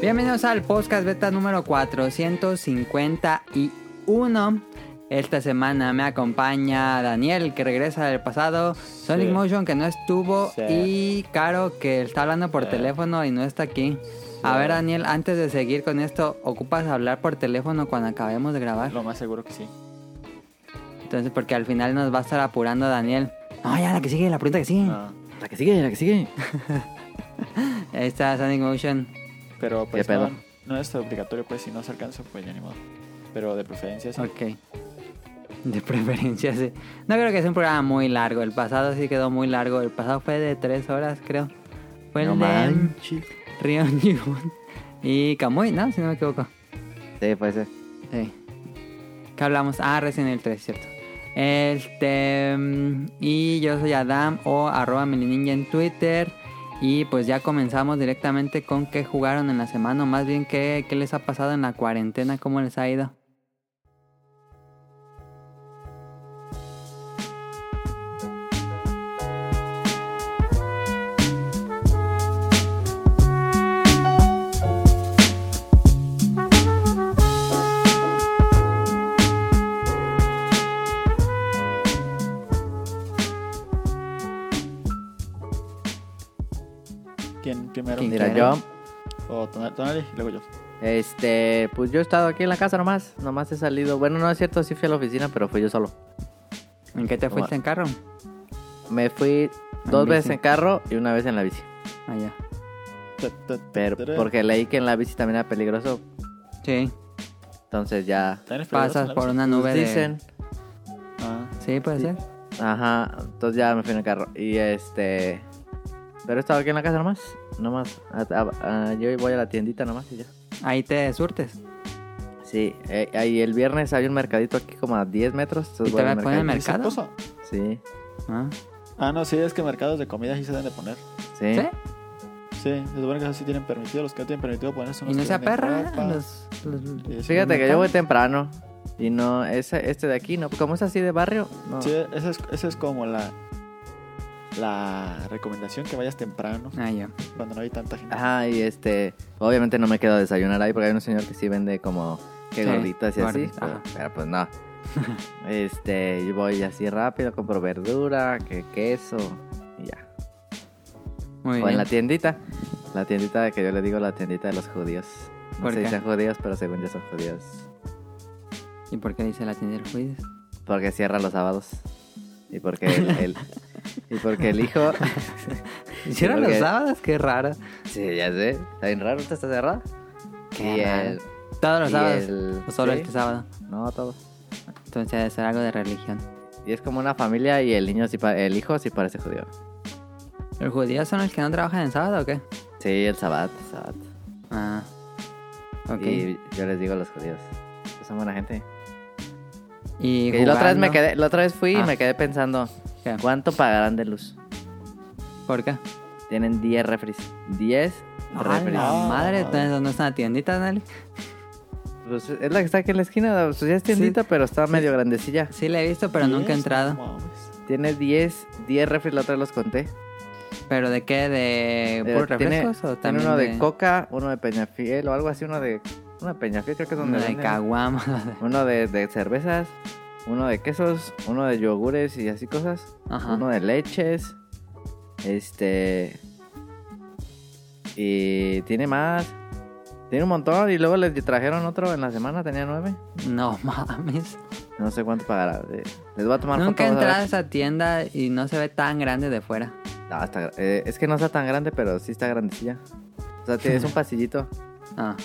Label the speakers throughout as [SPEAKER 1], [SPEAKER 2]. [SPEAKER 1] Bienvenidos al podcast beta número 451. Esta semana me acompaña Daniel, que regresa del pasado, Sonic Motion, que no estuvo,
[SPEAKER 2] Sí.
[SPEAKER 1] y Caro, que está hablando por
[SPEAKER 2] Sí.
[SPEAKER 1] teléfono y no está aquí. A
[SPEAKER 2] Sí.
[SPEAKER 1] ver, Daniel, antes de seguir con esto, ¿ocupas hablar por teléfono cuando acabemos de grabar?
[SPEAKER 2] Lo más seguro que sí.
[SPEAKER 1] Entonces, porque al final nos va a estar apurando Daniel. No, ya, la que sigue, la pregunta que sigue.
[SPEAKER 2] No.
[SPEAKER 3] La que sigue, la que sigue.
[SPEAKER 1] Ahí está Sonic Motion.
[SPEAKER 2] Pero pues
[SPEAKER 3] ¿Qué pedo?
[SPEAKER 2] No, no es obligatorio, pues si no se alcanza, pues ya ni modo. Pero de preferencia sí.
[SPEAKER 1] Ok. De preferencia, sí. No creo que sea un programa muy largo. El pasado sí quedó muy largo. El pasado fue de tres horas, creo. Fue el
[SPEAKER 3] No
[SPEAKER 1] de
[SPEAKER 3] manches.
[SPEAKER 1] Rion Yun y Kamui, ¿no? Si no me equivoco.
[SPEAKER 3] Sí, pues, eh, puede ser.
[SPEAKER 1] Sí. ¿Qué hablamos? Ah, recién el 3, cierto. Este. mm, Y yo soy Adam o arroba melininja en Twitter. Y pues ya comenzamos directamente con qué jugaron en la semana, o más bien qué, qué les ha pasado en la cuarentena, cómo les ha ido.
[SPEAKER 2] ¿Quién primero?
[SPEAKER 1] ¿Quién?
[SPEAKER 3] Mira,
[SPEAKER 1] quiera.
[SPEAKER 3] yo,
[SPEAKER 2] O Tonali, Tonali, y luego yo.
[SPEAKER 3] este, pues yo he estado aquí en la casa nomás. Nomás he salido. Bueno, no es cierto, sí fui a la oficina, pero fui yo solo.
[SPEAKER 1] ¿En qué te
[SPEAKER 3] No,
[SPEAKER 1] fuiste en carro?
[SPEAKER 3] Me fui dos
[SPEAKER 1] En
[SPEAKER 3] veces
[SPEAKER 1] bici.
[SPEAKER 3] en carro y una vez en la bici.
[SPEAKER 1] Allá.
[SPEAKER 2] Ta, ta, ta,
[SPEAKER 3] Pero
[SPEAKER 2] ta, ta.
[SPEAKER 3] porque leí que en la bici también era peligroso.
[SPEAKER 1] Sí,
[SPEAKER 3] Entonces ya.
[SPEAKER 2] ¿También es peligroso
[SPEAKER 1] pasas
[SPEAKER 2] la
[SPEAKER 1] por
[SPEAKER 2] bici?
[SPEAKER 1] una nube
[SPEAKER 3] pues, dicen.
[SPEAKER 1] de...
[SPEAKER 2] Ah,
[SPEAKER 1] Sí, puede ser.
[SPEAKER 3] Ajá. Entonces ya me fui en el carro. Y este. Pero he estado aquí en la casa nomás. Nomás. Ah, ah, ah, yo voy a la tiendita nomás y ya.
[SPEAKER 1] Ahí te surtes.
[SPEAKER 3] Sí, eh, ahí el viernes había un mercadito aquí como a 10 metros.
[SPEAKER 1] ¿Y
[SPEAKER 3] entonces voy al
[SPEAKER 1] todavía ponen
[SPEAKER 3] mercadito.
[SPEAKER 2] ¿y se
[SPEAKER 1] mercado?
[SPEAKER 2] puso?
[SPEAKER 3] Sí,
[SPEAKER 1] Ah,
[SPEAKER 2] Ah, no, sí, es que mercados de comida sí se deben de poner.
[SPEAKER 3] sí.
[SPEAKER 1] ¿Sí?
[SPEAKER 2] Sí, se supone que eso sí tienen permitido. Los que no tienen permitido poner son
[SPEAKER 1] ¿Y
[SPEAKER 2] los
[SPEAKER 1] no
[SPEAKER 2] que
[SPEAKER 1] sea
[SPEAKER 2] venden
[SPEAKER 1] perra?
[SPEAKER 2] ropa.
[SPEAKER 1] Los- los-
[SPEAKER 2] Y sí,
[SPEAKER 3] Fíjate que yo voy
[SPEAKER 1] mercado.
[SPEAKER 3] temprano. Y no, ese, este de aquí, no, como es así de barrio, no.
[SPEAKER 2] Sí, esa es, esa es como la la recomendación que vayas temprano
[SPEAKER 1] Ah, ya.
[SPEAKER 2] cuando no hay tanta gente.
[SPEAKER 3] Ajá, y este, obviamente no me quedo a desayunar ahí porque hay un señor que sí vende como que
[SPEAKER 1] Sí,
[SPEAKER 3] gorditas y así.
[SPEAKER 1] gorditas,
[SPEAKER 3] Pero,
[SPEAKER 1] ajá.
[SPEAKER 3] pero pues no. este, yo voy así rápido, compro verdura, que queso, y ya.
[SPEAKER 1] Muy
[SPEAKER 3] O en
[SPEAKER 1] bien.
[SPEAKER 3] la tiendita. La tiendita que yo le digo, la tiendita de los judíos. No
[SPEAKER 1] ¿Por
[SPEAKER 3] se
[SPEAKER 1] qué?
[SPEAKER 3] dicen judíos, pero según yo son judíos.
[SPEAKER 1] ¿Y por qué dice la tienda del juicio?
[SPEAKER 3] Porque cierra los sábados. Y porque el, el- y porque el hijo.
[SPEAKER 1] ¿Hicieron los
[SPEAKER 3] porque-
[SPEAKER 1] sábados? Qué raro.
[SPEAKER 3] Sí, ya sé. Está bien raro, ¿usted está cerrada?
[SPEAKER 1] Qué
[SPEAKER 3] y
[SPEAKER 1] raro.
[SPEAKER 3] el-
[SPEAKER 1] Todos los
[SPEAKER 3] y
[SPEAKER 1] sábados.
[SPEAKER 3] el-
[SPEAKER 1] O solo
[SPEAKER 3] sí,
[SPEAKER 1] este sábado.
[SPEAKER 3] No, todo.
[SPEAKER 1] Entonces debe ser algo de religión.
[SPEAKER 3] Y es como una familia y el niño sí pa- el hijo sí parece judío.
[SPEAKER 1] ¿Los judíos son los que no trabajan en sábado o qué?
[SPEAKER 3] Sí, el sabat, el sabat.
[SPEAKER 1] Ah. Ok.
[SPEAKER 3] Y yo les digo a los judíos. que Son buena gente.
[SPEAKER 1] Y,
[SPEAKER 3] Y la otra vez me
[SPEAKER 1] jugando?
[SPEAKER 3] quedé, la otra vez fui
[SPEAKER 1] Ah.
[SPEAKER 3] y me quedé pensando,
[SPEAKER 1] ¿Qué?
[SPEAKER 3] ¿cuánto pagarán de luz?
[SPEAKER 1] ¿Por qué?
[SPEAKER 3] Tienen 10 refris. 10
[SPEAKER 1] Ah,
[SPEAKER 3] refris.
[SPEAKER 1] la
[SPEAKER 2] Ah,
[SPEAKER 1] madre.
[SPEAKER 2] madre.
[SPEAKER 1] Entonces, ¿no es una tiendita, Daniel?
[SPEAKER 3] Pues es la que está aquí en la esquina. Pues ya es tiendita, pero está medio grandecilla.
[SPEAKER 1] Sí la he visto, pero nunca he
[SPEAKER 2] Diez,
[SPEAKER 1] entrado.
[SPEAKER 2] no mames.
[SPEAKER 3] Tiene 10, 10 refris, la otra vez los conté.
[SPEAKER 1] ¿Pero de qué? ¿De puros
[SPEAKER 3] Eh, tiene,
[SPEAKER 1] refrescos o
[SPEAKER 3] tiene
[SPEAKER 1] también
[SPEAKER 3] uno de... coca, uno de peñafiel o algo así, uno de... Uno de peñafiel creo que es donde
[SPEAKER 1] Uno de
[SPEAKER 3] venden.
[SPEAKER 1] caguama.
[SPEAKER 3] Uno de, de cervezas, uno de quesos, uno de yogures y así cosas.
[SPEAKER 1] Ajá.
[SPEAKER 3] Uno de leches. Este... Y tiene más. Tiene un montón y luego les trajeron otro en la semana, tenía nueve.
[SPEAKER 1] No mames.
[SPEAKER 3] No sé cuánto pagará. eh, Les voy a tomar
[SPEAKER 1] Nunca he
[SPEAKER 3] fotos, a ver.
[SPEAKER 1] entrado a esa tienda y no se ve tan grande de fuera.
[SPEAKER 3] No, está gra- eh, es que no está tan grande, pero sí está grandecilla. O sea, tiene- es un pasillito.
[SPEAKER 1] Ah,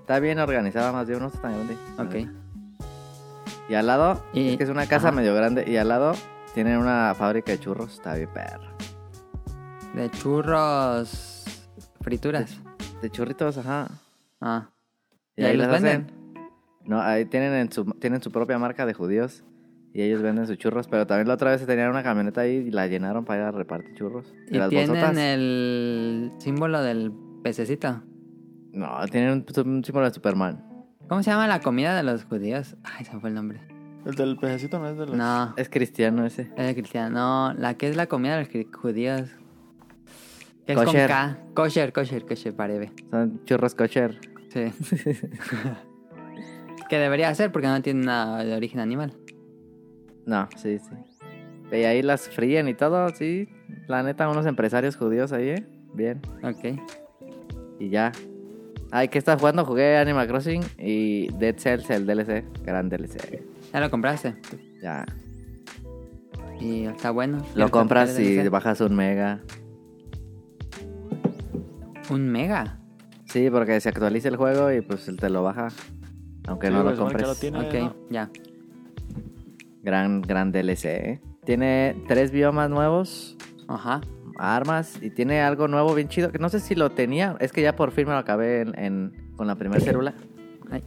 [SPEAKER 3] Está bien organizada, más bien, no está tan grande.
[SPEAKER 1] ok.
[SPEAKER 3] Y al lado,
[SPEAKER 1] Y-
[SPEAKER 3] es que es una casa
[SPEAKER 1] ajá.
[SPEAKER 3] medio grande. Y al lado tienen una fábrica de churros. Está bien, perro.
[SPEAKER 1] De churros. Frituras.
[SPEAKER 3] De churritos, ajá.
[SPEAKER 1] Ah. ¿Y ahí los
[SPEAKER 3] No, ahí tienen, en su, tienen su propia marca de judíos. Y ellos venden sus churros. Pero también la otra vez tenían una camioneta ahí y la llenaron para ir a repartir churros. De
[SPEAKER 1] Y
[SPEAKER 3] las
[SPEAKER 1] tienen eh?
[SPEAKER 3] bolsotas.
[SPEAKER 1] el símbolo del pececito.
[SPEAKER 3] No, tienen un, un símbolo de Superman.
[SPEAKER 1] ¿Cómo se llama la comida de los judíos? Ay, se me fue el nombre.
[SPEAKER 2] El del pejecito no es de los...
[SPEAKER 1] No,
[SPEAKER 3] Es cristiano ese.
[SPEAKER 1] es de cristiano. No, la que es la comida de los cri- judíos. Es con
[SPEAKER 3] Kosher.
[SPEAKER 1] K. Kosher, kosher, kosher, pareve.
[SPEAKER 3] Son churros kosher.
[SPEAKER 1] Sí. que debería ser porque no tiene nada de origen animal.
[SPEAKER 3] No, sí, sí. Y ahí las fríen y todo, sí. La neta, unos empresarios judíos ahí, ¿eh? Bien.
[SPEAKER 1] Ok.
[SPEAKER 3] Y ya. Ay, ¿qué estás jugando? Jugué Animal Crossing y Dead Cells, el DLC. Gran DLC.
[SPEAKER 1] Ya lo compraste.
[SPEAKER 3] Ya.
[SPEAKER 1] Y está bueno.
[SPEAKER 3] Lo
[SPEAKER 1] El
[SPEAKER 3] compras
[SPEAKER 1] control de
[SPEAKER 3] y
[SPEAKER 1] DLC.
[SPEAKER 3] bajas un mega.
[SPEAKER 1] Un mega.
[SPEAKER 3] Sí, porque se actualiza el juego y pues él te lo baja. Aunque
[SPEAKER 2] Sí,
[SPEAKER 3] no
[SPEAKER 2] güey, se
[SPEAKER 3] lo
[SPEAKER 2] supone que
[SPEAKER 3] compres.
[SPEAKER 2] lo tiene,
[SPEAKER 1] Ok,
[SPEAKER 2] ¿no?
[SPEAKER 1] ya.
[SPEAKER 3] Gran, gran DLC. ¿eh? Tiene tres biomas nuevos,
[SPEAKER 1] Ajá.
[SPEAKER 3] armas y tiene algo nuevo bien chido. Que no sé si lo tenía. Es que ya por fin me lo acabé en, en- con la primera célula.
[SPEAKER 1] Ay.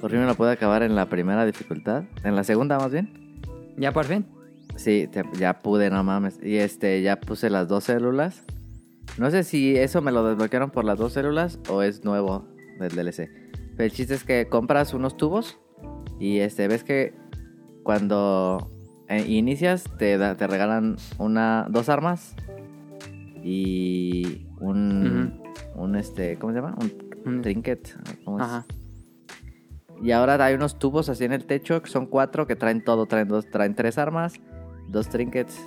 [SPEAKER 3] Por fin me lo pude acabar en la primera dificultad. En la segunda más bien.
[SPEAKER 1] Ya por fin.
[SPEAKER 3] Sí, te- ya pude, no mames. Y este, ya puse las dos células. No sé si eso me lo desbloquearon por las dos células o es nuevo del DLC. Pero el chiste es que compras unos tubos y este, ves que cuando eh, inicias te, da- te regalan una, dos armas y un, un este, ¿cómo se llama? Un
[SPEAKER 1] Un-
[SPEAKER 3] trinket. ¿cómo es?
[SPEAKER 1] Ajá.
[SPEAKER 3] Y ahora hay unos tubos así en el techo, que son cuatro, que traen todo, traen dos, traen tres armas, dos trinkets.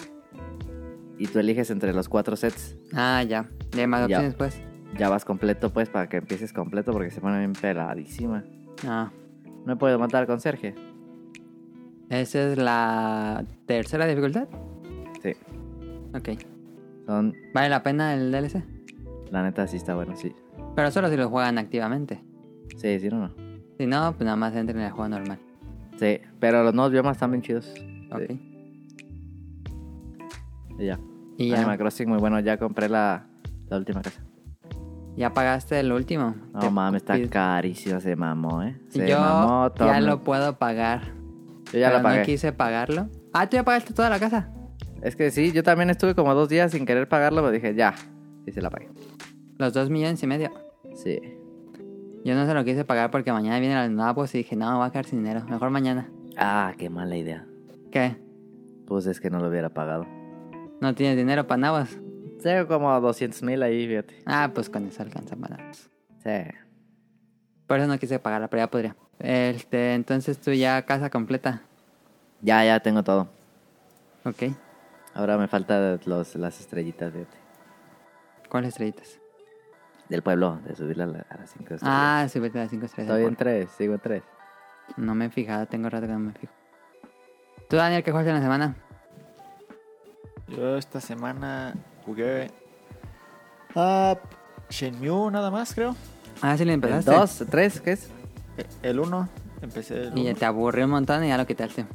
[SPEAKER 3] Y tú eliges entre los cuatro sets.
[SPEAKER 1] Ah, ya. Ya hay más
[SPEAKER 3] Ya.
[SPEAKER 1] opciones, pues.
[SPEAKER 3] Ya vas completo, pues, para que empieces completo, porque se pone bien peladísima.
[SPEAKER 1] Ah.
[SPEAKER 3] No puedo matar con Sergio.
[SPEAKER 1] Esa es la tercera dificultad.
[SPEAKER 3] Sí.
[SPEAKER 1] Ok.
[SPEAKER 3] Son,
[SPEAKER 1] ¿Vale la pena el DLC?
[SPEAKER 3] la neta, sí está bueno, sí.
[SPEAKER 1] Pero solo si lo juegan activamente.
[SPEAKER 3] Sí, sí, no, no.
[SPEAKER 1] Si no, pues nada más entren en el juego normal.
[SPEAKER 3] Sí, pero los nuevos biomas están bien chidos.
[SPEAKER 1] Ok.
[SPEAKER 3] Sí, y ya.
[SPEAKER 1] Y ya,
[SPEAKER 3] Animal Crossing, muy bueno. Ya compré la, la última casa.
[SPEAKER 1] ya pagaste el último.
[SPEAKER 3] No
[SPEAKER 1] Te-
[SPEAKER 3] mames, está
[SPEAKER 1] pide-
[SPEAKER 3] carísimo. Se mamó, ¿eh? Se
[SPEAKER 1] Yo
[SPEAKER 3] mamó todo.
[SPEAKER 1] ya lo puedo pagar.
[SPEAKER 3] Yo ya
[SPEAKER 1] pero
[SPEAKER 3] lo pagué.
[SPEAKER 1] no quise pagarlo. Ah, ¿tú ya pagaste toda la casa?
[SPEAKER 3] Es que sí, yo también estuve como dos días sin querer pagarlo, pero dije, ya. Y se la pagué.
[SPEAKER 1] Los dos millones y medio.
[SPEAKER 3] Sí.
[SPEAKER 1] Yo no se lo quise pagar porque mañana viene la nueva pues y dije, no, me voy a quedar sin dinero. Mejor mañana.
[SPEAKER 3] Ah, qué mala idea.
[SPEAKER 1] ¿Qué?
[SPEAKER 3] Pues es que no lo hubiera pagado.
[SPEAKER 1] ¿No tienes dinero para nabos?
[SPEAKER 3] Tengo como 200 mil ahí, fíjate.
[SPEAKER 1] Ah, pues con eso alcanza para nabos.
[SPEAKER 3] Sí.
[SPEAKER 1] Por eso no quise pagarla, pero ya podría. Este, entonces tú ya casa completa.
[SPEAKER 3] Ya, ya tengo todo.
[SPEAKER 1] Ok.
[SPEAKER 3] Ahora me faltan los, las estrellitas, fíjate.
[SPEAKER 1] ¿Cuáles estrellitas?
[SPEAKER 3] Del pueblo, de subirla a la- a las 5 estrellas.
[SPEAKER 1] Ah, subirte a las 5 estrellas.
[SPEAKER 3] Estoy
[SPEAKER 1] Bueno,
[SPEAKER 3] en 3, sigo en 3.
[SPEAKER 1] No me he fijado, tengo rato que no me fijo. ¿Tú, Daniel, qué jugaste en la semana?
[SPEAKER 2] Yo esta semana jugué a Shenmue nada más, creo.
[SPEAKER 1] Ah, sí, le
[SPEAKER 3] ¿El
[SPEAKER 1] empezaste.
[SPEAKER 3] 2, 3? ¿Qué es?
[SPEAKER 2] El 1, empecé el
[SPEAKER 1] Y ya
[SPEAKER 2] uno.
[SPEAKER 1] te aburrió un montón y ya lo quitaste.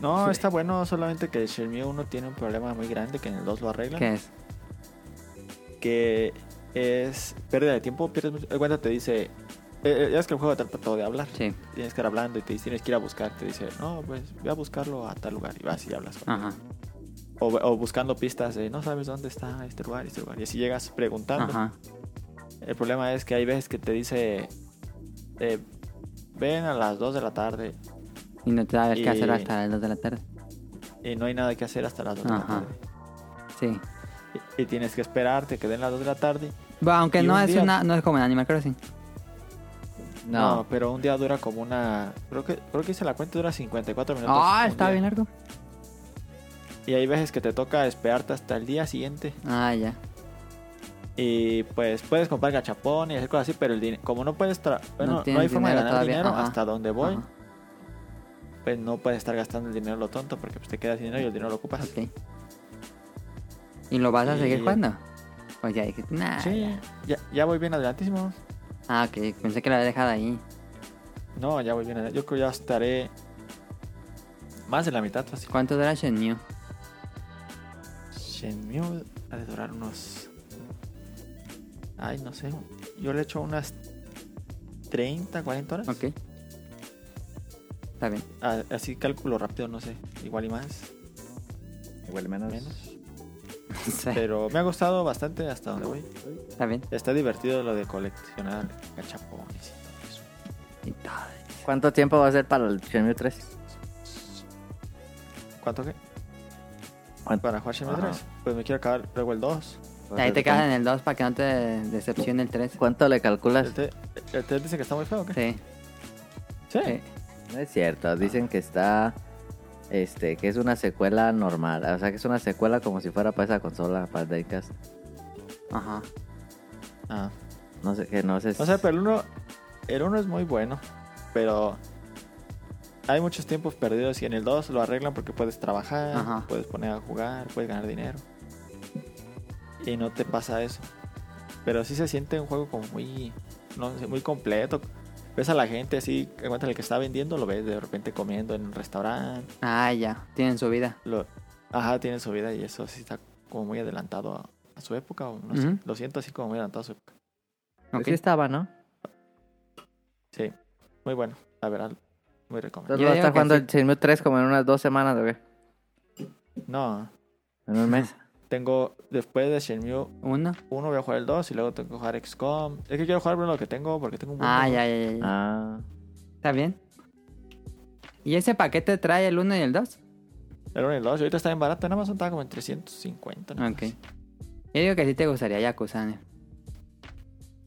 [SPEAKER 2] No, está bueno, solamente que Shenmue 1 tiene un problema muy grande que en el 2 lo arreglan.
[SPEAKER 1] ¿Qué es?
[SPEAKER 2] Que es pérdida de tiempo, pierdes mucho. eh, Cuenta, te dice. eh, eh, ya es que el juego te trata todo de hablar.
[SPEAKER 1] Sí.
[SPEAKER 2] Tienes que estar hablando y te dice, tienes que ir a buscar. Te dice, no, pues ve a buscarlo a tal lugar. Y vas y hablas. con él.
[SPEAKER 1] Ajá.
[SPEAKER 2] O, o buscando pistas de, no sabes dónde está este lugar, este lugar. Y así llegas preguntando.
[SPEAKER 1] Ajá.
[SPEAKER 2] El problema es que hay veces que te dice, eh, ven a las 2 de la tarde
[SPEAKER 1] Y no te sabes qué hacer
[SPEAKER 2] Y-
[SPEAKER 1] hasta las 2 de la tarde.
[SPEAKER 2] y no hay nada que hacer hasta las 2 de la
[SPEAKER 1] Ajá.
[SPEAKER 2] tarde.
[SPEAKER 1] Sí.
[SPEAKER 2] Y, y tienes que esperarte que den las 2 de la tarde.
[SPEAKER 1] Bueno, aunque
[SPEAKER 2] Y
[SPEAKER 1] no
[SPEAKER 2] un
[SPEAKER 1] es,
[SPEAKER 2] día- pues,
[SPEAKER 1] una, no es como en Animal Crossing.
[SPEAKER 3] No.
[SPEAKER 2] pero un día dura como una... Creo que, creo que hice la cuenta, dura 54 minutos.
[SPEAKER 1] Ah,
[SPEAKER 2] un
[SPEAKER 1] está
[SPEAKER 2] día.
[SPEAKER 1] bien largo.
[SPEAKER 2] Y hay veces que te toca esperarte hasta el día siguiente.
[SPEAKER 1] Ah, ya.
[SPEAKER 2] Y pues puedes comprar gachapón y hacer cosas así, pero el din- como no puedes... tra- bueno, no,
[SPEAKER 1] tienes
[SPEAKER 2] hay forma de
[SPEAKER 1] dinero
[SPEAKER 2] ganar
[SPEAKER 1] todavía,
[SPEAKER 2] dinero
[SPEAKER 1] ajá.
[SPEAKER 2] hasta donde voy.
[SPEAKER 1] Ajá.
[SPEAKER 2] Pues no puedes estar gastando el dinero lo tonto porque pues, te quedas sin dinero y el dinero lo ocupas.
[SPEAKER 1] Ok. ¿Y lo vas a
[SPEAKER 2] Y-
[SPEAKER 1] seguir jugando? Pues ya dijiste, nah.
[SPEAKER 2] Sí,
[SPEAKER 1] ya.
[SPEAKER 2] ya, ya voy bien adelantísimo.
[SPEAKER 1] Ah, ok. Pensé que lo había dejado ahí.
[SPEAKER 2] No, ya voy bien adelante. Yo creo que ya estaré más de la mitad fácil.
[SPEAKER 1] ¿Cuánto dura Shenmue?
[SPEAKER 2] Shenmue ha de durar unos... Ay, no sé. Yo le he hecho unas 30, 40 horas.
[SPEAKER 1] Ok. Está bien.
[SPEAKER 2] Ah, así cálculo rápido, no sé. Igual y más,
[SPEAKER 3] Igual menos.
[SPEAKER 2] menos.
[SPEAKER 1] Sí,
[SPEAKER 2] Pero me ha gustado bastante hasta donde voy.
[SPEAKER 1] Está bien.
[SPEAKER 2] Está divertido lo de coleccionar cachapones y todo eso.
[SPEAKER 1] Y todo.
[SPEAKER 3] ¿Cuánto tiempo va a ser para el Shenmue 3?
[SPEAKER 2] ¿Cuánto qué?
[SPEAKER 3] ¿Cuánto?
[SPEAKER 2] Para jugar Shenmue
[SPEAKER 3] Ajá.
[SPEAKER 2] 3. Pues me quiero acabar luego el 2.
[SPEAKER 1] Ahí te quedas en el 2 para que no te decepcione el 3.
[SPEAKER 3] ¿Cuánto le
[SPEAKER 2] El
[SPEAKER 3] calculas?
[SPEAKER 2] te- el te dice que está muy feo, ¿o qué?
[SPEAKER 1] Sí,
[SPEAKER 2] Sí.
[SPEAKER 1] sí.
[SPEAKER 3] No es cierto, dicen que está. Este, que es una secuela normal. O sea, que es una secuela como si fuera para esa consola, para el Dreamcast.
[SPEAKER 1] Ajá.
[SPEAKER 2] Ah.
[SPEAKER 3] No sé, que no sé. si-
[SPEAKER 2] O sea, pero el 1 el uno es muy bueno, pero hay muchos tiempos perdidos y en el 2 lo arreglan porque puedes trabajar,
[SPEAKER 1] Ajá.
[SPEAKER 2] puedes poner a jugar, puedes ganar dinero. Y no te pasa eso. Pero sí se siente un juego como muy no sé, muy completo. Ves a la gente así, encuentras el que está vendiendo, lo ves de repente comiendo en un restaurante,
[SPEAKER 1] Ah, ya. Tienen su vida.
[SPEAKER 2] lo ajá, tiene su vida y eso sí está como muy adelantado a, a su época, o no
[SPEAKER 1] Ujú.
[SPEAKER 2] sé, lo siento así como muy adelantado a su época.
[SPEAKER 3] Pues
[SPEAKER 1] Ok.
[SPEAKER 3] sí estaba, ¿no?
[SPEAKER 2] Sí, muy bueno, la verdad, muy recomendable.
[SPEAKER 3] Entonces
[SPEAKER 1] Yo
[SPEAKER 3] va
[SPEAKER 1] digo
[SPEAKER 3] a estar
[SPEAKER 1] que
[SPEAKER 3] jugando
[SPEAKER 1] sí.
[SPEAKER 3] el Shenmue 3 como en unas dos semanas, ¿o qué?
[SPEAKER 2] No,
[SPEAKER 3] En un mes.
[SPEAKER 2] tengo después de Shenmue
[SPEAKER 1] ¿Uno?
[SPEAKER 2] 1 voy a jugar el 2 y luego tengo que jugar XCOM. Es que quiero jugar lo que tengo porque tengo un buen
[SPEAKER 1] Ah,
[SPEAKER 2] juego.
[SPEAKER 1] ya, ya, ya. ya.
[SPEAKER 3] Ah.
[SPEAKER 1] ¿Está bien? ¿Y ese paquete trae el 1 y el 2?
[SPEAKER 2] El 1 y el 2 ahorita está bien barato, en Amazon estaba como en 350. nada más.
[SPEAKER 1] Ok. Yo digo que sí te gustaría Yakuza, ¿no?
[SPEAKER 3] Ah.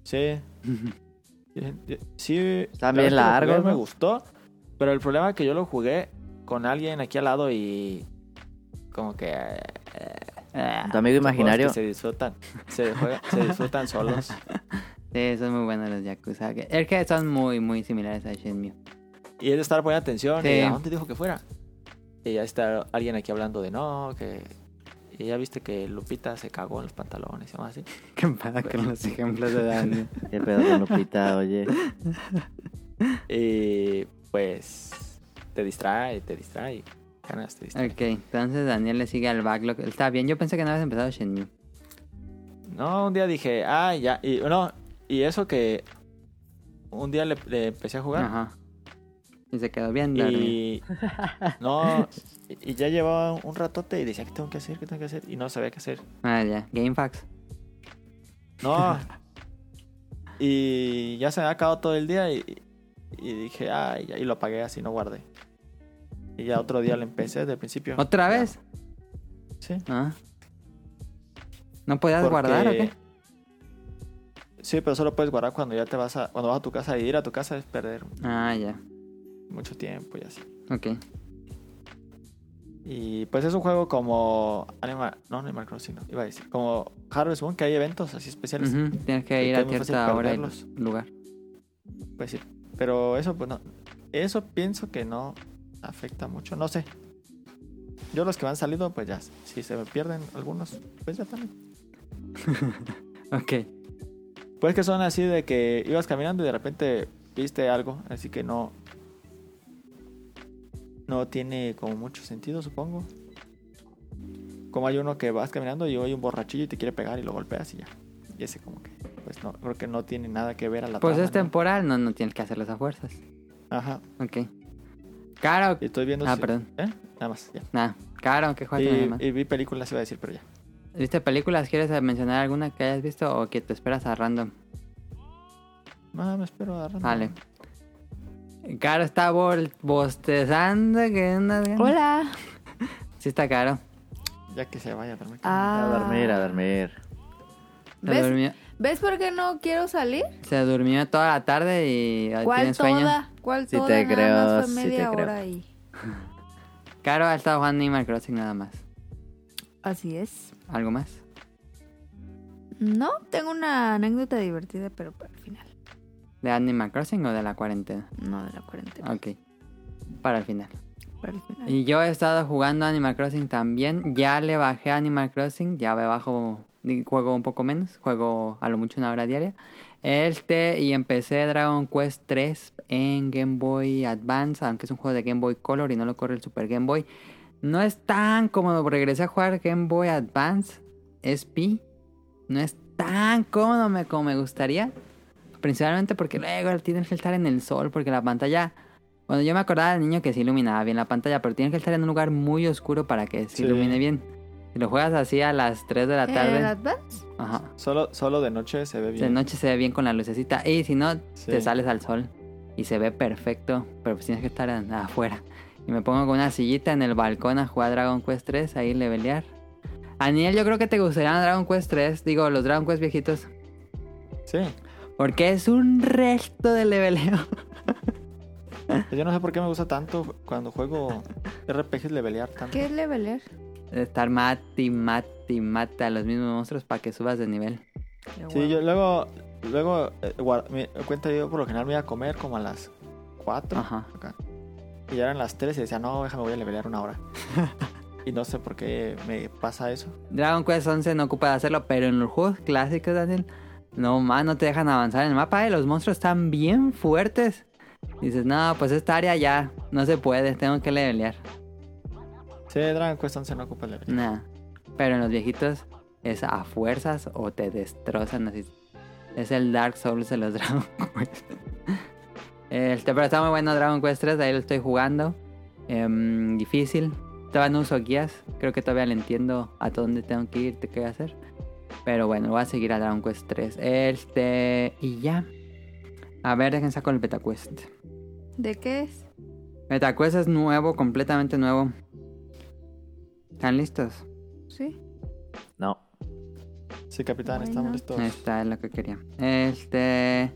[SPEAKER 2] Sí. Yo- yo- Sí.
[SPEAKER 3] Están
[SPEAKER 2] la
[SPEAKER 3] bien
[SPEAKER 2] vez que lo
[SPEAKER 3] largos,
[SPEAKER 2] jugué Me
[SPEAKER 3] ¿no?
[SPEAKER 2] gustó, pero el problema es que yo lo jugué con alguien aquí al lado y como que eh,
[SPEAKER 1] Ah,
[SPEAKER 3] Tu amigo
[SPEAKER 2] estos juegos
[SPEAKER 3] imaginario.
[SPEAKER 2] que se disfrutan, se, juega- se disfrutan solos.
[SPEAKER 1] sí, son muy buenos los Yakuza. que- Es que son muy, muy similares a Shenmue.
[SPEAKER 2] Y es de estar poniendo atención.
[SPEAKER 1] Sí.
[SPEAKER 2] Y, ¿A dónde dijo que fuera? Y ya está alguien aquí hablando de no, que. Y ya viste que Lupita se cagó en los pantalones y demás así.
[SPEAKER 1] Qué pasa con los ejemplos de Daniel.
[SPEAKER 3] Qué pedo con Lupita, oye.
[SPEAKER 2] Y pues. Te distrae, te distrae. Ganas, te distrae.
[SPEAKER 1] ok, entonces Daniel le sigue al backlog. Está bien, yo pensé que no habías empezado Shenmue.
[SPEAKER 2] No, un día dije, ah, ya. Y bueno, y eso que. Un día le, le empecé a jugar.
[SPEAKER 1] Ajá. Y se quedó bien dormido.
[SPEAKER 2] Y. No. Y ya llevaba un ratote y decía, ¿qué tengo que hacer? ¿Qué tengo que hacer? Y no sabía qué hacer.
[SPEAKER 1] Ah, ya. Gamefax.
[SPEAKER 2] No. y ya se me ha acabado todo el día y, y dije, ay, y lo apagué así, no guardé. Y ya otro día lo empecé desde el principio.
[SPEAKER 1] ¿Otra vez?
[SPEAKER 2] Sí.
[SPEAKER 1] Ah. ¿No podías
[SPEAKER 2] porque-
[SPEAKER 1] guardar o qué?
[SPEAKER 2] Sí, pero solo puedes guardar cuando ya te vas a, cuando vas a tu casa y ir a tu casa es perder
[SPEAKER 1] Ah, ya.
[SPEAKER 2] mucho tiempo y así.
[SPEAKER 1] Ok.
[SPEAKER 2] Y pues es un juego como Animal, no Animal Crossing, no, iba a decir, como Harvest Moon, que hay eventos así especiales.
[SPEAKER 1] Ujú, Tienes que
[SPEAKER 2] que
[SPEAKER 1] ir a
[SPEAKER 2] es muy fácil
[SPEAKER 1] cierta hora y
[SPEAKER 2] perderlos.
[SPEAKER 1] lugar.
[SPEAKER 2] Pues sí. Pero eso, pues no. Eso pienso que no afecta mucho. No sé. Yo los que me han salido, pues ya. Si se me pierden algunos, pues ya también.
[SPEAKER 1] Ok.
[SPEAKER 2] Pues que son así de que ibas caminando y de repente viste algo. Así que no. No tiene como mucho sentido, supongo. Como hay uno que vas caminando y hay un borrachillo y te quiere pegar y lo golpeas y ya. Y ese como que, pues no, creo que no tiene nada que ver a la
[SPEAKER 1] Pues
[SPEAKER 2] trama,
[SPEAKER 1] es
[SPEAKER 2] ¿no?
[SPEAKER 1] temporal, no, no tienes que hacerlo a fuerzas.
[SPEAKER 2] Ajá.
[SPEAKER 1] Ok. Caro.
[SPEAKER 2] Y estoy viendo
[SPEAKER 1] Ah,
[SPEAKER 2] si-
[SPEAKER 1] perdón.
[SPEAKER 2] ¿Eh? Nada más, ya.
[SPEAKER 1] Nada, caro, que juegas
[SPEAKER 2] Y,
[SPEAKER 1] nada más.
[SPEAKER 2] y vi películas, iba a decir, pero ya.
[SPEAKER 1] ¿Viste películas? ¿Quieres mencionar alguna que hayas visto o que te esperas a random?
[SPEAKER 2] No, Ah, me espero a random.
[SPEAKER 1] Vale. Caro está bol- bostezando. Que una...
[SPEAKER 4] Hola.
[SPEAKER 1] Sí, está caro.
[SPEAKER 2] Ya que se vaya a dormir.
[SPEAKER 4] Ah.
[SPEAKER 3] A dormir, a dormir.
[SPEAKER 1] Se
[SPEAKER 4] ¿Ves,
[SPEAKER 1] durmió,
[SPEAKER 4] ¿Ves por qué no quiero salir?
[SPEAKER 1] se durmió toda la tarde y hoy tiene
[SPEAKER 4] ¿Cuál
[SPEAKER 1] sueño.
[SPEAKER 4] toda? ¿Cuál
[SPEAKER 3] Sí
[SPEAKER 4] toda?
[SPEAKER 3] te
[SPEAKER 4] Nada
[SPEAKER 3] creo,
[SPEAKER 4] más fue
[SPEAKER 3] sí te
[SPEAKER 4] media
[SPEAKER 3] creo.
[SPEAKER 4] hora ahí.
[SPEAKER 1] Caro ha estado jugando Animal Crossing nada más.
[SPEAKER 4] Así es.
[SPEAKER 1] ¿Algo más?
[SPEAKER 4] No, tengo una anécdota divertida, pero para el final.
[SPEAKER 1] ¿De Animal Crossing o de la cuarentena?
[SPEAKER 4] No de la cuarentena.
[SPEAKER 1] Ok. Para el final.
[SPEAKER 3] Ah.
[SPEAKER 4] Para el final.
[SPEAKER 1] Y yo he estado jugando Animal Crossing también. Ya le bajé a Animal Crossing. Ya me bajo. Juego un poco menos. Juego a lo mucho una hora diaria. Este. Y empecé Dragon Quest 3 en Game Boy Advance. Aunque es un juego de Game Boy Color y no lo corre el Super Game Boy. No es tan cómodo. Regresé a jugar Game Boy Advance SP. No es tan cómodo me- como me gustaría. Principalmente porque luego tienes que estar en el sol. Porque la pantalla. Bueno, yo me acordaba del niño que se iluminaba bien la pantalla, pero tienes que estar en un lugar muy oscuro para que se
[SPEAKER 2] Sí.
[SPEAKER 1] ilumine bien. Si lo juegas así Eh, a las 3 de la tarde,
[SPEAKER 4] ¿El Advance?
[SPEAKER 1] ajá,
[SPEAKER 2] Solo, solo de noche se ve bien.
[SPEAKER 1] de noche se ve bien con la lucecita. Y si no,
[SPEAKER 2] Sí.
[SPEAKER 1] te sales al sol y se ve perfecto, pero pues tienes que estar en- afuera. Y me pongo con una sillita en el balcón a jugar Dragon Quest 3, ahí levelear. Aniel, yo creo que te gustarían Dragon Quest 3, digo, los Dragon Quest viejitos.
[SPEAKER 2] Sí.
[SPEAKER 1] Porque es un resto de leveleo.
[SPEAKER 2] Yo no sé por qué me gusta tanto cuando juego RPGs levelear tanto.
[SPEAKER 4] ¿Qué es leveler?
[SPEAKER 1] Estar mate y mate y mate a los mismos monstruos para que subas de nivel.
[SPEAKER 4] Qué
[SPEAKER 2] Sí,
[SPEAKER 4] guau.
[SPEAKER 2] yo luego, luego eh, guar- me cuenta yo por lo general me iba a comer como a las 4
[SPEAKER 1] Ajá.
[SPEAKER 2] acá. Y ya eran las 3 y decía, no, déjame, voy a levelear una hora. y no sé por qué me pasa eso.
[SPEAKER 1] Dragon Quest 11 no ocupa de hacerlo, pero en los juegos clásicos, Daniel, no más no te dejan avanzar en el mapa. eh, Los monstruos están bien fuertes. Dices, no, pues esta área ya no se puede, tengo que levelear.
[SPEAKER 2] Sí, Dragon Quest 11 no ocupa levelear.
[SPEAKER 1] Nah. Pero en los viejitos es a fuerzas o te destrozan así. Es el Dark Souls de los Dragon Quest. Este, pero está muy bueno Dragon Quest 3, ahí lo estoy jugando. Em, difícil. Todavía no uso guías. Creo que todavía le entiendo a dónde tengo que ir, qué hacer. Pero bueno, voy a seguir a Dragon Quest 3. Este. Y ya. A ver, dejen saco el Betaquest.
[SPEAKER 4] ¿De qué es?
[SPEAKER 1] Betaquest es nuevo, completamente nuevo. ¿Están listos?
[SPEAKER 4] Sí.
[SPEAKER 3] No.
[SPEAKER 1] Mm.
[SPEAKER 2] Sí, capitán,
[SPEAKER 4] Bueno.
[SPEAKER 2] estamos listos.
[SPEAKER 1] Esta es lo que quería. Este.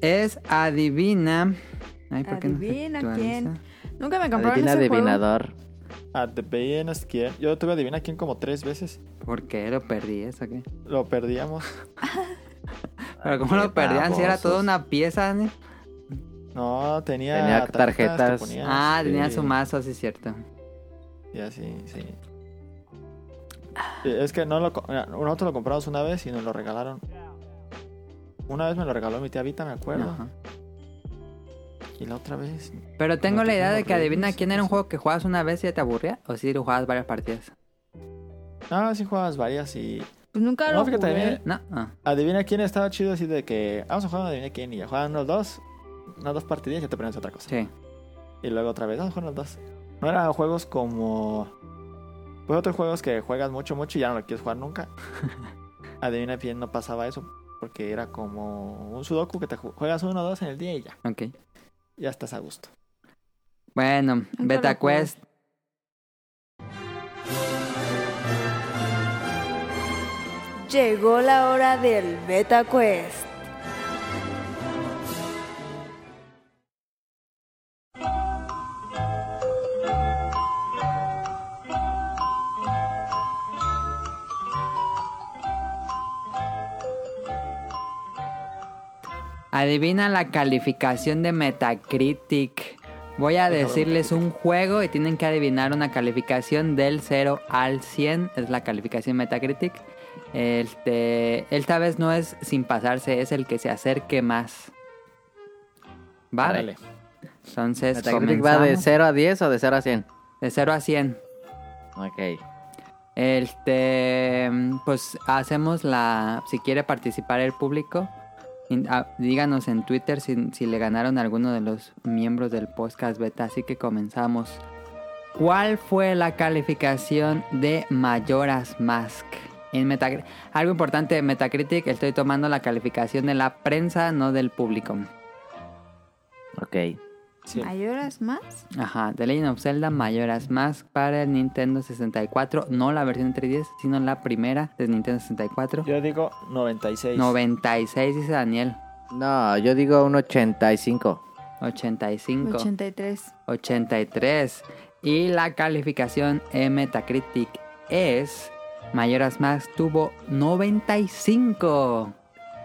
[SPEAKER 1] Es adivina. Ay, ¿por qué no se
[SPEAKER 4] Adivina
[SPEAKER 1] actualiza?
[SPEAKER 4] quién. Nunca me compraron
[SPEAKER 3] Adivina
[SPEAKER 4] ese
[SPEAKER 3] adivinador.
[SPEAKER 2] Ah, Adivina quién. Yo tuve adivina quién como tres veces.
[SPEAKER 1] ¿Por qué lo perdí eso? ¿Qué?
[SPEAKER 2] Lo perdíamos.
[SPEAKER 1] Pero ¿cómo
[SPEAKER 3] qué
[SPEAKER 1] lo perdían? Si era
[SPEAKER 3] babosos.
[SPEAKER 1] toda una pieza. Dani.
[SPEAKER 2] No, tenía,
[SPEAKER 3] Tenía tarjetas.
[SPEAKER 2] que ponías,
[SPEAKER 1] Ah,
[SPEAKER 3] Este.
[SPEAKER 2] sí.
[SPEAKER 1] tenía su mazo, sí, es cierto.
[SPEAKER 2] Ya, sí, sí. Eh, Es que no lo, co- mira, nosotros lo compramos una vez y nos lo regalaron. Una vez me lo regaló mi tía Vita, me acuerdo.
[SPEAKER 1] Ajá.
[SPEAKER 2] Y la otra vez.
[SPEAKER 1] Pero tengo
[SPEAKER 2] No
[SPEAKER 1] la
[SPEAKER 2] te
[SPEAKER 1] idea
[SPEAKER 2] tengo
[SPEAKER 1] de que adivina
[SPEAKER 2] reglas,
[SPEAKER 1] quién era un
[SPEAKER 2] pues.
[SPEAKER 1] juego que jugabas una vez y ya te aburría. O si lo jugabas varias partidas.
[SPEAKER 2] Ah, sí jugabas varias y.
[SPEAKER 4] juego. Pues nunca
[SPEAKER 2] No,
[SPEAKER 4] lo
[SPEAKER 2] fíjate,
[SPEAKER 4] jugué.
[SPEAKER 2] adivina,
[SPEAKER 1] No, ah,
[SPEAKER 2] adivina quién estaba chido así de que. Vamos a jugar a adivina quién. Y ya juegan los dos. Unas dos partidillas y ya te aprendes otra cosa.
[SPEAKER 1] sí.
[SPEAKER 2] Y luego otra vez, vamos a jugar los dos. No eran juegos como. Pues otros juegos que juegas mucho, mucho y ya no lo quieres jugar nunca. Adivina bien, no pasaba eso. Porque era como un sudoku que te ju- juegas uno o dos en el día y ya.
[SPEAKER 1] Ok.
[SPEAKER 2] Ya estás a gusto.
[SPEAKER 1] Bueno,
[SPEAKER 4] lo
[SPEAKER 1] Beta
[SPEAKER 4] jugué.
[SPEAKER 1] Quest.
[SPEAKER 4] Llegó la hora del Beta Quest.
[SPEAKER 1] Adivina la calificación de Metacritic. Voy a decirles un juego y tienen que adivinar una calificación del 0 al 100. Es la calificación Metacritic. Este, esta vez no es sin pasarse, es el que se acerque más. ¿Vale?
[SPEAKER 2] Órale.
[SPEAKER 1] Entonces,
[SPEAKER 3] Metacritic va de
[SPEAKER 1] comenzamos.
[SPEAKER 3] 0 a 10 o de 0 a 100.
[SPEAKER 1] de 0 a 100.
[SPEAKER 3] Ok.
[SPEAKER 1] Este, pues hacemos la, si quiere participar el público, in- ah, díganos en Twitter si, si le ganaron a alguno de los miembros del podcast beta, así que comenzamos. ¿Cuál fue la calificación de Mayoras Mask? En Metacri- Algo importante de Metacritic, estoy tomando la calificación de la prensa, no del público.
[SPEAKER 3] Ok.
[SPEAKER 2] Sí.
[SPEAKER 4] ¿Mayoras más?
[SPEAKER 1] Ajá, The Legend of Zelda Mayoras Mask para el Nintendo 64, no la versión 3DS, sino la primera de Nintendo 64.
[SPEAKER 2] Yo digo 96.
[SPEAKER 1] 96 dice Daniel.
[SPEAKER 3] No, yo digo un 85.
[SPEAKER 1] 85.
[SPEAKER 4] 83.
[SPEAKER 1] 83. Y la calificación en Metacritic es... Mayoras Max tuvo 95.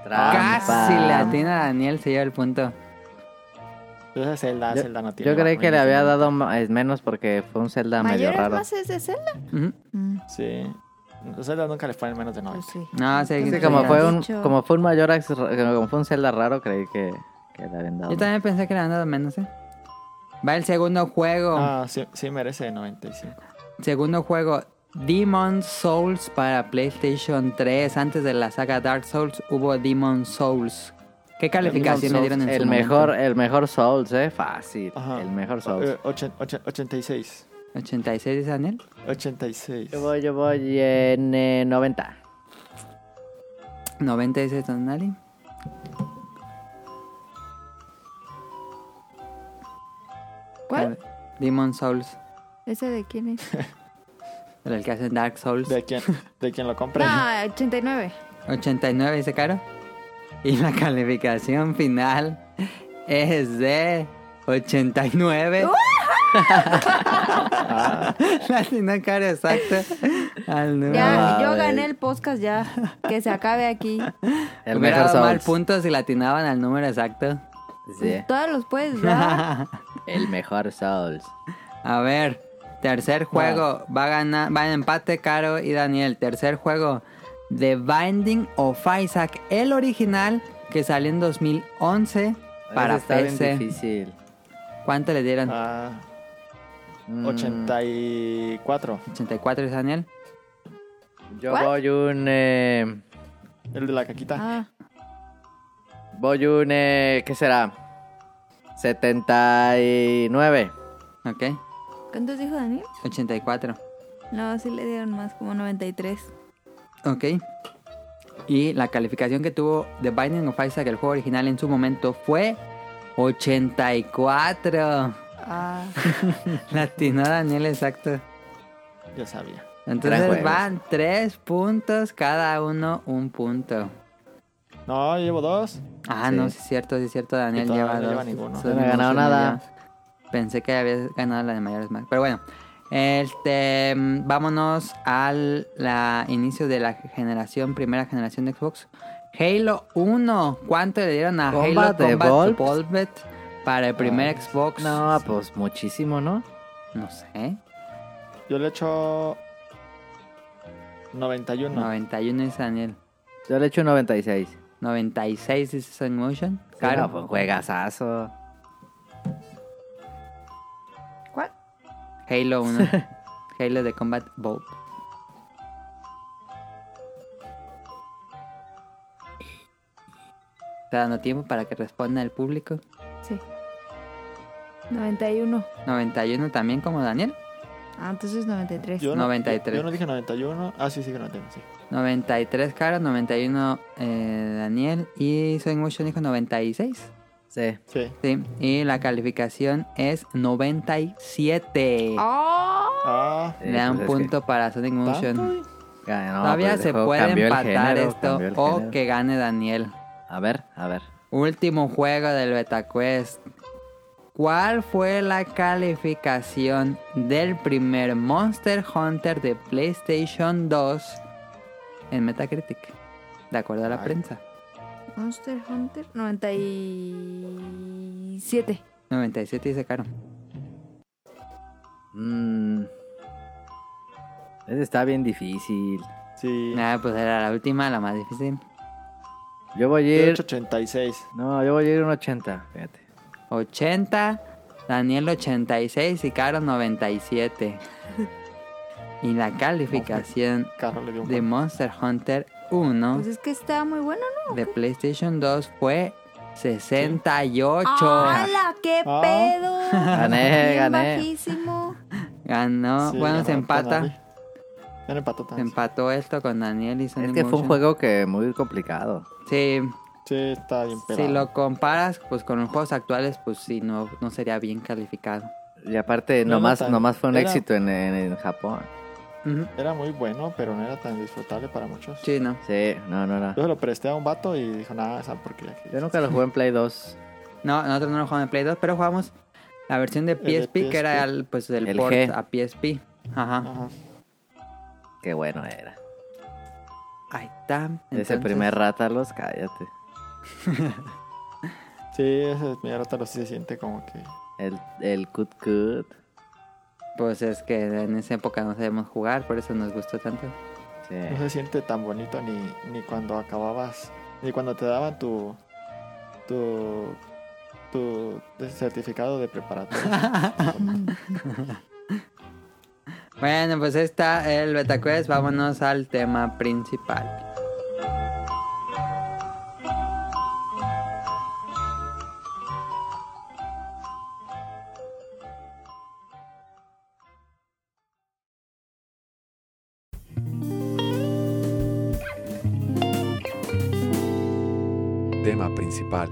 [SPEAKER 3] Trampa.
[SPEAKER 1] Casi le atina a Daniel, se lleva el punto.
[SPEAKER 2] Esa es Zelda,
[SPEAKER 3] Yo-
[SPEAKER 2] Zelda no tiene.
[SPEAKER 3] Yo creí
[SPEAKER 2] bajo
[SPEAKER 3] que le
[SPEAKER 2] índice.
[SPEAKER 3] había dado ma- eh, menos porque fue un Zelda medio
[SPEAKER 4] ¿Mayoras
[SPEAKER 3] raro.
[SPEAKER 4] más es de Zelda?
[SPEAKER 1] Ujú.
[SPEAKER 4] Mm,
[SPEAKER 2] Sí. Los Zelda nunca le ponen menos de
[SPEAKER 4] pues
[SPEAKER 2] 90.
[SPEAKER 4] sí.
[SPEAKER 1] No, sí,
[SPEAKER 3] Es
[SPEAKER 1] sí,
[SPEAKER 3] que como
[SPEAKER 1] sí.
[SPEAKER 3] fue un
[SPEAKER 4] Dicho.
[SPEAKER 3] como fue un Mayorax, ra- como fue un Zelda raro, creí que, que le habían dado.
[SPEAKER 1] Yo también pensé que le han dado menos, ¿eh? Va el segundo juego.
[SPEAKER 2] Ah, sí, sí merece de 95.
[SPEAKER 1] Segundo juego, Demon Souls para PlayStation 3. Antes de la saga Dark Souls hubo Demon Souls. ¿Qué calificación le
[SPEAKER 2] Souls,
[SPEAKER 1] dieron en
[SPEAKER 3] el
[SPEAKER 1] su
[SPEAKER 3] mejor
[SPEAKER 1] momento?
[SPEAKER 3] el mejor Souls, eh, fácil,
[SPEAKER 2] Ajá.
[SPEAKER 3] el mejor Souls.
[SPEAKER 2] Eh, ochen- ochen- 86.
[SPEAKER 1] 86 dice Daniel.
[SPEAKER 2] 86.
[SPEAKER 3] Yo voy, yo voy en eh, 90.
[SPEAKER 1] 90 dice Tonali.
[SPEAKER 4] ¿Cuál?
[SPEAKER 1] Demon Souls.
[SPEAKER 4] ¿Ese de quién es?
[SPEAKER 1] del que hace Dark Souls.
[SPEAKER 2] De quien, de quien lo compre.
[SPEAKER 4] No, 89.
[SPEAKER 1] 89 dice Caro. Y la calificación final es de 89. la tiene Caro exacta al número.
[SPEAKER 4] Ya,
[SPEAKER 3] Ah,
[SPEAKER 4] yo
[SPEAKER 3] güey.
[SPEAKER 4] gané el podcast ya. Que se acabe aquí.
[SPEAKER 3] El
[SPEAKER 1] Hubiera
[SPEAKER 3] mejor
[SPEAKER 1] dado mal
[SPEAKER 3] Souls.
[SPEAKER 1] punto si la atinaban al número exacto.
[SPEAKER 3] Sí,
[SPEAKER 4] Todos los puedes dar.
[SPEAKER 3] el mejor Souls.
[SPEAKER 1] A ver, tercer juego. Va a ganar, va en empate Caro y Daniel. Tercer juego. The Binding of Isaac, el original que salió en 2011 para
[SPEAKER 3] Ese está bien
[SPEAKER 1] PC.
[SPEAKER 3] difícil.
[SPEAKER 1] ¿Cuánto le dieron?
[SPEAKER 2] Ah,
[SPEAKER 3] Mm,
[SPEAKER 2] 84.
[SPEAKER 1] 84 es Daniel.
[SPEAKER 3] Yo
[SPEAKER 4] ¿Cuál?
[SPEAKER 3] voy un... eh,
[SPEAKER 2] El de la caquita.
[SPEAKER 4] Ah,
[SPEAKER 3] voy un... eh, ¿Qué será? 79.
[SPEAKER 1] Ok,
[SPEAKER 4] ¿Cuántos dijo Daniel?
[SPEAKER 1] 84.
[SPEAKER 4] No, sí le dieron más, como 93.
[SPEAKER 1] Ok. Y la calificación que tuvo The Binding of Isaac, el juego original en su momento, fue 84.
[SPEAKER 4] Ah,
[SPEAKER 1] Latino Daniel, exacto.
[SPEAKER 2] Ya sabía.
[SPEAKER 1] Entonces
[SPEAKER 3] juego.
[SPEAKER 1] van tres puntos, cada uno un punto.
[SPEAKER 2] No, yo llevo dos.
[SPEAKER 1] Ah,
[SPEAKER 3] Sí.
[SPEAKER 1] no, sí es cierto, sí es cierto, Daniel
[SPEAKER 2] todavía
[SPEAKER 1] lleva
[SPEAKER 2] no
[SPEAKER 1] dos.
[SPEAKER 2] lleva ninguno.
[SPEAKER 1] Son
[SPEAKER 3] No he ganado
[SPEAKER 1] emociones,
[SPEAKER 3] nada.
[SPEAKER 1] ya. Pensé que habías ganado la de mayores más. Pero bueno, este, mm, vámonos al la, inicio de la generación, primera generación de Xbox. Halo 1, ¿cuánto le dieron a
[SPEAKER 3] Combat
[SPEAKER 1] Halo Combat
[SPEAKER 3] Evolved?
[SPEAKER 1] Evolved para el primer Xbox?
[SPEAKER 3] No, pues muchísimo, ¿no?
[SPEAKER 1] No sé,
[SPEAKER 2] Yo le echo 91.
[SPEAKER 1] 91 dice Daniel,
[SPEAKER 3] Yo le echo un 96.
[SPEAKER 1] 96 dice Sun Motion.
[SPEAKER 3] Claro,
[SPEAKER 1] Caro,
[SPEAKER 3] pues juegasazo.
[SPEAKER 4] ¿Cuál?
[SPEAKER 1] Halo 1. Halo de Combat Bow. Está dando tiempo para que responda el público.
[SPEAKER 4] sí. 91.
[SPEAKER 1] 91 también como Daniel.
[SPEAKER 4] Ah, entonces 93.
[SPEAKER 2] Yo no,
[SPEAKER 1] 93.
[SPEAKER 2] Yo no dije 91. Ah, sí, sí, que 91. Sí.
[SPEAKER 1] 93 Caro, 91 eh, Daniel y Soy Motion dijo 96.
[SPEAKER 3] Sí. Eh,
[SPEAKER 2] sí.
[SPEAKER 1] Sí, y la calificación es 97.
[SPEAKER 4] ¡Oh!
[SPEAKER 2] Ah,
[SPEAKER 1] Le da un
[SPEAKER 3] Pues es que-
[SPEAKER 1] punto para Sonic Motion.
[SPEAKER 2] ¿tanto?
[SPEAKER 3] Ah, no,
[SPEAKER 1] Todavía
[SPEAKER 3] pues,
[SPEAKER 1] se
[SPEAKER 3] dejó-
[SPEAKER 1] puede
[SPEAKER 3] cambió el
[SPEAKER 1] empatar
[SPEAKER 3] género,
[SPEAKER 1] esto
[SPEAKER 3] cambió el
[SPEAKER 1] o
[SPEAKER 3] género.
[SPEAKER 1] que gane Daniel.
[SPEAKER 3] A ver, a ver.
[SPEAKER 1] Último juego del BetaQuest. ¿Cuál fue la calificación del primer Monster Hunter de PlayStation 2 en Metacritic? De acuerdo a la
[SPEAKER 2] Ay.
[SPEAKER 1] prensa.
[SPEAKER 4] Monster Hunter 97.
[SPEAKER 1] 97 dice Caro.
[SPEAKER 3] Mm. Ese está bien difícil.
[SPEAKER 2] Sí.
[SPEAKER 1] Ah, pues era la última, la más difícil.
[SPEAKER 3] Yo voy a
[SPEAKER 2] Yo le echo
[SPEAKER 3] ir.
[SPEAKER 2] 86.
[SPEAKER 3] No, yo voy a ir un 80. Fíjate.
[SPEAKER 1] 80, Daniel 86 y Caro 97. Y la calificación
[SPEAKER 2] Carro le dio un
[SPEAKER 1] de Monster Hunter
[SPEAKER 3] Ah.
[SPEAKER 1] 1
[SPEAKER 4] Pues es que está muy bueno, ¿no?
[SPEAKER 1] de PlayStation 2 fue 68.
[SPEAKER 4] ¡Hala! ¡Qué
[SPEAKER 2] Ah.
[SPEAKER 4] pedo!
[SPEAKER 3] Gané,
[SPEAKER 4] Bien
[SPEAKER 3] gané.
[SPEAKER 4] bajísimo.
[SPEAKER 1] Ganó,
[SPEAKER 2] Sí,
[SPEAKER 1] bueno,
[SPEAKER 2] ganó
[SPEAKER 1] se
[SPEAKER 2] Konami.
[SPEAKER 1] empata.
[SPEAKER 2] Ya no empató
[SPEAKER 1] Se
[SPEAKER 2] también.
[SPEAKER 1] empató esto con Daniel y Sonic
[SPEAKER 3] Es que fue un
[SPEAKER 1] Motion.
[SPEAKER 3] juego que muy complicado.
[SPEAKER 1] Sí,
[SPEAKER 2] Sí, está bien pelado.
[SPEAKER 1] si lo comparas pues con los juegos actuales, pues sí, no, no sería bien calificado.
[SPEAKER 3] Y aparte,
[SPEAKER 2] No, no
[SPEAKER 3] nomás,
[SPEAKER 2] tan-
[SPEAKER 3] nomás fue un
[SPEAKER 2] era-
[SPEAKER 3] éxito en, en- en Japón.
[SPEAKER 1] Ujú.
[SPEAKER 2] Era muy bueno, pero no era tan disfrutable para muchos.
[SPEAKER 1] Sí, no.
[SPEAKER 3] Sí, no, no, no.
[SPEAKER 2] Yo se lo presté a un vato y dijo, nada, esa porquería que
[SPEAKER 3] Yo nunca lo jugué en Play 2.
[SPEAKER 1] No, nosotros no lo jugamos en Play 2, pero jugamos la versión de PSP,
[SPEAKER 2] de
[SPEAKER 1] que era
[SPEAKER 2] PSP.
[SPEAKER 1] el, pues del
[SPEAKER 3] El
[SPEAKER 1] port
[SPEAKER 3] G.
[SPEAKER 1] a PSP. Ajá.
[SPEAKER 2] Ajá.
[SPEAKER 3] Qué bueno era.
[SPEAKER 1] Ahí está.
[SPEAKER 3] Ese
[SPEAKER 1] entonces,
[SPEAKER 3] primer Rátalos, cállate.
[SPEAKER 2] Sí, ese mierda tal sí se siente como que...
[SPEAKER 3] El, el Cut Cut.
[SPEAKER 1] Pues es que en esa época no sabíamos jugar, por eso nos gustó tanto.
[SPEAKER 3] Sí.
[SPEAKER 2] No se siente tan bonito ni, ni cuando acababas... Ni cuando te daban tu... Tu... Tu certificado de preparatoria.
[SPEAKER 1] Bueno, pues ahí está el BetaQuest. Vámonos al tema principal.
[SPEAKER 5] Tema principal.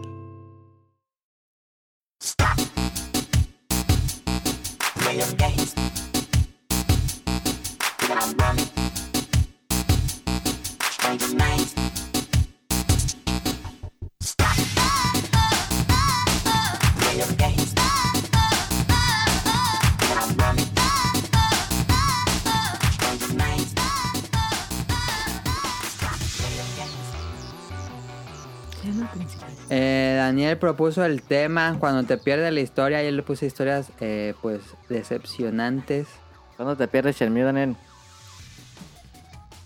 [SPEAKER 6] William Gates. I'm
[SPEAKER 4] Ya no pensé.
[SPEAKER 1] Eh, Daniel propuso el tema cuando te pierdes la historia y él le puse historias eh, pues decepcionantes.
[SPEAKER 3] ¿Cuándo te pierdes, Shermio, Daniel?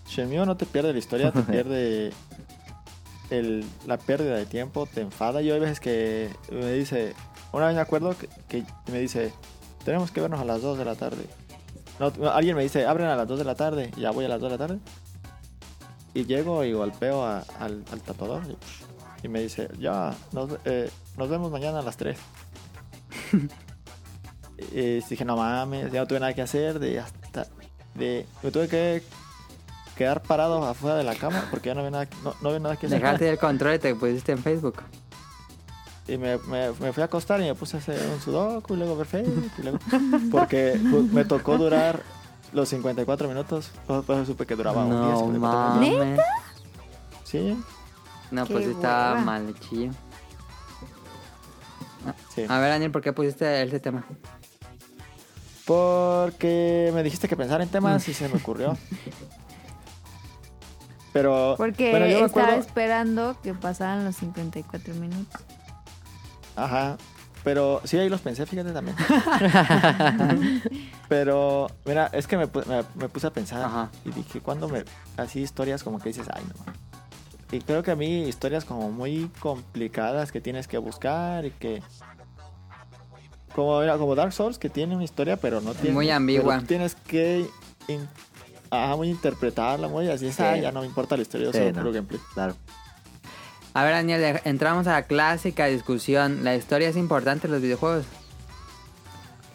[SPEAKER 2] Shenmue no te pierde la historia, te pierde el- la pérdida de tiempo, te enfada. Yo hay veces que me dice, una vez me acuerdo que, que me dice, tenemos que vernos a las 2 de la tarde. No, no, alguien me dice, abren a las 2 de la tarde, y ya voy a las 2 de la tarde. Y llego y golpeo a- al, al tatuador y, y me dice, ya, nos, eh, nos vemos mañana a las 3. y dije, no mames, ya no tuve nada que hacer, de hasta... De, me tuve que quedar parado afuera de la cama porque ya no había nada, no, no había nada que hacer.
[SPEAKER 1] Dejaste el control y te pusiste en Facebook.
[SPEAKER 2] Y me, me- me fui a acostar y me puse a hacer un sudoku y luego ver Facebook y luego... Porque ju- me tocó durar los 54 minutos. Pues pues, supe que duraba un día.
[SPEAKER 1] No
[SPEAKER 2] 54 minutos.
[SPEAKER 1] mames.
[SPEAKER 2] Sí,
[SPEAKER 1] No,
[SPEAKER 4] Qué
[SPEAKER 1] pues estaba
[SPEAKER 4] hueva.
[SPEAKER 1] mal, chillo.
[SPEAKER 2] sí.
[SPEAKER 1] A ver, Daniel, ¿por qué pusiste ese tema?
[SPEAKER 2] Porque me dijiste que pensar en temas y se me ocurrió. Pero...
[SPEAKER 4] Porque
[SPEAKER 2] bueno, yo me
[SPEAKER 4] estaba
[SPEAKER 2] acuerdo-
[SPEAKER 4] esperando que pasaran los 54 minutos.
[SPEAKER 2] Ajá. Pero sí, ahí los pensé, fíjate también. pero, mira, es que me, pu- me- me puse a pensar
[SPEAKER 1] Ajá.
[SPEAKER 2] y dije, cuando me. Así historias como que dices, ay, no. Y creo que a mí historias como muy complicadas que tienes que buscar y que. Como, mira, como Dark Souls, que tiene una historia, pero no tiene.
[SPEAKER 1] Muy ambigua.
[SPEAKER 2] pero tú tienes que. in- ajá, muy interpretarla, muy así. es,
[SPEAKER 3] Sí.
[SPEAKER 2] "Ah, ya no me importa la historia, yo
[SPEAKER 3] Sí,
[SPEAKER 2] solo
[SPEAKER 3] no.
[SPEAKER 2] puro gameplay.
[SPEAKER 3] Claro.
[SPEAKER 1] A ver, Daniel, de- entramos a la clásica discusión. ¿La historia es importante en los videojuegos?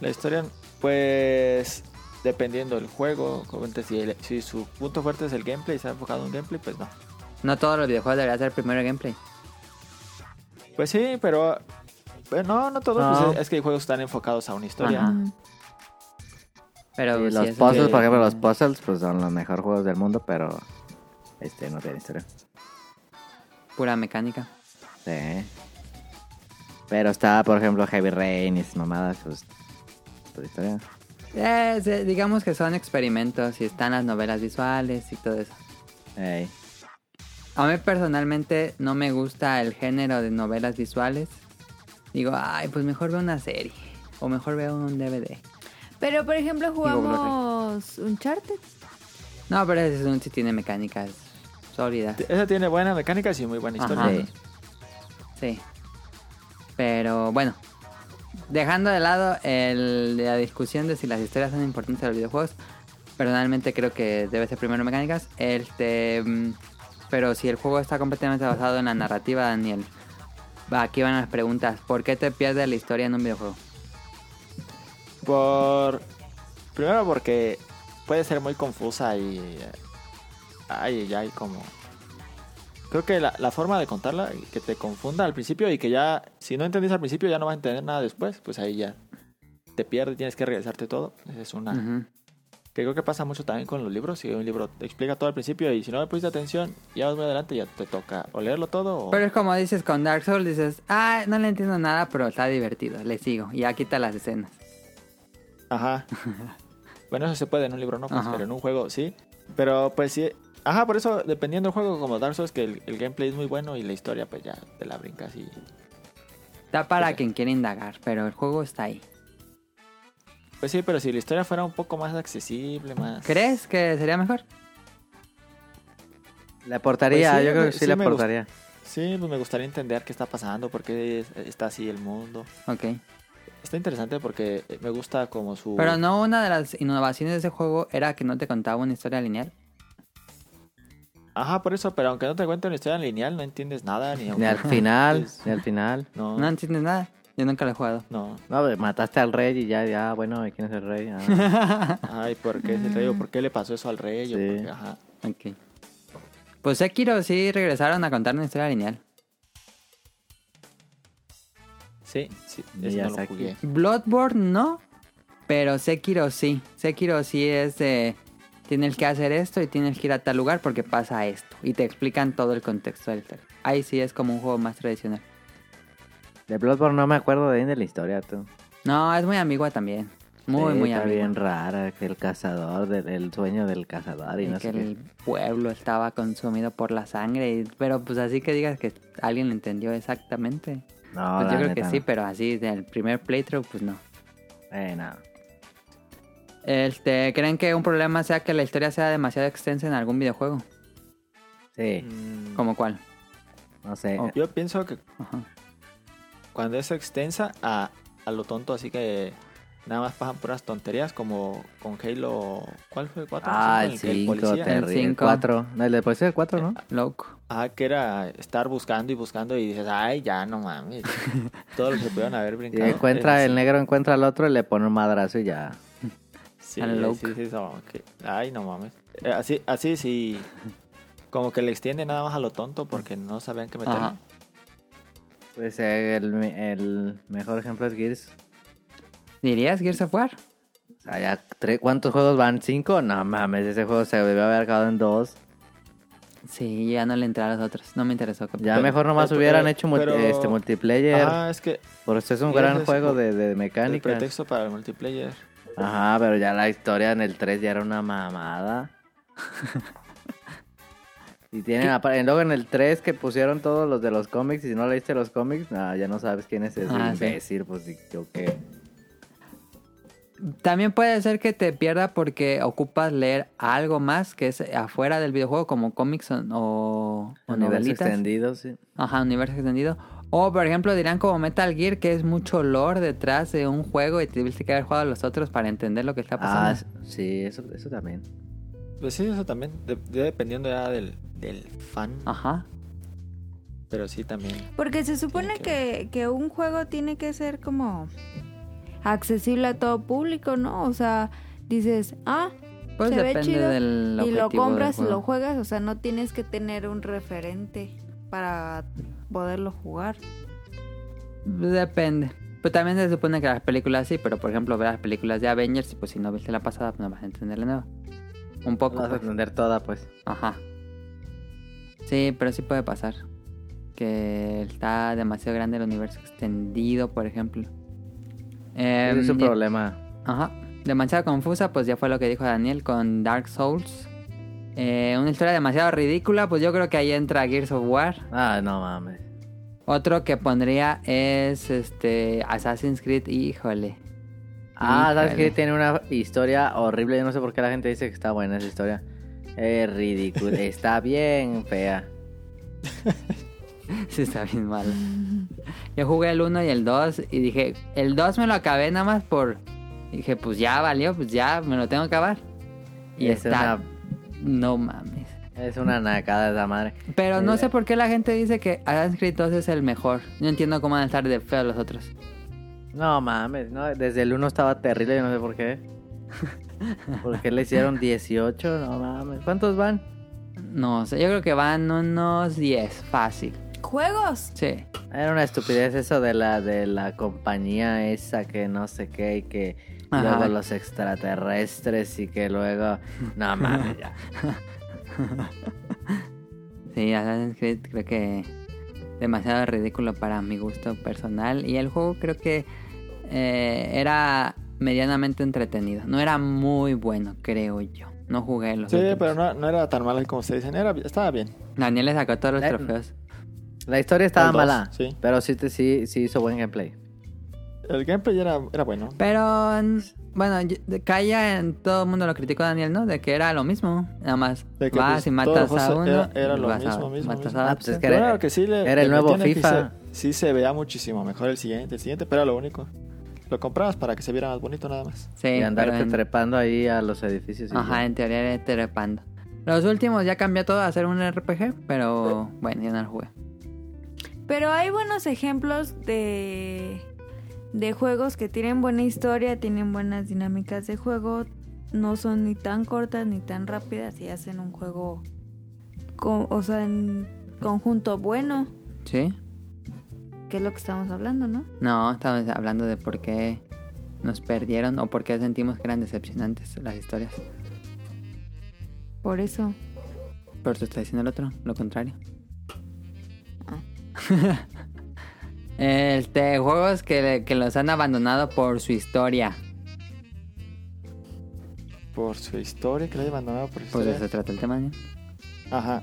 [SPEAKER 2] La historia, pues, dependiendo del juego, obviamente, si, el- si su punto fuerte es el gameplay, se ha enfocado en gameplay, pues no.
[SPEAKER 1] No todos los videojuegos deberían ser primero el gameplay.
[SPEAKER 2] Pues sí, pero, pues, no, no todos.
[SPEAKER 1] No.
[SPEAKER 2] pues, es, es que hay juegos que están enfocados a una historia.
[SPEAKER 1] Ajá.
[SPEAKER 4] Ujú.
[SPEAKER 1] Pero
[SPEAKER 3] Y
[SPEAKER 1] sí
[SPEAKER 3] los
[SPEAKER 1] es-
[SPEAKER 3] puzzles,
[SPEAKER 2] que-
[SPEAKER 3] por ejemplo, los puzzles, pues son los mejores juegos del mundo, pero este no tiene historia.
[SPEAKER 1] pura mecánica.
[SPEAKER 3] Sí. Pero está, por ejemplo, Heavy Rain y esas mamadas, pues. por historia.
[SPEAKER 1] Eh, se- digamos que son experimentos y están las novelas visuales y todo eso.
[SPEAKER 3] Ey.
[SPEAKER 1] A mí personalmente no me gusta el género de novelas visuales. Digo, ay, pues mejor veo una serie. O mejor veo un DVD.
[SPEAKER 4] Pero, por ejemplo, jugamos Uncharted.
[SPEAKER 1] No, pero ese es un si tiene mecánicas sólidas.
[SPEAKER 2] Esa tiene buenas mecánicas y muy buena historia.
[SPEAKER 1] Ajá.
[SPEAKER 3] Sí.
[SPEAKER 1] Sí. Pero bueno. Dejando de lado el- la discusión de si las historias son importantes en los videojuegos. Personalmente creo que debe ser primero mecánicas. Este, mm, pero si el juego está completamente basado en la narrativa, Daniel. Va, Aquí van las preguntas. ¿Por qué te pierdes la historia en un videojuego?
[SPEAKER 2] Por. Primero porque puede ser muy confusa y. eh, Ay, ay, ay, como. Creo que la, la forma de contarla, que te confunda al principio y que ya, si no entendís al principio, ya no vas a entender nada después, pues ahí ya te pierdes, tienes que regresarte todo. Es una.
[SPEAKER 1] Ujú.
[SPEAKER 2] Que creo que pasa mucho también con los libros. Si un libro te explica todo al principio y si no le pusiste atención, ya vas muy adelante, ya te toca o leerlo todo o.
[SPEAKER 1] Pero es como dices con Dark Souls, dices, ah, no le entiendo nada, pero está divertido, le sigo. Y ya quita las escenas.
[SPEAKER 2] Ajá. bueno, eso se puede en un libro, no, pues,
[SPEAKER 1] Ajá.
[SPEAKER 2] pero en un juego sí. Pero pues sí. Ajá, por eso, dependiendo del juego, como Dark Souls, que el, el gameplay es muy bueno y la historia, pues ya te la brincas y.
[SPEAKER 1] Está para
[SPEAKER 2] Sí.
[SPEAKER 1] quien quiera indagar, pero el juego está ahí.
[SPEAKER 2] Pues sí, pero si la historia fuera un poco más accesible, más.
[SPEAKER 1] ¿Crees que sería mejor?
[SPEAKER 3] Le aportaría,
[SPEAKER 2] Pues sí,
[SPEAKER 3] yo creo
[SPEAKER 2] me-
[SPEAKER 3] que sí,
[SPEAKER 2] sí
[SPEAKER 3] le
[SPEAKER 2] me gusta.
[SPEAKER 3] aportaría.
[SPEAKER 2] Sí, pues me gustaría entender qué está pasando, por qué es- está así el mundo.
[SPEAKER 1] Ok.
[SPEAKER 2] Está interesante porque eh, me gusta como su.
[SPEAKER 1] Pero no una de las innovaciones de ese juego era que no te contaba una historia lineal.
[SPEAKER 2] Ajá, por eso, pero aunque no te cuente una historia lineal, no entiendes nada ni.
[SPEAKER 3] Ni al final,
[SPEAKER 2] pues.
[SPEAKER 3] ni al final.
[SPEAKER 2] No,
[SPEAKER 1] No entiendes nada. Yo nunca lo he jugado.
[SPEAKER 2] no.
[SPEAKER 3] No, pues, mataste al rey y ya, ya, bueno, ¿y ¿quién es el rey? Ah,
[SPEAKER 2] Ay, ¿por qué es el rey? ¿O por qué le pasó eso al rey? ¿O
[SPEAKER 3] Sí.
[SPEAKER 2] por qué? Ajá.
[SPEAKER 1] Ok. Pues Sekiro sí regresaron a contar una historia lineal.
[SPEAKER 2] Sí, sí, ese no lo
[SPEAKER 3] Miyazaki.
[SPEAKER 2] jugué.
[SPEAKER 1] Bloodborne no, pero Sekiro sí. Sekiro sí es de... tienes que hacer esto y tienes que ir a tal lugar porque pasa esto. Y te explican todo el contexto del terreno. Ahí sí es como un juego más tradicional.
[SPEAKER 3] De Bloodborne no me acuerdo de ni de la historia, tú.
[SPEAKER 1] No, es muy ambigua también. Muy,
[SPEAKER 3] Sí,
[SPEAKER 1] muy
[SPEAKER 3] Está
[SPEAKER 1] ambigua.
[SPEAKER 3] bien rara, que el cazador, del, el sueño del cazador y
[SPEAKER 1] Y
[SPEAKER 3] no
[SPEAKER 1] que
[SPEAKER 3] sé qué.
[SPEAKER 1] el pueblo estaba consumido por la sangre. y- pero pues así que digas que alguien lo entendió exactamente.
[SPEAKER 3] No,
[SPEAKER 1] Pues
[SPEAKER 3] la
[SPEAKER 1] yo creo
[SPEAKER 3] neta,
[SPEAKER 1] que
[SPEAKER 3] no.
[SPEAKER 1] sí, pero así del primer playthrough, pues no.
[SPEAKER 3] Eh, no.
[SPEAKER 1] Este, ¿Creen que un problema sea que la historia sea demasiado extensa en algún videojuego?
[SPEAKER 3] Sí,
[SPEAKER 2] Mm,
[SPEAKER 1] ¿Como cuál?
[SPEAKER 3] no sé.
[SPEAKER 1] Oh.
[SPEAKER 2] Yo pienso que
[SPEAKER 1] Ajá.
[SPEAKER 2] cuando es extensa a, a lo tonto, así que nada más pasan puras tonterías como con Halo. ¿Cuál fue el 4?
[SPEAKER 3] Ah, el
[SPEAKER 2] el que el
[SPEAKER 3] 5,
[SPEAKER 2] policía-
[SPEAKER 1] te-
[SPEAKER 3] terrible. El
[SPEAKER 1] cinco.
[SPEAKER 3] 4. No, el de policía el 4, ¿no?
[SPEAKER 1] Loco.
[SPEAKER 2] Ah, que era estar buscando y buscando y dices, ay, ya no mames. Todo lo que pudieron haber
[SPEAKER 3] Y
[SPEAKER 2] brincado.
[SPEAKER 3] encuentra,
[SPEAKER 2] Es
[SPEAKER 3] el
[SPEAKER 2] así.
[SPEAKER 3] negro encuentra al otro y le pone un madrazo y ya.
[SPEAKER 2] Sí,
[SPEAKER 1] al look.
[SPEAKER 2] sí, sí, eso, que- Ay, no mames. Eh, Así, así sí. Como que le extiende nada más a lo tonto porque no sabían qué meter.
[SPEAKER 1] Ajá.
[SPEAKER 3] Pues eh, el, el mejor ejemplo es Gears.
[SPEAKER 1] ¿Dirías Gears of War?
[SPEAKER 3] O sea, ya tre- ¿Cuántos juegos van? ¿Cinco? No mames, ese juego se debió haber acabado en dos.
[SPEAKER 1] Sí, ya no le entré a los otros. No me interesó.
[SPEAKER 3] Ya
[SPEAKER 2] Pero-
[SPEAKER 3] mejor nomás
[SPEAKER 2] pero-
[SPEAKER 3] hubieran
[SPEAKER 2] pero-
[SPEAKER 3] hecho multi-
[SPEAKER 2] pero-
[SPEAKER 3] este multiplayer.
[SPEAKER 2] Ah, es que
[SPEAKER 3] Por eso es un
[SPEAKER 2] Gears
[SPEAKER 3] gran
[SPEAKER 2] es
[SPEAKER 3] juego
[SPEAKER 2] mu-
[SPEAKER 3] de, de
[SPEAKER 2] el
[SPEAKER 3] mecánicas.
[SPEAKER 2] pretexto para el multiplayer.
[SPEAKER 3] Ajá, pero ya la historia en el 3 ya era una mamada. y tienen apar- y luego en el 3 que pusieron todos los de los cómics y si no leíste los cómics, nah, ya no sabes quién es ese
[SPEAKER 1] Ah, sí.
[SPEAKER 3] imbécil, pues sí, yo qué.
[SPEAKER 1] También puede ser que te pierda porque ocupas leer algo más que es afuera del videojuego, como cómics o, o- o
[SPEAKER 3] Universo
[SPEAKER 1] novelitas.
[SPEAKER 3] extendido, sí.
[SPEAKER 1] Ajá, universo extendido. O, por ejemplo, dirán como Metal Gear que es mucho lore detrás de un juego y tuviste que haber jugado a los otros para entender lo que está
[SPEAKER 3] Ah,
[SPEAKER 1] pasando.
[SPEAKER 3] sí, eso, eso también.
[SPEAKER 2] Pues sí, eso también. de- de- dependiendo ya del, del fan.
[SPEAKER 1] Ajá.
[SPEAKER 2] Pero sí también.
[SPEAKER 4] Porque se supone
[SPEAKER 2] Tiene
[SPEAKER 4] que, que un juego tiene que ser como accesible a todo público, ¿no? O sea, dices, ah,
[SPEAKER 1] Pues
[SPEAKER 4] Se ve
[SPEAKER 1] depende
[SPEAKER 4] chido.
[SPEAKER 1] del
[SPEAKER 4] y
[SPEAKER 1] objetivo
[SPEAKER 4] lo
[SPEAKER 1] del
[SPEAKER 4] compras y lo
[SPEAKER 1] juego.
[SPEAKER 4] juegas, o sea, no tienes que tener un referente para poderlo jugar.
[SPEAKER 1] Depende. Pues también se supone que las películas sí, pero por ejemplo, ver las películas de Avengers, y pues si no viste la pasada, pues no vas a entender la nueva. Un
[SPEAKER 3] No
[SPEAKER 1] poco.
[SPEAKER 3] vas a
[SPEAKER 1] pues.
[SPEAKER 3] entender toda, pues.
[SPEAKER 1] Ajá. Sí, pero sí puede pasar. Que está demasiado grande el universo extendido, por ejemplo. Eh,
[SPEAKER 3] Ese es un
[SPEAKER 1] y-
[SPEAKER 3] problema.
[SPEAKER 1] Ajá. Demasiado confusa, pues ya fue lo que dijo Daniel con Dark Souls. Eh, una historia demasiado ridícula, pues yo creo que ahí entra Gears of War.
[SPEAKER 3] Ah, no mames.
[SPEAKER 1] Otro que pondría es este Assassin's Creed, híjole.
[SPEAKER 3] Ah, ¿sabes
[SPEAKER 1] Híjole.
[SPEAKER 3] que Tiene una historia horrible. Yo no sé por qué la gente dice que está buena esa historia. Es ridícula. está bien fea.
[SPEAKER 1] Sí, está bien malo. Yo jugué el 1 y el 2 y dije, el 2 me lo acabé nada más por... Dije, pues ya valió, pues ya me lo tengo que acabar. Y
[SPEAKER 3] es
[SPEAKER 1] está...
[SPEAKER 3] una
[SPEAKER 1] No mames.
[SPEAKER 3] Es una nacada esa madre.
[SPEAKER 1] Pero no
[SPEAKER 3] Eh,
[SPEAKER 1] sé por qué la gente dice que Assassin's Creed 2 es el mejor. No entiendo cómo van a estar de feo los otros.
[SPEAKER 3] No mames, no, desde el 1 estaba terrible, yo no sé por qué. ¿Por qué le hicieron 18? No mames. ¿Cuántos van?
[SPEAKER 1] No sé, yo creo que van unos 10, fácil.
[SPEAKER 4] ¡Juegos!
[SPEAKER 1] Sí.
[SPEAKER 3] Era una estupidez eso de la de la compañía esa que no sé qué y que
[SPEAKER 1] Ajá.
[SPEAKER 3] luego los extraterrestres y que luego no mames ya.
[SPEAKER 1] Sí, Assassin's Creed creo que demasiado ridículo para mi gusto personal. Y el juego creo que eh, era medianamente entretenido. No era muy bueno, creo yo. No jugué los
[SPEAKER 2] Sí,
[SPEAKER 1] últimos.
[SPEAKER 2] pero no, no era tan malo como ustedes dicen. Era, estaba bien.
[SPEAKER 1] Daniel le sacó todos los
[SPEAKER 3] Eh,
[SPEAKER 1] trofeos.
[SPEAKER 3] La historia estaba
[SPEAKER 2] El dos,
[SPEAKER 3] mala,
[SPEAKER 2] sí.
[SPEAKER 3] pero sí, te- sí sí hizo buen gameplay.
[SPEAKER 2] El gameplay era, era bueno.
[SPEAKER 1] Pero mm, bueno, yo- de- calla en todo el mundo lo criticó Daniel, ¿no? De que era lo mismo. Nada más
[SPEAKER 2] De que,
[SPEAKER 1] vas
[SPEAKER 2] pues,
[SPEAKER 1] y
[SPEAKER 2] todos
[SPEAKER 1] matas
[SPEAKER 2] los
[SPEAKER 1] a
[SPEAKER 2] juegos
[SPEAKER 1] uno.
[SPEAKER 2] era- era
[SPEAKER 1] y
[SPEAKER 2] lo
[SPEAKER 1] vas a-
[SPEAKER 2] mismo, mismo,
[SPEAKER 1] matas
[SPEAKER 2] mismo.
[SPEAKER 1] a
[SPEAKER 3] Ah,
[SPEAKER 1] otro.
[SPEAKER 3] pues es que
[SPEAKER 2] Lo
[SPEAKER 3] era-
[SPEAKER 2] único que sí le-
[SPEAKER 3] era
[SPEAKER 2] le
[SPEAKER 3] el nuevo
[SPEAKER 2] metían es que
[SPEAKER 3] FIFA.
[SPEAKER 2] se- sí se veía muchísimo mejor el siguiente. El siguiente, pero era lo único. Lo comprabas para que se viera más bonito nada más.
[SPEAKER 1] Sí,
[SPEAKER 3] y andarte
[SPEAKER 1] pero en-
[SPEAKER 3] trepando ahí a los edificios. y
[SPEAKER 1] Ajá,
[SPEAKER 3] ya.
[SPEAKER 1] en teoría era trepando. Los últimos ya cambió todo a ser un RPG, pero bueno, yo no lo jugué.
[SPEAKER 4] Pero hay buenos ejemplos de, de juegos que tienen buena historia, tienen buenas dinámicas de juego, no son ni tan cortas ni tan rápidas y hacen un juego, co- o sea, en conjunto bueno,
[SPEAKER 1] ¿Sí?
[SPEAKER 4] que es lo que estamos hablando, ¿no?
[SPEAKER 1] No, estamos hablando de por qué nos perdieron o por qué sentimos que eran decepcionantes las historias.
[SPEAKER 4] Por eso.
[SPEAKER 1] Pero te está diciendo el otro, lo contrario.
[SPEAKER 4] Ah.
[SPEAKER 1] este, juegos que, que los han abandonado por su historia.
[SPEAKER 2] Por su historia, que le haya abandonado por su
[SPEAKER 1] Pues de eso
[SPEAKER 2] historia.
[SPEAKER 1] se trata el tema, ¿no?
[SPEAKER 2] Ajá.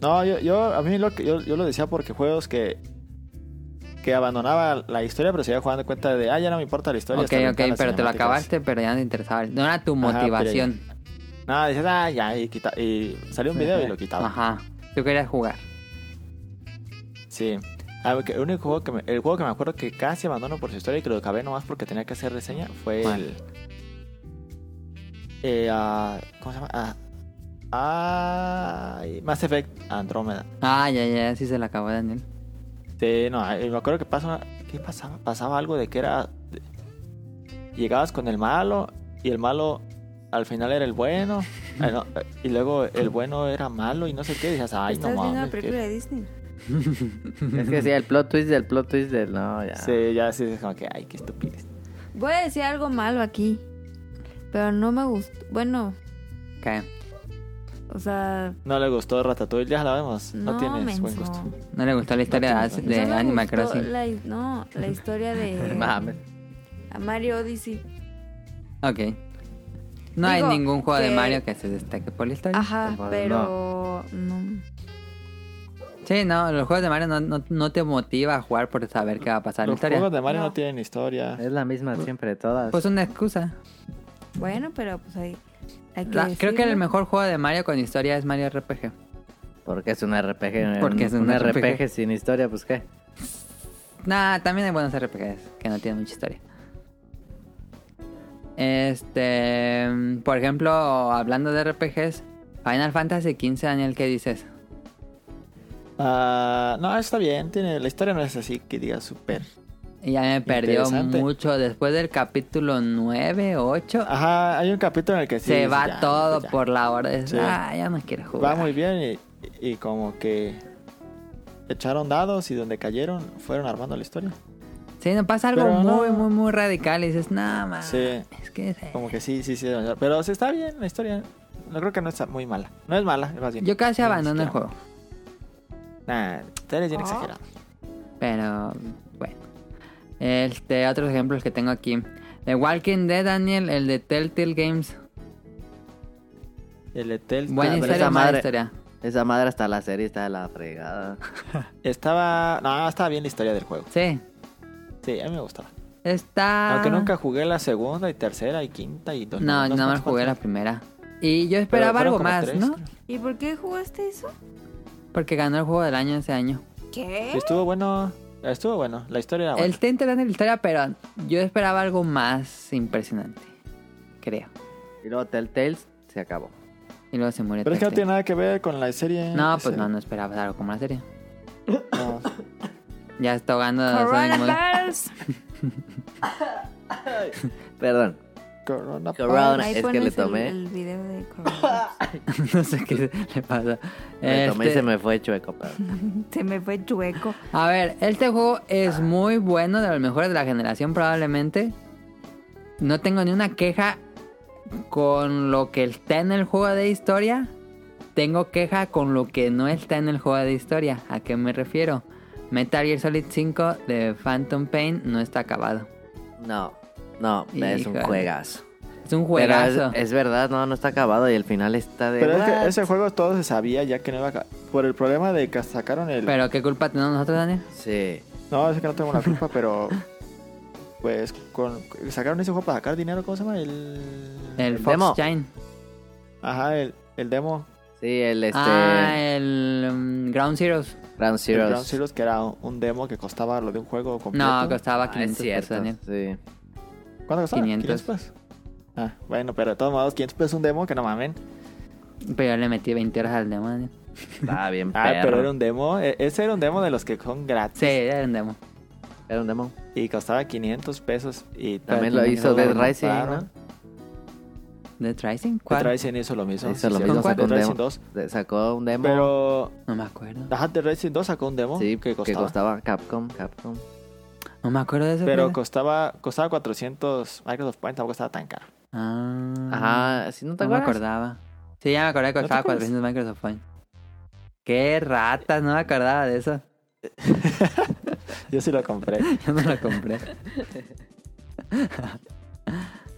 [SPEAKER 2] No, yo, yo a mí lo que yo, yo lo decía porque juegos que que abandonaba la historia, pero se iba jugando cuenta de, ah, ya no me importa la historia.
[SPEAKER 1] Ok,
[SPEAKER 2] hasta
[SPEAKER 1] ok,
[SPEAKER 2] ahorita las
[SPEAKER 1] pero te lo
[SPEAKER 2] cinemáticas".
[SPEAKER 1] acabaste, pero ya no te interesaba. No era tu
[SPEAKER 2] Ajá,
[SPEAKER 1] motivación.
[SPEAKER 2] No, dices, ah, ya, y, quita, y salió un video y lo quitaba.
[SPEAKER 1] Ajá. Tú querías jugar.
[SPEAKER 2] Sí. A ver, que el único juego que me- el juego que me acuerdo que casi abandono por su historia y que lo acabé nomás porque tenía que hacer reseña fue
[SPEAKER 1] ¿Cuál?
[SPEAKER 2] el. eh, ah, ¿Cómo se llama? Ah, ay, Mass Effect Andrómeda.
[SPEAKER 1] Ah, ya, ya, sí se la acabó Daniel.
[SPEAKER 2] Sí, no, eh, me acuerdo que pasa, ¿qué pasaba? Pasaba algo de que era. de- llegabas con el malo y el malo al final era el bueno. eh, no, eh, y luego el bueno era malo y no sé qué. Decías, ay, no
[SPEAKER 4] Estás viendo la
[SPEAKER 2] mames.
[SPEAKER 4] película
[SPEAKER 2] qué-
[SPEAKER 4] de Disney.
[SPEAKER 3] Es que sí, el plot twist del plot twist del. No, ya.
[SPEAKER 2] Sí, ya sí, es como que, ay, qué estupidez.
[SPEAKER 4] Voy a decir algo malo aquí. Pero no me gustó. Bueno,
[SPEAKER 1] Ok.
[SPEAKER 4] o sea.
[SPEAKER 2] No le gustó Ratatouille, ya la vemos. No,
[SPEAKER 4] No,
[SPEAKER 2] tienes buen
[SPEAKER 4] menso.
[SPEAKER 2] gusto.
[SPEAKER 1] No le gustó la historia de,
[SPEAKER 2] No, no,
[SPEAKER 1] de
[SPEAKER 4] no me
[SPEAKER 1] Animal
[SPEAKER 4] gustó
[SPEAKER 1] Crossing.
[SPEAKER 4] la- no, la historia de
[SPEAKER 3] Mames.
[SPEAKER 4] a Mario Odyssey.
[SPEAKER 1] Ok. No hay
[SPEAKER 4] Digo
[SPEAKER 1] ningún juego de
[SPEAKER 4] que- Ah.
[SPEAKER 1] Mario que se destaque por la historia.
[SPEAKER 4] Ajá,
[SPEAKER 3] Pues,
[SPEAKER 4] pero no.
[SPEAKER 1] Sí, no, los juegos de Mario no, no, no te motiva a jugar por saber qué va a pasar en la
[SPEAKER 2] Los
[SPEAKER 1] historia.
[SPEAKER 2] juegos de Mario no,
[SPEAKER 4] No.
[SPEAKER 2] tienen historia.
[SPEAKER 3] Es la misma siempre, todas.
[SPEAKER 1] Pues una excusa.
[SPEAKER 4] Bueno, pero pues ahí hay que
[SPEAKER 1] La- creo que
[SPEAKER 4] decirlo.
[SPEAKER 1] el mejor juego de Mario con historia es Mario RPG.
[SPEAKER 3] Porque es un RPG.
[SPEAKER 1] Porque
[SPEAKER 3] un-
[SPEAKER 1] es un
[SPEAKER 3] RPG.
[SPEAKER 1] RPG.
[SPEAKER 3] sin historia, pues qué.
[SPEAKER 1] Nah, también hay buenos RPGs que no tienen mucha historia. Este, mm, por ejemplo, hablando de RPGs, Final Fantasy XV, Daniel, ¿qué dices?
[SPEAKER 2] Ah, no, está bien. Tiene, la historia no es así que diga súper.
[SPEAKER 1] Ya me perdió
[SPEAKER 2] Interesante.
[SPEAKER 1] mucho. Después del capítulo 9, 8,
[SPEAKER 2] Ajá, hay un capítulo en el que sí.
[SPEAKER 1] se
[SPEAKER 2] dices,
[SPEAKER 1] va
[SPEAKER 2] ya,
[SPEAKER 1] todo
[SPEAKER 2] ya.
[SPEAKER 1] por la hora. Es,
[SPEAKER 2] Sí.
[SPEAKER 1] Ah, ya no quiero
[SPEAKER 2] Va
[SPEAKER 1] jugar.
[SPEAKER 2] muy bien y, y como que echaron dados y donde cayeron fueron armando la historia.
[SPEAKER 1] Sí, no pasa algo
[SPEAKER 2] Pero no.
[SPEAKER 1] muy, muy, muy radical. Y dices, nada más.
[SPEAKER 2] Sí.
[SPEAKER 1] Es que es-
[SPEAKER 2] Como que sí, sí, sí. demasiado. Pero sí está bien la historia. No creo que no está muy mala. No es mala, más bien.
[SPEAKER 1] Yo casi
[SPEAKER 2] Ni
[SPEAKER 1] abandono el
[SPEAKER 2] siquiera.
[SPEAKER 1] juego.
[SPEAKER 2] Nah, ustedes bien
[SPEAKER 4] Ah.
[SPEAKER 2] exagerado.
[SPEAKER 1] Pero bueno. Este, otros ejemplos que tengo aquí. The Walking Dead, Daniel, el de Telltale Games.
[SPEAKER 2] El Etel.
[SPEAKER 1] Buena
[SPEAKER 3] pero
[SPEAKER 1] historia,
[SPEAKER 3] esa
[SPEAKER 1] mala
[SPEAKER 3] madre-
[SPEAKER 1] historia.
[SPEAKER 3] Esa madre hasta la serie está de la fregada.
[SPEAKER 2] Estaba. No, estaba bien la historia del juego.
[SPEAKER 1] Sí.
[SPEAKER 2] Sí, a mí me gustaba.
[SPEAKER 1] Está.
[SPEAKER 2] Aunque nunca jugué la segunda y tercera y quinta y dos.
[SPEAKER 1] Ah. No,
[SPEAKER 2] no
[SPEAKER 1] nada
[SPEAKER 2] sé
[SPEAKER 1] más
[SPEAKER 2] cuántas
[SPEAKER 1] jugué la
[SPEAKER 2] cuántas.
[SPEAKER 1] primera. Y yo
[SPEAKER 2] Pero
[SPEAKER 1] esperaba
[SPEAKER 2] fueron
[SPEAKER 1] algo
[SPEAKER 2] como
[SPEAKER 1] más,
[SPEAKER 2] tres,
[SPEAKER 1] ¿no?
[SPEAKER 2] creo.
[SPEAKER 4] ¿Y por qué jugaste eso?
[SPEAKER 1] Porque ganó el juego del año ese año.
[SPEAKER 2] Y
[SPEAKER 4] ¿Qué?
[SPEAKER 2] estuvo bueno. Estuvo bueno. La historia
[SPEAKER 3] Ah,
[SPEAKER 2] era buena.
[SPEAKER 1] Él te interesante la historia, pero yo esperaba algo más impresionante. Creo.
[SPEAKER 3] Y luego Telltales se acabó.
[SPEAKER 1] Y luego se murió.
[SPEAKER 2] Pero es que no
[SPEAKER 1] Telltale.
[SPEAKER 2] tiene nada que ver con la serie.
[SPEAKER 1] No,
[SPEAKER 2] ese-
[SPEAKER 1] pues no, no esperaba algo como la serie.
[SPEAKER 2] no.
[SPEAKER 1] Ya está ahogando. soy muy-
[SPEAKER 4] Coronavirus.
[SPEAKER 3] Perdón.
[SPEAKER 2] Corona.
[SPEAKER 3] Corona.
[SPEAKER 4] Ahí
[SPEAKER 3] Es que
[SPEAKER 4] pones
[SPEAKER 3] le tomé.
[SPEAKER 4] El, el video de coronavirus.
[SPEAKER 1] no sé qué le pasa.
[SPEAKER 3] Me tomé y
[SPEAKER 1] Este-
[SPEAKER 3] se me fue chueco, pero.
[SPEAKER 4] Se me fue chueco.
[SPEAKER 1] A ver, este juego es muy bueno, de los mejores de la generación probablemente. No tengo ni una queja con lo que está en el juego de historia. Tengo queja con lo que no está en el juego de historia. ¿A qué me refiero? Metal Gear Solid 5 de Phantom Pain no está acabado.
[SPEAKER 3] No, no, es un
[SPEAKER 1] Híjole.
[SPEAKER 3] juegazo.
[SPEAKER 1] Es un
[SPEAKER 3] Pero es-
[SPEAKER 1] juegazo.
[SPEAKER 3] es, verdad, no, no está acabado y el final está de.
[SPEAKER 2] Pero es
[SPEAKER 3] "What?".
[SPEAKER 2] que ese juego todo se sabía ya que no iba a ca- Por el problema de que sacaron el.
[SPEAKER 1] Pero ¿qué culpa tenemos nosotros, Daniel?
[SPEAKER 3] Sí.
[SPEAKER 2] No, es que no tengo la culpa, pero. Pues con... sacaron ese juego para sacar dinero, ¿cómo se llama? El.
[SPEAKER 1] El,
[SPEAKER 3] El
[SPEAKER 1] Fox
[SPEAKER 3] demo.
[SPEAKER 1] Shine.
[SPEAKER 2] Ajá, el, el demo.
[SPEAKER 3] Sí, el este.
[SPEAKER 1] Ah, el um, Ground Zeroes.
[SPEAKER 3] Ground
[SPEAKER 2] el
[SPEAKER 3] Zeroes.
[SPEAKER 2] Ground Zeroes, que era un demo que costaba lo de un juego completo.
[SPEAKER 1] No, costaba
[SPEAKER 3] Ah, es
[SPEAKER 1] 500 pesos,
[SPEAKER 3] cierto.
[SPEAKER 1] Daniel.
[SPEAKER 3] Sí.
[SPEAKER 2] ¿Cuánto costaba?
[SPEAKER 1] 500.
[SPEAKER 2] pesos. Ah, bueno, pero de todos modos, 500 pesos un demo que no mamen.
[SPEAKER 1] Pero yo le metí 20 horas al demo, Daniel.
[SPEAKER 3] Estaba bien
[SPEAKER 2] Ah,
[SPEAKER 3] perro.
[SPEAKER 2] pero era un demo. e- Ese era un demo de los que son gratis.
[SPEAKER 1] Sí, era un demo.
[SPEAKER 3] Era un demo.
[SPEAKER 2] Y costaba 500 pesos. Y
[SPEAKER 3] También lo
[SPEAKER 2] y
[SPEAKER 3] hizo
[SPEAKER 2] no
[SPEAKER 3] Dead
[SPEAKER 2] lo
[SPEAKER 3] Rising,
[SPEAKER 2] compraron.
[SPEAKER 3] ¿no?
[SPEAKER 1] ¿Dead Rising? ¿Cuál?
[SPEAKER 2] Dead Rising hizo lo mismo.
[SPEAKER 3] Hizo
[SPEAKER 2] sí,
[SPEAKER 3] lo
[SPEAKER 2] sí,
[SPEAKER 3] mismo,
[SPEAKER 2] Dead
[SPEAKER 3] sacó un
[SPEAKER 2] Rising
[SPEAKER 3] demo.
[SPEAKER 2] 2.
[SPEAKER 3] De- Sacó un demo.
[SPEAKER 2] Pero
[SPEAKER 1] No me acuerdo.
[SPEAKER 2] Ajá, Dead Rising 2 sacó un demo
[SPEAKER 3] sí,
[SPEAKER 2] que costaba.
[SPEAKER 3] Capcom, Capcom.
[SPEAKER 1] No me acuerdo de eso.
[SPEAKER 2] Pero
[SPEAKER 1] fíjate.
[SPEAKER 2] costaba, costaba 400 Microsoft Points, tampoco estaba tan caro.
[SPEAKER 1] Ah,
[SPEAKER 3] Ajá, si no te
[SPEAKER 1] no me
[SPEAKER 3] acuerdas.
[SPEAKER 1] acordaba. Sí, ya me acordé que
[SPEAKER 2] ¿No te
[SPEAKER 1] costaba
[SPEAKER 2] acuerdas?
[SPEAKER 1] 400 Microsoft Points. Qué ratas, no me acordaba de eso.
[SPEAKER 2] Yo sí lo compré.
[SPEAKER 1] Yo no lo compré.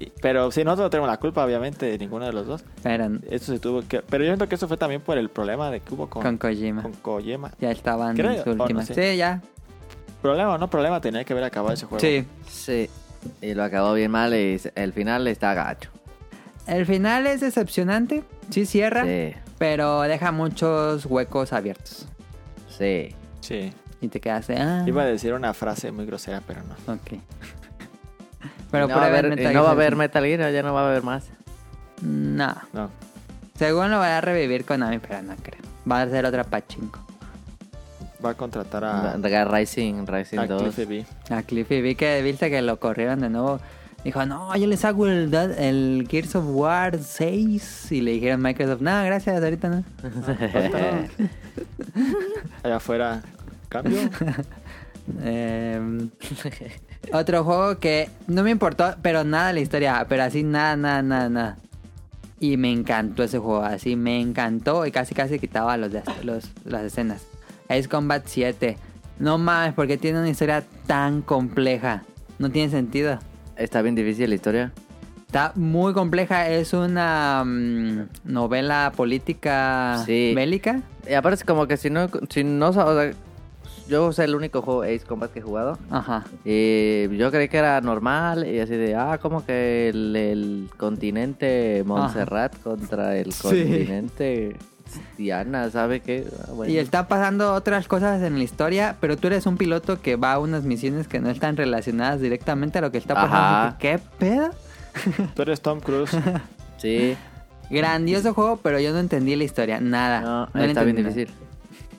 [SPEAKER 2] Y- Pero sí, nosotros no tenemos la culpa, obviamente, de ninguno de los dos.
[SPEAKER 1] Pero
[SPEAKER 2] Eso se tuvo que... Pero yo siento que eso fue también por el problema de que hubo con,
[SPEAKER 1] con Kojima.
[SPEAKER 2] con Kojima.
[SPEAKER 1] Ya estaban
[SPEAKER 2] Creo-
[SPEAKER 1] en sus
[SPEAKER 3] Oh,
[SPEAKER 2] o no
[SPEAKER 1] últimas.
[SPEAKER 2] sé.
[SPEAKER 1] Sí, ya.
[SPEAKER 2] Problema o no problema, tenía que haber acabado ese juego.
[SPEAKER 1] Sí.
[SPEAKER 3] Sí. Y lo acabó bien mal y se- el final está gacho.
[SPEAKER 1] El final es decepcionante. Sí cierra,
[SPEAKER 3] Sí.
[SPEAKER 1] pero deja muchos huecos abiertos.
[SPEAKER 3] Sí.
[SPEAKER 2] Sí.
[SPEAKER 1] Y te quedas de... Ah,
[SPEAKER 2] Iba a decir una frase muy grosera, pero no.
[SPEAKER 1] ok. Pero
[SPEAKER 3] Y no
[SPEAKER 1] prueben
[SPEAKER 3] va a haber,
[SPEAKER 1] Metal
[SPEAKER 3] y no va a
[SPEAKER 1] Gear
[SPEAKER 3] haber Metal Gear, ya no va a haber más.
[SPEAKER 1] No.
[SPEAKER 2] No.
[SPEAKER 1] Según lo va a revivir Konami, pero no creo. Va a ser otra pachinko.
[SPEAKER 2] Va a contratar a,
[SPEAKER 3] Ra- Rising, Rising
[SPEAKER 2] a
[SPEAKER 3] 2.
[SPEAKER 2] Ah. Cliffy B.
[SPEAKER 1] A Cliffy vi que viste que lo corrieron de nuevo. Dijo, no, yo les hago el, da- el Gears of War 6. Y le dijeron Microsoft, no, gracias, ahorita no.
[SPEAKER 2] Allá afuera. Cambio.
[SPEAKER 1] Eh, otro juego que no me importó, pero nada la historia, ah, pero así nada, nada, nada, nada. Y me encantó ese juego, así me encantó y casi casi quitaba los, de- los- las escenas. Ace Combat 7. No mames, porque tiene una historia tan compleja. No tiene sentido.
[SPEAKER 3] Está bien difícil la historia.
[SPEAKER 1] Está muy compleja, es una mm, novela política
[SPEAKER 3] Sí.
[SPEAKER 1] bélica.
[SPEAKER 3] Y aparte, como que si no, si no, o sea, yo es el único juego Ace Combat que he jugado.
[SPEAKER 1] Ajá.
[SPEAKER 3] Y yo creí que era normal y así de, ah, como que el, el continente Montserrat contra el continente Diana, ¿sabe qué? Ah, bueno.
[SPEAKER 1] Y está pasando otras cosas en la historia, pero tú eres un piloto que va a unas misiones que no están relacionadas directamente a lo que está pasando.
[SPEAKER 3] Ajá.
[SPEAKER 1] ¿Qué pedo?
[SPEAKER 2] Tú eres Tom Cruise.
[SPEAKER 3] Sí,
[SPEAKER 1] Grandioso juego, pero yo no entendí la historia, nada.
[SPEAKER 3] no,
[SPEAKER 1] Ah, le
[SPEAKER 3] está bien
[SPEAKER 1] entendí nada.
[SPEAKER 3] difícil.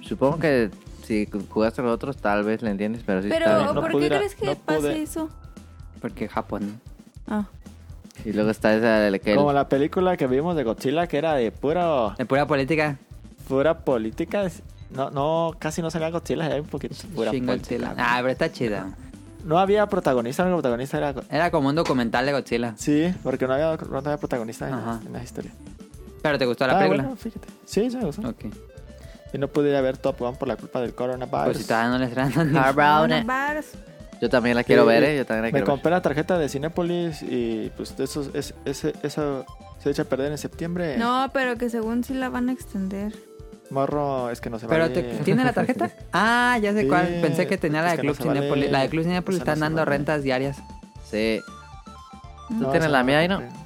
[SPEAKER 3] Supongo que si jugaste con otros tal vez le entiendes, pero sí está
[SPEAKER 4] Pero,
[SPEAKER 3] bien.
[SPEAKER 2] no
[SPEAKER 4] ¿por qué
[SPEAKER 2] pudiera-
[SPEAKER 4] crees que
[SPEAKER 2] no
[SPEAKER 4] pase
[SPEAKER 2] pude.
[SPEAKER 4] eso?
[SPEAKER 1] Porque Japón.
[SPEAKER 4] Ah,
[SPEAKER 3] Y luego está esa de que el-
[SPEAKER 2] Como la película que vimos de Godzilla, que era de puro,
[SPEAKER 1] De pura política.
[SPEAKER 2] pura política. No, no, casi no salía Godzilla, era un poquito pura
[SPEAKER 1] Shin
[SPEAKER 2] política.
[SPEAKER 1] Godzilla. Ah, pero está chida.
[SPEAKER 2] No había protagonista, el único protagonista era...
[SPEAKER 1] Era como un documental de Godzilla.
[SPEAKER 2] Sí, porque no había, no había protagonista en,
[SPEAKER 1] Ajá.
[SPEAKER 2] en la historia.
[SPEAKER 1] Pero te gustó la
[SPEAKER 2] Ah,
[SPEAKER 1] película.
[SPEAKER 2] bueno, fíjate. Sí, sí me gustó.
[SPEAKER 1] Ok.
[SPEAKER 2] Y no pude ir a ver Top Gun por la culpa del coronavirus.
[SPEAKER 1] Pues si todavía no le estrenan.
[SPEAKER 2] Ah,
[SPEAKER 1] ni-
[SPEAKER 3] Around
[SPEAKER 4] bueno,
[SPEAKER 3] it.
[SPEAKER 4] bars.
[SPEAKER 3] Yo también la
[SPEAKER 2] Sí,
[SPEAKER 3] quiero ver, ¿eh? Yo también la
[SPEAKER 2] Me
[SPEAKER 3] quiero ver.
[SPEAKER 2] compré la tarjeta de Cinépolis y pues eso, es, ese- eso se echa a perder en septiembre.
[SPEAKER 4] No, pero que según sí la van a extender.
[SPEAKER 2] Morro, es que no se
[SPEAKER 1] Pero
[SPEAKER 2] vale.
[SPEAKER 1] te- ¿tiene la tarjeta? Ah, ya sé
[SPEAKER 2] Sí,
[SPEAKER 1] cuál. Pensé que tenía la
[SPEAKER 2] es
[SPEAKER 1] de
[SPEAKER 2] que no
[SPEAKER 1] Club
[SPEAKER 2] se vale.
[SPEAKER 1] Cinépolis. La de Club Cinépolis
[SPEAKER 2] Esa no
[SPEAKER 1] están
[SPEAKER 2] se
[SPEAKER 1] dando
[SPEAKER 2] vale.
[SPEAKER 1] rentas diarias.
[SPEAKER 3] Sí. ¿Tú
[SPEAKER 2] No,
[SPEAKER 3] tienes
[SPEAKER 2] esa
[SPEAKER 3] la
[SPEAKER 2] no
[SPEAKER 3] mía ahí, no?
[SPEAKER 2] compré.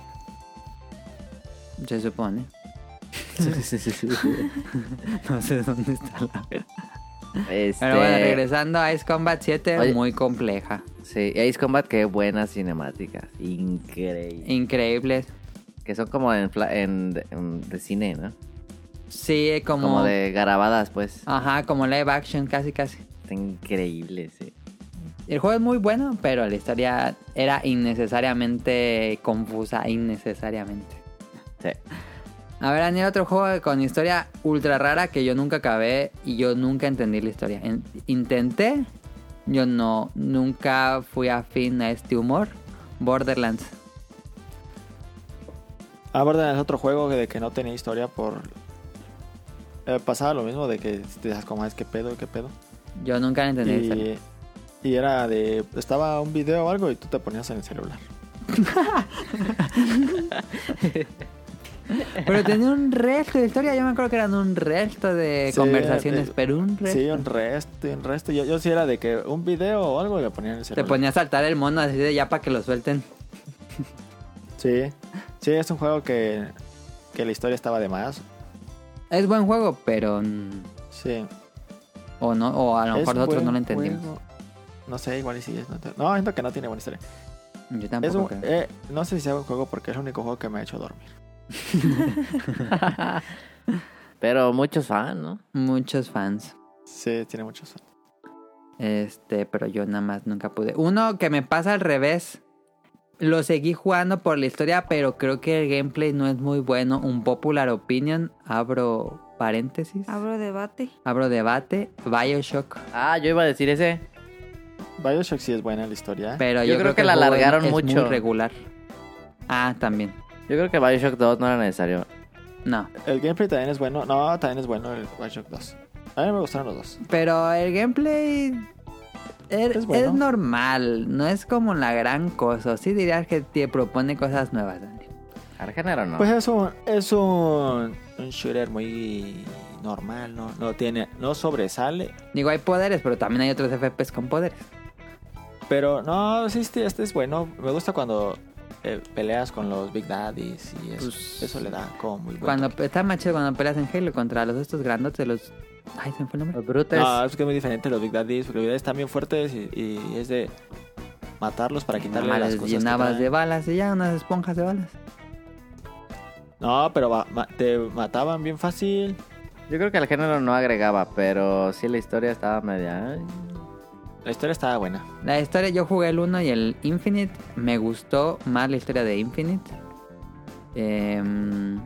[SPEAKER 1] Se supone.
[SPEAKER 3] Sí, sí, sí, sí.
[SPEAKER 1] No sé dónde está la
[SPEAKER 3] Este,
[SPEAKER 1] Pero bueno, regresando a Ice Combat 7,
[SPEAKER 3] Oye.
[SPEAKER 1] muy compleja.
[SPEAKER 3] Sí, Ace Combat, qué buenas cinemáticas. Increíble.
[SPEAKER 1] Increíble.
[SPEAKER 3] Que son como en, fla- en- de- en- de cine, ¿no?
[SPEAKER 1] Sí, eh, como. Ah.
[SPEAKER 3] Como de grabadas, pues.
[SPEAKER 1] Ajá, como live action, casi, casi.
[SPEAKER 3] Está increíble, sí.
[SPEAKER 1] El juego es muy bueno, pero la historia era innecesariamente confusa, innecesariamente.
[SPEAKER 3] Sí.
[SPEAKER 1] A ver, Daniel, otro juego con historia ultra rara que yo nunca acabé y yo nunca entendí la historia. En- intenté, yo no, nunca fui afín a este humor. Borderlands.
[SPEAKER 2] Ah, Borderlands es otro juego de que no tenía historia por... Eh, pasaba lo mismo de que te das como, es que pedo, qué pedo.
[SPEAKER 1] Yo nunca entendí la historia.
[SPEAKER 2] Y, y era de... Estaba un video o algo y tú te ponías en el celular.
[SPEAKER 1] Pero tenía un resto de historia, yo me acuerdo que eran un resto de
[SPEAKER 2] Sí,
[SPEAKER 1] conversaciones,
[SPEAKER 2] eh,
[SPEAKER 1] pero un resto.
[SPEAKER 2] Sí, un resto, y un resto. Yo, yo sí era de que un video o algo y me ponía en el
[SPEAKER 1] Te
[SPEAKER 2] celular.
[SPEAKER 1] ponía a saltar el mono así de ya para que lo suelten.
[SPEAKER 2] Sí, sí, es un juego que, que la historia estaba de más.
[SPEAKER 1] Es buen juego, pero mm,
[SPEAKER 2] Sí.
[SPEAKER 1] o no, o a lo
[SPEAKER 2] Es
[SPEAKER 1] mejor nosotros
[SPEAKER 2] buen
[SPEAKER 1] no lo entendimos.
[SPEAKER 2] juego. No sé, igual y sí. es- No, te- no, siento que no tiene buena historia.
[SPEAKER 1] Yo
[SPEAKER 2] Es
[SPEAKER 1] tampoco
[SPEAKER 2] un-
[SPEAKER 1] creo.
[SPEAKER 2] eh, no sé si sea un juego porque es el único juego que me ha hecho dormir.
[SPEAKER 3] Pero muchos fan, ¿no?
[SPEAKER 1] Muchos fans.
[SPEAKER 2] Sí, tiene muchos.
[SPEAKER 1] Este, pero yo nada más nunca pude. Uno que me pasa al revés. Lo seguí jugando por la historia, pero creo que el gameplay no es muy bueno. Un popular opinion, abro paréntesis,
[SPEAKER 4] Abro debate.
[SPEAKER 1] abro debate, Bioshock.
[SPEAKER 3] Ah, yo iba a decir ese.
[SPEAKER 2] Bioshock sí es buena la historia. ¿eh?
[SPEAKER 1] Pero yo,
[SPEAKER 3] Yo creo que
[SPEAKER 1] el
[SPEAKER 3] la
[SPEAKER 1] juego es-
[SPEAKER 3] alargaron
[SPEAKER 1] es
[SPEAKER 3] mucho.
[SPEAKER 1] Muy regular. Ah, también.
[SPEAKER 3] Yo creo que Bioshock 2 no era necesario.
[SPEAKER 1] No.
[SPEAKER 2] El gameplay también es bueno. No, también es bueno el Watch Dogs 2. A mí me gustaron los dos.
[SPEAKER 1] Pero el gameplay er- es,
[SPEAKER 2] Es bueno.
[SPEAKER 1] normal, no es como la gran cosa. Sí dirías que te propone cosas nuevas, Dani.
[SPEAKER 3] ¿Arcanero
[SPEAKER 1] Ah.
[SPEAKER 3] no?
[SPEAKER 2] Pues es un, es un, un shooter muy normal, no, no tiene, no sobresale,
[SPEAKER 1] Digo, hay poderes, pero también hay otros FPS con poderes.
[SPEAKER 2] pero no, sí, este, este es bueno, me gusta cuando eh, peleas con los Big Daddies y eso,
[SPEAKER 1] Pues-
[SPEAKER 2] eso le da como muy bueno.
[SPEAKER 1] Cuando está más chido cuando peleas en Halo contra los estos grandotes, los. Ay, se me fue el nombre.
[SPEAKER 3] Los brutes.
[SPEAKER 2] No, es que es muy diferente los Big Daddies, porque los Big Daddies están bien fuertes y, y es de matarlos para quitarle
[SPEAKER 1] Nada más
[SPEAKER 2] las
[SPEAKER 1] les
[SPEAKER 2] cosas. que
[SPEAKER 1] llenabas
[SPEAKER 2] traen.
[SPEAKER 1] de balas y ya, unas esponjas de balas.
[SPEAKER 2] No, pero va- ma- te mataban bien fácil.
[SPEAKER 3] Yo creo que el género no agregaba, pero sí la historia estaba media... ay.
[SPEAKER 2] La historia estaba buena.
[SPEAKER 1] La historia, yo jugué el 1 y el Infinite. Me gustó más la historia de Infinite. Eh,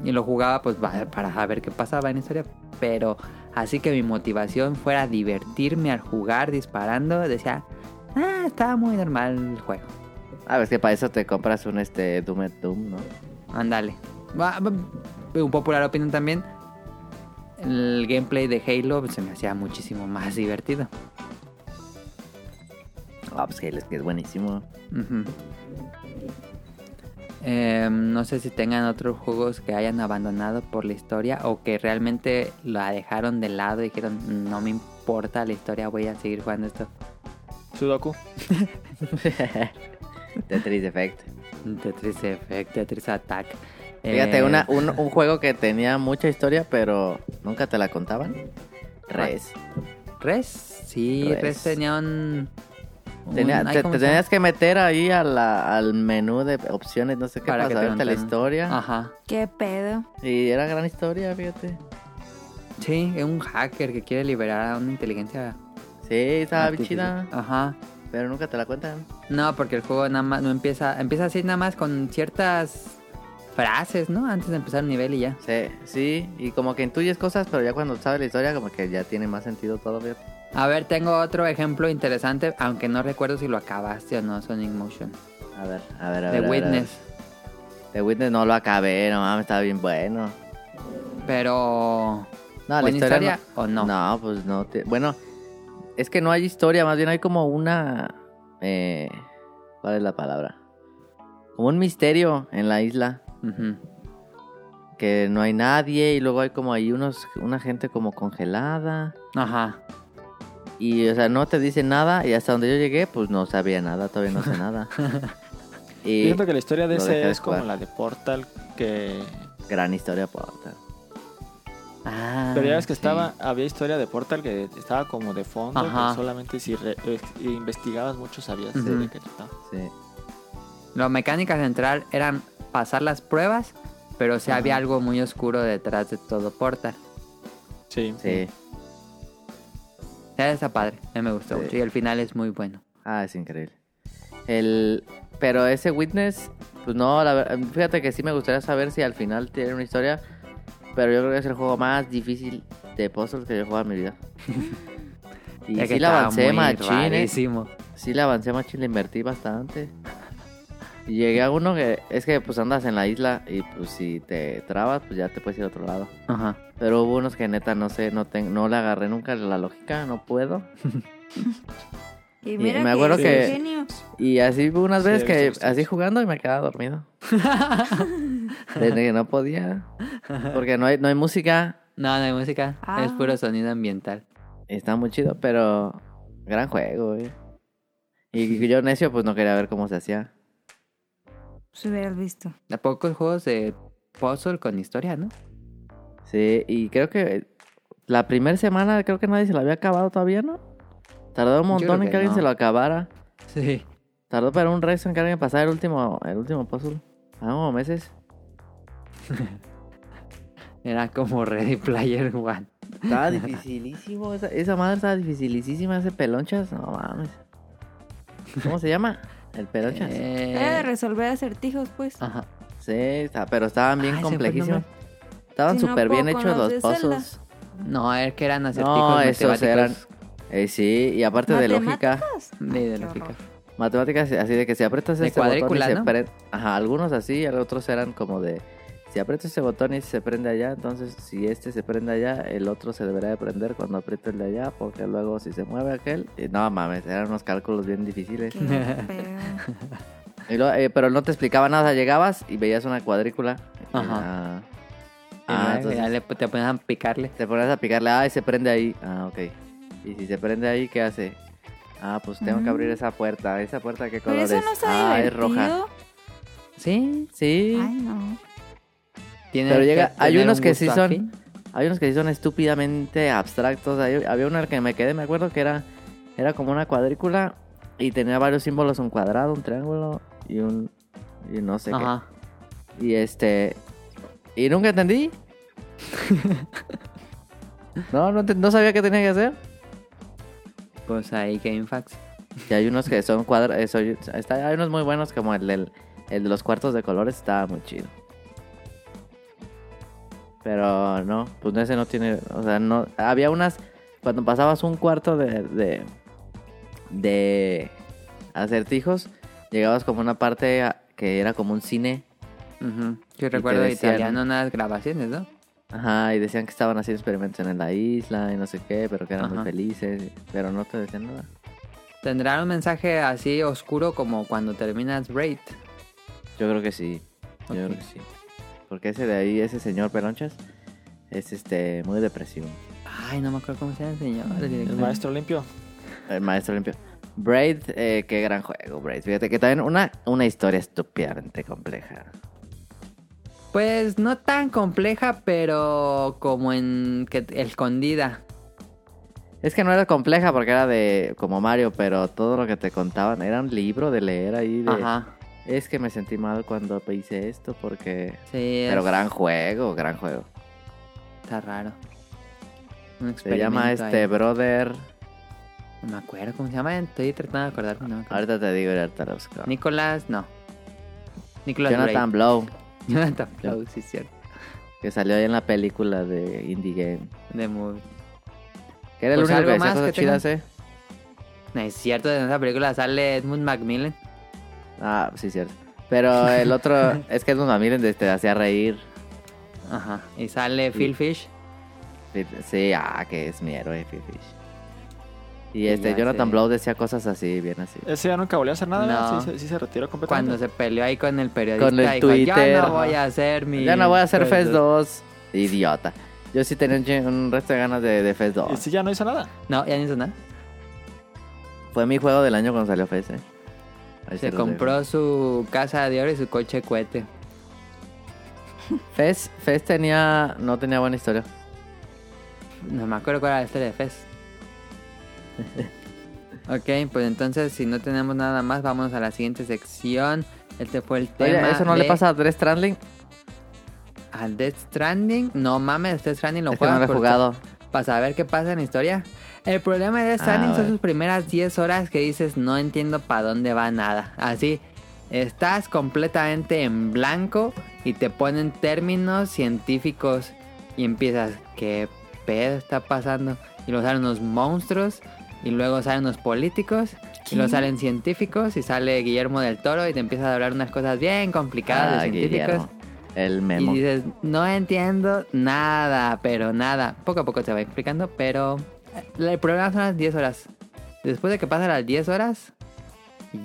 [SPEAKER 1] y lo jugaba pues pa- para saber qué pasaba en la historia. Pero así que mi motivación fuera divertirme al jugar disparando. Decía, ah, estaba muy normal el juego.
[SPEAKER 3] Ah, es que para eso te compras un este Doom and Doom, ¿no?
[SPEAKER 1] Ándale. Va- va- Un popular opinión también. El gameplay de Halo pues, se me hacía muchísimo más divertido.
[SPEAKER 3] Ah, pues Halo es que es buenísimo.
[SPEAKER 1] Ujú. Em, no sé si tengan otros juegos que hayan abandonado por la historia o que realmente la dejaron de lado y dijeron, no me importa la historia, voy a seguir jugando esto.
[SPEAKER 2] Sudoku.
[SPEAKER 3] Tetris Effect.
[SPEAKER 1] Tetris Effect, Tetris Attack.
[SPEAKER 3] Fíjate,
[SPEAKER 1] Eh,
[SPEAKER 3] una, un, un juego que tenía mucha historia, pero nunca te la contaban.
[SPEAKER 1] Ah,
[SPEAKER 3] Res.
[SPEAKER 1] Res, sí, Res,
[SPEAKER 3] Res.
[SPEAKER 1] tenía un... un-
[SPEAKER 3] Tenía-
[SPEAKER 1] ay,
[SPEAKER 3] te,
[SPEAKER 1] ¿cómo
[SPEAKER 3] te
[SPEAKER 1] se llama?
[SPEAKER 3] tenías que meter ahí a la- al menú de opciones, no sé qué, para, saberte la
[SPEAKER 1] contaran. Ah.
[SPEAKER 3] historia.
[SPEAKER 1] Ajá.
[SPEAKER 4] ¿Qué pedo?
[SPEAKER 3] Y era gran historia, fíjate.
[SPEAKER 1] Sí, es un hacker que quiere liberar a una inteligencia
[SPEAKER 3] Sí, estaba bien
[SPEAKER 1] artificial.
[SPEAKER 3] chida,
[SPEAKER 1] Ajá.
[SPEAKER 3] pero nunca te la cuentan.
[SPEAKER 1] No, porque el juego nada más no empieza, empieza así nada más con ciertas frases, ¿no? Antes de empezar el nivel y ya.
[SPEAKER 3] Sí, sí, y como que intuyes cosas, pero ya cuando sabes la historia, como que ya tiene más sentido todo, fíjate.
[SPEAKER 1] A ver, tengo otro ejemplo interesante, aunque no recuerdo si lo acabaste o no, Sonic Motion.
[SPEAKER 3] A ver, a ver, a
[SPEAKER 1] The
[SPEAKER 3] ver. a ver, a ver.
[SPEAKER 1] Witness.
[SPEAKER 3] The Witness no lo acabé, no mames, estaba bien bueno.
[SPEAKER 1] Pero...
[SPEAKER 3] No, la
[SPEAKER 1] ¿Buena
[SPEAKER 3] historia,
[SPEAKER 1] historia o no?
[SPEAKER 3] No, pues no. te- Bueno, es que no hay historia, más bien hay como una... eh, ¿Cuál es la palabra? Como un misterio en la isla,
[SPEAKER 1] ujú.
[SPEAKER 3] que no hay nadie y luego hay como ahí unos, una gente como congelada.
[SPEAKER 1] Ajá.
[SPEAKER 3] Y, o sea, no te dice nada y hasta donde yo llegué, pues no sabía nada, todavía no sé nada.
[SPEAKER 2] Yo
[SPEAKER 3] y
[SPEAKER 2] siento que la historia de
[SPEAKER 3] lo dejé
[SPEAKER 2] ese
[SPEAKER 3] de
[SPEAKER 2] es como
[SPEAKER 3] jugar.
[SPEAKER 2] la de Portal que...
[SPEAKER 3] gran historia, porta.
[SPEAKER 1] Ah,
[SPEAKER 2] Pero ya ves que
[SPEAKER 1] sí.
[SPEAKER 2] estaba, había historia de Portal que estaba como de fondo,
[SPEAKER 1] Ajá.
[SPEAKER 2] que solamente si re- eh, investigabas mucho sabías
[SPEAKER 1] Ujú.
[SPEAKER 2] de qué trataba.
[SPEAKER 3] Sí.
[SPEAKER 1] Las mecánicas de entrar eran pasar las pruebas, pero sí había algo muy oscuro detrás de todo Portal.
[SPEAKER 2] Sí.
[SPEAKER 3] Sí.
[SPEAKER 1] O sea, está padre, a mí me gustó
[SPEAKER 3] Sí.
[SPEAKER 1] mucho y el final es muy bueno.
[SPEAKER 3] Ah, es increíble. El... Pero ese Witness, pues no, la ver- fíjate que sí me gustaría saber si al final tiene una historia. Pero yo creo que es el juego más difícil de puzzle que yo he jugado en mi vida. y
[SPEAKER 1] Es que
[SPEAKER 3] sí la
[SPEAKER 1] estaba
[SPEAKER 3] avancé
[SPEAKER 1] muy
[SPEAKER 3] machín, eh.
[SPEAKER 1] rarísimo.
[SPEAKER 3] Sí la avancé machín, le invertí bastante. Y llegué a uno que es que pues andas en la isla y pues si te trabas, pues ya te puedes ir a otro lado.
[SPEAKER 1] Ajá.
[SPEAKER 3] Pero hubo unos que neta no sé, no, ten- no le agarré nunca la lógica, no puedo.
[SPEAKER 4] Y mira
[SPEAKER 3] me
[SPEAKER 4] que
[SPEAKER 3] acuerdo
[SPEAKER 4] es
[SPEAKER 3] que-
[SPEAKER 4] ingenio.
[SPEAKER 3] Y así hubo unas
[SPEAKER 2] Sí,
[SPEAKER 3] veces
[SPEAKER 2] he
[SPEAKER 3] que
[SPEAKER 2] visto
[SPEAKER 3] así
[SPEAKER 2] bastantes.
[SPEAKER 3] jugando y me quedaba dormido. Desde que no podía. Porque no hay, no hay música.
[SPEAKER 1] No, no hay música.
[SPEAKER 4] Ah.
[SPEAKER 1] Es puro sonido ambiental.
[SPEAKER 3] y Está muy chido, pero gran juego, güey. Y yo necio pues no quería ver cómo se hacía.
[SPEAKER 4] Se hubieras visto.
[SPEAKER 1] De pocos juegos de puzzle con historia, ¿no?
[SPEAKER 3] Sí, y creo que la primera semana creo que nadie se lo había acabado todavía, ¿no? Tardó un
[SPEAKER 1] Yo creo
[SPEAKER 3] montón en
[SPEAKER 1] que
[SPEAKER 3] que alguien
[SPEAKER 1] no.
[SPEAKER 3] se lo acabara.
[SPEAKER 1] Sí.
[SPEAKER 3] Tardó para un resto en que alguien pasara el último, el último puzzle. Ah, como meses.
[SPEAKER 1] Era como Ready Player One.
[SPEAKER 3] Estaba dificilísimo. Esa, esa madre estaba dificilísima. Ese pelonchas. No mames. ¿Cómo se llama? El pelonchas.
[SPEAKER 1] Eh, Ah,
[SPEAKER 4] Era de resolver acertijos, pues.
[SPEAKER 1] Ajá.
[SPEAKER 3] Sí, está- pero estaban bien
[SPEAKER 1] Ay, se me fue el
[SPEAKER 3] complejísimos. Estaban
[SPEAKER 4] Si no
[SPEAKER 3] súper bien
[SPEAKER 4] puedo con
[SPEAKER 3] hechos
[SPEAKER 4] los
[SPEAKER 3] los
[SPEAKER 4] de
[SPEAKER 3] puzzles.
[SPEAKER 1] No, es que eran acertijos
[SPEAKER 3] No, esos
[SPEAKER 1] matemáticos.
[SPEAKER 3] eran. Eh, sí, y aparte de lógica.
[SPEAKER 4] ¿Matemáticas?
[SPEAKER 1] De, de
[SPEAKER 4] Qué
[SPEAKER 1] lógica.
[SPEAKER 4] horror.
[SPEAKER 3] Matemáticas así de que si apretas
[SPEAKER 1] De
[SPEAKER 3] este botón y
[SPEAKER 1] cuadrícula,
[SPEAKER 3] se
[SPEAKER 1] ¿no?
[SPEAKER 3] pre- Ajá, algunos así, y otros eran como de Si aprieto ese botón y se prende allá, entonces si este se prende allá, el otro se deberá de prender cuando apriete el de allá, porque luego si se mueve aquel... y no mames, eran unos cálculos bien difíciles.
[SPEAKER 4] Qué feo.
[SPEAKER 3] Y luego, eh, pero no te explicaba nada, llegabas y veías una cuadrícula.
[SPEAKER 1] Ajá.
[SPEAKER 3] Ah,
[SPEAKER 1] Y
[SPEAKER 3] Ah,
[SPEAKER 1] luego
[SPEAKER 3] entonces
[SPEAKER 1] ya le- te pones a picarle.
[SPEAKER 3] te pones a picarle, ah, y se prende ahí. Ah, ok. Y si se prende ahí, ¿qué hace? Ah, pues tengo que abrir
[SPEAKER 4] Mm.
[SPEAKER 3] esa puerta. ¿Esa puerta qué
[SPEAKER 4] Pero
[SPEAKER 3] color
[SPEAKER 4] eso
[SPEAKER 3] es?
[SPEAKER 4] no está
[SPEAKER 3] ah, es roja.
[SPEAKER 4] divertido.
[SPEAKER 1] Sí,
[SPEAKER 3] Sí.
[SPEAKER 4] Ay, no.
[SPEAKER 1] tiene
[SPEAKER 3] Pero llega-
[SPEAKER 1] que
[SPEAKER 3] hay
[SPEAKER 1] tener
[SPEAKER 3] unos
[SPEAKER 1] un
[SPEAKER 3] que sí
[SPEAKER 1] gusto
[SPEAKER 3] son-
[SPEAKER 1] afín.
[SPEAKER 3] Hay unos que sí son estúpidamente abstractos. Hay- había una que me quedé, me acuerdo que era, era como una cuadrícula y tenía varios símbolos, un cuadrado, un triángulo y un... Y no sé qué.
[SPEAKER 1] Ajá.
[SPEAKER 3] Y este. Y nunca entendí. no, no, te- no sabía qué tenía que hacer.
[SPEAKER 1] Pues ahí Game Facts.
[SPEAKER 3] Y hay unos que son cuadros. hay unos muy buenos, como el, del- el de los cuartos de colores, estaba muy chido. Pero no, pues ese no tiene. O sea, no. Había unas. Cuando pasabas un cuarto de. de, de acertijos, llegabas como a una parte a- que era como un cine.
[SPEAKER 1] Ujú. Yo
[SPEAKER 3] te
[SPEAKER 1] recuerdo de
[SPEAKER 3] decían-
[SPEAKER 1] italiano unas grabaciones, ¿no?
[SPEAKER 3] Ajá, y decían que estaban haciendo experimentos en la isla y no sé qué, pero que eran
[SPEAKER 1] Ajá.
[SPEAKER 3] muy felices, pero no te decían nada.
[SPEAKER 1] Tendrá un mensaje así oscuro como cuando terminas Raid.
[SPEAKER 3] Yo creo que sí, yo
[SPEAKER 1] Ok.
[SPEAKER 3] creo que sí. Porque ese de ahí, ese señor Pelonchas, es este muy depresivo.
[SPEAKER 1] Ay, no me acuerdo cómo se llama el señor. el
[SPEAKER 2] El
[SPEAKER 1] director.
[SPEAKER 2] maestro limpio.
[SPEAKER 3] El maestro limpio. Braid, eh, qué gran juego, Braid. Fíjate que también una, una historia estúpidamente compleja.
[SPEAKER 1] Pues no tan compleja, pero como en que escondida.
[SPEAKER 3] Es que no era compleja porque era de como Mario, pero todo lo que te contaban era un libro de leer ahí. De,
[SPEAKER 1] Ajá.
[SPEAKER 3] Es que me sentí mal cuando hice esto porque...
[SPEAKER 1] Sí,
[SPEAKER 3] Pero
[SPEAKER 1] es-
[SPEAKER 3] gran juego, gran juego.
[SPEAKER 1] está raro. Un
[SPEAKER 3] Se llama
[SPEAKER 1] experimento
[SPEAKER 3] este
[SPEAKER 1] ahí.
[SPEAKER 3] brother.
[SPEAKER 1] No me acuerdo cómo se llama. Estoy tratando de acordarme. No me acuerdo.
[SPEAKER 3] Ahorita te digo y ahorita lo busco.
[SPEAKER 1] Nicolás, no. Nicolás
[SPEAKER 3] Jonathan
[SPEAKER 1] Drake.
[SPEAKER 3] Blow,
[SPEAKER 1] Jonathan Blow, sí, es cierto.
[SPEAKER 3] que salió ahí en la película de Indie Game.
[SPEAKER 1] De movie.
[SPEAKER 3] Que era el
[SPEAKER 1] Pues
[SPEAKER 3] único
[SPEAKER 1] algo
[SPEAKER 3] que hacía
[SPEAKER 1] más
[SPEAKER 3] cosas
[SPEAKER 1] que
[SPEAKER 3] chidas, ¿eh?
[SPEAKER 1] No es cierto, en esa película sale Edmund Macmillan.
[SPEAKER 3] Ah, sí, cierto. Pero el otro, es que es una miren, te hacía reír.
[SPEAKER 1] Ajá. Y sale Phil Fish.
[SPEAKER 3] Sí, ah, que es mi héroe, Phil Fish. Y
[SPEAKER 1] Y
[SPEAKER 3] este,
[SPEAKER 1] ya
[SPEAKER 3] Jonathan
[SPEAKER 1] sé.
[SPEAKER 3] Blow decía cosas así, bien así.
[SPEAKER 2] Ese ya nunca volvió a hacer nada, ¿verdad?
[SPEAKER 1] No.
[SPEAKER 2] Sí, se- sí se retiró completamente.
[SPEAKER 1] Cuando se peleó ahí con el periodista.
[SPEAKER 3] Pues Con el
[SPEAKER 1] dijo,
[SPEAKER 3] Twitter,
[SPEAKER 1] Ya
[SPEAKER 3] ajá.
[SPEAKER 1] no voy a hacer mi.
[SPEAKER 3] Ya no voy a hacer
[SPEAKER 1] Pues,
[SPEAKER 3] Fest 2, idiota. Yo sí tenía un chin- un resto de ganas de, de Fest
[SPEAKER 2] Y
[SPEAKER 3] 2.
[SPEAKER 2] sí ya no hizo nada.
[SPEAKER 1] No, ya ni hizo nada.
[SPEAKER 3] Fue mi juego del año cuando salió Fest, ¿eh? Ahí
[SPEAKER 1] Se
[SPEAKER 3] los dejo.
[SPEAKER 1] compró su casa de oro y su coche cohete.
[SPEAKER 3] Fez, Fez tenía, no tenía buena historia.
[SPEAKER 1] No me acuerdo cuál era la historia de Fez. ok, pues entonces si no tenemos nada más, vamos a la siguiente sección. Este fue el
[SPEAKER 3] Oye,
[SPEAKER 1] tema.
[SPEAKER 3] ¿eso no
[SPEAKER 1] de-
[SPEAKER 3] le pasa a Dres Strandling?
[SPEAKER 1] a Death Stranding. No mames, Death Stranding lo
[SPEAKER 3] Es que no
[SPEAKER 1] juegas
[SPEAKER 3] lo he
[SPEAKER 1] por-
[SPEAKER 3] jugado.
[SPEAKER 1] Para saber qué pasa en la historia. El problema de Death
[SPEAKER 3] Ah,
[SPEAKER 1] Stranding son
[SPEAKER 3] bueno.
[SPEAKER 1] sus primeras 10 horas que dices, no entiendo para dónde va nada. Así, estás completamente en blanco y te ponen términos científicos y empiezas, ¿qué pedo está pasando? Y luego salen unos monstruos y luego salen los políticos. Y luego salen científicos y sale Guillermo del Toro y te empieza a hablar unas cosas bien complicadas
[SPEAKER 3] Ah,
[SPEAKER 1] de científicos.
[SPEAKER 3] Guillermo, El
[SPEAKER 1] Y
[SPEAKER 3] memo.
[SPEAKER 1] dices, no entiendo nada, pero nada. Poco a poco te va explicando, pero eh, el problema son las 10 horas. Después de que pasan las 10 horas,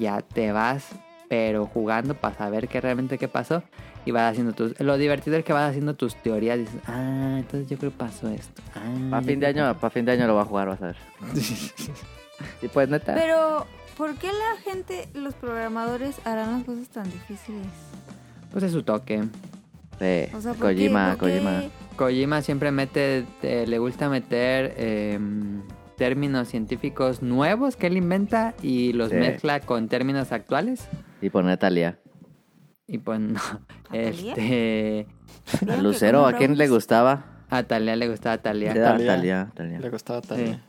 [SPEAKER 1] ya te vas, pero jugando para saber qué realmente qué pasó. Y vas haciendo tus... Lo divertido es que vas haciendo tus teorías. Dices, ah, entonces yo creo que pasó esto. Ah,
[SPEAKER 3] Para fin de año, para fin de año lo va a jugar, vas a ver. Y pues neta.
[SPEAKER 4] Pero, ¿por qué la gente, los programadores, harán las cosas tan difíciles?
[SPEAKER 1] Pues es su toque.
[SPEAKER 3] Sí,
[SPEAKER 4] O sea, ¿por qué-
[SPEAKER 3] Kojima,
[SPEAKER 4] por qué-
[SPEAKER 3] Kojima.
[SPEAKER 1] Kojima siempre mete, eh, le gusta meter eh, términos científicos nuevos que él inventa y los
[SPEAKER 3] Sí.
[SPEAKER 1] mezcla con términos actuales.
[SPEAKER 3] Y pues, por Natalia.
[SPEAKER 1] Y pues no,
[SPEAKER 4] ¿Talía?
[SPEAKER 1] este,
[SPEAKER 3] A
[SPEAKER 4] Vieron que
[SPEAKER 3] Lucero, ¿a
[SPEAKER 4] compraron
[SPEAKER 3] quién le
[SPEAKER 4] unos-
[SPEAKER 3] gustaba?
[SPEAKER 1] a Talia le gustaba a Talia.
[SPEAKER 3] Era
[SPEAKER 2] Talía.
[SPEAKER 3] Talía, Talía.
[SPEAKER 2] Le costaba también.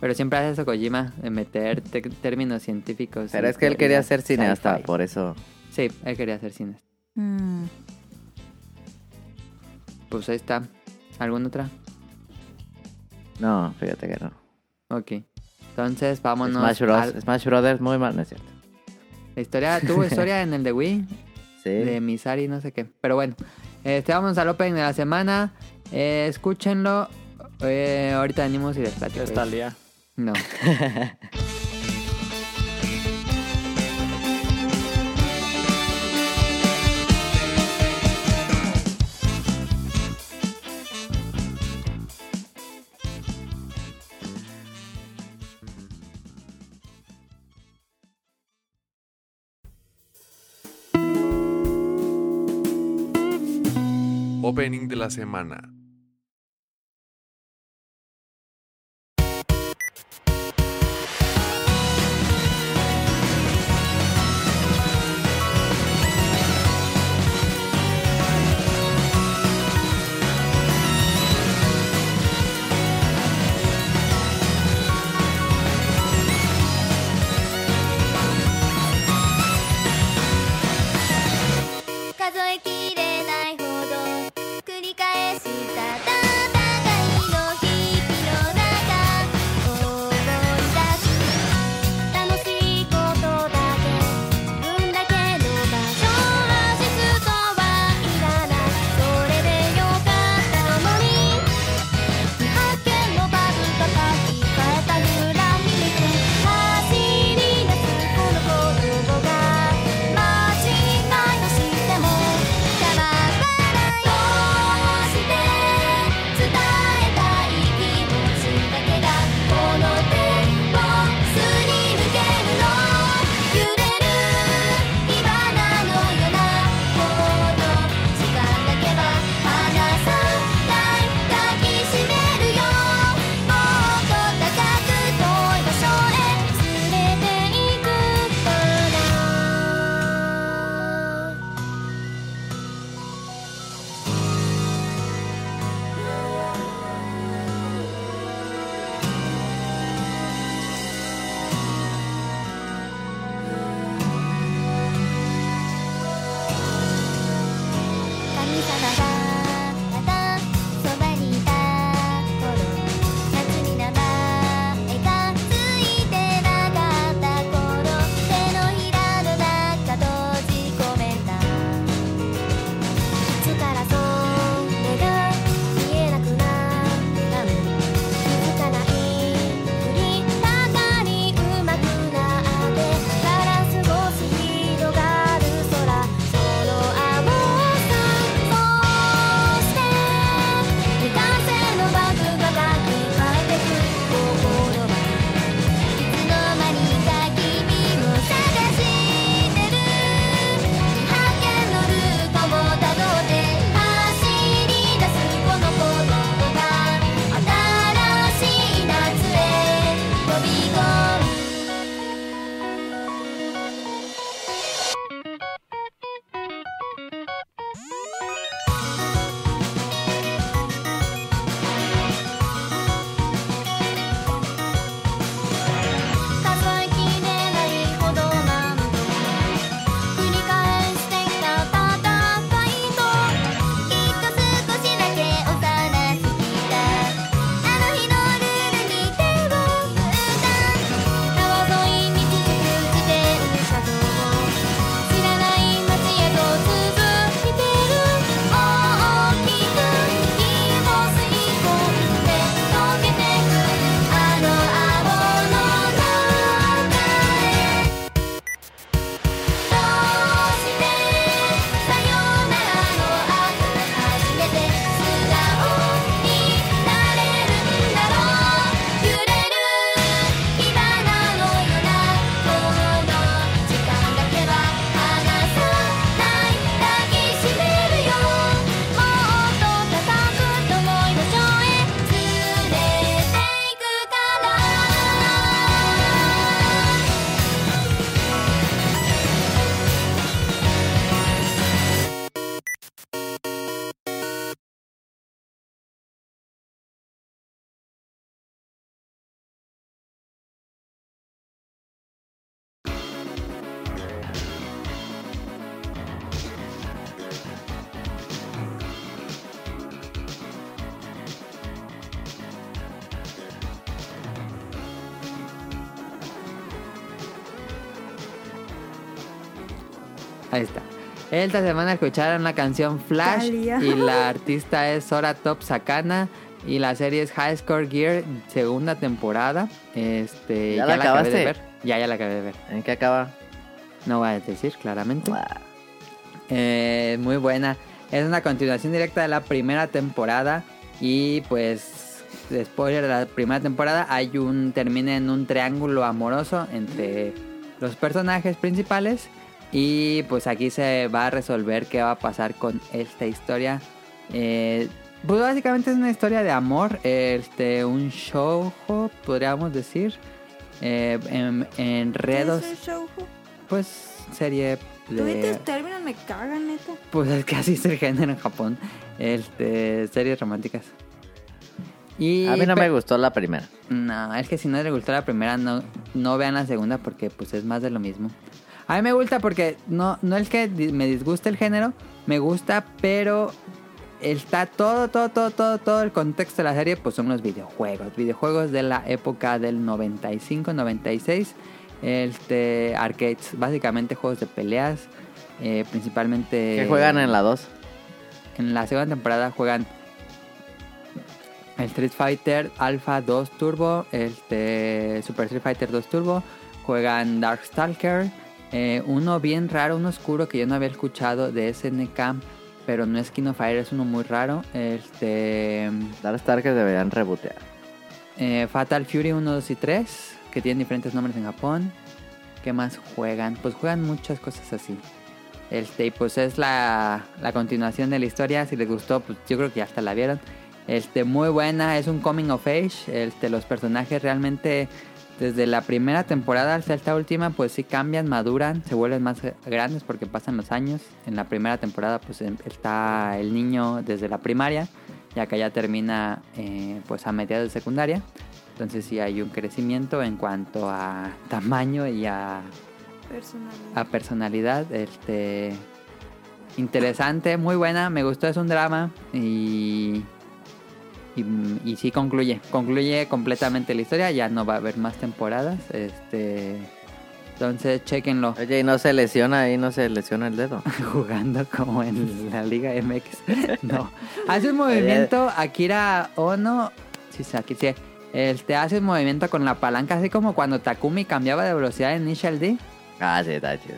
[SPEAKER 1] Pero siempre hace eso Kojima, de meter te- términos científicos.
[SPEAKER 3] Pero
[SPEAKER 1] y
[SPEAKER 3] es que él quería
[SPEAKER 1] teorías
[SPEAKER 3] ser cineasta,
[SPEAKER 1] sci-fi.
[SPEAKER 3] por eso.
[SPEAKER 1] Sí, él quería hacer cine.
[SPEAKER 4] Mm.
[SPEAKER 1] Pues ahí está. ¿Alguna otra?
[SPEAKER 3] No, fíjate que no.
[SPEAKER 1] Ok. Entonces, vámonos.
[SPEAKER 3] Smash Bros.
[SPEAKER 1] al-
[SPEAKER 3] Smash Brothers, muy mal, no es cierto.
[SPEAKER 1] La historia, tuvo historia en el de Wii.
[SPEAKER 3] Sí.
[SPEAKER 1] de Misari, no sé qué. Pero bueno, Este, vamos al opening de la semana. Eh, escúchenlo. Eh, ahorita venimos y les platico.
[SPEAKER 2] Está al día.
[SPEAKER 1] No.
[SPEAKER 5] Opening de la semana.
[SPEAKER 6] 「数えきれないほど繰り返した戦いの日々の中思い出す」「楽しいことだけ運だけの場所は質とはいらない」「それでよかったのに」「発見のバズが書き換えたぐらい」「走り出すこの子供が」「間違いをしても変わらない」「どうして伝えたい気持ちだけがこの手をすり抜けるの」「揺れる火花のようなこの時間だけは離さない抱きしめるよ」「もっと高く遠い場所へ連れて行くから」神様がまたそばにいた頃夏に名前がついてなかった頃手のひらの中閉じ込めたいつからそれが見えなくなったの気づかないふりばかりうまくなってバランスをし広がる空その青さそして未完成のバグが書き換えてく心はいつの間にか君を探してる「発見のルートをたどって」「走り出すこの子供が新しい夏へ飛び込む」「数えきれないほど何度も」「繰り返してきた戦いと」「きっと少しだけ幼すぎた」「あの日のルールに手を振った」「川沿いに続く自転車道」「知らない街へと続いてる」「大きく息を吸い込んで溶けてく」「あの青の中へ」「どうしてさよならの後初めて素顔になれるんだろう」「揺れる火花のようなこの時間だけは離さない」「抱きしめるよもっと高く遠い場所へ連れて行くから」
[SPEAKER 1] Ahí está. Esta semana escucharon la canción Flash
[SPEAKER 4] Talía.
[SPEAKER 1] y la artista es Sora Top Sakana y la serie es High Score Gear segunda temporada. Este,
[SPEAKER 3] ¿Ya la
[SPEAKER 1] acabé de
[SPEAKER 3] acabaste?
[SPEAKER 1] ver. Ya, ya la acabé de ver.
[SPEAKER 3] ¿En qué acaba?
[SPEAKER 1] No voy a decir claramente. Eh, muy buena. Es una continuación directa de la primera temporada. Y pues, spoiler de la primera temporada, hay un. termina en un triángulo amoroso entre los personajes principales. Y pues aquí se va a resolver qué va a pasar con esta historia. Eh, pues básicamente es una historia de amor. Este, un show, podríamos decir. Eh, en, enredos.
[SPEAKER 4] ¿Qué es el shoujo?
[SPEAKER 1] Pues serie
[SPEAKER 4] Tú
[SPEAKER 1] de...
[SPEAKER 4] estos términos me cagan, neta.
[SPEAKER 1] Pues es que así es el género en Japón. Este, series románticas. Y
[SPEAKER 3] A mí no
[SPEAKER 1] pe-
[SPEAKER 3] me gustó la primera.
[SPEAKER 1] No, es que si no les gustó la primera, no, no vean la segunda porque pues es más de lo mismo. A mí me gusta porque no, no es que di- me disguste el género, me gusta, pero está todo, todo, todo, todo, todo el contexto de la serie, pues son los videojuegos. Videojuegos de la época del 95, 96. Este, arcades, básicamente juegos de peleas, eh, principalmente...
[SPEAKER 3] ¿Qué juegan en la 2?
[SPEAKER 1] En la segunda temporada juegan el Street Fighter Alpha 2 Turbo, este Super Street Fighter 2 Turbo, juegan Darkstalker, eh, uno bien raro, uno oscuro que yo no había escuchado de SNK, pero no es King of Fire, es uno muy raro, este
[SPEAKER 3] Darkstalkers deberían rebotear.
[SPEAKER 1] eh, Fatal Fury 1, 2 y 3, que tienen diferentes nombres en Japón. ¿Qué más juegan? Pues juegan muchas cosas así. Este, y pues es la, la continuación de la historia. Si les gustó, pues yo creo que ya hasta la vieron. Este, muy buena, es un coming of age. Este, los personajes realmente, desde la primera temporada hasta esta última, pues sí cambian, maduran, se vuelven más grandes porque pasan los años. En la primera temporada, pues em- está el niño desde la primaria, ya que ya termina, eh, pues a mediados de secundaria. Entonces sí hay un crecimiento en cuanto a tamaño y a a
[SPEAKER 4] Personalidad.
[SPEAKER 1] personalidad. Este. Interesante, muy buena, me gustó, es un drama. Y. Y, y sí concluye. Concluye completamente la historia. Ya no va a haber más temporadas. Este. Entonces, chequenlo
[SPEAKER 3] Oye, y no se lesiona, y no se lesiona el dedo.
[SPEAKER 1] jugando como en la Liga MX. No. Hace un movimiento Akira Ono. Sí, sí, aquí sí. Este hace un movimiento con la palanca, así como cuando Takumi cambiaba de velocidad en Initial D.
[SPEAKER 3] Ah, sí, está chido.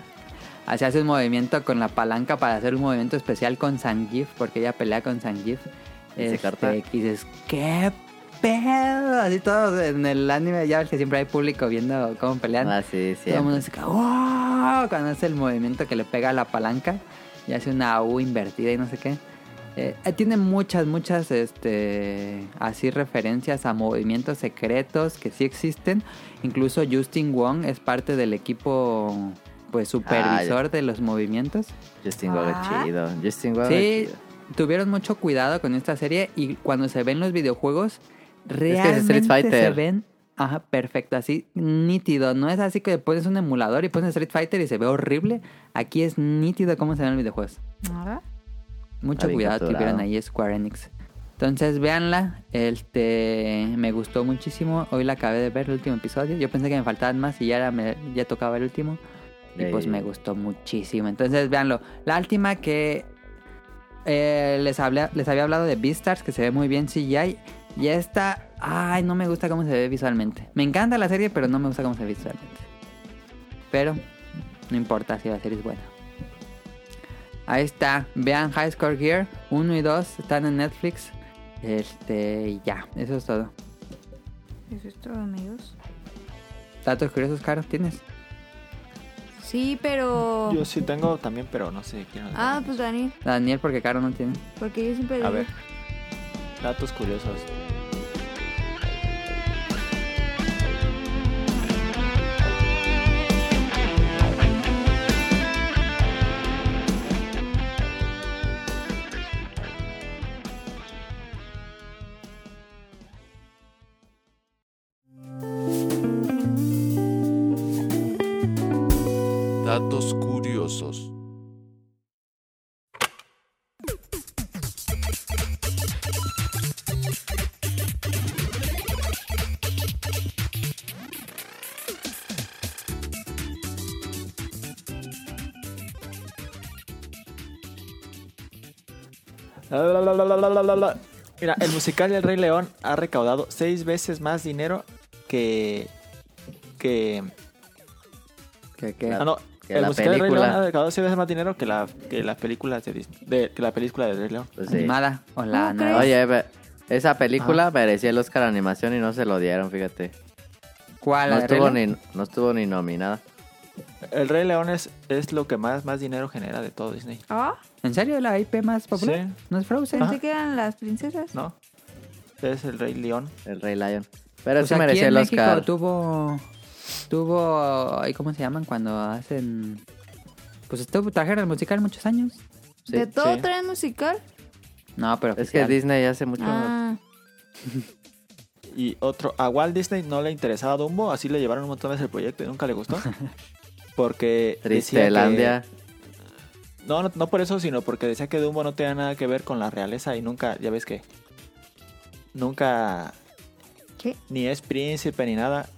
[SPEAKER 1] Así hace un movimiento con la palanca para hacer un movimiento especial con Sangif, porque ella pelea con Sangif.
[SPEAKER 3] Y se corta.
[SPEAKER 1] y dices, ¿qué pedo? Así todos en el anime, ya ves que siempre hay público viendo cómo pelean.
[SPEAKER 3] Ah, sí, sí.
[SPEAKER 1] Todo el mundo se queda, "Wow", Cuando hace el movimiento que le pega a la palanca y hace una U invertida y no sé qué. Eh, eh, tiene muchas, muchas, este, así referencias a movimientos secretos que sí existen. Incluso Justin Wong es parte del equipo, pues, supervisor de los movimientos.
[SPEAKER 3] Justin Wong es
[SPEAKER 4] Ah.
[SPEAKER 3] chido. Justin Wong
[SPEAKER 1] Sí,
[SPEAKER 3] es chido.
[SPEAKER 1] tuvieron mucho cuidado con esta serie y cuando se ven los videojuegos,
[SPEAKER 3] que es Street
[SPEAKER 1] realmente se
[SPEAKER 3] Fighter.
[SPEAKER 1] ven ajá, perfecto, así nítido. No es así que pones un emulador y pones Street Fighter y se ve horrible. Aquí es nítido cómo se ven los videojuegos.
[SPEAKER 4] Ah,
[SPEAKER 1] Mucho
[SPEAKER 3] Está bien
[SPEAKER 1] cuidado
[SPEAKER 3] capturado.
[SPEAKER 1] tuvieron ahí Square Enix. Entonces véanla, este me gustó muchísimo. Hoy la acabé de ver el último episodio. Yo pensé que me faltaban más y ya era- me- ya tocaba el último. Y pues
[SPEAKER 3] Ey.
[SPEAKER 1] me gustó muchísimo. Entonces, véanlo. La última que eh, les, hablé- les había hablado de Beastars, que se ve muy bien CGI. Y esta, ay, no me gusta cómo se ve visualmente. Me encanta la serie, pero no me gusta cómo se ve visualmente. Pero, no importa si la serie es buena. Ahí está, vean High Score Gear 1 y 2, están en Netflix. Este, y ya, eso es todo.
[SPEAKER 4] Eso es todo, amigos.
[SPEAKER 1] Datos curiosos, Caro, ¿tienes?
[SPEAKER 4] Sí, pero.
[SPEAKER 2] Yo sí tengo también, pero no sé de quién.
[SPEAKER 4] Ah, pues Daniel,
[SPEAKER 1] Daniel, porque Caro no tiene.
[SPEAKER 4] porque yo siempre.
[SPEAKER 2] A
[SPEAKER 4] digo-
[SPEAKER 2] ver. Datos curiosos.
[SPEAKER 5] Datos curiosos.
[SPEAKER 2] La, la, la, la, la, la, la, la. Mira, el musical del Rey León ha recaudado seis veces más dinero que. que.
[SPEAKER 1] ¿Qué, qué?
[SPEAKER 2] ah, no,
[SPEAKER 3] que
[SPEAKER 2] el
[SPEAKER 3] la
[SPEAKER 2] musical del Rey
[SPEAKER 3] película.
[SPEAKER 2] León ha recaudado seis veces más dinero que la, que la película de Disney. de- que la película del Rey León.
[SPEAKER 3] Pues sí.
[SPEAKER 1] Animada o la
[SPEAKER 4] ¿Cómo
[SPEAKER 1] nada.
[SPEAKER 4] crees?
[SPEAKER 3] Oye, ve- esa película merecía el Oscar a Animación y no se lo dieron, fíjate.
[SPEAKER 1] ¿Cuál?
[SPEAKER 3] No
[SPEAKER 1] ¿La de
[SPEAKER 3] estuvo,
[SPEAKER 1] Rey León?
[SPEAKER 3] ni, no estuvo ni nominada.
[SPEAKER 2] El Rey León es, es lo que más, más dinero genera de todo Disney.
[SPEAKER 4] ¿Ah?
[SPEAKER 1] ¿En serio la IP más popular?
[SPEAKER 2] Sí.
[SPEAKER 1] ¿No es
[SPEAKER 3] Ah,
[SPEAKER 1] Frozen?
[SPEAKER 4] Pensé que eran las princesas.
[SPEAKER 2] ¿No? Es el Rey León.
[SPEAKER 3] El Rey Lion. Pero
[SPEAKER 1] O
[SPEAKER 3] sí
[SPEAKER 1] sea, Pues aquí
[SPEAKER 3] merecía
[SPEAKER 1] en
[SPEAKER 3] el
[SPEAKER 1] México
[SPEAKER 3] Oscar.
[SPEAKER 1] tuvo... Tuvo... ay, ¿Cómo se llaman cuando hacen...? Pues estuvo, trajeron el musical muchos años.
[SPEAKER 3] Sí,
[SPEAKER 4] ¿De todo
[SPEAKER 2] sí.
[SPEAKER 4] traen musical?
[SPEAKER 1] No, pero...
[SPEAKER 3] Es que
[SPEAKER 1] oficial.
[SPEAKER 3] Disney hace mucho.
[SPEAKER 4] Ah,
[SPEAKER 2] Y otro, a Walt Disney no le interesaba Dumbo, así le llevaron un montón de veces el proyecto y nunca le gustó. Porque decía que-
[SPEAKER 3] Tristelandia.
[SPEAKER 2] No, no, no por eso, sino porque decía que Dumbo no tenía nada que ver con la realeza y nunca, ya ves que nunca
[SPEAKER 4] ¿Qué?
[SPEAKER 2] ni es príncipe ni nada.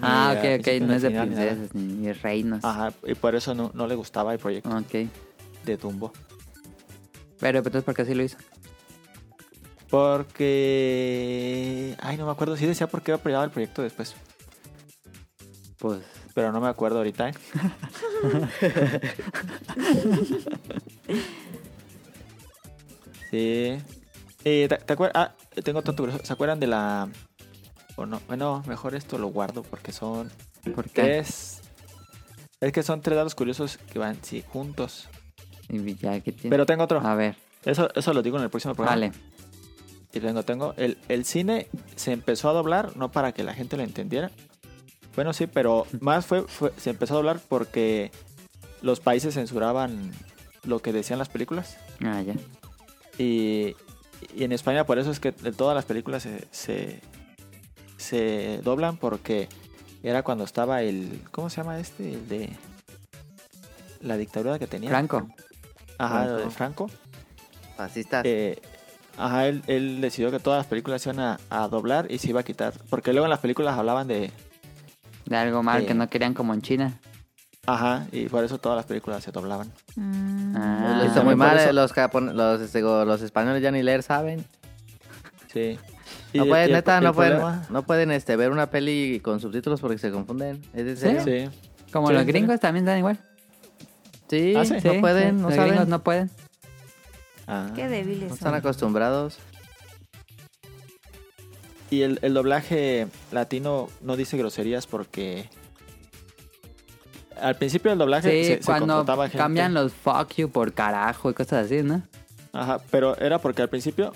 [SPEAKER 2] ni
[SPEAKER 1] Ah,
[SPEAKER 2] era
[SPEAKER 1] ok, ok.
[SPEAKER 2] príncipe
[SPEAKER 1] No es de
[SPEAKER 2] ni nada, ni nada.
[SPEAKER 1] princesas ni, ni reinos.
[SPEAKER 3] Ah.
[SPEAKER 2] Ajá, y por eso no, no le gustaba el proyecto
[SPEAKER 1] Ok.
[SPEAKER 2] de Dumbo.
[SPEAKER 1] Pero pues, entonces, ¿por qué así lo hizo?
[SPEAKER 2] Porque... Ay, no me acuerdo, sí decía por qué apoyaba el proyecto después,
[SPEAKER 1] Pues...
[SPEAKER 2] pero no me acuerdo ahorita. ¿eh? sí. Eh, ¿Te, acuerdas? Ah, tengo tanto curioso. ¿Se acuerdan de la... o no? Bueno, mejor esto lo guardo porque son
[SPEAKER 1] ¿Por qué?
[SPEAKER 2] tres... Es que son tres datos curiosos que van, sí, juntos.
[SPEAKER 1] Y ya que tiene-
[SPEAKER 2] Pero tengo otro.
[SPEAKER 1] A ver,
[SPEAKER 2] Eso, eso lo digo en el próximo programa.
[SPEAKER 1] vale.
[SPEAKER 2] Y tengo, tengo. El, el cine se empezó a doblar, no para que la gente lo entendiera. Bueno, sí, pero más fue, fue- se empezó a doblar porque los países censuraban lo que decían las películas.
[SPEAKER 1] Ah, ya.
[SPEAKER 2] Y, y en España por eso es que de todas las películas se, se, se doblan porque era cuando estaba el... ¿Cómo se llama este? El de... La dictadura que tenía.
[SPEAKER 1] Franco.
[SPEAKER 2] Ajá,
[SPEAKER 3] Franco.
[SPEAKER 2] lo de Franco.
[SPEAKER 3] Fascistas.
[SPEAKER 2] Eh, ajá, él, él decidió que todas las películas se iban a, a doblar y se iba a quitar. Porque luego en las películas hablaban de.
[SPEAKER 1] De algo mal
[SPEAKER 2] Eh.
[SPEAKER 1] que no querían como en China.
[SPEAKER 2] Ajá, y por eso todas las películas se doblaban.
[SPEAKER 4] ah.
[SPEAKER 1] Ah,
[SPEAKER 3] Lo hizo muy
[SPEAKER 2] también por
[SPEAKER 3] mal.
[SPEAKER 2] eso-
[SPEAKER 3] eh, Los, japon- los, este, go- los españoles ya ni leer saben.
[SPEAKER 2] Sí. Y-
[SPEAKER 3] No pueden,
[SPEAKER 2] y el-
[SPEAKER 3] neta,
[SPEAKER 2] el
[SPEAKER 3] no pueden,
[SPEAKER 2] problema-
[SPEAKER 3] no pueden este, ver una peli con subtítulos porque se confunden. ¿Es en serio? Sí,
[SPEAKER 2] Sí.
[SPEAKER 1] Como
[SPEAKER 2] Sí,
[SPEAKER 1] los
[SPEAKER 2] sí.
[SPEAKER 1] gringos también dan igual.
[SPEAKER 2] Ah, sí.
[SPEAKER 1] Sí,
[SPEAKER 3] no pueden,
[SPEAKER 1] sí,
[SPEAKER 3] no
[SPEAKER 1] los
[SPEAKER 3] saben.
[SPEAKER 1] gringos
[SPEAKER 3] no...
[SPEAKER 1] no pueden.
[SPEAKER 2] Ah.
[SPEAKER 4] Qué débiles
[SPEAKER 3] están
[SPEAKER 4] son.
[SPEAKER 3] acostumbrados.
[SPEAKER 2] Y el, el doblaje latino no dice groserías porque. Al principio del doblaje
[SPEAKER 1] Sí,
[SPEAKER 2] se, se
[SPEAKER 1] cuando
[SPEAKER 2] contrataba gente.
[SPEAKER 1] cambian los fuck you por carajo y cosas así, ¿no?
[SPEAKER 2] Ajá, pero era porque al principio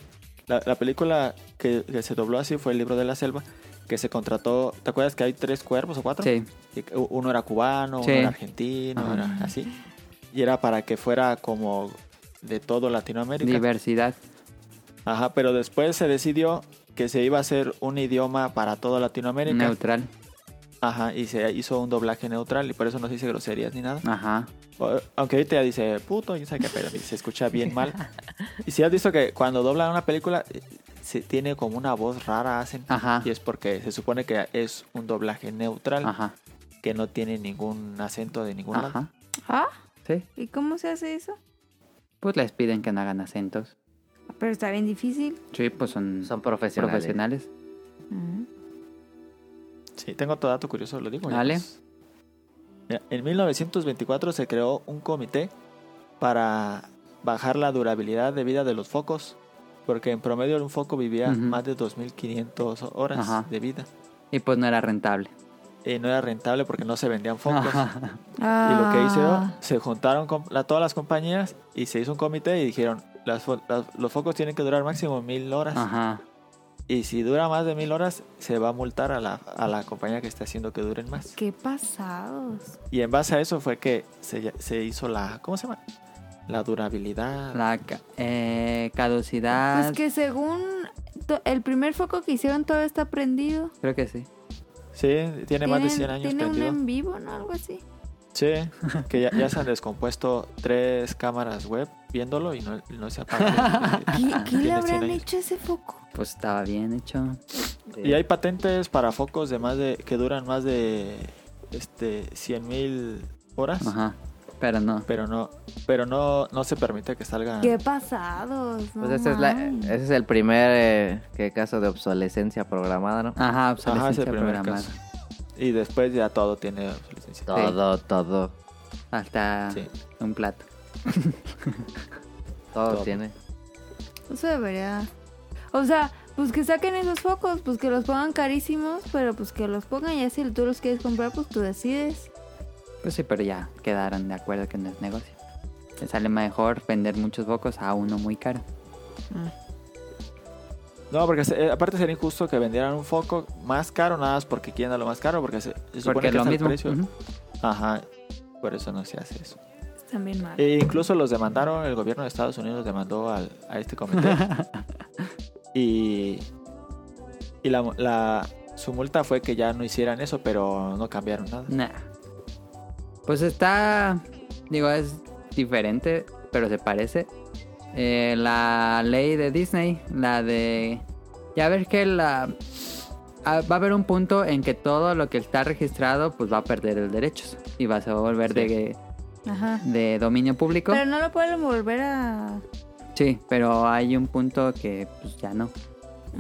[SPEAKER 2] la, la película que, que se dobló así fue El libro de la selva, que se contrató, ¿te acuerdas que hay tres cuervos o cuatro?
[SPEAKER 1] Sí.
[SPEAKER 2] Y que u- Uno era cubano,
[SPEAKER 1] Sí.
[SPEAKER 2] uno era argentino,
[SPEAKER 1] Ajá.
[SPEAKER 2] era así. Y era para que fuera como de todo Latinoamérica.
[SPEAKER 1] Diversidad.
[SPEAKER 2] Ajá, pero después se decidió que se iba a hacer un idioma para toda Latinoamérica.
[SPEAKER 1] Neutral.
[SPEAKER 2] Ajá, y se hizo un doblaje neutral y por eso no se dice groserías ni nada.
[SPEAKER 1] Ajá.
[SPEAKER 2] O- Aunque ahorita ya dice puto, y sabe qué, pero se escucha bien mal. Y si has visto que cuando doblan una película, eh, se tiene como una voz rara, hacen.
[SPEAKER 1] Ajá.
[SPEAKER 2] Y es porque se supone que es un doblaje neutral,
[SPEAKER 1] Ajá.
[SPEAKER 2] que no tiene ningún acento de ningún lado.
[SPEAKER 1] Ajá.
[SPEAKER 4] ¿Ah?
[SPEAKER 1] Sí.
[SPEAKER 4] ¿Y cómo se hace eso?
[SPEAKER 1] Pues les piden que no hagan acentos.
[SPEAKER 4] Pero está bien difícil.
[SPEAKER 1] Sí, pues son,
[SPEAKER 3] Son profesionales.
[SPEAKER 1] profesionales.
[SPEAKER 4] Ah.
[SPEAKER 2] Sí, tengo otro dato curioso, lo digo. ya,
[SPEAKER 1] Dale.
[SPEAKER 2] pues. Mira, en 1924 se creó un comité para bajar la durabilidad de vida de los focos, porque en promedio un foco vivía
[SPEAKER 1] Ujú.
[SPEAKER 2] más de 2.500 horas
[SPEAKER 1] Ajá.
[SPEAKER 2] de vida.
[SPEAKER 1] Y pues no era rentable.
[SPEAKER 2] Y no era rentable porque no se vendían focos.
[SPEAKER 1] Ajá.
[SPEAKER 4] Ah.
[SPEAKER 1] Ah.
[SPEAKER 2] Y lo que hicieron, se juntaron con la- todas las compañías y se hizo un comité y dijeron, las fo- las- los focos tienen que durar máximo mil horas.
[SPEAKER 1] Ajá.
[SPEAKER 2] Y si dura más de mil horas, se va a multar a la, a la compañía que está haciendo que duren más.
[SPEAKER 4] Qué pasados.
[SPEAKER 2] Y en base a eso fue que se, se hizo la, ¿cómo se llama? La durabilidad.
[SPEAKER 1] La ca- eh, caducidad.
[SPEAKER 2] Ah.
[SPEAKER 4] Pues que según to- el primer foco que hicieron todo está prendido.
[SPEAKER 1] Creo que sí.
[SPEAKER 2] Sí, tiene más de 100 años
[SPEAKER 4] Tiene
[SPEAKER 2] prendido.
[SPEAKER 4] un em- en vivo, ¿no? Algo así.
[SPEAKER 2] Sí, que ya, ya se han descompuesto tres cámaras web viéndolo y no, no se apaga.
[SPEAKER 4] ¿Qué, qué
[SPEAKER 2] Tiene
[SPEAKER 4] le
[SPEAKER 2] 100
[SPEAKER 4] habrán
[SPEAKER 2] años.
[SPEAKER 4] hecho a ese foco?
[SPEAKER 1] Pues estaba bien hecho.
[SPEAKER 2] Y hay patentes para focos de más de que duran más de este 100.000 horas
[SPEAKER 1] Ajá. Pero no.
[SPEAKER 2] Pero no, pero no, no se permite que salga.
[SPEAKER 4] Qué pasados. No
[SPEAKER 3] Pues ese es, la-
[SPEAKER 4] mames.
[SPEAKER 3] ese es el primer eh, que caso de obsolescencia programada, ¿no?
[SPEAKER 1] Ajá, pues
[SPEAKER 2] Ajá, es el
[SPEAKER 1] obsolescencia
[SPEAKER 2] primer
[SPEAKER 1] programada.
[SPEAKER 2] caso. Y después ya todo tiene obsolescencia.
[SPEAKER 3] Todo, todo,
[SPEAKER 1] Hasta
[SPEAKER 2] Sí.
[SPEAKER 1] un plato.
[SPEAKER 3] todo,
[SPEAKER 2] Todo.
[SPEAKER 3] tiene.
[SPEAKER 4] Eso debería. O sea, pues que saquen esos focos, pues que los pongan carísimos, pero pues que los pongan ya si tú los quieres comprar, pues tú decides.
[SPEAKER 1] Pues sí, pero ya quedaron de acuerdo que no es negocio. Te sale mejor vender muchos bocos a uno muy caro.
[SPEAKER 2] No, porque se- eh, aparte sería injusto que vendieran un foco más caro, nada más porque quieren darlo más caro, porque se, se supone
[SPEAKER 1] Porque
[SPEAKER 2] que
[SPEAKER 1] lo
[SPEAKER 2] es el
[SPEAKER 1] mismo.
[SPEAKER 2] precio.
[SPEAKER 1] ujú.
[SPEAKER 2] Ajá, por eso no se hace eso.
[SPEAKER 4] Están bien mal.
[SPEAKER 2] E incluso los demandaron, el gobierno de Estados Unidos demandó al, a este comité. y y la, la- su multa fue que ya no hicieran eso, pero no cambiaron nada.
[SPEAKER 1] Nah. Pues está. Digo, es diferente, pero se parece. Eh, la ley de Disney, la de. Ya ves que la. ah, Va a haber un punto en que todo lo que está registrado, pues va a perder los derechos. Y va a volver de,
[SPEAKER 4] Ajá.
[SPEAKER 1] de dominio público.
[SPEAKER 4] Pero no lo pueden volver a.
[SPEAKER 1] Sí, pero hay un punto que pues ya no.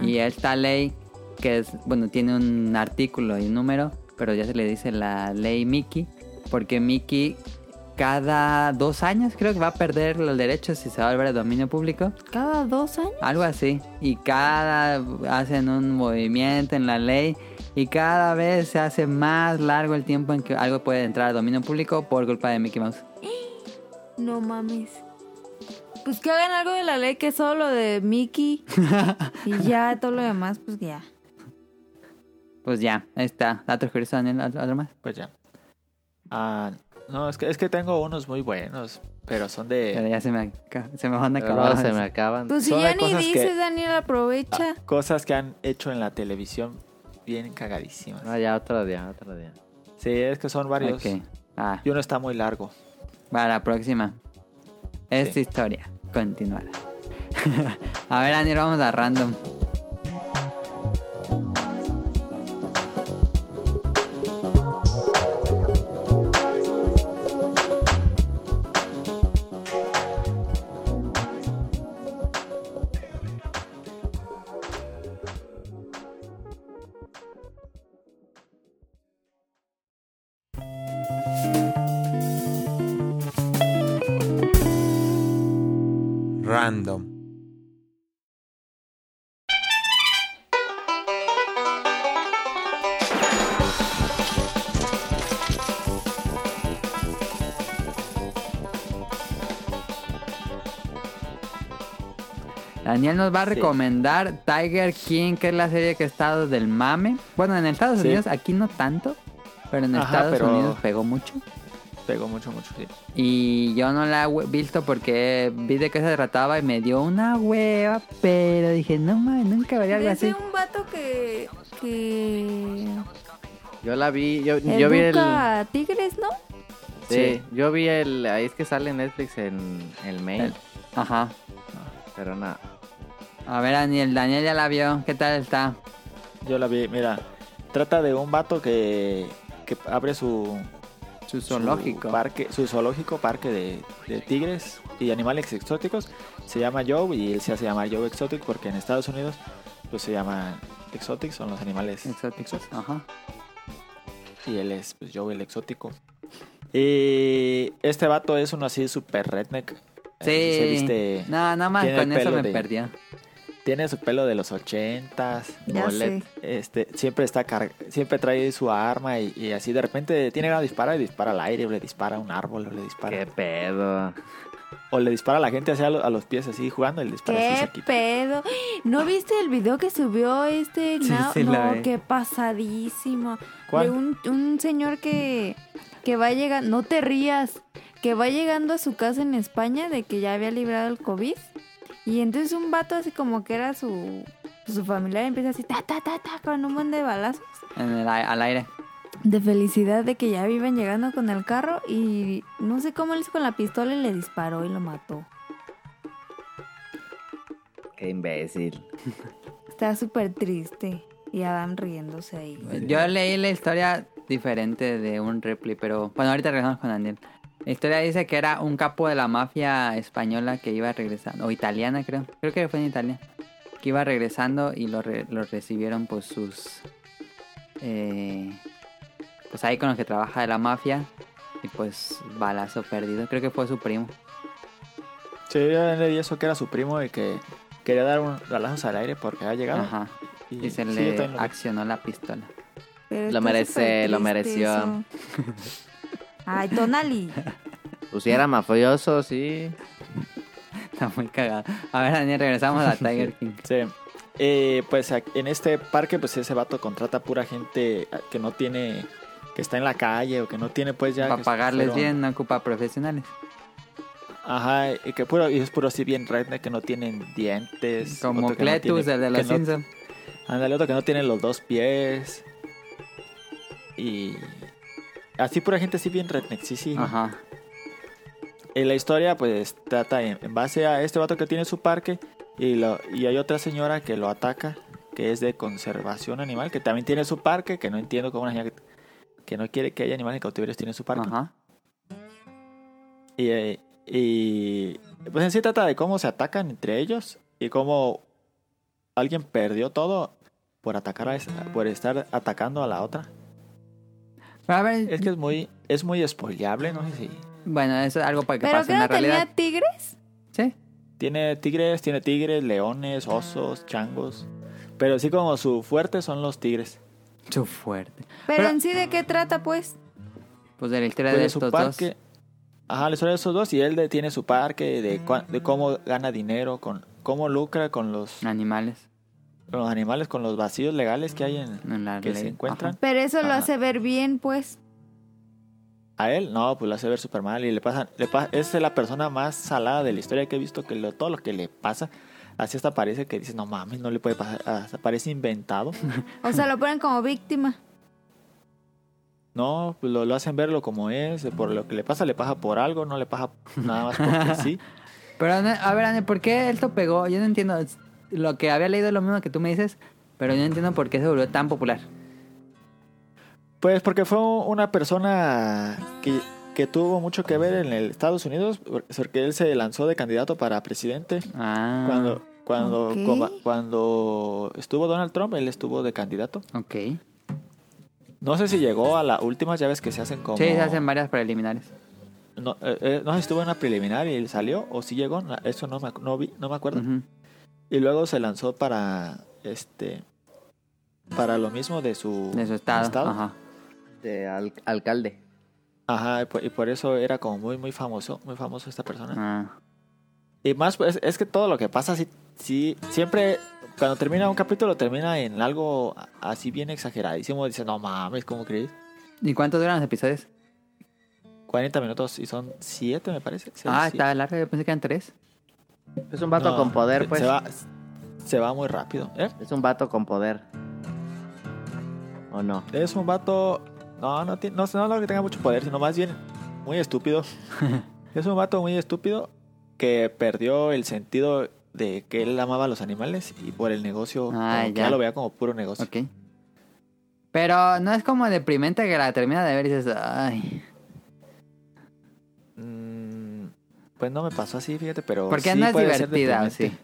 [SPEAKER 1] Y esta ley, que es, bueno, tiene un artículo y un número, pero ya se le dice la ley Mickey, porque Mickey cada dos años creo que va a perder los derechos y se va a volver a dominio público,
[SPEAKER 4] Cada dos años.
[SPEAKER 1] algo así. Y cada, hacen un movimiento en la ley y cada vez se hace más largo el tiempo en que algo puede entrar a dominio público por culpa de Mickey Mouse.
[SPEAKER 4] No mames. Pues que hagan algo de la ley que es solo lo de Mickey. y ya todo lo demás, pues ya.
[SPEAKER 1] Pues ya, ahí está. ¿Datos curiosos, Daniel? ¿Algo algo más?
[SPEAKER 2] Pues ya. Ah, no, es que, es que tengo unos muy buenos, pero son
[SPEAKER 1] Pero
[SPEAKER 2] de
[SPEAKER 1] ya se me, aca- se me van a
[SPEAKER 3] Pero
[SPEAKER 1] acabar.
[SPEAKER 3] luego se me acaban.
[SPEAKER 4] Pues si
[SPEAKER 2] Son de
[SPEAKER 4] ya ni
[SPEAKER 2] cosas que- Ah,
[SPEAKER 4] dices, Daniel, aprovecha.
[SPEAKER 2] cosas que han hecho en la televisión bien cagadísimas.
[SPEAKER 3] No, ya otro día, otro día.
[SPEAKER 2] Sí, es que son varios.
[SPEAKER 1] Ah. Ok. Ah,
[SPEAKER 2] Y uno está muy largo.
[SPEAKER 1] para la próxima. Esta
[SPEAKER 2] Sí.
[SPEAKER 1] historia continuará. a ver, Daniel, vamos a random.
[SPEAKER 5] Random.
[SPEAKER 1] Daniel nos va a
[SPEAKER 2] Sí.
[SPEAKER 1] recomendar Tiger King, que es la serie que ha estado del mame. Bueno, en Estados
[SPEAKER 2] Sí.
[SPEAKER 1] Unidos, aquí no tanto, pero en
[SPEAKER 2] Ajá,
[SPEAKER 1] Estados
[SPEAKER 2] pero-
[SPEAKER 1] Unidos pegó mucho.
[SPEAKER 2] Pegó mucho, mucho. sí.
[SPEAKER 1] Y yo no la he hue- visto porque vi de qué se trataba y me dio una hueva, pero dije, no mames, nunca vería algo
[SPEAKER 4] Dice
[SPEAKER 1] así.
[SPEAKER 4] un vato que. que.
[SPEAKER 3] Yo la vi, yo,
[SPEAKER 4] educa
[SPEAKER 3] yo vi el...
[SPEAKER 4] a tigres, ¿no?
[SPEAKER 3] Sí,
[SPEAKER 2] Sí.
[SPEAKER 3] yo vi el... Ahí es que sale en Netflix en el mail,
[SPEAKER 1] Ajá.
[SPEAKER 3] pero nada.
[SPEAKER 1] A ver, Daniel, Daniel ya la vio. ¿Qué tal está?
[SPEAKER 2] Yo la vi, mira. Trata de un vato que, que abre su,
[SPEAKER 1] Su zoológico.
[SPEAKER 2] su parque, su zoológico parque de, de tigres y animales exóticos. Se llama Joe y él se hace llamar Joe Exotic porque en Estados Unidos pues se llaman exotics, son los animales
[SPEAKER 1] Exóticos. Ajá.
[SPEAKER 2] Y él es pues, Joe el exótico. Y este vato es uno así super redneck.
[SPEAKER 1] Sí.
[SPEAKER 2] Se viste-
[SPEAKER 1] No, nada más
[SPEAKER 2] tiene
[SPEAKER 1] con
[SPEAKER 2] el
[SPEAKER 1] eso
[SPEAKER 2] pelo
[SPEAKER 1] me
[SPEAKER 2] de-
[SPEAKER 1] perdió.
[SPEAKER 2] Tiene su pelo de los ochentas.
[SPEAKER 4] Ya
[SPEAKER 2] mullet, Este, siempre está car- siempre trae su arma y, y así de repente tiene ganas de disparar y dispara al aire, o le dispara a un árbol, o le dispara.
[SPEAKER 3] ¿Qué pedo?
[SPEAKER 2] O le dispara a la gente así a, lo- a los pies así jugando y le dispara así
[SPEAKER 4] ¿Qué
[SPEAKER 2] cerquita.
[SPEAKER 4] pedo? ¿No viste el video que subió este?
[SPEAKER 1] Ah. Sí,
[SPEAKER 4] Nao?
[SPEAKER 1] sí la
[SPEAKER 4] no,
[SPEAKER 1] vi.
[SPEAKER 4] qué pasadísimo.
[SPEAKER 2] ¿Cuál?
[SPEAKER 4] De un, un señor que, que va llegando, no te rías, que va llegando a su casa en España de que ya había librado el COVID. Y entonces un vato así como que era su, pues, su familiar empieza así, ta, ta, ta, ta, con un montón de balazos.
[SPEAKER 1] En el ai- al aire.
[SPEAKER 4] De felicidad de que ya iban llegando con el carro y no sé cómo le hizo con la pistola y le disparó y lo mató.
[SPEAKER 3] Qué imbécil.
[SPEAKER 4] Está súper triste. Y Adam riéndose ahí.
[SPEAKER 1] Yo leí la historia diferente de un Ripley, pero bueno, ahorita regresamos con Daniel. La historia dice que era un capo de la mafia española que iba regresando, o italiana creo, creo que fue en Italia, que iba regresando y lo, re- lo recibieron pues sus... eh, pues ahí con los que trabaja de la mafia y pues balazo perdido, creo que fue su primo.
[SPEAKER 2] Sí, yo leí eso que era su primo y que quería dar un balazos al aire porque había llegado.
[SPEAKER 1] Ajá. Y se
[SPEAKER 2] sí, yo
[SPEAKER 1] le
[SPEAKER 2] también lo vi.
[SPEAKER 1] accionó la pistola.
[SPEAKER 4] Pero
[SPEAKER 3] Lo
[SPEAKER 4] está
[SPEAKER 3] merece,
[SPEAKER 4] súper
[SPEAKER 3] lo
[SPEAKER 4] triste
[SPEAKER 3] mereció.
[SPEAKER 4] eso. Ay, Tonali.
[SPEAKER 3] Pues sí, era mafioso, sí.
[SPEAKER 1] Está muy cagado. A ver, Daniel, regresamos a Tiger King.
[SPEAKER 2] Sí. Eh, pues ac- en este parque, pues ese vato contrata pura gente ah, que no tiene, que está en la calle o que no tiene, pues ya.
[SPEAKER 1] Para
[SPEAKER 2] que
[SPEAKER 1] pagarles
[SPEAKER 2] fueron-
[SPEAKER 1] bien, no ocupa profesionales.
[SPEAKER 2] Ajá, y que puro, y es puro así bien redneck, que no tienen dientes.
[SPEAKER 1] Como
[SPEAKER 2] otro que no
[SPEAKER 1] Cletus,
[SPEAKER 2] tiene-
[SPEAKER 1] el de
[SPEAKER 2] que
[SPEAKER 1] los
[SPEAKER 2] no-
[SPEAKER 1] Simpsons.
[SPEAKER 2] Ándale, otro que no tiene los dos pies. Y. Así pura gente así bien redneck, sí, sí.
[SPEAKER 1] Ajá.
[SPEAKER 2] Y la historia pues trata en, en base a este vato que tiene su parque y, lo, y hay otra señora que lo ataca, que es de conservación animal, que también tiene su parque, que no entiendo cómo una señora que, que no quiere que haya animales en cautiverio tiene su parque.
[SPEAKER 1] Ajá.
[SPEAKER 2] Y, eh, y, pues en sí trata de cómo se atacan entre ellos y cómo alguien perdió todo por atacar a esa- por estar atacando a la otra.
[SPEAKER 1] Pero a ver,
[SPEAKER 2] Es que es muy, es muy spoileable, no sé si.
[SPEAKER 1] bueno, eso es algo para que
[SPEAKER 4] ¿Pero
[SPEAKER 1] pase
[SPEAKER 4] que
[SPEAKER 1] en la
[SPEAKER 4] no
[SPEAKER 1] realidad.
[SPEAKER 4] tenía tigres?
[SPEAKER 1] Sí.
[SPEAKER 2] Tiene tigres, tiene tigres, leones, osos, changos. Pero sí como su fuerte son los tigres.
[SPEAKER 1] Su fuerte.
[SPEAKER 4] Pero,
[SPEAKER 1] Pero-
[SPEAKER 4] en sí, ¿de qué trata, pues?
[SPEAKER 1] Pues de la historia de
[SPEAKER 2] Tiene su
[SPEAKER 1] estos
[SPEAKER 2] parque.
[SPEAKER 1] dos.
[SPEAKER 2] Ajá, le suelen esos dos y él de- tiene su parque de, cua- de cómo gana dinero, con cómo lucra con los,
[SPEAKER 1] Ah. Animales.
[SPEAKER 2] con los animales, con los vacíos legales que hay en...
[SPEAKER 1] En la
[SPEAKER 2] Que se
[SPEAKER 1] ley.
[SPEAKER 2] encuentran.
[SPEAKER 1] Ajá.
[SPEAKER 4] Pero eso lo
[SPEAKER 2] Ajá.
[SPEAKER 4] hace ver bien, pues.
[SPEAKER 2] A él, no, pues lo hace ver súper mal y le pasa... Le pa- es la persona más salada de la historia que he visto, que lo- todo lo que le pasa, así hasta parece que dice, no mames, no le puede pasar, hasta parece inventado.
[SPEAKER 4] O sea, lo ponen como víctima.
[SPEAKER 2] No, pues, lo, lo hacen verlo como es, por lo que le pasa, le pasa por algo, no le pasa nada más porque sí.
[SPEAKER 1] Pero, Ana- a ver, Ana, ¿por qué esto pegó? Yo no entiendo. Es- Lo que había leído es lo mismo que tú me dices, pero yo no entiendo por qué se volvió tan popular.
[SPEAKER 2] Pues porque fue una persona que, que tuvo mucho que ver en el Estados Unidos, porque él se lanzó de candidato para presidente.
[SPEAKER 1] Ah.
[SPEAKER 2] Cuando, cuando,
[SPEAKER 4] Ok.
[SPEAKER 2] comba- cuando estuvo Donald Trump, él estuvo de candidato.
[SPEAKER 1] Ok.
[SPEAKER 2] No sé si llegó a la última, ya ves que se hacen como...
[SPEAKER 1] Sí, se hacen varias preliminares.
[SPEAKER 2] No, eh, eh, no sé si estuvo en la preliminar y él salió, o si llegó, na- eso no me, ac- no, vi- no me acuerdo.
[SPEAKER 1] Ujú.
[SPEAKER 2] Y luego se lanzó para este para lo mismo de su,
[SPEAKER 1] De su estado. Ajá.
[SPEAKER 3] De al- alcalde.
[SPEAKER 2] Ajá, y por, y por eso era como muy muy famoso, muy famoso esta persona.
[SPEAKER 1] Ah.
[SPEAKER 2] Y más pues es que todo lo que pasa sí, sí siempre cuando termina un capítulo termina en algo así bien exageradísimo, dice, "No mames, ¿cómo crees?"
[SPEAKER 1] ¿Y cuánto duran los episodios?
[SPEAKER 2] 40 minutos y son 7, me parece. Sí,
[SPEAKER 1] ah,
[SPEAKER 2] sí.
[SPEAKER 1] está larga, yo pensé que eran tres.
[SPEAKER 3] Es un vato
[SPEAKER 2] No,
[SPEAKER 3] con poder,
[SPEAKER 2] se-
[SPEAKER 3] pues.
[SPEAKER 2] Se va se va muy rápido, ¿eh?
[SPEAKER 3] Es un vato con poder. ¿O no?
[SPEAKER 2] Es un vato. No, no, tiene- no, no lo que tenga mucho poder, sino más bien muy estúpido. es un vato muy estúpido que perdió el sentido de que él amaba a los animales y por el negocio.
[SPEAKER 1] Ah,
[SPEAKER 2] como que
[SPEAKER 1] ya.
[SPEAKER 2] ya. lo veía como puro negocio.
[SPEAKER 1] Ok. Pero no es como deprimente que la termina de ver y dices, ay.
[SPEAKER 2] Mm, pues no me pasó así, fíjate, pero.
[SPEAKER 1] Porque
[SPEAKER 2] sí
[SPEAKER 1] no es
[SPEAKER 2] puede ser
[SPEAKER 1] divertida, ¿o sí.
[SPEAKER 2] deprimente.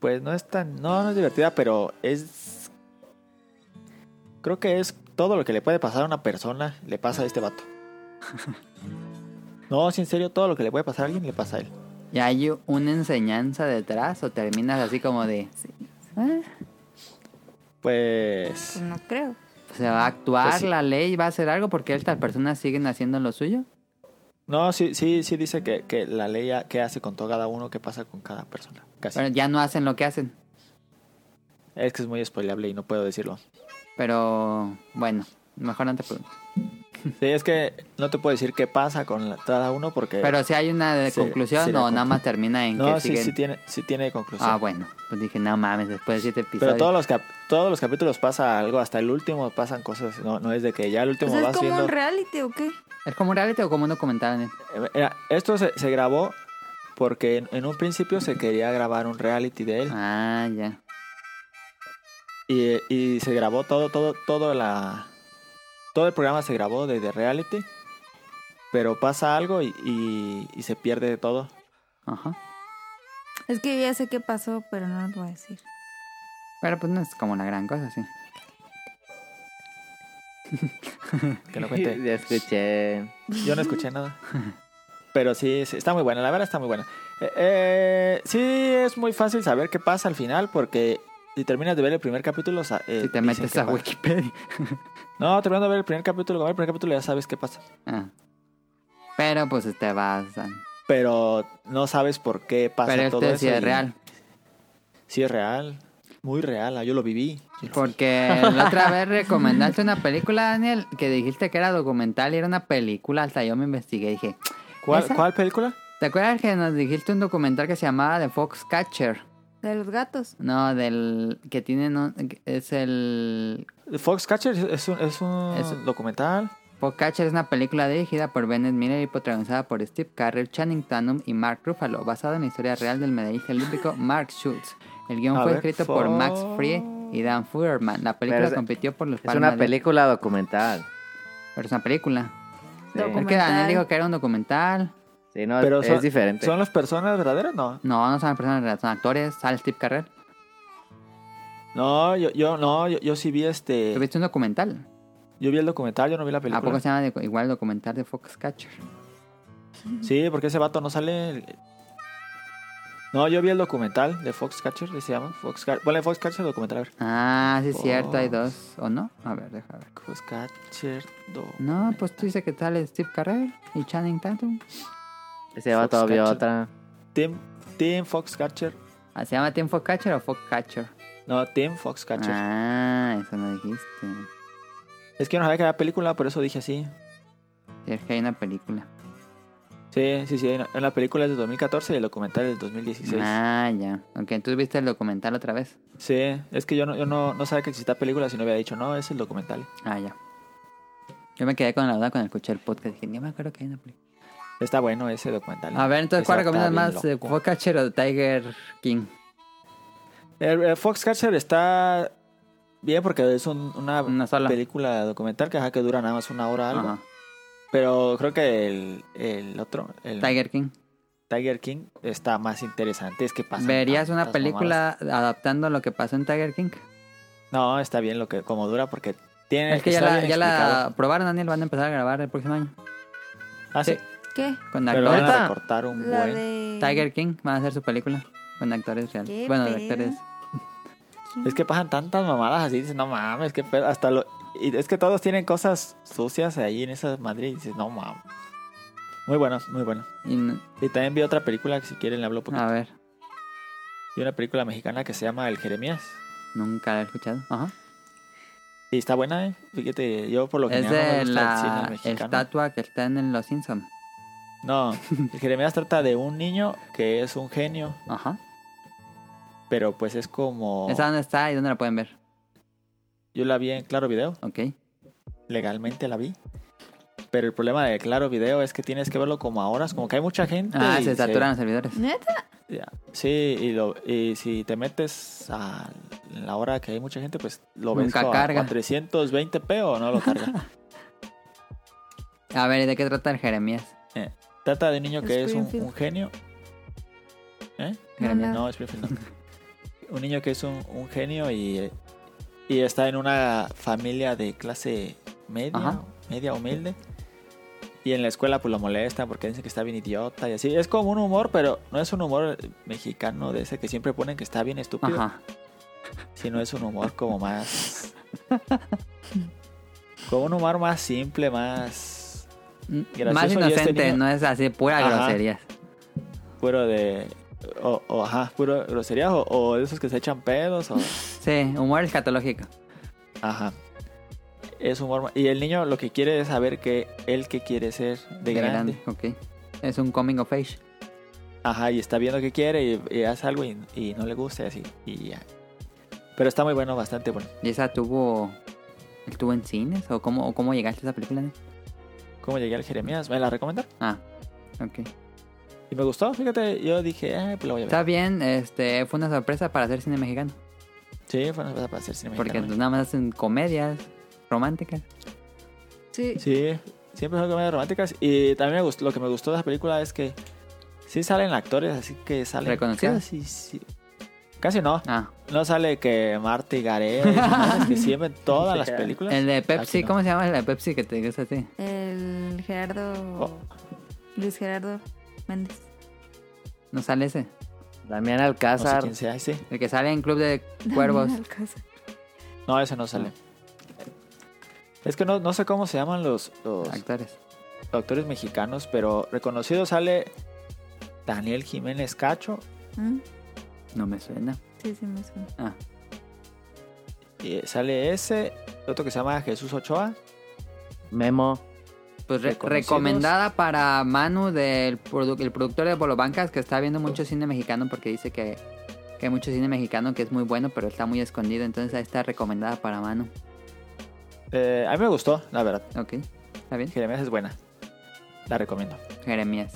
[SPEAKER 2] Pues no es tan. No, no es divertida, pero es. Creo que es todo lo que le puede pasar a una persona, le pasa a este vato. No, sí, en serio, todo lo que le puede pasar a alguien le pasa a él.
[SPEAKER 1] ¿Y hay una enseñanza detrás o terminas así como de, "Ah,
[SPEAKER 2] Pues.
[SPEAKER 4] Pues no creo.
[SPEAKER 1] se va a actuar
[SPEAKER 2] Pues sí.
[SPEAKER 1] la ley, va a hacer algo porque estas personas siguen haciendo lo suyo?
[SPEAKER 2] No, sí, sí, sí dice que, que la ley a- que hace con todo cada uno, que pasa con cada persona. Casi.
[SPEAKER 1] Pero ya no hacen lo que hacen.
[SPEAKER 2] Es que es muy spoileable y no puedo decirlo.
[SPEAKER 1] Pero bueno, mejor no te pregunto.
[SPEAKER 2] Sí, es que no te puedo decir qué pasa con la- cada uno porque.
[SPEAKER 1] Pero si hay una de
[SPEAKER 2] Eh, Sí,
[SPEAKER 1] conclusión
[SPEAKER 2] sí, la
[SPEAKER 1] o nada
[SPEAKER 2] conclu-
[SPEAKER 1] más termina en
[SPEAKER 2] no,
[SPEAKER 1] que
[SPEAKER 2] sí,
[SPEAKER 1] siguen.
[SPEAKER 2] sí tiene, sí tiene conclusión.
[SPEAKER 1] ah, bueno, pues dije, no mames, después de siete episodios.
[SPEAKER 2] Pero todos los, cap- todos los capítulos pasa algo, hasta el último pasan cosas. No, no es de que ya el último
[SPEAKER 4] Pues es
[SPEAKER 2] vas
[SPEAKER 4] como
[SPEAKER 2] viendo.
[SPEAKER 4] un reality o qué.
[SPEAKER 1] ¿Es como un reality o como un documental? Daniel?
[SPEAKER 2] Eh, eh, Esto se, se grabó porque en, en un principio se quería grabar un reality de él.
[SPEAKER 1] Ah, ya.
[SPEAKER 2] Y, y se grabó todo, todo, todo la. Todo el programa se grabó desde reality. pero pasa algo y, y- y se pierde todo.
[SPEAKER 1] Ajá.
[SPEAKER 4] Es que yo ya sé qué pasó, pero no lo voy a decir.
[SPEAKER 1] Pero pues no es como una gran cosa, sí.
[SPEAKER 2] Que lo cuente.
[SPEAKER 3] Ya escuché.
[SPEAKER 2] Yo no escuché nada. Pero sí, sí, está muy buena, la verdad está muy buena. Eh, eh, sí, es muy fácil saber qué pasa al final porque si terminas de ver el primer capítulo... sa- eh,
[SPEAKER 1] si te
[SPEAKER 2] dicen
[SPEAKER 1] metes
[SPEAKER 2] qué
[SPEAKER 1] a
[SPEAKER 2] pasa.
[SPEAKER 1] Wikipedia.
[SPEAKER 2] No, terminando de ver el primer capítulo, con el primer capítulo ya sabes qué pasa.
[SPEAKER 1] Ah. Pero pues te vas a...
[SPEAKER 2] Pero no sabes por qué pasa
[SPEAKER 1] Pero
[SPEAKER 2] todo
[SPEAKER 1] este
[SPEAKER 2] eso.
[SPEAKER 1] sí es
[SPEAKER 2] y-
[SPEAKER 1] real.
[SPEAKER 2] Sí es real, muy real, ah, yo lo viví. Yo lo-
[SPEAKER 1] Porque la otra vez recomendaste una película, Daniel, que dijiste que era documental y era una película. Hasta yo me investigué y dije...
[SPEAKER 2] ¿Cuál,
[SPEAKER 1] ¿esa?
[SPEAKER 2] cuál película?
[SPEAKER 1] ¿Te acuerdas que nos dijiste un documental que se llamaba The Foxcatcher?
[SPEAKER 4] De los gatos.
[SPEAKER 1] No, del... que tienen un- Es el...
[SPEAKER 2] Foxcatcher es un, es un
[SPEAKER 1] Es un-
[SPEAKER 2] documental.
[SPEAKER 1] Foxcatcher es una película dirigida por Bennett Miller y protagonizada por Steve Carell, Channing Tatum y Mark Ruffalo, basada en la historia real del medallista olímpico Mark Schultz. El guión
[SPEAKER 2] A
[SPEAKER 1] fue
[SPEAKER 2] ver,
[SPEAKER 1] escrito
[SPEAKER 2] Fo-
[SPEAKER 1] por Max Free y Dan Furman. La película
[SPEAKER 3] Pero es-
[SPEAKER 1] compitió por los
[SPEAKER 3] Es
[SPEAKER 1] Palmas
[SPEAKER 3] una
[SPEAKER 1] de-
[SPEAKER 3] película documental.
[SPEAKER 1] Pero es una película.
[SPEAKER 3] Sí.
[SPEAKER 1] Es que
[SPEAKER 4] Documental.
[SPEAKER 1] Daniel dijo que era un documental.
[SPEAKER 3] Sí, no,
[SPEAKER 2] Pero
[SPEAKER 3] es
[SPEAKER 2] son-
[SPEAKER 3] diferente.
[SPEAKER 2] ¿Son las personas verdaderas? No.
[SPEAKER 1] No, no son personas reales, son actores. Sale Steve Carell.
[SPEAKER 2] No, yo, yo, no, yo, yo sí vi este...
[SPEAKER 1] ¿Tuviste un documental?
[SPEAKER 2] Yo vi el documental, yo no vi la película.
[SPEAKER 1] ¿A poco se llama de- igual documental de Foxcatcher?
[SPEAKER 2] Sí, porque ese vato no sale. el- No, yo vi el documental de Foxcatcher, ¿sí se llama Foxcatcher. Ponle Foxcatcher documental, a ver.
[SPEAKER 1] Ah, sí es cierto, hay
[SPEAKER 2] Fox.
[SPEAKER 1] dos. ¿O no? A ver, deja ver.
[SPEAKER 2] Foxcatcher documental.
[SPEAKER 1] No, pues tú dices que sale Steve Carell y Channing Tatum.
[SPEAKER 3] Ese vato vio
[SPEAKER 2] Foxcatcher.
[SPEAKER 3] otra.
[SPEAKER 2] Team, Team Foxcatcher.
[SPEAKER 1] Ah, ¿Se llama Team Foxcatcher o Foxcatcher?
[SPEAKER 2] No, Team Foxcatcher.
[SPEAKER 1] Ah, eso no dijiste.
[SPEAKER 2] Es que yo no sabía que había película, por eso dije así.
[SPEAKER 1] Sí, es que hay una película.
[SPEAKER 2] Sí, sí, sí. hay una- La película es de 2014 y el documental es del 2016.
[SPEAKER 1] Ah, ya. Ok, tú viste el documental otra vez.
[SPEAKER 2] Sí, es que yo no, yo no, no sabía que existía película si no había dicho, no, es el documental.
[SPEAKER 1] Ah, ya. Yo me quedé con la duda cuando escuché el podcast. Dije, ni me acuerdo que hay una película.
[SPEAKER 2] Está bueno ese documental.
[SPEAKER 1] A ver, entonces, ¿cuál
[SPEAKER 2] Ese está
[SPEAKER 1] recomiendas
[SPEAKER 2] bien
[SPEAKER 1] más? eh,
[SPEAKER 2] loco.
[SPEAKER 1] ¿Foxcatcher o Tiger King?
[SPEAKER 2] El, el Foxcatcher está bien porque es un- una,
[SPEAKER 1] Una sola.
[SPEAKER 2] película documental que, ajá, que dura nada más una hora algo.
[SPEAKER 1] Ajá.
[SPEAKER 2] Pero creo que el, el otro, el
[SPEAKER 1] Tiger King.
[SPEAKER 2] Tiger King, está más interesante. Es que pasa.
[SPEAKER 1] ¿Verías una película adaptando lo que pasó en Tiger King?
[SPEAKER 2] No, está bien lo que como dura porque tiene.
[SPEAKER 1] Es que ya
[SPEAKER 2] está
[SPEAKER 1] la,
[SPEAKER 2] bien
[SPEAKER 1] ya
[SPEAKER 2] explicado.
[SPEAKER 1] la probaron, Daniel. Van a empezar a grabar el próximo año.
[SPEAKER 2] Ah, sí.
[SPEAKER 1] sí,
[SPEAKER 4] ¿Qué?
[SPEAKER 1] Con
[SPEAKER 2] Pero van
[SPEAKER 1] actores.
[SPEAKER 2] a recortar un
[SPEAKER 4] La
[SPEAKER 2] buen.
[SPEAKER 4] de...
[SPEAKER 1] Tiger King van a hacer su película. Con actores reales.
[SPEAKER 4] Qué
[SPEAKER 1] Bueno, de
[SPEAKER 4] pedo.
[SPEAKER 1] actores.
[SPEAKER 2] Es que pasan tantas mamadas así. Dices, no mames, que hasta lo. Y es que todos tienen cosas sucias ahí en esa Madrid. Y dices, no mames. Muy buenos, muy buenos.
[SPEAKER 1] Y no-
[SPEAKER 2] Y también vi otra película que si quieren le hablo porque
[SPEAKER 1] a ver,
[SPEAKER 2] vi una película mexicana que se llama El Jeremías.
[SPEAKER 1] nunca la he escuchado. Ajá.
[SPEAKER 2] Y está buena, ¿eh? Fíjate, yo por lo
[SPEAKER 1] Es
[SPEAKER 2] general no me
[SPEAKER 1] de
[SPEAKER 2] gusta el cine
[SPEAKER 1] la
[SPEAKER 2] mexicano.
[SPEAKER 1] estatua que está en Los Simpsons.
[SPEAKER 2] No, el Jeremías trata de un niño que es un genio,
[SPEAKER 1] Ajá.
[SPEAKER 2] pero pues es como...
[SPEAKER 1] ¿Esa dónde está y dónde la pueden ver?
[SPEAKER 2] Yo la vi en Claro Video,
[SPEAKER 1] Ok.
[SPEAKER 2] legalmente la vi. Pero el problema de Claro Video es que tienes que verlo como a horas, como que hay mucha gente.
[SPEAKER 1] Ah,
[SPEAKER 2] y
[SPEAKER 1] se saturan los servidores.
[SPEAKER 4] ¿Neta?
[SPEAKER 2] ya. Sí, y, lo, y si te metes a la hora que hay mucha gente, pues lo ves
[SPEAKER 1] Nunca
[SPEAKER 2] a-
[SPEAKER 1] carga.
[SPEAKER 2] a 320p o no lo carga.
[SPEAKER 1] A ver, ¿y ¿de qué trata el Jeremías?
[SPEAKER 2] trata de un niño que es un,
[SPEAKER 4] Springfield.
[SPEAKER 2] un genio. ¿Eh?
[SPEAKER 4] No,
[SPEAKER 2] Grande,
[SPEAKER 4] no.
[SPEAKER 2] No, Springfield no. Un niño que es un, un genio y, y está en una familia de clase media,
[SPEAKER 1] Ajá.
[SPEAKER 2] media humilde. Y en la escuela pues lo molestan porque dicen que está bien idiota y así. Es como un humor, pero no es un humor mexicano de ese que siempre ponen que está bien estúpido,
[SPEAKER 1] Ajá.
[SPEAKER 2] sino es un humor como más... como un humor más simple, más...
[SPEAKER 1] M-
[SPEAKER 2] Gracioso,
[SPEAKER 1] Mm, Más
[SPEAKER 2] y este
[SPEAKER 1] inocente,
[SPEAKER 2] niño-
[SPEAKER 1] no es así, pura
[SPEAKER 2] Ajá.
[SPEAKER 1] grosería.
[SPEAKER 2] puro de. O, o, ajá, puro groserías o, o de esos que se echan pedos o.
[SPEAKER 1] Sí, humor escatológico.
[SPEAKER 2] Ajá. Es humor. ma- Y el niño lo que quiere es saber que él que quiere ser de grande.
[SPEAKER 1] Ok. Es un coming of age.
[SPEAKER 2] Ajá, y está viendo que quiere y, y hace algo y, y no le gusta y así. Y ya. Pero está muy bueno, bastante bueno.
[SPEAKER 1] ¿Y esa tuvo. ¿Estuvo en cines? ¿O cómo, o cómo llegaste a esa película? Dani?
[SPEAKER 2] ¿Cómo llegué al Jeremías? ¿Me la recomendaron?
[SPEAKER 1] Ah, ok.
[SPEAKER 2] Y me gustó, fíjate. Yo dije, eh, pues la voy a ver.
[SPEAKER 1] Está bien, este, fue una sorpresa para hacer cine mexicano.
[SPEAKER 2] Sí, fue una cosa para hacer cine
[SPEAKER 1] Porque pues,
[SPEAKER 2] mexicano.
[SPEAKER 1] nada más hacen comedias románticas.
[SPEAKER 4] Sí.
[SPEAKER 2] Sí, Siempre son comedias románticas. Y también me gustó- lo que me gustó de esa película es que sí salen actores, así que salen.
[SPEAKER 1] ¿Reconocidos?
[SPEAKER 2] Casi, sí. Casi no.
[SPEAKER 1] Ah,
[SPEAKER 2] No sale que Marta y Gareth, ¿no? que siempre en todas las películas.
[SPEAKER 1] el de Pepsi,
[SPEAKER 2] Casi Ah, no.
[SPEAKER 1] ¿cómo se llama el de Pepsi que te gusta a ti?
[SPEAKER 4] El Gerardo.
[SPEAKER 2] Oh.
[SPEAKER 4] Luis Gerardo Méndez.
[SPEAKER 1] No sale ese.
[SPEAKER 3] Damián
[SPEAKER 2] No sé
[SPEAKER 3] Alcázar.
[SPEAKER 2] quién sea ese.
[SPEAKER 1] El que sale en Club de Cuervos.
[SPEAKER 4] Damián Alcázar.
[SPEAKER 2] No, ese no sale. Es que no, no sé cómo se llaman los, los
[SPEAKER 1] Actores.
[SPEAKER 2] actores mexicanos, pero reconocido sale Daniel Jiménez Cacho.
[SPEAKER 4] ¿Mm?
[SPEAKER 1] No me suena.
[SPEAKER 4] Sí, sí, me suena.
[SPEAKER 1] Ah,
[SPEAKER 2] y sale ese, otro que se llama Jesús Ochoa.
[SPEAKER 3] Memo.
[SPEAKER 1] pues re-
[SPEAKER 2] Reconocidos.
[SPEAKER 1] recomendada para Manu, del produ- el productor de Bolobancas, que está viendo mucho cine mexicano porque dice que, que hay mucho cine mexicano que es muy bueno, pero está muy escondido. Entonces ahí está recomendada para Manu.
[SPEAKER 2] Eh, a mí me gustó, la verdad.
[SPEAKER 1] Ok, está bien.
[SPEAKER 2] Jeremías es buena. La recomiendo.
[SPEAKER 1] Jeremías.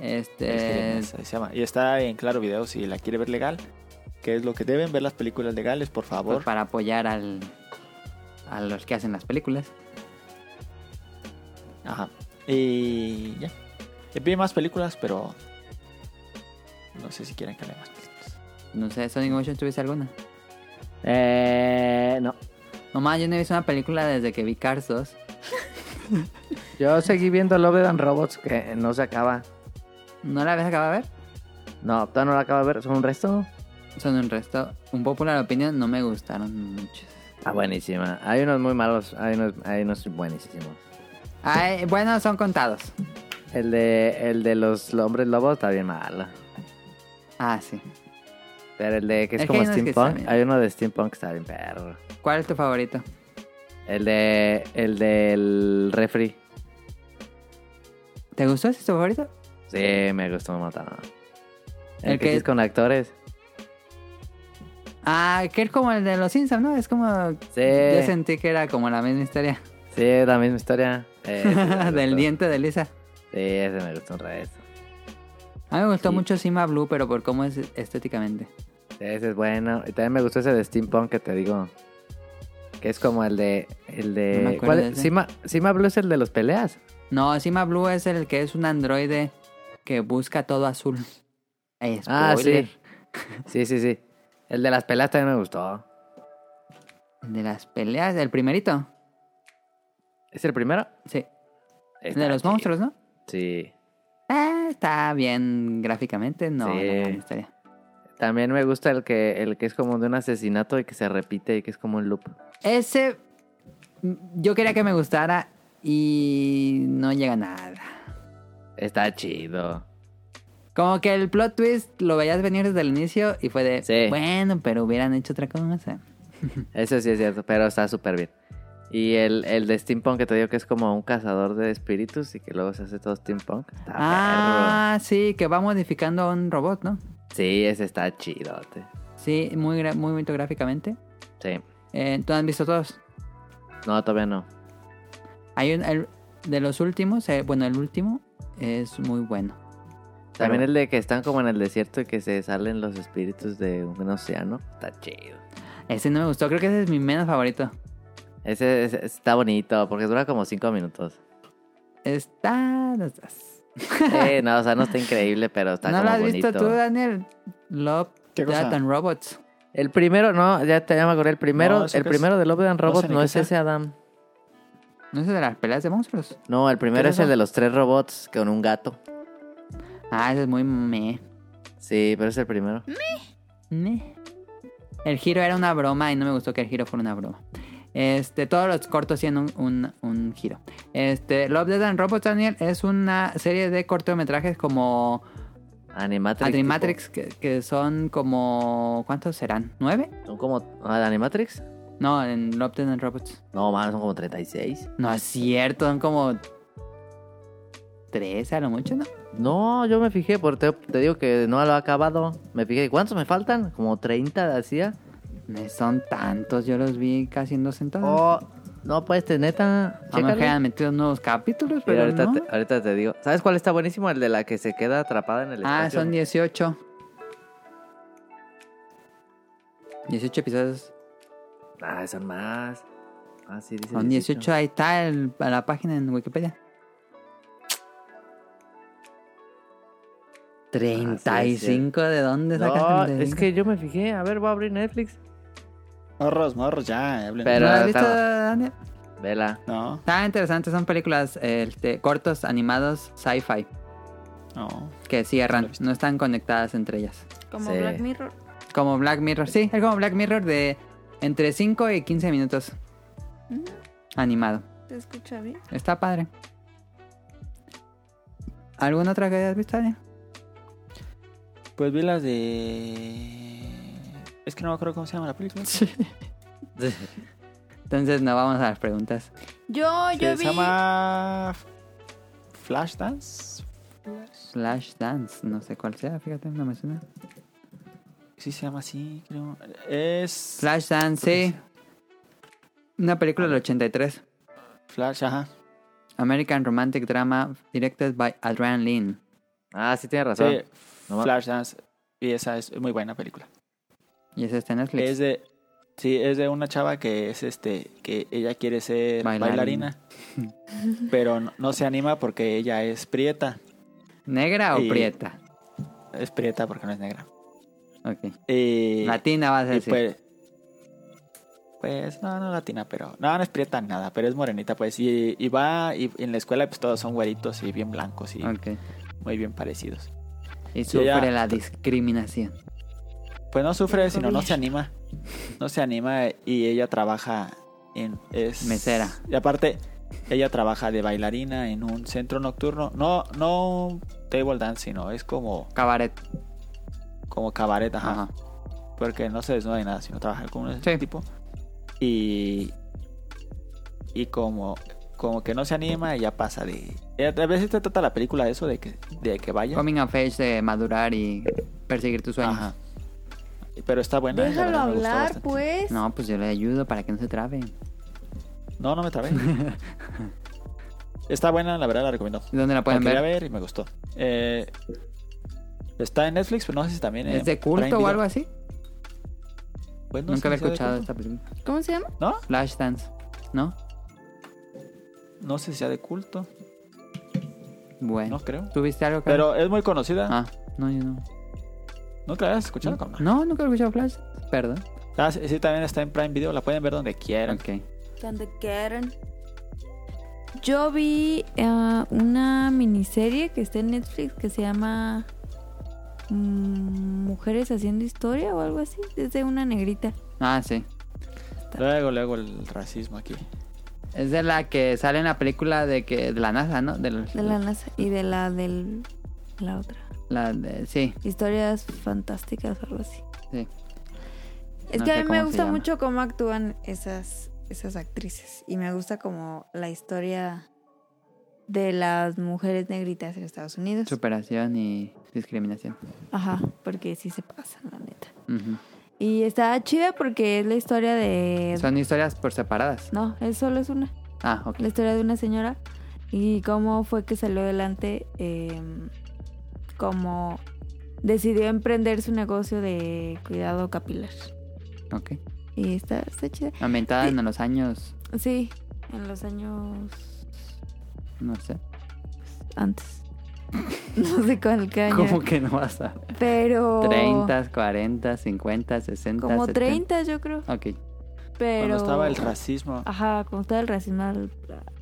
[SPEAKER 2] Es
[SPEAKER 1] Este.
[SPEAKER 2] Jeremías, así se llama. Y está en Claro Video si la quiere ver legal. Que es lo que deben ver las películas legales, por
[SPEAKER 1] pues,
[SPEAKER 2] favor.
[SPEAKER 1] para apoyar al, a los que hacen las películas.
[SPEAKER 2] Ajá. Y ya. Eh, Vi más películas, pero. No sé si quieren que lea más películas.
[SPEAKER 1] No sé, Sonic Motion, ¿tuviste alguna?
[SPEAKER 3] Eh, no.
[SPEAKER 1] No más, yo no he visto una película desde que vi Cars 2.
[SPEAKER 3] Yo seguí viendo Love and Robots que no se acaba.
[SPEAKER 1] ¿No la habías acabado de ver?
[SPEAKER 3] No, todavía no la acaba de ver. ¿Son un resto?
[SPEAKER 1] Son un resto. Un popular opinión, no me gustaron muchos.
[SPEAKER 3] Ah, buenísima. Hay unos muy malos, hay unos, hay unos buenísimos.
[SPEAKER 1] Ay, bueno, son contados.
[SPEAKER 3] El de, el de los hombres lobos está bien malo.
[SPEAKER 1] Ah, sí.
[SPEAKER 3] Pero el de que
[SPEAKER 1] Es
[SPEAKER 3] es
[SPEAKER 1] que
[SPEAKER 3] como
[SPEAKER 1] hay unos que están
[SPEAKER 3] steampunk,
[SPEAKER 1] bien.
[SPEAKER 3] hay uno de steampunk que está bien perro.
[SPEAKER 1] ¿Cuál es tu favorito?
[SPEAKER 3] El de, el del refri.
[SPEAKER 1] ¿Te gustó ese es tu favorito?
[SPEAKER 3] Sí, me gustó matar. El,
[SPEAKER 1] ¿El
[SPEAKER 3] que,
[SPEAKER 1] qué?
[SPEAKER 3] sí es con actores.
[SPEAKER 1] Ah, que es como el de los Simpsons, ¿no? Es como...
[SPEAKER 3] Sí.
[SPEAKER 1] Yo sentí que era como la misma historia
[SPEAKER 3] Sí, es la misma historia. Eh, ese me
[SPEAKER 1] del
[SPEAKER 3] gustó.
[SPEAKER 1] diente de Lisa.
[SPEAKER 3] Sí, ese me gustó un resto.
[SPEAKER 1] A mí me gustó
[SPEAKER 3] Sí.
[SPEAKER 1] mucho Sima Blue, pero por cómo es estéticamente.
[SPEAKER 3] Sí, Ese es bueno. Y también me gustó ese de Steampunk que te digo. Que es como el de. El de.
[SPEAKER 1] No me acuerdo
[SPEAKER 3] ¿cuál
[SPEAKER 1] de
[SPEAKER 3] es?
[SPEAKER 1] ese.
[SPEAKER 3] Sima, Sima Blue es el de los peleas.
[SPEAKER 1] No, Sima Blue es el que es un androide que busca todo azul. Eh,
[SPEAKER 3] Ah,
[SPEAKER 1] spoiler.
[SPEAKER 3] sí. Sí, sí, sí. El de las peleas también me gustó.
[SPEAKER 1] De las peleas, el primerito.
[SPEAKER 3] ¿Es el primero?
[SPEAKER 1] Sí.
[SPEAKER 3] Está
[SPEAKER 1] De los
[SPEAKER 3] chido.
[SPEAKER 1] monstruos, ¿no?
[SPEAKER 3] Sí.
[SPEAKER 1] Ah, está bien gráficamente, no.
[SPEAKER 3] Sí.
[SPEAKER 1] la gran historia.
[SPEAKER 3] También me gusta el que, el que es como de un asesinato y que se repite y que es como un loop.
[SPEAKER 1] Ese mm, yo quería que me gustara y no llega a nada.
[SPEAKER 3] Está chido.
[SPEAKER 1] Como que el plot twist lo veías venir desde el inicio y fue de,
[SPEAKER 3] Sí.
[SPEAKER 1] bueno, pero hubieran hecho otra cosa.
[SPEAKER 3] Eso sí es cierto, pero está súper bien. Y el, el de steampunk que te digo que es como un cazador de espíritus y que luego se hace todo steampunk. Está
[SPEAKER 1] Ah, sí, que va modificando a un robot, ¿no?
[SPEAKER 3] perro. Sí, ese está chido.
[SPEAKER 1] Sí, muy, gra- muy bonito gráficamente.
[SPEAKER 3] Sí.
[SPEAKER 1] Eh, ¿Tú has visto todos?
[SPEAKER 3] No, todavía no.
[SPEAKER 1] Hay un, el- de los últimos, eh, bueno, el último es muy bueno.
[SPEAKER 3] También
[SPEAKER 1] Pero-
[SPEAKER 3] el de que están como en el desierto y que se salen los espíritus de un océano. Está chido.
[SPEAKER 1] Ese Eh, no me gustó, creo que ese es mi menos favorito.
[SPEAKER 3] Ese, ese está bonito porque dura como cinco minutos.
[SPEAKER 1] Está... No, estás-
[SPEAKER 3] Sí, no, o sea, no está increíble, pero está
[SPEAKER 1] ¿No
[SPEAKER 3] como
[SPEAKER 1] lo has
[SPEAKER 3] bonito.
[SPEAKER 1] visto tú, Daniel? Love,
[SPEAKER 2] ¿Qué cosa?
[SPEAKER 1] Death and Robots.
[SPEAKER 3] El primero, no, ya te ya me acordé. El primero,
[SPEAKER 2] No, ¿eso
[SPEAKER 3] el
[SPEAKER 2] qué
[SPEAKER 3] primero de Love and
[SPEAKER 2] No sé
[SPEAKER 3] Robots
[SPEAKER 2] ni
[SPEAKER 3] no
[SPEAKER 2] qué
[SPEAKER 3] es
[SPEAKER 2] sea.
[SPEAKER 3] ese Adam.
[SPEAKER 1] ¿No es de las peleas de monstruos?
[SPEAKER 3] No, el primero
[SPEAKER 2] ¿Qué
[SPEAKER 3] es,
[SPEAKER 2] es
[SPEAKER 3] el
[SPEAKER 2] eso?
[SPEAKER 3] de los tres robots con un gato.
[SPEAKER 1] Ah, ese es muy meh.
[SPEAKER 3] Sí, pero es el primero.
[SPEAKER 1] Meh. El giro era una broma y no me gustó que el giro fuera una broma. Este, todos los cortos tienen un, un, un giro. Este, Love, Death and Robots, Daniel, es una serie de cortometrajes como
[SPEAKER 3] Animatrix.
[SPEAKER 1] Animatrix, que, que son como... ¿Cuántos serán? ¿Nueve?
[SPEAKER 3] tipo. Son como. ah, ¿de Animatrix?
[SPEAKER 1] No, en Love, Death and Robots.
[SPEAKER 3] No, man, son como 36.
[SPEAKER 1] No es cierto, son como... Tres a lo mucho, ¿no?
[SPEAKER 3] No, yo me fijé, porque te, te digo que no lo he acabado. Me fijé, ¿cuántos me faltan? Como 30 de hacía.
[SPEAKER 1] No son tantos, yo los vi casi en dos
[SPEAKER 2] Ah.
[SPEAKER 1] sentadas.
[SPEAKER 3] Oh, no, pues, te neta.
[SPEAKER 1] A lo mejor
[SPEAKER 3] chécale.
[SPEAKER 1] hayan metido nuevos capítulos,
[SPEAKER 3] Mira,
[SPEAKER 1] pero
[SPEAKER 3] ahorita,
[SPEAKER 1] no. Ah,
[SPEAKER 3] te, ahorita te digo. ¿Sabes cuál está buenísimo? El de la que se queda atrapada en el
[SPEAKER 1] Ah,
[SPEAKER 3] espacio.
[SPEAKER 1] son 18. 18 episodios.
[SPEAKER 3] Ah, son más. Ah, sí, dice
[SPEAKER 1] Son 18, ahí está el- la página en Wikipedia. 35, ¿de dónde
[SPEAKER 3] No,
[SPEAKER 1] sacaste?
[SPEAKER 3] es que yo me fijé. A ver, voy a abrir Netflix.
[SPEAKER 2] Morros, morros, ya, hablen.
[SPEAKER 3] Pero-
[SPEAKER 1] ¿No has visto,
[SPEAKER 3] estaba-
[SPEAKER 1] Daniel?
[SPEAKER 3] Vela.
[SPEAKER 2] No,
[SPEAKER 1] Está interesante, son películas este, cortos, animados, sci-fi,
[SPEAKER 2] no.
[SPEAKER 1] que cierran,
[SPEAKER 2] Lo he visto.
[SPEAKER 1] no están conectadas entre ellas.
[SPEAKER 4] Como
[SPEAKER 3] Sí.
[SPEAKER 4] Black Mirror.
[SPEAKER 1] Como Black Mirror, sí, es como Black Mirror de entre 5 y 15 minutos
[SPEAKER 4] Mm,
[SPEAKER 1] animado.
[SPEAKER 4] ¿Te escucha bien?
[SPEAKER 1] Está padre. ¿Alguna otra que hayas visto, Daniel?
[SPEAKER 2] Pues vi las de. Es que no me acuerdo cómo se llama la película.
[SPEAKER 1] Entonces nos vamos a las preguntas.
[SPEAKER 4] Yo, yo
[SPEAKER 2] Que
[SPEAKER 4] vi.
[SPEAKER 2] se llama. Flashdance.
[SPEAKER 1] Flash Dance, no sé cuál sea, fíjate, no me suena.
[SPEAKER 2] Sí, se llama así, creo. Es.
[SPEAKER 1] Flash Dance, sí. Una película
[SPEAKER 2] Ah.
[SPEAKER 1] del 83.
[SPEAKER 2] Flash, ajá.
[SPEAKER 1] American Romantic Drama, directed by Adrian Lin.
[SPEAKER 3] Ah, sí, tiene razón.
[SPEAKER 2] Sí,
[SPEAKER 3] No ma-
[SPEAKER 2] Flashdance. Y esa es muy buena película.
[SPEAKER 1] Y es este Netflix.
[SPEAKER 2] Es de. Sí, es de una chava que es este. Que ella quiere ser
[SPEAKER 1] Bailarina.
[SPEAKER 2] bailarina. pero no, no se anima porque ella es prieta.
[SPEAKER 1] ¿Negra o
[SPEAKER 2] y-
[SPEAKER 1] prieta?
[SPEAKER 2] Es prieta porque no es negra. Eh,
[SPEAKER 1] Ok.
[SPEAKER 2] Y-
[SPEAKER 1] Latina vas a
[SPEAKER 2] Y
[SPEAKER 1] decir.
[SPEAKER 2] pues, pues, no, no latina, pero. No, no es prieta nada, pero es morenita, pues. Y, y va, y en la escuela, pues todos son güeritos y bien blancos y
[SPEAKER 1] Ok.
[SPEAKER 2] muy bien parecidos.
[SPEAKER 1] Y sufre
[SPEAKER 2] ella-
[SPEAKER 1] la discriminación.
[SPEAKER 2] Pues no sufre, sino no se anima. No se anima y ella trabaja en. Es,
[SPEAKER 1] Mesera.
[SPEAKER 2] Y aparte, ella trabaja de bailarina en un centro nocturno. No, no un table dance, sino es como,
[SPEAKER 1] Cabaret.
[SPEAKER 2] como cabaret, ajá.
[SPEAKER 1] Ajá.
[SPEAKER 2] porque no se desnuda ni nada, sino trabajar con ese
[SPEAKER 1] Sí.
[SPEAKER 2] tipo. Y, y como, como que no se anima, ya pasa de... A veces te trata la película de eso, de que, de que vaya.
[SPEAKER 1] Coming of age de madurar y perseguir tus sueños.
[SPEAKER 2] Ajá. Pero está buena. la
[SPEAKER 4] Déjalo
[SPEAKER 2] verdad, me gustó
[SPEAKER 4] hablar,
[SPEAKER 2] bastante.
[SPEAKER 4] pues.
[SPEAKER 1] No, pues yo le ayudo para que no se trabe.
[SPEAKER 2] No, no me trabé. está buena, la verdad la recomiendo.
[SPEAKER 1] ¿Dónde la
[SPEAKER 2] La
[SPEAKER 1] pueden
[SPEAKER 2] quería
[SPEAKER 1] ver?
[SPEAKER 2] ver y me gustó. Eh, está en Netflix, pero no sé si también...
[SPEAKER 1] ¿Es de culto o algo así? Nunca había escuchado esta película.
[SPEAKER 4] ¿Cómo se llama?
[SPEAKER 2] ¿No?
[SPEAKER 1] Flashdance, ¿no?
[SPEAKER 2] No sé si sea de culto,
[SPEAKER 1] Bueno.
[SPEAKER 2] no creo.
[SPEAKER 1] ¿Tuviste algo que
[SPEAKER 2] Pero es muy conocida.
[SPEAKER 1] Ah, no, yo no.
[SPEAKER 2] ¿Nunca la habías escuchado? Carla?
[SPEAKER 1] No, nunca he escuchado Flash. Perdón.
[SPEAKER 2] Ah, sí, sí, también está en Prime Video, la pueden ver donde quieran.
[SPEAKER 1] Ok.
[SPEAKER 4] Donde quieran. Yo vi ah, una miniserie que está en Netflix que se llama mm, Mujeres haciendo historia o algo así. Es de una negrita.
[SPEAKER 1] Ah, sí.
[SPEAKER 2] Luego, luego el racismo aquí.
[SPEAKER 1] Es de la que sale en la película de que de la NASA, ¿no? De la,
[SPEAKER 4] De la NASA y de la del la otra.
[SPEAKER 1] la de- sí.
[SPEAKER 4] Historias fantásticas o algo así.
[SPEAKER 1] Sí.
[SPEAKER 4] Es
[SPEAKER 1] No
[SPEAKER 4] que
[SPEAKER 1] sé
[SPEAKER 4] a mí
[SPEAKER 1] cómo
[SPEAKER 4] me
[SPEAKER 1] se
[SPEAKER 4] gusta
[SPEAKER 1] llama.
[SPEAKER 4] mucho cómo actúan esas, esas actrices. Y me gusta como la historia de las mujeres negritas en Estados Unidos.
[SPEAKER 1] Superación y discriminación.
[SPEAKER 4] Ajá, porque sí se pasan, la neta.
[SPEAKER 1] Ujú.
[SPEAKER 4] Y está chida porque es la historia de...
[SPEAKER 1] Son historias por separadas.
[SPEAKER 4] No, es solo es una.
[SPEAKER 1] Ah, ok.
[SPEAKER 4] La historia de una señora y cómo fue que salió adelante, eh, cómo decidió emprender su negocio de cuidado capilar.
[SPEAKER 1] Ok.
[SPEAKER 4] Y está, está chida.
[SPEAKER 1] Ambientada
[SPEAKER 4] Sí.
[SPEAKER 1] en los años,
[SPEAKER 4] Sí, en los años
[SPEAKER 1] no sé.
[SPEAKER 4] antes. No sé cuál qué año.
[SPEAKER 1] ¿Cómo que no vas a?
[SPEAKER 4] Pero...
[SPEAKER 1] 30, 40, 50, 60.
[SPEAKER 4] Como
[SPEAKER 1] 70.
[SPEAKER 4] 30 yo creo.
[SPEAKER 1] Ok.
[SPEAKER 4] Pero...
[SPEAKER 2] Cuando estaba el racismo.
[SPEAKER 1] Ah.
[SPEAKER 4] Ajá, como está el racismo al-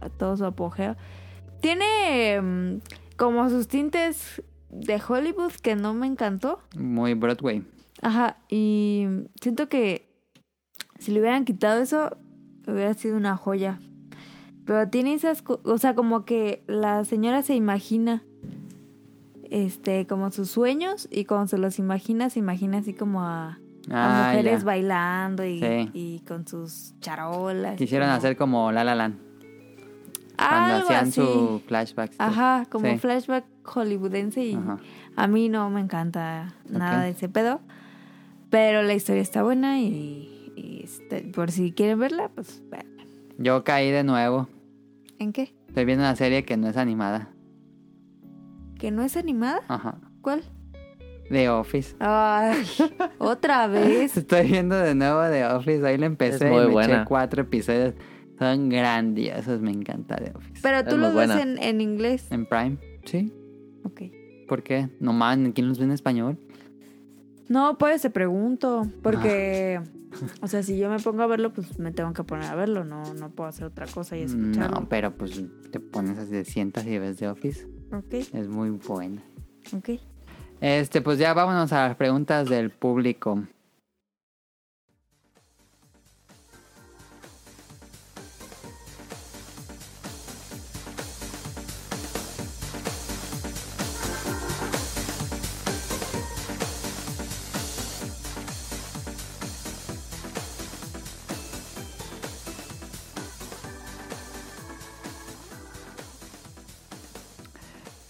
[SPEAKER 4] a todo su apogeo. Tiene mm, como sus tintes de Hollywood que no me encantó.
[SPEAKER 1] Muy Broadway.
[SPEAKER 4] Ajá, y siento que si le hubieran quitado eso, hubiera sido una joya. Pero tiene esas, co- o sea, como que la señora se imagina este como sus sueños y cuando se los imagina, se imagina así como a,
[SPEAKER 1] Ah,
[SPEAKER 4] a mujeres
[SPEAKER 1] ya.
[SPEAKER 4] bailando y,
[SPEAKER 1] Sí.
[SPEAKER 4] y con sus charolas.
[SPEAKER 1] Quisieron
[SPEAKER 4] como-
[SPEAKER 1] hacer como La La Land. Cuando
[SPEAKER 4] algo
[SPEAKER 1] hacían
[SPEAKER 4] así.
[SPEAKER 1] su flashbacks.
[SPEAKER 4] Ajá, como
[SPEAKER 1] Sí.
[SPEAKER 4] flashback hollywoodense y
[SPEAKER 1] Ajá.
[SPEAKER 4] a mí no me encanta nada
[SPEAKER 1] Ok.
[SPEAKER 4] de ese pedo. Pero la historia está buena y, y este, por si quieren verla, pues vean.
[SPEAKER 1] Yo caí de nuevo.
[SPEAKER 4] ¿En qué?
[SPEAKER 1] Estoy viendo una serie que no es animada.
[SPEAKER 4] ¿Que no es animada?
[SPEAKER 1] Ajá.
[SPEAKER 4] ¿Cuál?
[SPEAKER 1] The Office.
[SPEAKER 4] Ay, otra vez.
[SPEAKER 1] Estoy viendo de nuevo The Office. Ahí la empecé
[SPEAKER 3] Es
[SPEAKER 1] y
[SPEAKER 3] muy
[SPEAKER 1] me eché
[SPEAKER 3] buena.
[SPEAKER 1] cuatro episodios. Son grandiosos, me encanta The Office.
[SPEAKER 4] Pero tú
[SPEAKER 3] muy
[SPEAKER 4] los
[SPEAKER 3] buena.
[SPEAKER 4] ves en, en inglés.
[SPEAKER 1] ¿En Prime? Sí.
[SPEAKER 4] Ok.
[SPEAKER 1] ¿Por qué? No más, ¿quién los ve en español?
[SPEAKER 4] No, pues te pregunto. Porque, o sea, si yo me pongo a verlo, pues me tengo que poner a verlo. No, no puedo hacer otra cosa y escucharlo.
[SPEAKER 1] No, pero pues te pones así, te sientas y ves The Office.
[SPEAKER 4] Ok,
[SPEAKER 1] Es muy buena.
[SPEAKER 4] ok.
[SPEAKER 1] Este, pues ya vámonos a las preguntas del público.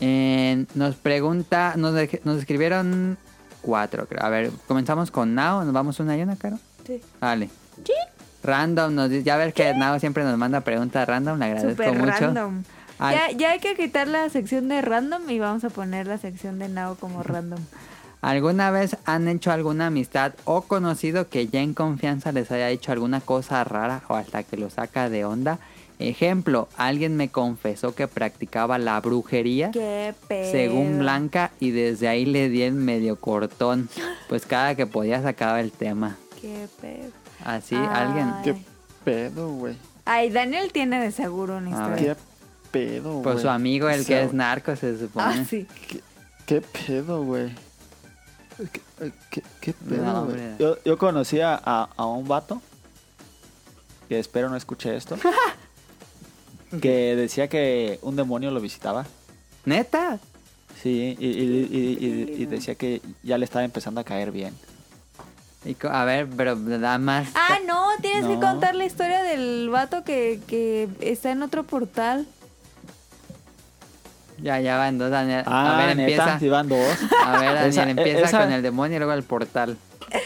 [SPEAKER 1] Eh, nos pregunta, nos, deje- nos escribieron cuatro, creo. A ver, comenzamos con Nao, nos vamos una y una, Caro.
[SPEAKER 4] Sí.
[SPEAKER 1] Vale. Random nos dice, ya ves que Nao siempre nos manda preguntas random, le agradezco
[SPEAKER 4] Súper
[SPEAKER 1] mucho.
[SPEAKER 4] random.
[SPEAKER 1] Al-
[SPEAKER 4] Ya, ya hay que quitar la sección de random y vamos a poner la sección de Nao como random.
[SPEAKER 1] ¿Alguna vez han hecho alguna amistad o conocido que ya en confianza les haya hecho alguna cosa rara o hasta que lo saca de onda? Ejemplo, alguien me confesó que practicaba la brujería
[SPEAKER 4] Qué pedo.
[SPEAKER 1] según Blanca y desde ahí le di el medio cortón, pues cada que podía sacaba el tema.
[SPEAKER 4] Qué pedo.
[SPEAKER 1] Así
[SPEAKER 4] Ay.
[SPEAKER 1] alguien,
[SPEAKER 2] ¿Qué pedo, güey?
[SPEAKER 4] Ay, Daniel tiene de seguro una
[SPEAKER 1] A
[SPEAKER 4] historia.
[SPEAKER 2] ¿Qué pedo, güey?
[SPEAKER 1] pues su amigo el que es narco se supone.
[SPEAKER 4] Ah, sí.
[SPEAKER 2] ¿Qué pedo, güey? ¿Qué, eh, qué- qué
[SPEAKER 1] No,
[SPEAKER 2] pedo, güey?
[SPEAKER 1] hombre.
[SPEAKER 2] yo, yo conocí a, a- a un vato, que espero no escuche esto, que decía que un demonio lo visitaba.
[SPEAKER 1] Neta.
[SPEAKER 2] Sí, y, y- y- y- y decía que ya le estaba empezando a caer bien.
[SPEAKER 1] Y co- a ver, pero da más.
[SPEAKER 4] Ah, no, tienes que
[SPEAKER 2] No.
[SPEAKER 4] contar la historia del vato que, que está en otro portal.
[SPEAKER 1] Ya, ya van dos, Daniel.
[SPEAKER 2] Ah,
[SPEAKER 1] a ver, empieza.
[SPEAKER 2] neta, sí van dos.
[SPEAKER 1] A ver, Daniel,
[SPEAKER 2] Esa- e,
[SPEAKER 1] empieza
[SPEAKER 2] esa-
[SPEAKER 1] con el demonio y luego el portal.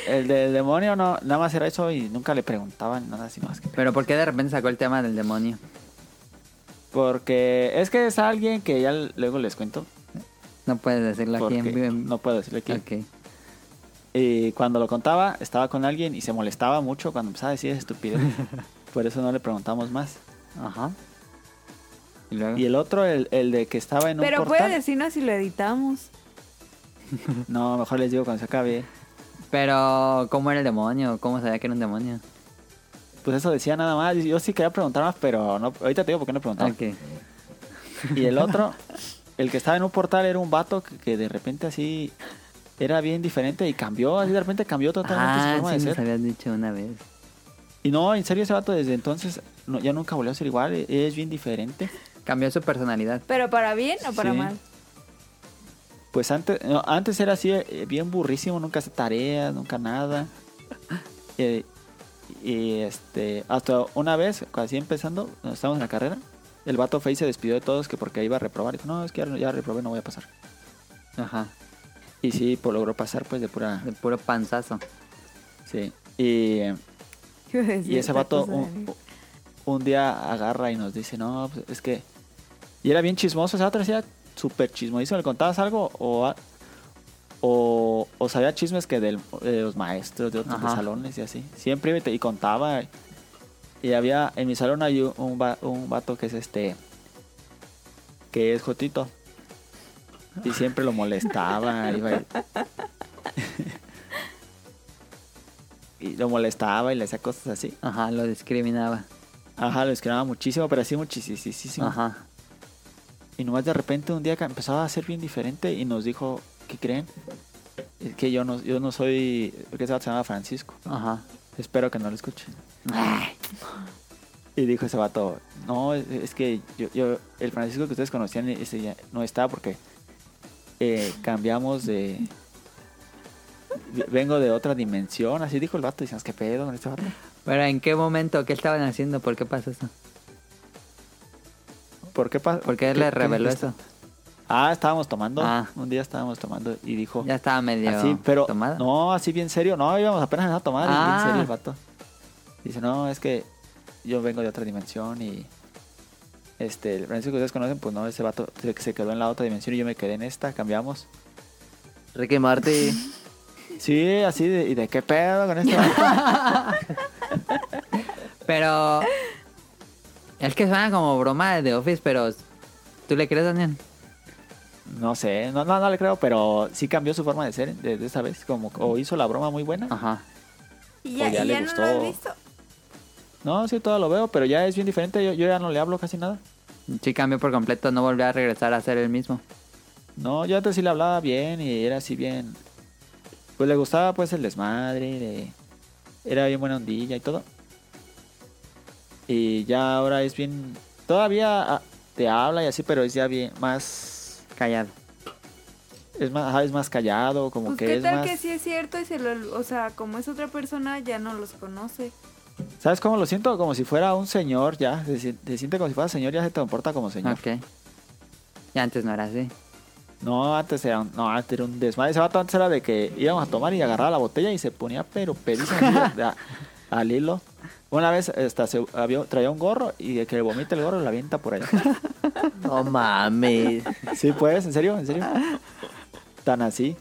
[SPEAKER 2] El del demonio no, nada más era eso y nunca le preguntaban nada así más que...
[SPEAKER 1] Pero ¿por qué de repente sacó el tema del demonio?
[SPEAKER 2] Porque es que es alguien que ya luego les cuento.
[SPEAKER 1] No puedes decirlo aquí en
[SPEAKER 2] porque
[SPEAKER 1] vivo.
[SPEAKER 2] No puedo decirle quién.
[SPEAKER 1] Ok.
[SPEAKER 2] Y eh, cuando lo contaba, estaba con alguien y se molestaba mucho cuando empezaba a decir estupidez. Por eso no le preguntamos más.
[SPEAKER 1] Ajá. Y luego.
[SPEAKER 2] Y el otro, el, el de que estaba en un
[SPEAKER 4] Pero puede
[SPEAKER 2] portal.
[SPEAKER 4] decirnos si lo editamos.
[SPEAKER 2] No, mejor les digo cuando se acabe.
[SPEAKER 1] Pero, ¿cómo era el demonio? ¿Cómo sabía que era un demonio?
[SPEAKER 2] Pues eso decía nada más. Yo sí quería preguntar más, pero no, ahorita te digo por qué no preguntaba.
[SPEAKER 1] Ok.
[SPEAKER 2] Y el otro, el que estaba en un portal era un vato que, que de repente así era bien diferente y cambió, así de repente cambió totalmente su
[SPEAKER 1] Ah,
[SPEAKER 2] forma
[SPEAKER 1] sí,
[SPEAKER 2] de
[SPEAKER 1] nos
[SPEAKER 2] ser.
[SPEAKER 1] habías dicho una vez.
[SPEAKER 2] Y no, en serio ese vato desde entonces no- ya nunca volvió a ser igual, e- es bien diferente.
[SPEAKER 1] Cambió su personalidad.
[SPEAKER 4] ¿Pero para bien o para
[SPEAKER 2] Sí.
[SPEAKER 4] mal?
[SPEAKER 2] Pues antes, no, antes era así, eh, bien burrísimo, nunca hacía tareas, nunca nada. Eh, y este, hasta una vez, así empezando, cuando estábamos en la carrera, el vato Face se despidió de todos que porque iba a reprobar. Dijo, no, es que ya, ya reprobé, no voy a pasar.
[SPEAKER 1] Ajá.
[SPEAKER 2] Y sí, pues logró pasar pues de pura...
[SPEAKER 1] De puro panzazo.
[SPEAKER 2] Sí. Y, eh,
[SPEAKER 4] Iba a decir
[SPEAKER 2] y ese
[SPEAKER 4] otra
[SPEAKER 2] vato
[SPEAKER 4] cosa,
[SPEAKER 2] un,
[SPEAKER 4] Daniel.
[SPEAKER 2] un día agarra y nos dice, no, pues, es que... Y era bien chismoso, ese vato era súper chismoso. ¿Le contabas algo o, a- o, o sabía chismes que del- de los maestros, de otros de
[SPEAKER 1] Ajá.
[SPEAKER 2] salones y así? Siempre iba y, te- y contaba. Y había, en mi salón hay un, un va- un vato que es este, que es Jotito. Y siempre lo molestaba. iba y- y lo molestaba y le hacía cosas así.
[SPEAKER 1] Ajá, lo discriminaba.
[SPEAKER 2] Ajá, lo discriminaba muchísimo, pero así muchísimo.
[SPEAKER 1] Ajá.
[SPEAKER 2] Y nomás de repente un día que empezaba a ser bien diferente y nos dijo, ¿qué creen? Es que yo no, yo no soy... Porque ese vato se llama Francisco.
[SPEAKER 1] Ajá.
[SPEAKER 2] Espero que no lo escuchen. Y dijo ese vato, no, es, es que yo, yo- el Francisco que ustedes conocían ese ya no está porque eh, cambiamos de... Vengo de otra dimensión, así dijo el vato. Dicen, ¿qué pedo con este vato?
[SPEAKER 1] Pero ¿en qué momento? ¿Qué estaban haciendo? ¿Por qué pasó eso?
[SPEAKER 2] ¿Por qué pasó?
[SPEAKER 1] ¿Por qué le reveló eso?
[SPEAKER 2] Ah, estábamos tomando.
[SPEAKER 1] Ah.
[SPEAKER 2] Un día estábamos tomando y dijo.
[SPEAKER 1] Ya estaba medio
[SPEAKER 2] así, pero.
[SPEAKER 1] tomada.
[SPEAKER 2] No, así bien serio. No, íbamos apenas a tomar y
[SPEAKER 1] Ah.
[SPEAKER 2] bien serio el vato. Dice, no, es que yo vengo de otra dimensión y. Este, el Francisco que ustedes conocen, pues no, ese vato se, se quedó en la otra dimensión y yo me quedé en esta, cambiamos.
[SPEAKER 3] Ricky Marty.
[SPEAKER 2] Sí, así, de, ¿y de qué pedo con este vato?
[SPEAKER 1] Pero Es que suena como broma de The Office, pero ¿tú le crees, Daniel?
[SPEAKER 2] No sé, no, no, no le creo, pero sí cambió su forma de ser desde esta vez. Como que o hizo la broma muy buena.
[SPEAKER 1] Ajá.
[SPEAKER 4] Y ya,
[SPEAKER 2] O pues, ya
[SPEAKER 4] y
[SPEAKER 2] le
[SPEAKER 4] ya no
[SPEAKER 2] gustó.
[SPEAKER 4] lo has visto.
[SPEAKER 2] No, sí, todo lo veo, pero ya es bien diferente. Yo, yo ya no le hablo casi nada.
[SPEAKER 1] Sí cambió por completo, no volvió a regresar a ser el mismo.
[SPEAKER 2] No, yo antes sí le hablaba bien y era así bien. Pues le gustaba pues el desmadre, le- era bien buena ondilla y todo. Y ya ahora es bien. Todavía ah, te habla y así, pero es ya bien más.
[SPEAKER 1] Callado.
[SPEAKER 2] Es más, ajá, es más callado, como
[SPEAKER 4] Pues
[SPEAKER 2] que
[SPEAKER 4] qué
[SPEAKER 2] es
[SPEAKER 4] tal
[SPEAKER 2] más.
[SPEAKER 4] que sí es cierto y se lo, o sea, como es otra persona ya no los conoce.
[SPEAKER 2] ¿Sabes cómo lo siento? Como si fuera un señor ya. Se, si- se siente como si fuera señor, ya se te comporta como señor.
[SPEAKER 1] Ok. Y antes no era así.
[SPEAKER 2] No, antes era un, no, antes era un desmadre. Ese vato antes era de que íbamos a tomar y agarraba la botella y se ponía pero pediza así de- a- al hilo. Una vez hasta se, había- traía un gorro y de que le vomita el gorro y la avienta por ahí.
[SPEAKER 3] No mames.
[SPEAKER 2] Sí, pues, en serio, en serio. Tan así.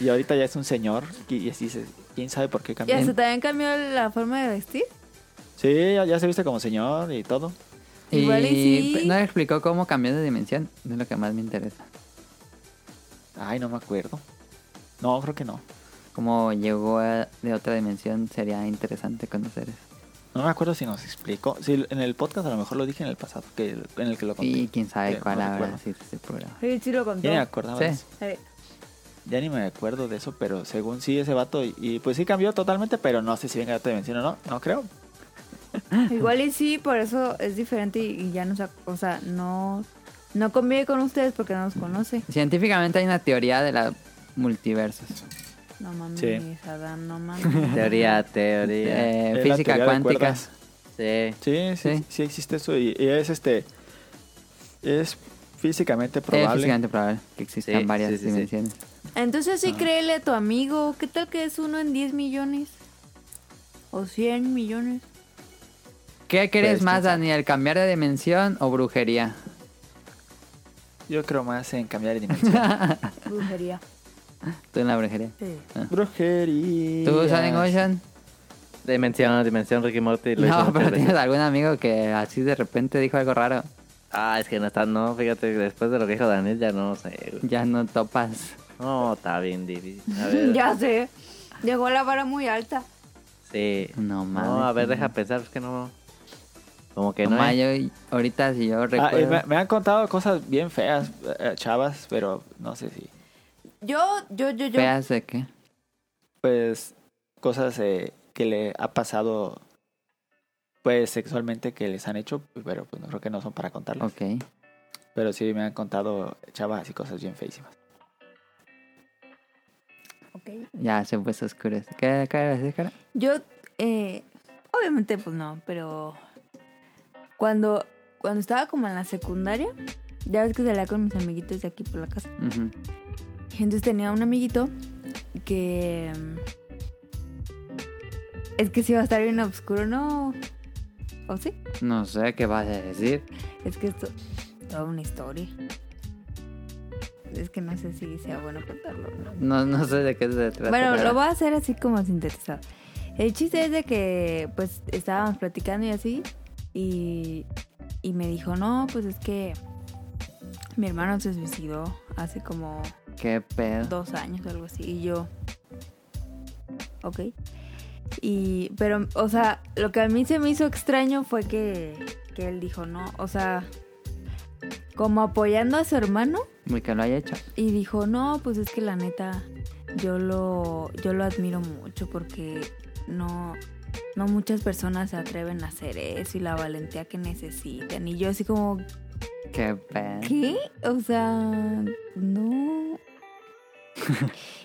[SPEAKER 2] Y ahorita ya es un señor y, y así se- quién sabe por qué
[SPEAKER 4] Y
[SPEAKER 2] cambió.
[SPEAKER 4] hasta también cambió la forma de vestir.
[SPEAKER 2] Sí, ya, ya se viste como señor y todo.
[SPEAKER 4] Igual y
[SPEAKER 1] y
[SPEAKER 4] sí.
[SPEAKER 1] no le explicó cómo cambió de dimensión. Es lo que más me interesa.
[SPEAKER 2] Ay, no me acuerdo. No, creo que no.
[SPEAKER 1] Cómo llegó a- de otra dimensión sería interesante conocer eso.
[SPEAKER 2] No me acuerdo si nos explicó. Sí, en el podcast a lo mejor lo dije en el pasado, que en el que lo conté.
[SPEAKER 1] Y quién sabe
[SPEAKER 2] Sí,
[SPEAKER 1] cuál
[SPEAKER 2] no
[SPEAKER 1] habrá
[SPEAKER 2] recuerdo.
[SPEAKER 1] sido ese programa.
[SPEAKER 4] Sí, sí lo contó.
[SPEAKER 2] Ya ni me acordaba
[SPEAKER 1] Sí.
[SPEAKER 2] de eso.
[SPEAKER 4] A ver,
[SPEAKER 2] Ya ni me acuerdo de eso, pero según sí, ese vato. Y, y pues sí cambió totalmente, pero no sé si venga a dimensión o no. No creo.
[SPEAKER 4] Igual y sí, por eso es diferente y, y ya no, se ac- o sea, no, no convive con ustedes porque no los conoce.
[SPEAKER 1] Científicamente hay una teoría de los multiversos.
[SPEAKER 4] No mames,
[SPEAKER 2] Sí.
[SPEAKER 4] Adam, no mames.
[SPEAKER 3] Teoría, teoría.
[SPEAKER 1] Eh,
[SPEAKER 2] Es la
[SPEAKER 1] física
[SPEAKER 2] teoría de
[SPEAKER 1] cuántica. Eh,
[SPEAKER 2] cuerdas.
[SPEAKER 3] Sí.
[SPEAKER 2] Sí, sí,
[SPEAKER 1] Sí.
[SPEAKER 2] sí, existe eso. Y, y es este. Es físicamente
[SPEAKER 1] Es
[SPEAKER 2] probable.
[SPEAKER 1] físicamente probable que existan
[SPEAKER 3] Sí,
[SPEAKER 1] varias
[SPEAKER 3] sí, sí, sí.
[SPEAKER 1] dimensiones.
[SPEAKER 4] Entonces sí créele a tu amigo. ¿Qué tal que es uno en 10 millones? ¿O 100 millones?
[SPEAKER 1] ¿Qué crees
[SPEAKER 2] Pues,
[SPEAKER 1] más,
[SPEAKER 2] quién sabe.
[SPEAKER 1] Daniel? ¿Cambiar de dimensión o brujería?
[SPEAKER 2] Yo creo más en cambiar de dimensión.
[SPEAKER 4] Brujería.
[SPEAKER 1] Tú en la brujería.
[SPEAKER 4] Sí.
[SPEAKER 2] Brujería. Ah,
[SPEAKER 1] ¿Tú, Sonic Ocean?
[SPEAKER 3] Dimensión, dimensión, Ricky Morty. lo hizo
[SPEAKER 1] No, pero
[SPEAKER 3] horrible.
[SPEAKER 1] tienes algún amigo que así de repente dijo algo raro.
[SPEAKER 3] Ah, es que no está, no, fíjate, después de lo que dijo Daniel ya no sé. güey.
[SPEAKER 1] Ya no topas.
[SPEAKER 3] No, está bien difícil. A ver.
[SPEAKER 4] Ya sé. Llegó la vara muy alta.
[SPEAKER 3] Sí.
[SPEAKER 1] No mames.
[SPEAKER 3] No, a ver, deja pensar, es que no. Como que no.
[SPEAKER 1] Nomás
[SPEAKER 3] hay.
[SPEAKER 1] yo- ahorita si yo
[SPEAKER 2] Ah, y
[SPEAKER 1] recuerdo.
[SPEAKER 2] me, me han contado cosas bien feas, eh, chavas, pero no sé si.
[SPEAKER 4] Yo, yo, yo, yo.
[SPEAKER 1] ¿Feas de qué?
[SPEAKER 2] Pues cosas eh, que le ha pasado. Pues sexualmente que les han hecho, pero pues no creo que no son para contarlo.
[SPEAKER 1] Ok.
[SPEAKER 2] Pero sí me han contado chavas y cosas bien feísimas.
[SPEAKER 4] Ok.
[SPEAKER 1] Ya se puso oscuro. este. ¿Qué cara es cara?
[SPEAKER 4] Yo, eh, obviamente, pues no, pero cuando, cuando estaba como en la secundaria, ya ves que salía con mis amiguitos de aquí por la casa.
[SPEAKER 1] Ujú.
[SPEAKER 4] Y Entonces tenía un amiguito que. mm, Es que sí va a estar bien oscuro, ¿no? ¿O sí?
[SPEAKER 1] No sé qué vas a decir.
[SPEAKER 4] Es que esto toda una historia. Es que no sé si sea bueno contarlo o no.
[SPEAKER 1] No, no sé de qué se trata. la
[SPEAKER 4] Bueno, lo voy
[SPEAKER 1] verdad.
[SPEAKER 4] a hacer así como sintetizado. El chiste es de que pues estábamos platicando y así y, y me dijo, no, pues es que mi hermano se suicidó hace como
[SPEAKER 1] ¿Qué pedo?
[SPEAKER 4] dos años o algo así y yo, ok. Y, pero, o sea, lo que a mí se me hizo extraño fue que, que él dijo, no, o sea, como apoyando a su hermano,
[SPEAKER 1] Muy que lo haya hecho.
[SPEAKER 4] y dijo, no, pues es que la neta, yo lo, yo lo admiro mucho porque no, no muchas personas se atreven a hacer eso y la valentía que necesitan. Y yo así como,
[SPEAKER 1] ¿Qué pedo?
[SPEAKER 4] ¿qué? O sea, no.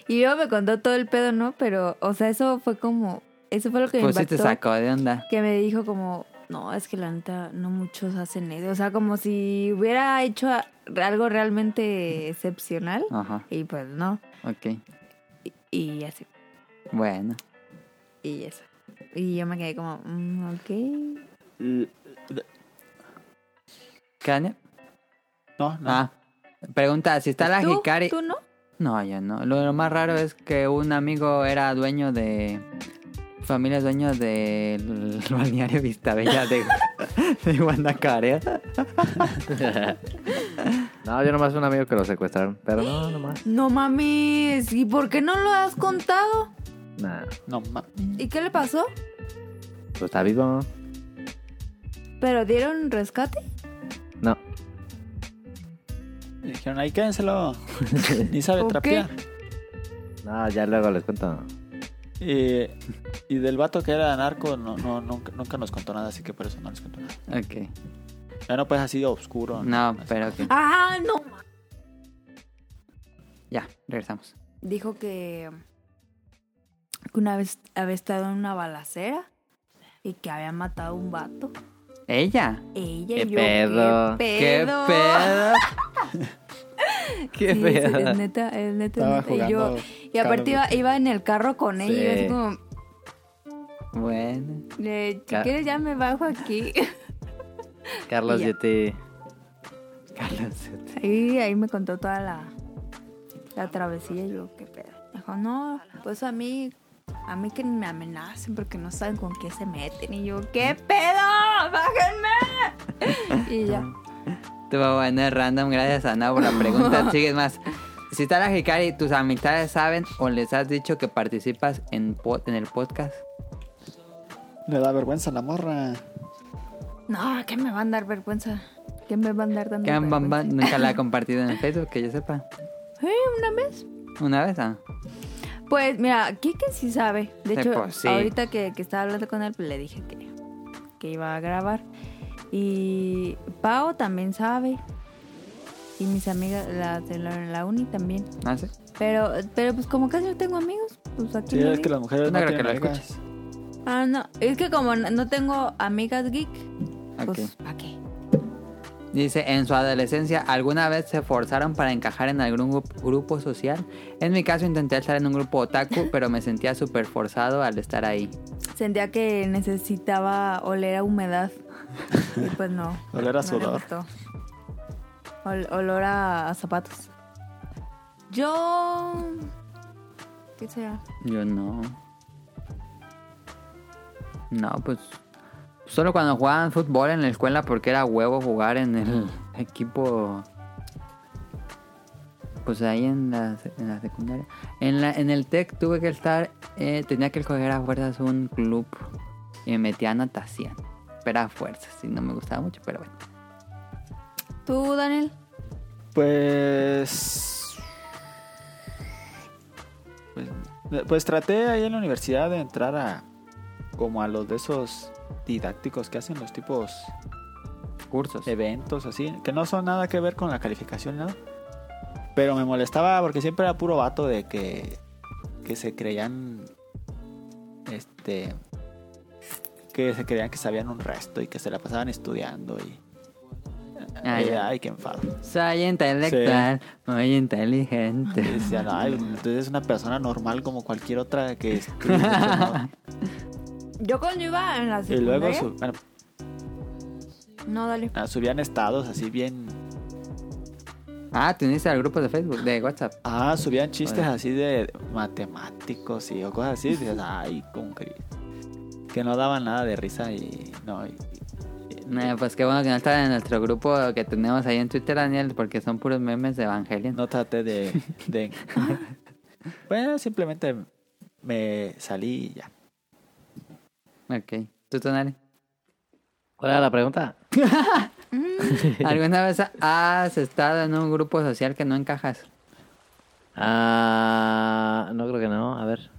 [SPEAKER 4] y luego me contó todo el pedo, ¿no? Pero, o sea, eso fue como, eso fue lo que me
[SPEAKER 1] Pues sí te
[SPEAKER 4] impactó
[SPEAKER 1] sacó de onda.
[SPEAKER 4] que me dijo como, no, es que la neta, no muchos hacen eso. O sea, como si hubiera hecho a- algo realmente excepcional.
[SPEAKER 1] Ajá,
[SPEAKER 4] Y pues no.
[SPEAKER 1] ok.
[SPEAKER 4] Y, y así.
[SPEAKER 1] Bueno.
[SPEAKER 4] Y eso. Y yo me quedé como, mm, ok.
[SPEAKER 1] ¿Qué, Daniel?
[SPEAKER 2] No, no.
[SPEAKER 1] Ah, pregunta, si está la
[SPEAKER 4] ¿Pues ¿Tú?
[SPEAKER 1] Hikari...
[SPEAKER 4] ¿Tú no?
[SPEAKER 1] No, yo no. Lo, lo más raro es que un amigo era dueño de... familia es dueño del balneario Vistabella de, de Guanacaria.
[SPEAKER 3] No, yo nomás un amigo que lo secuestraron. Pero no, nomás.
[SPEAKER 4] No mames, ¿y por qué no lo has contado?
[SPEAKER 3] Nah,
[SPEAKER 2] No mames.
[SPEAKER 4] ¿Y qué le pasó?
[SPEAKER 3] pues está vivo.
[SPEAKER 4] ¿Pero dieron rescate?
[SPEAKER 3] No.
[SPEAKER 2] Le dijeron, ahí quédenselo. Ni sabe
[SPEAKER 4] Ok.
[SPEAKER 2] trapear.
[SPEAKER 3] No, ya luego les cuento.
[SPEAKER 2] Eh, y del vato que era narco, no, no, nunca, nunca nos contó nada, así que por eso no les contó nada.
[SPEAKER 1] Ok.
[SPEAKER 2] Ya no pues así oscuro.
[SPEAKER 1] No,
[SPEAKER 2] Así.
[SPEAKER 1] pero ok.
[SPEAKER 4] Ah, no. ma-
[SPEAKER 1] Ya, regresamos.
[SPEAKER 4] Dijo que, que una vez había estado en una balacera y que había matado a un vato.
[SPEAKER 1] ¿Ella?
[SPEAKER 4] Ella
[SPEAKER 3] ¿Qué
[SPEAKER 4] y yo.
[SPEAKER 3] pedo?
[SPEAKER 1] ¿Qué pedo? ¿Qué
[SPEAKER 4] Sí, sí,
[SPEAKER 1] pedo?
[SPEAKER 4] es neta, es neta,
[SPEAKER 2] Estaba
[SPEAKER 4] es neta. Y, yo-
[SPEAKER 2] jugando
[SPEAKER 4] y aparte iba, iba en el carro con ella y yo
[SPEAKER 3] Sí.
[SPEAKER 4] así como,
[SPEAKER 1] Bueno.
[SPEAKER 4] eh, si
[SPEAKER 3] Ca-
[SPEAKER 4] quieres ya me bajo aquí.
[SPEAKER 3] Carlos
[SPEAKER 4] Ya.
[SPEAKER 3] Yeti.
[SPEAKER 1] Carlos.
[SPEAKER 4] Ahí, ahí me contó toda la, la travesía y yo, qué pedo. Dijo, no, pues a mí, a mí que me amenacen porque no saben con quién se meten. Y yo, qué pedo, bájenme. y ya.
[SPEAKER 1] Estuvo bueno el random, gracias a Ana por la pregunta. Sigues más. Si estás la Hikari, ¿tus amistades saben o les has dicho que participas en, po- en el podcast?
[SPEAKER 2] Le da vergüenza a la morra.
[SPEAKER 4] No, que me van a dar vergüenza. ¿Qué me van a dar dando
[SPEAKER 1] Que Bam Bam
[SPEAKER 4] vergüenza?
[SPEAKER 1] Bam nunca la ha compartido en Facebook, que yo sepa.
[SPEAKER 4] Sí, una vez.
[SPEAKER 1] ¿Una vez? Ah,
[SPEAKER 4] Pues mira, Kike sí sabe. De
[SPEAKER 1] Sí,
[SPEAKER 4] hecho,
[SPEAKER 1] pues, sí.
[SPEAKER 4] ahorita que, que estaba hablando con él, pues le dije que, que iba a grabar. Y Pau también sabe. Y mis amigas, las de la, la uni también.
[SPEAKER 1] no sé.
[SPEAKER 4] Pero, pero pues como casi no tengo amigos, pues aquí
[SPEAKER 2] Sí, es que las mujeres
[SPEAKER 1] No
[SPEAKER 2] no,
[SPEAKER 1] creo que
[SPEAKER 2] tienen
[SPEAKER 1] lo
[SPEAKER 2] amigas.
[SPEAKER 4] Ah, no. Es que como no- no tengo amigas geek, pues
[SPEAKER 1] Ok.
[SPEAKER 4] ¿para qué?
[SPEAKER 1] Dice, en su adolescencia, ¿alguna vez se forzaron para encajar en algún gru- grupo social? En mi caso, intenté estar en un grupo otaku, pero me sentía súper forzado al estar ahí.
[SPEAKER 4] Sentía que necesitaba oler a humedad. Y pues no.
[SPEAKER 2] Oler a
[SPEAKER 4] no le
[SPEAKER 2] sudor.
[SPEAKER 4] gustó. Ol- olor a, a zapatos. Yo. ¿Qué será?
[SPEAKER 1] Yo no. No, pues. Solo cuando jugaban fútbol en la escuela, porque era huevo jugar en el equipo. Pues ahí en la, se- en la secundaria. En, la, en el TEC tuve que estar. eh, tenía que escoger a fuerzas un club. Y me metí a natación. Pero a fuerzas. Y no me gustaba mucho, pero bueno.
[SPEAKER 4] ¿Tú, Daniel?
[SPEAKER 2] Pues... pues. pues traté ahí en la universidad de entrar a. Como a los de esos didácticos que hacen los tipos
[SPEAKER 1] Cursos.
[SPEAKER 2] Eh, eventos así, que no son nada que ver con la calificación, nada. Pero me molestaba porque siempre era puro vato de que, que se creían, este, que se creían que sabían un resto y que se la pasaban estudiando y...
[SPEAKER 1] Ah,
[SPEAKER 2] eh, ay,
[SPEAKER 1] ya.
[SPEAKER 2] ay, qué enfado.
[SPEAKER 1] Soy intelectual, muy
[SPEAKER 2] Y
[SPEAKER 1] inteligente.
[SPEAKER 2] decían, ay, entonces es una persona normal como cualquier otra que estudia, ¿no?
[SPEAKER 4] Yo cuando iba en la
[SPEAKER 2] Y luego
[SPEAKER 4] secundaria.
[SPEAKER 2] su- bueno,
[SPEAKER 4] No, dale.
[SPEAKER 2] ah, subían estados así bien...
[SPEAKER 1] Ah, te uniste al grupo de Facebook, de WhatsApp.
[SPEAKER 2] Ah, subían chistes
[SPEAKER 1] Bueno.
[SPEAKER 2] así de matemáticos y o cosas así. y dices, ay, como que, que no daban nada de risa y no. y- y-
[SPEAKER 1] Nah, pues qué bueno que no estás en nuestro grupo que tenemos ahí en Twitter, Daniel, porque son puros memes de Evangelion.
[SPEAKER 2] no traté de. de- bueno, simplemente me salí y ya.
[SPEAKER 1] Ok. ¿Tú, Tonali?
[SPEAKER 3] ¿Cuál era la pregunta?
[SPEAKER 1] ¿Alguna vez has estado en un grupo social que no encajas?
[SPEAKER 3] Ah, no creo que no. A ver.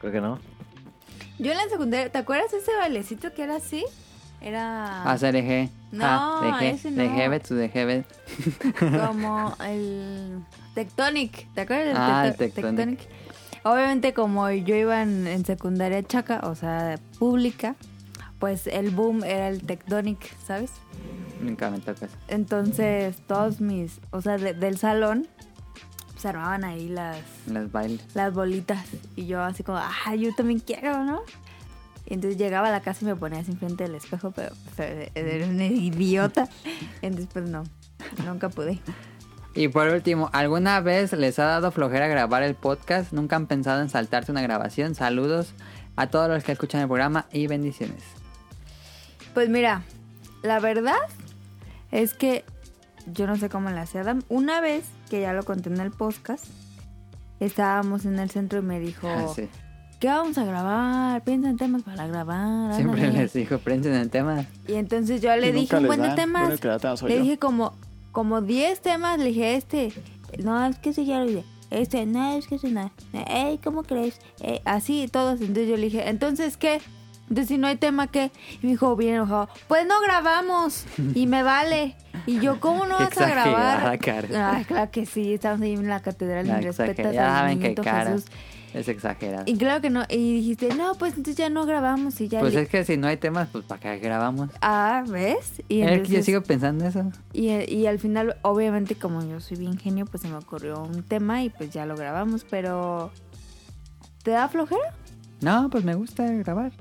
[SPEAKER 3] Creo que no.
[SPEAKER 4] Yo en la secundaria. ¿Te acuerdas ese bailecito que era así? Era.
[SPEAKER 1] Ah, CLG.
[SPEAKER 4] No,
[SPEAKER 1] ah, de G-
[SPEAKER 4] ese
[SPEAKER 1] De
[SPEAKER 4] no.
[SPEAKER 1] GB, tu de GB.
[SPEAKER 4] como el Tectonic, ¿te acuerdas del
[SPEAKER 1] Ah,
[SPEAKER 4] tecto-
[SPEAKER 1] el Tectonic.
[SPEAKER 4] Obviamente como yo iba en, en secundaria chaca, o sea, pública, pues el boom era el Tectonic, ¿sabes?
[SPEAKER 1] Nunca me tocas.
[SPEAKER 4] Entonces todos mis, o sea, de- del salón, se armaban ahí las,
[SPEAKER 1] Los bailes.
[SPEAKER 4] las bolitas y yo así como, ah, yo también quiero, ¿no? Y entonces llegaba a la casa y me ponía así enfrente del espejo, pero o sea, era una idiota. Entonces pues no, nunca pude.
[SPEAKER 1] Y por último, ¿alguna vez les ha dado flojera grabar el podcast? ¿Nunca han pensado en saltarse una grabación? Saludos a todos los que escuchan el programa y bendiciones.
[SPEAKER 4] Pues mira, la verdad es que yo no sé cómo la hacía Adam. Una vez, que ya lo conté en el podcast, estábamos en el centro y me dijo,
[SPEAKER 1] Ah, sí.
[SPEAKER 4] ¿qué vamos a grabar? Piensa en temas para grabar.
[SPEAKER 1] Siempre
[SPEAKER 4] ándale".
[SPEAKER 1] les digo, prenden el tema.
[SPEAKER 4] Y entonces yo le
[SPEAKER 2] Y
[SPEAKER 4] dije
[SPEAKER 2] nunca
[SPEAKER 4] un
[SPEAKER 2] les
[SPEAKER 4] buen de
[SPEAKER 2] dan.
[SPEAKER 4] temas.
[SPEAKER 2] Bueno, el que la dan soy
[SPEAKER 4] le
[SPEAKER 2] yo.
[SPEAKER 4] dije como como 10 temas, le dije este. No, es que se ya lo dije. Este, no, es que se nada. Ey, ¿cómo crees? Eh, así todos. Entonces yo le dije, entonces qué? Entonces si no hay tema qué? Y me dijo bien enojado, pues no grabamos y me vale. Y yo, ¿cómo no
[SPEAKER 1] Qué
[SPEAKER 4] vas a grabar?
[SPEAKER 1] exagerada, cara. Ah,
[SPEAKER 4] Ay, claro que sí, estamos ahí en la catedral
[SPEAKER 1] La
[SPEAKER 4] y respetas
[SPEAKER 1] exager- ya
[SPEAKER 4] al
[SPEAKER 1] saben que
[SPEAKER 4] niñito
[SPEAKER 1] cara.
[SPEAKER 4] Jesús.
[SPEAKER 1] Es exagerado.
[SPEAKER 4] Y claro que no, y dijiste, no, pues entonces ya no grabamos y ya
[SPEAKER 1] Pues
[SPEAKER 4] le-
[SPEAKER 1] es que si no hay temas, pues ¿para qué grabamos?
[SPEAKER 4] Ah, ¿ves? Y
[SPEAKER 1] Es que yo
[SPEAKER 4] entonces-
[SPEAKER 1] sigo pensando eso.
[SPEAKER 4] Y, y al final, obviamente, como yo soy bien genio, pues se me ocurrió un tema y pues ya lo grabamos, pero... ¿Te da flojera?
[SPEAKER 1] No, pues me gusta grabar.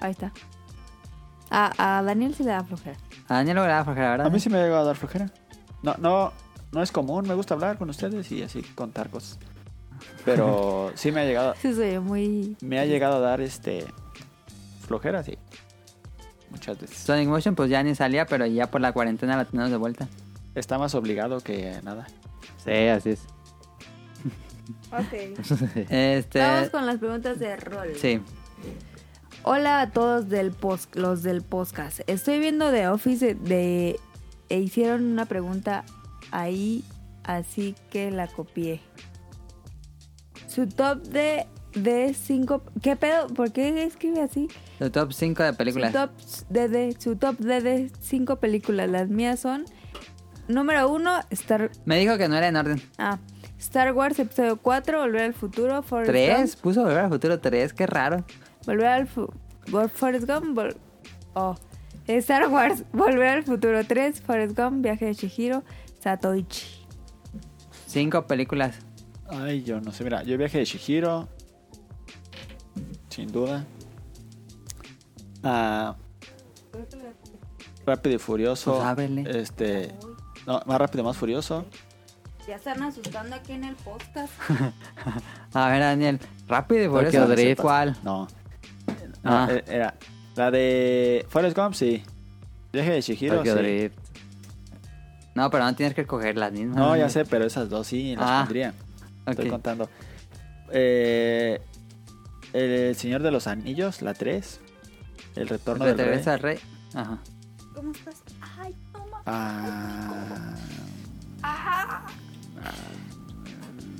[SPEAKER 4] Ahí está. A, a Daniel sí le da flojera.
[SPEAKER 1] A Daniel lo graba porque la verdad.
[SPEAKER 2] A
[SPEAKER 4] "Ah".
[SPEAKER 2] mí sí me llega a dar flojera. No, no, no es común, me gusta hablar con ustedes y así contar cosas. Pero sí me ha llegado,
[SPEAKER 4] Sí, soy muy...
[SPEAKER 2] me ha llegado a dar este flojera, sí. Muchas veces.
[SPEAKER 1] Sonic Motion pues ya ni salía, pero ya por la cuarentena la tenemos de vuelta.
[SPEAKER 2] Está más obligado que nada.
[SPEAKER 1] Sí, así es.
[SPEAKER 4] Ok.
[SPEAKER 1] Este...
[SPEAKER 4] Vamos con las preguntas de rol.
[SPEAKER 1] Sí.
[SPEAKER 4] Hola a todos del post, los del podcast. Estoy viendo The Office de, e hicieron una pregunta ahí, así que la copié. Su top de de cinco ¿Qué pedo? ¿Por qué escribe así?
[SPEAKER 1] El top 5 de películas.
[SPEAKER 4] Su top de, de- su top de, de cinco películas. Las mías son número uno Star
[SPEAKER 1] Me dijo que no era en orden.
[SPEAKER 4] ah, Star Wars episodio 4, Volver al futuro, Forrest
[SPEAKER 1] ¿Tres?
[SPEAKER 4] Gump,
[SPEAKER 1] Puso Volver al Futuro 3, qué raro.
[SPEAKER 4] Volver al fu- Vol- Forrest Gump. Vol- oh. Star Wars. Volver al futuro 3. Forrest Gump. Viaje de Shihiro. Satoichi.
[SPEAKER 1] Cinco películas.
[SPEAKER 2] Ay, yo no sé. Mira, yo viaje de Shihiro. Sin duda. Ah, rápido y furioso.
[SPEAKER 1] Pues ábrele.
[SPEAKER 2] Este. No, más rápido, más furioso.
[SPEAKER 4] Ya están asustando aquí en el podcast.
[SPEAKER 1] A ver, Daniel, rápido y por
[SPEAKER 3] Tokyo
[SPEAKER 1] eso.
[SPEAKER 3] Drift.
[SPEAKER 1] ¿Cuál?
[SPEAKER 2] No. No,
[SPEAKER 1] Ah.
[SPEAKER 2] eh, era. La de Forrest Gump, sí. Viaje de Shihiro,
[SPEAKER 3] Tokyo
[SPEAKER 2] sí.
[SPEAKER 3] Drift.
[SPEAKER 1] No, pero no tienes que escoger las mismas.
[SPEAKER 2] No, ya sé, pero esas dos sí las
[SPEAKER 1] Ah,
[SPEAKER 2] pondría. Estoy
[SPEAKER 1] ok.
[SPEAKER 2] contando. Eh, el Señor de los Anillos, la 3. El Retorno del Rey.
[SPEAKER 1] Regresa al rey. Ajá.
[SPEAKER 4] ¿Cómo estás? Ay, toma.
[SPEAKER 2] Ah,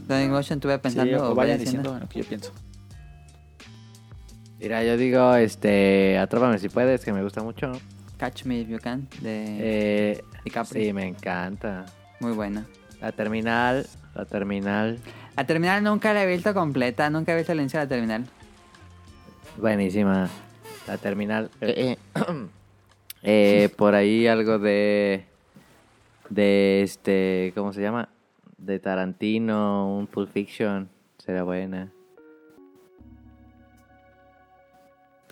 [SPEAKER 1] Sonic Motion estuve pensando.
[SPEAKER 2] sí, o
[SPEAKER 1] o
[SPEAKER 2] vayan
[SPEAKER 1] voy
[SPEAKER 2] diciendo lo que yo pienso.
[SPEAKER 3] Mira, yo digo, este, atrápame si puedes, que me gusta mucho.
[SPEAKER 1] Catch Me If You Can de
[SPEAKER 3] Eh,
[SPEAKER 1] DiCaprio.
[SPEAKER 3] sí, me encanta.
[SPEAKER 1] Muy buena.
[SPEAKER 3] La terminal, la terminal,
[SPEAKER 1] La terminal nunca la he visto completa. Nunca he visto el inicio de la terminal.
[SPEAKER 3] buenísima. La terminal. Eh, eh, eh, por ahí algo de, de este, ¿cómo se llama? De Tarantino, un Pulp Fiction, será buena.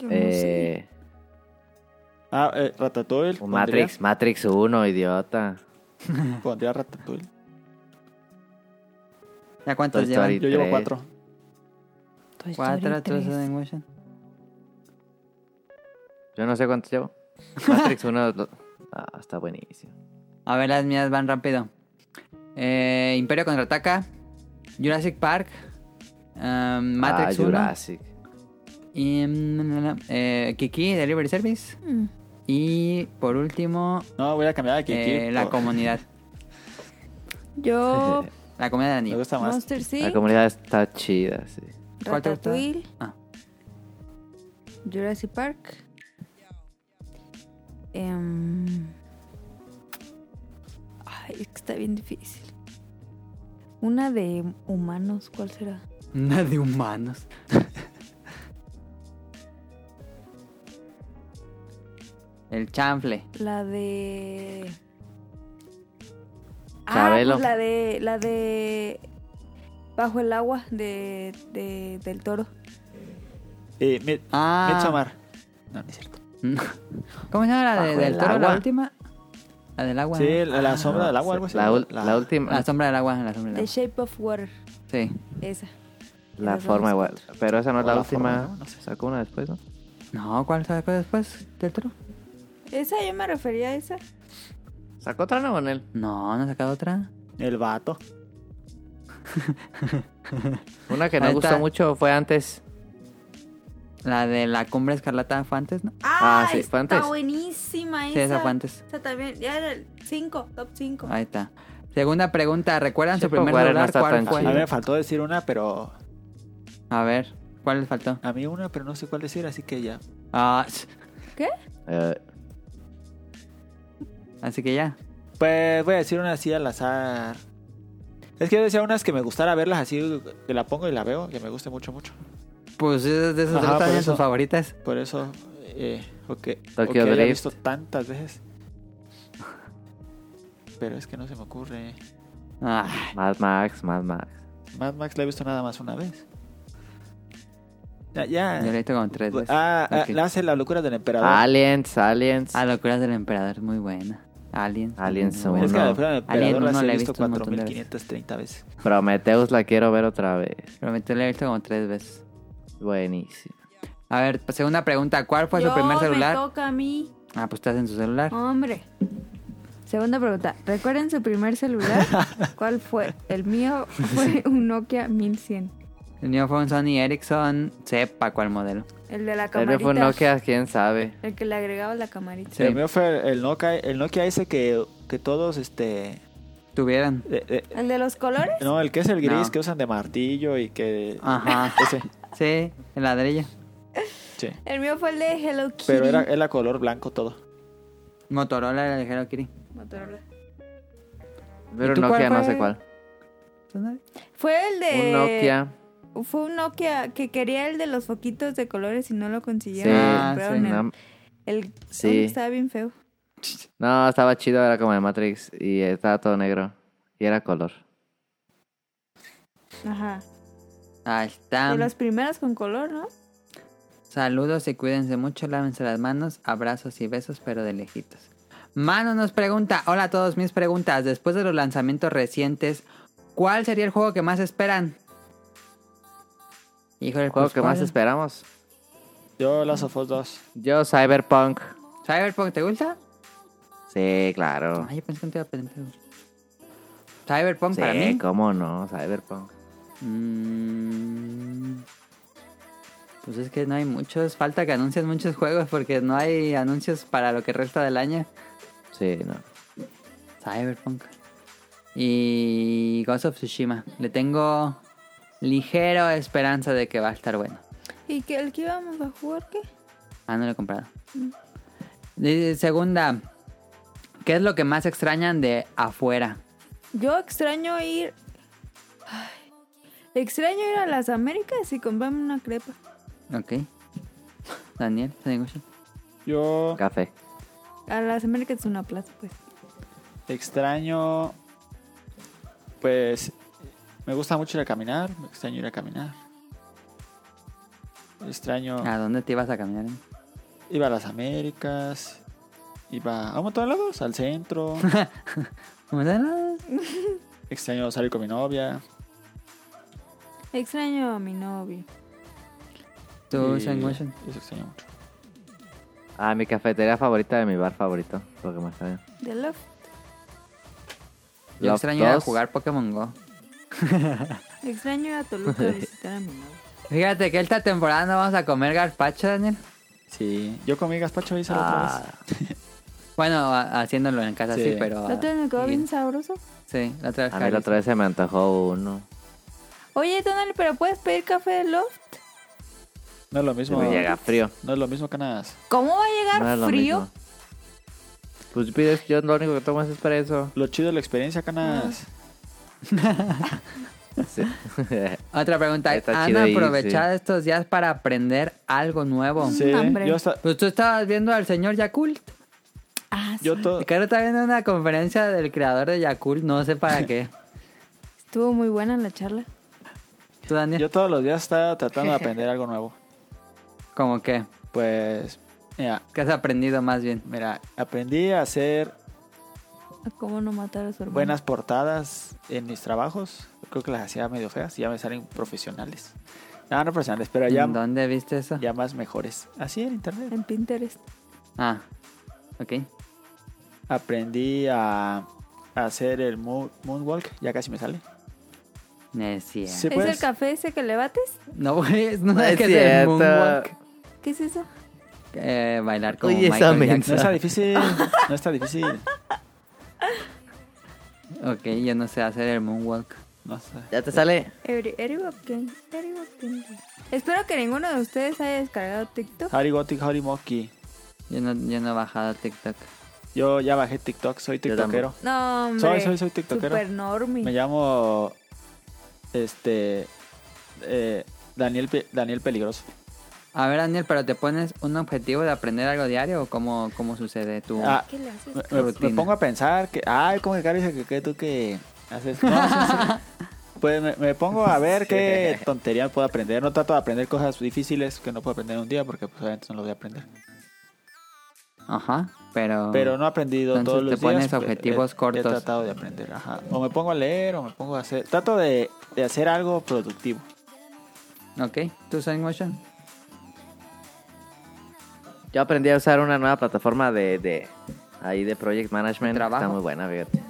[SPEAKER 3] Eh,
[SPEAKER 2] Ah, eh, Ratatouille.
[SPEAKER 3] o
[SPEAKER 2] pondría-
[SPEAKER 3] Matrix, Matrix 1, idiota.
[SPEAKER 2] Pondría Ratatouille.
[SPEAKER 1] ¿Ya cuántos
[SPEAKER 3] Toy
[SPEAKER 1] llevan?
[SPEAKER 3] Story.
[SPEAKER 2] Yo llevo
[SPEAKER 3] Tres.
[SPEAKER 2] 4.
[SPEAKER 1] Cuatro, eh. tú Sonic Motion.
[SPEAKER 3] Yo no sé cuántos llevo. Matrix 1, lo- ah, está buenísimo.
[SPEAKER 1] A ver, las mías van rápido. Eh, Imperio contraataca. Jurassic Park. um, Matrix
[SPEAKER 3] ah,
[SPEAKER 1] 1.
[SPEAKER 3] Jurassic.
[SPEAKER 1] Y, mm, eh, Kiki, Delivery Service. Y por último,
[SPEAKER 2] No, voy a Oh, cambiar aquí.
[SPEAKER 1] eh, la comunidad.
[SPEAKER 4] Yo,
[SPEAKER 1] La comunidad de
[SPEAKER 2] Me
[SPEAKER 1] Daniel.
[SPEAKER 2] gusta más.
[SPEAKER 4] Monster
[SPEAKER 3] La
[SPEAKER 4] Oh, sí
[SPEAKER 3] comunidad está chida, sí.
[SPEAKER 1] ¿Cuál te gusta?
[SPEAKER 4] Ratatouille,
[SPEAKER 1] Ah.
[SPEAKER 4] Jurassic Park. Em, Ay, es que está bien difícil. Una de humanos, ¿cuál será?
[SPEAKER 1] Una de humanos. El chanfle.
[SPEAKER 4] La de.
[SPEAKER 3] Chabelo.
[SPEAKER 4] pues la de. La de. Bajo el agua de, de- del toro.
[SPEAKER 2] Eh, Mid-
[SPEAKER 1] Ah.
[SPEAKER 2] Midsommar. No, no es cierto.
[SPEAKER 1] ¿Cómo se llama la de-
[SPEAKER 3] Bajo
[SPEAKER 1] del
[SPEAKER 3] el
[SPEAKER 1] toro la
[SPEAKER 3] agua.
[SPEAKER 1] última? La del agua.
[SPEAKER 2] Sí,
[SPEAKER 1] ¿no?
[SPEAKER 2] la, la sombra del agua, algo así.
[SPEAKER 3] Ah, La, ul- la última.
[SPEAKER 1] La sombra del agua, la sombra del
[SPEAKER 4] The
[SPEAKER 1] agua.
[SPEAKER 4] Shape of Water.
[SPEAKER 1] Sí.
[SPEAKER 4] Esa.
[SPEAKER 3] La
[SPEAKER 4] Las
[SPEAKER 3] forma
[SPEAKER 4] vamos
[SPEAKER 3] igual. Pero esa no es
[SPEAKER 2] O
[SPEAKER 3] la,
[SPEAKER 2] la
[SPEAKER 3] última.
[SPEAKER 2] forma, ¿no? No sé.
[SPEAKER 3] Sacó una después, ¿no?
[SPEAKER 1] No, ¿cuál sacó después? ¿Tetro?
[SPEAKER 4] Esa yo me refería a esa.
[SPEAKER 3] ¿Sacó otra no con él?
[SPEAKER 1] No, no ha sacado otra.
[SPEAKER 2] El vato.
[SPEAKER 3] Una que no
[SPEAKER 1] Ahí
[SPEAKER 3] gustó
[SPEAKER 1] está.
[SPEAKER 3] mucho fue antes.
[SPEAKER 1] La de la cumbre escarlata fue antes, ¿no?
[SPEAKER 3] Ah, sí, fue
[SPEAKER 4] está
[SPEAKER 3] antes.
[SPEAKER 4] buenísima esa.
[SPEAKER 1] Sí, esa fue antes.
[SPEAKER 4] Esa también. Ya era el 5, top 5.
[SPEAKER 1] Ahí está. Segunda pregunta, ¿recuerdan su
[SPEAKER 3] Chepo
[SPEAKER 1] primer
[SPEAKER 3] Guerra no
[SPEAKER 1] celular?
[SPEAKER 3] está
[SPEAKER 1] ¿Cuál
[SPEAKER 3] tan
[SPEAKER 1] fue?
[SPEAKER 2] A
[SPEAKER 3] chido.
[SPEAKER 2] mí me faltó decir una, pero.
[SPEAKER 1] A ver, ¿cuál les faltó?
[SPEAKER 2] A mí una, pero no sé cuál decir, así que ya.
[SPEAKER 1] Ah,
[SPEAKER 4] ¿Qué?
[SPEAKER 3] Eh,
[SPEAKER 1] así que ya.
[SPEAKER 2] Pues voy a decir una así al azar. Es que yo decía unas que me gustara verlas así, que la pongo y la veo, que me guste mucho, mucho.
[SPEAKER 1] Pues es de esas
[SPEAKER 2] Ajá,
[SPEAKER 1] tres
[SPEAKER 2] por
[SPEAKER 1] también
[SPEAKER 2] eso.
[SPEAKER 1] sus favoritas.
[SPEAKER 2] Por eso, eh, ok.
[SPEAKER 3] Tokyo
[SPEAKER 2] ok, la he
[SPEAKER 3] Drift.
[SPEAKER 2] visto tantas veces. Pero es que no se me ocurre.
[SPEAKER 1] Ah,
[SPEAKER 3] Mad Max, Mad Max.
[SPEAKER 2] Mad Max la he visto nada más una vez. Ya, ya.
[SPEAKER 1] yo lo he visto como tres veces.
[SPEAKER 2] Ah, ah,
[SPEAKER 1] Ok.
[SPEAKER 2] la hace la locura del emperador.
[SPEAKER 3] Aliens, Aliens.
[SPEAKER 1] Ah, Locuras del Emperador, muy buena. Aliens.
[SPEAKER 3] Aliens
[SPEAKER 1] muy
[SPEAKER 2] es
[SPEAKER 1] buena.
[SPEAKER 2] que la
[SPEAKER 3] uno.
[SPEAKER 2] locura del
[SPEAKER 1] Alien
[SPEAKER 2] emperador
[SPEAKER 1] uno
[SPEAKER 2] la
[SPEAKER 1] la
[SPEAKER 2] he
[SPEAKER 1] he
[SPEAKER 2] visto
[SPEAKER 1] visto un montón de veces.
[SPEAKER 2] 4530 veces.
[SPEAKER 3] Prometheus la quiero ver otra vez.
[SPEAKER 1] Prometo la he visto como tres veces.
[SPEAKER 3] Buenísimo.
[SPEAKER 1] A ver, pues, segunda pregunta, ¿cuál fue su
[SPEAKER 4] Yo,
[SPEAKER 1] primer celular?
[SPEAKER 4] Me toca a mí.
[SPEAKER 1] Ah, pues estás en su celular.
[SPEAKER 4] Hombre. Segunda pregunta. ¿Recuerdan su primer celular? ¿Cuál fue? El mío fue un Nokia 1100.
[SPEAKER 1] El mío fue un Sony Ericsson, sepa cuál modelo.
[SPEAKER 4] El de la
[SPEAKER 3] El mío
[SPEAKER 4] camarita.
[SPEAKER 3] fue un Nokia, quién sabe.
[SPEAKER 4] El que le agregaba la camarita.
[SPEAKER 1] Sí.
[SPEAKER 2] El mío fue el Nokia, el Nokia ese que, que todos, este...
[SPEAKER 1] Tuvieran.
[SPEAKER 2] eh, eh,
[SPEAKER 4] ¿El de los colores?
[SPEAKER 2] no, el que es el gris
[SPEAKER 1] No.
[SPEAKER 2] que usan de martillo y que...
[SPEAKER 3] Ah.
[SPEAKER 1] Ajá.
[SPEAKER 2] Ese,
[SPEAKER 1] Sí, el ladrillo.
[SPEAKER 2] sí.
[SPEAKER 4] El mío fue el de Hello Kitty.
[SPEAKER 2] Pero era, eh, era color blanco todo.
[SPEAKER 1] Motorola era el Hello Kitty.
[SPEAKER 4] Motorola.
[SPEAKER 3] Pero
[SPEAKER 1] tú
[SPEAKER 3] Nokia
[SPEAKER 1] cuál fue?
[SPEAKER 3] no
[SPEAKER 1] Eh,
[SPEAKER 3] sé cuál.
[SPEAKER 4] Fue el de...
[SPEAKER 3] Un Nokia.
[SPEAKER 4] Fue un Nokia que quería el de los foquitos de colores y no lo
[SPEAKER 3] Sí,
[SPEAKER 4] consiguieron.
[SPEAKER 1] Ah,
[SPEAKER 4] Compraron
[SPEAKER 1] sí,
[SPEAKER 4] el,
[SPEAKER 3] no,
[SPEAKER 4] el-
[SPEAKER 3] Sí.
[SPEAKER 4] Uy, Estaba bien feo.
[SPEAKER 3] no, estaba chido, era como de Matrix. Y estaba todo negro. Y era color.
[SPEAKER 4] Ajá.
[SPEAKER 1] Ahí está.
[SPEAKER 4] de los primeros con color, ¿no?
[SPEAKER 1] Saludos y cuídense mucho, lávense las manos, abrazos y besos, pero de lejitos. Mano nos pregunta, hola a todos mis preguntas, después de los lanzamientos recientes, ¿cuál sería el juego que más esperan? Híjole,
[SPEAKER 3] El juego
[SPEAKER 1] pues,
[SPEAKER 3] que más
[SPEAKER 1] ¿cuál?
[SPEAKER 3] esperamos.
[SPEAKER 2] Yo Last of Us 2.
[SPEAKER 3] Yo, Cyberpunk.
[SPEAKER 1] ¿Cyberpunk te gusta?
[SPEAKER 3] Sí, claro.
[SPEAKER 1] Ay, yo pensé que no te iba a preguntar. ¿Cyberpunk para
[SPEAKER 3] Sí,
[SPEAKER 1] mí?
[SPEAKER 3] cómo no, Cyberpunk.
[SPEAKER 1] Mm, pues es que no hay muchos, falta que anuncien muchos juegos porque no hay anuncios para lo que resta del año.
[SPEAKER 3] Sí, no.
[SPEAKER 1] Cyberpunk. Y Ghost of Tsushima. Le tengo ligero esperanza de que va a estar bueno.
[SPEAKER 4] ¿Y que el que íbamos a jugar qué?
[SPEAKER 1] Ah, no lo he comprado. Y segunda, ¿qué es lo que más extrañan de afuera?
[SPEAKER 4] Yo extraño ir... Ay, extraño ir a las Américas y comprarme una crepa.
[SPEAKER 1] Ok. Daniel, Taniguchi.
[SPEAKER 2] Yo
[SPEAKER 3] Café.
[SPEAKER 4] A las Américas es una plaza, pues.
[SPEAKER 2] extraño... Pues... Me gusta mucho ir a caminar. Me extraño ir a caminar. Extraño...
[SPEAKER 3] Ah.
[SPEAKER 1] ¿A dónde te ibas a caminar?
[SPEAKER 2] Iba a las Américas. Iba a un montón de lados. Al centro. extraño salir con mi novia.
[SPEAKER 4] Extraño a mi novio.
[SPEAKER 1] Tú,
[SPEAKER 2] y
[SPEAKER 1] Taniguchi.
[SPEAKER 2] Eso extraño mucho.
[SPEAKER 3] Ah, mi cafetería favorita de mi bar favorito. Lo que más extraño.
[SPEAKER 4] De Love.
[SPEAKER 1] Yo
[SPEAKER 3] Love
[SPEAKER 1] extraño ir a
[SPEAKER 3] 2.
[SPEAKER 1] jugar Pokémon Go.
[SPEAKER 4] Extraño ir a Toluca a visitar a mi novio.
[SPEAKER 1] Fíjate que esta temporada no vamos a comer gazpacho, Daniel.
[SPEAKER 2] Sí. Yo comí gazpacho y sal otra vez.
[SPEAKER 3] Ah,
[SPEAKER 1] Bueno, a- haciéndolo en casa sí,
[SPEAKER 2] Sí.
[SPEAKER 1] pero...
[SPEAKER 4] ¿No te me quedó
[SPEAKER 1] sí.
[SPEAKER 4] bien sabroso?
[SPEAKER 1] Sí, la otra vez.
[SPEAKER 3] a mí la
[SPEAKER 1] Javis.
[SPEAKER 3] otra vez se me antojó uno.
[SPEAKER 4] Oye, Tonali, ¿pero puedes pedir café de Love?
[SPEAKER 2] No es lo
[SPEAKER 3] Se
[SPEAKER 2] mismo.
[SPEAKER 3] me llega frío.
[SPEAKER 2] No es lo mismo que nada.
[SPEAKER 4] ¿Cómo va a
[SPEAKER 3] No
[SPEAKER 4] llegar
[SPEAKER 3] es lo
[SPEAKER 4] frío?
[SPEAKER 3] mismo. Pues pides, yo lo único que tomo es expreso.
[SPEAKER 2] Lo chido de la experiencia, canas.
[SPEAKER 3] Sí.
[SPEAKER 1] Otra pregunta.
[SPEAKER 3] Está
[SPEAKER 1] ¿Han
[SPEAKER 3] chido ahí,
[SPEAKER 1] aprovechado estos días para aprender algo nuevo?
[SPEAKER 2] Sí,
[SPEAKER 4] Hambre.
[SPEAKER 2] yo hasta.
[SPEAKER 1] Pues tú estabas viendo al señor Yakult.
[SPEAKER 4] Ah,
[SPEAKER 2] Yo todo.
[SPEAKER 1] Ricardo está viendo una conferencia del creador de Yakult, no sé para qué.
[SPEAKER 4] Estuvo muy buena la charla.
[SPEAKER 1] ¿Tú, Daniel?
[SPEAKER 2] Yo todos los días estaba tratando de aprender algo nuevo.
[SPEAKER 1] ¿Cómo qué?
[SPEAKER 2] Pues. Mira,
[SPEAKER 1] ¿Qué has aprendido más bien?
[SPEAKER 2] mira, aprendí a hacer
[SPEAKER 4] a Ah, cómo no matar a su hermano.
[SPEAKER 2] buenas portadas en mis trabajos. Creo que las hacía medio feas y ya me salen profesionales. No, no profesionales, pero ya,
[SPEAKER 1] ¿En dónde viste eso?
[SPEAKER 2] ya más mejores. Así en internet.
[SPEAKER 4] En Pinterest.
[SPEAKER 1] Ah, ok.
[SPEAKER 2] Aprendí a, a hacer el moon- moonwalk. Ya casi me sale.
[SPEAKER 1] No es cierto.
[SPEAKER 2] Sí,
[SPEAKER 4] ¿Es el
[SPEAKER 2] pues.
[SPEAKER 4] café ese que le bates?
[SPEAKER 1] No, güey, es- no,
[SPEAKER 3] No
[SPEAKER 1] es
[SPEAKER 3] es
[SPEAKER 1] que es el
[SPEAKER 3] cierto.
[SPEAKER 1] moonwalk.
[SPEAKER 4] ¿Qué es eso?
[SPEAKER 1] Eh, bailar como
[SPEAKER 3] Oye, esa
[SPEAKER 1] Michael
[SPEAKER 2] No
[SPEAKER 1] Jackson.
[SPEAKER 2] está difícil. No está difícil.
[SPEAKER 1] Ok, yo no sé hacer el moonwalk.
[SPEAKER 2] No sé.
[SPEAKER 3] ¿Ya te sale?
[SPEAKER 4] Every, every walking, every walking. Espero que ninguno de ustedes haya descargado TikTok.
[SPEAKER 2] Harry Gothic, Harry Monkey.
[SPEAKER 1] Yo no, yo no he bajado TikTok.
[SPEAKER 2] Yo ya bajé TikTok, soy
[SPEAKER 3] Yo tampoco.
[SPEAKER 2] tiktokero.
[SPEAKER 4] No, hombre.
[SPEAKER 2] Soy, soy, soy tiktokero.
[SPEAKER 4] Super normie.
[SPEAKER 2] Me llamo este eh, Daniel Pe- Daniel Peligroso.
[SPEAKER 1] A ver, Daniel, pero ¿te pones un objetivo de aprender algo diario o cómo, cómo sucede tú?
[SPEAKER 2] Ah,
[SPEAKER 4] ¿Qué le haces?
[SPEAKER 2] me, me- me
[SPEAKER 1] Rutina.
[SPEAKER 2] pongo a pensar que ay, como que Cari dice que, que tú que haces No, sí, sí. Pues me, me pongo a ver qué tontería puedo aprender. No trato de aprender cosas difíciles que no puedo aprender en un día porque pues obviamente no lo voy a aprender.
[SPEAKER 1] Ajá, pero...
[SPEAKER 2] Pero no he aprendido
[SPEAKER 1] Entonces
[SPEAKER 2] todos
[SPEAKER 1] te
[SPEAKER 2] los días.
[SPEAKER 1] pones
[SPEAKER 2] pero
[SPEAKER 1] objetivos
[SPEAKER 2] he-
[SPEAKER 1] cortos.
[SPEAKER 2] He tratado de aprender, ajá. O me pongo a leer o me pongo a hacer... Trato de, de hacer algo productivo.
[SPEAKER 1] Ok, ¿tú sabes motion?
[SPEAKER 3] Yo aprendí a usar una nueva plataforma de, de ahí de Project Management.
[SPEAKER 1] ¿Trabajo?
[SPEAKER 3] Está muy buena, fíjate.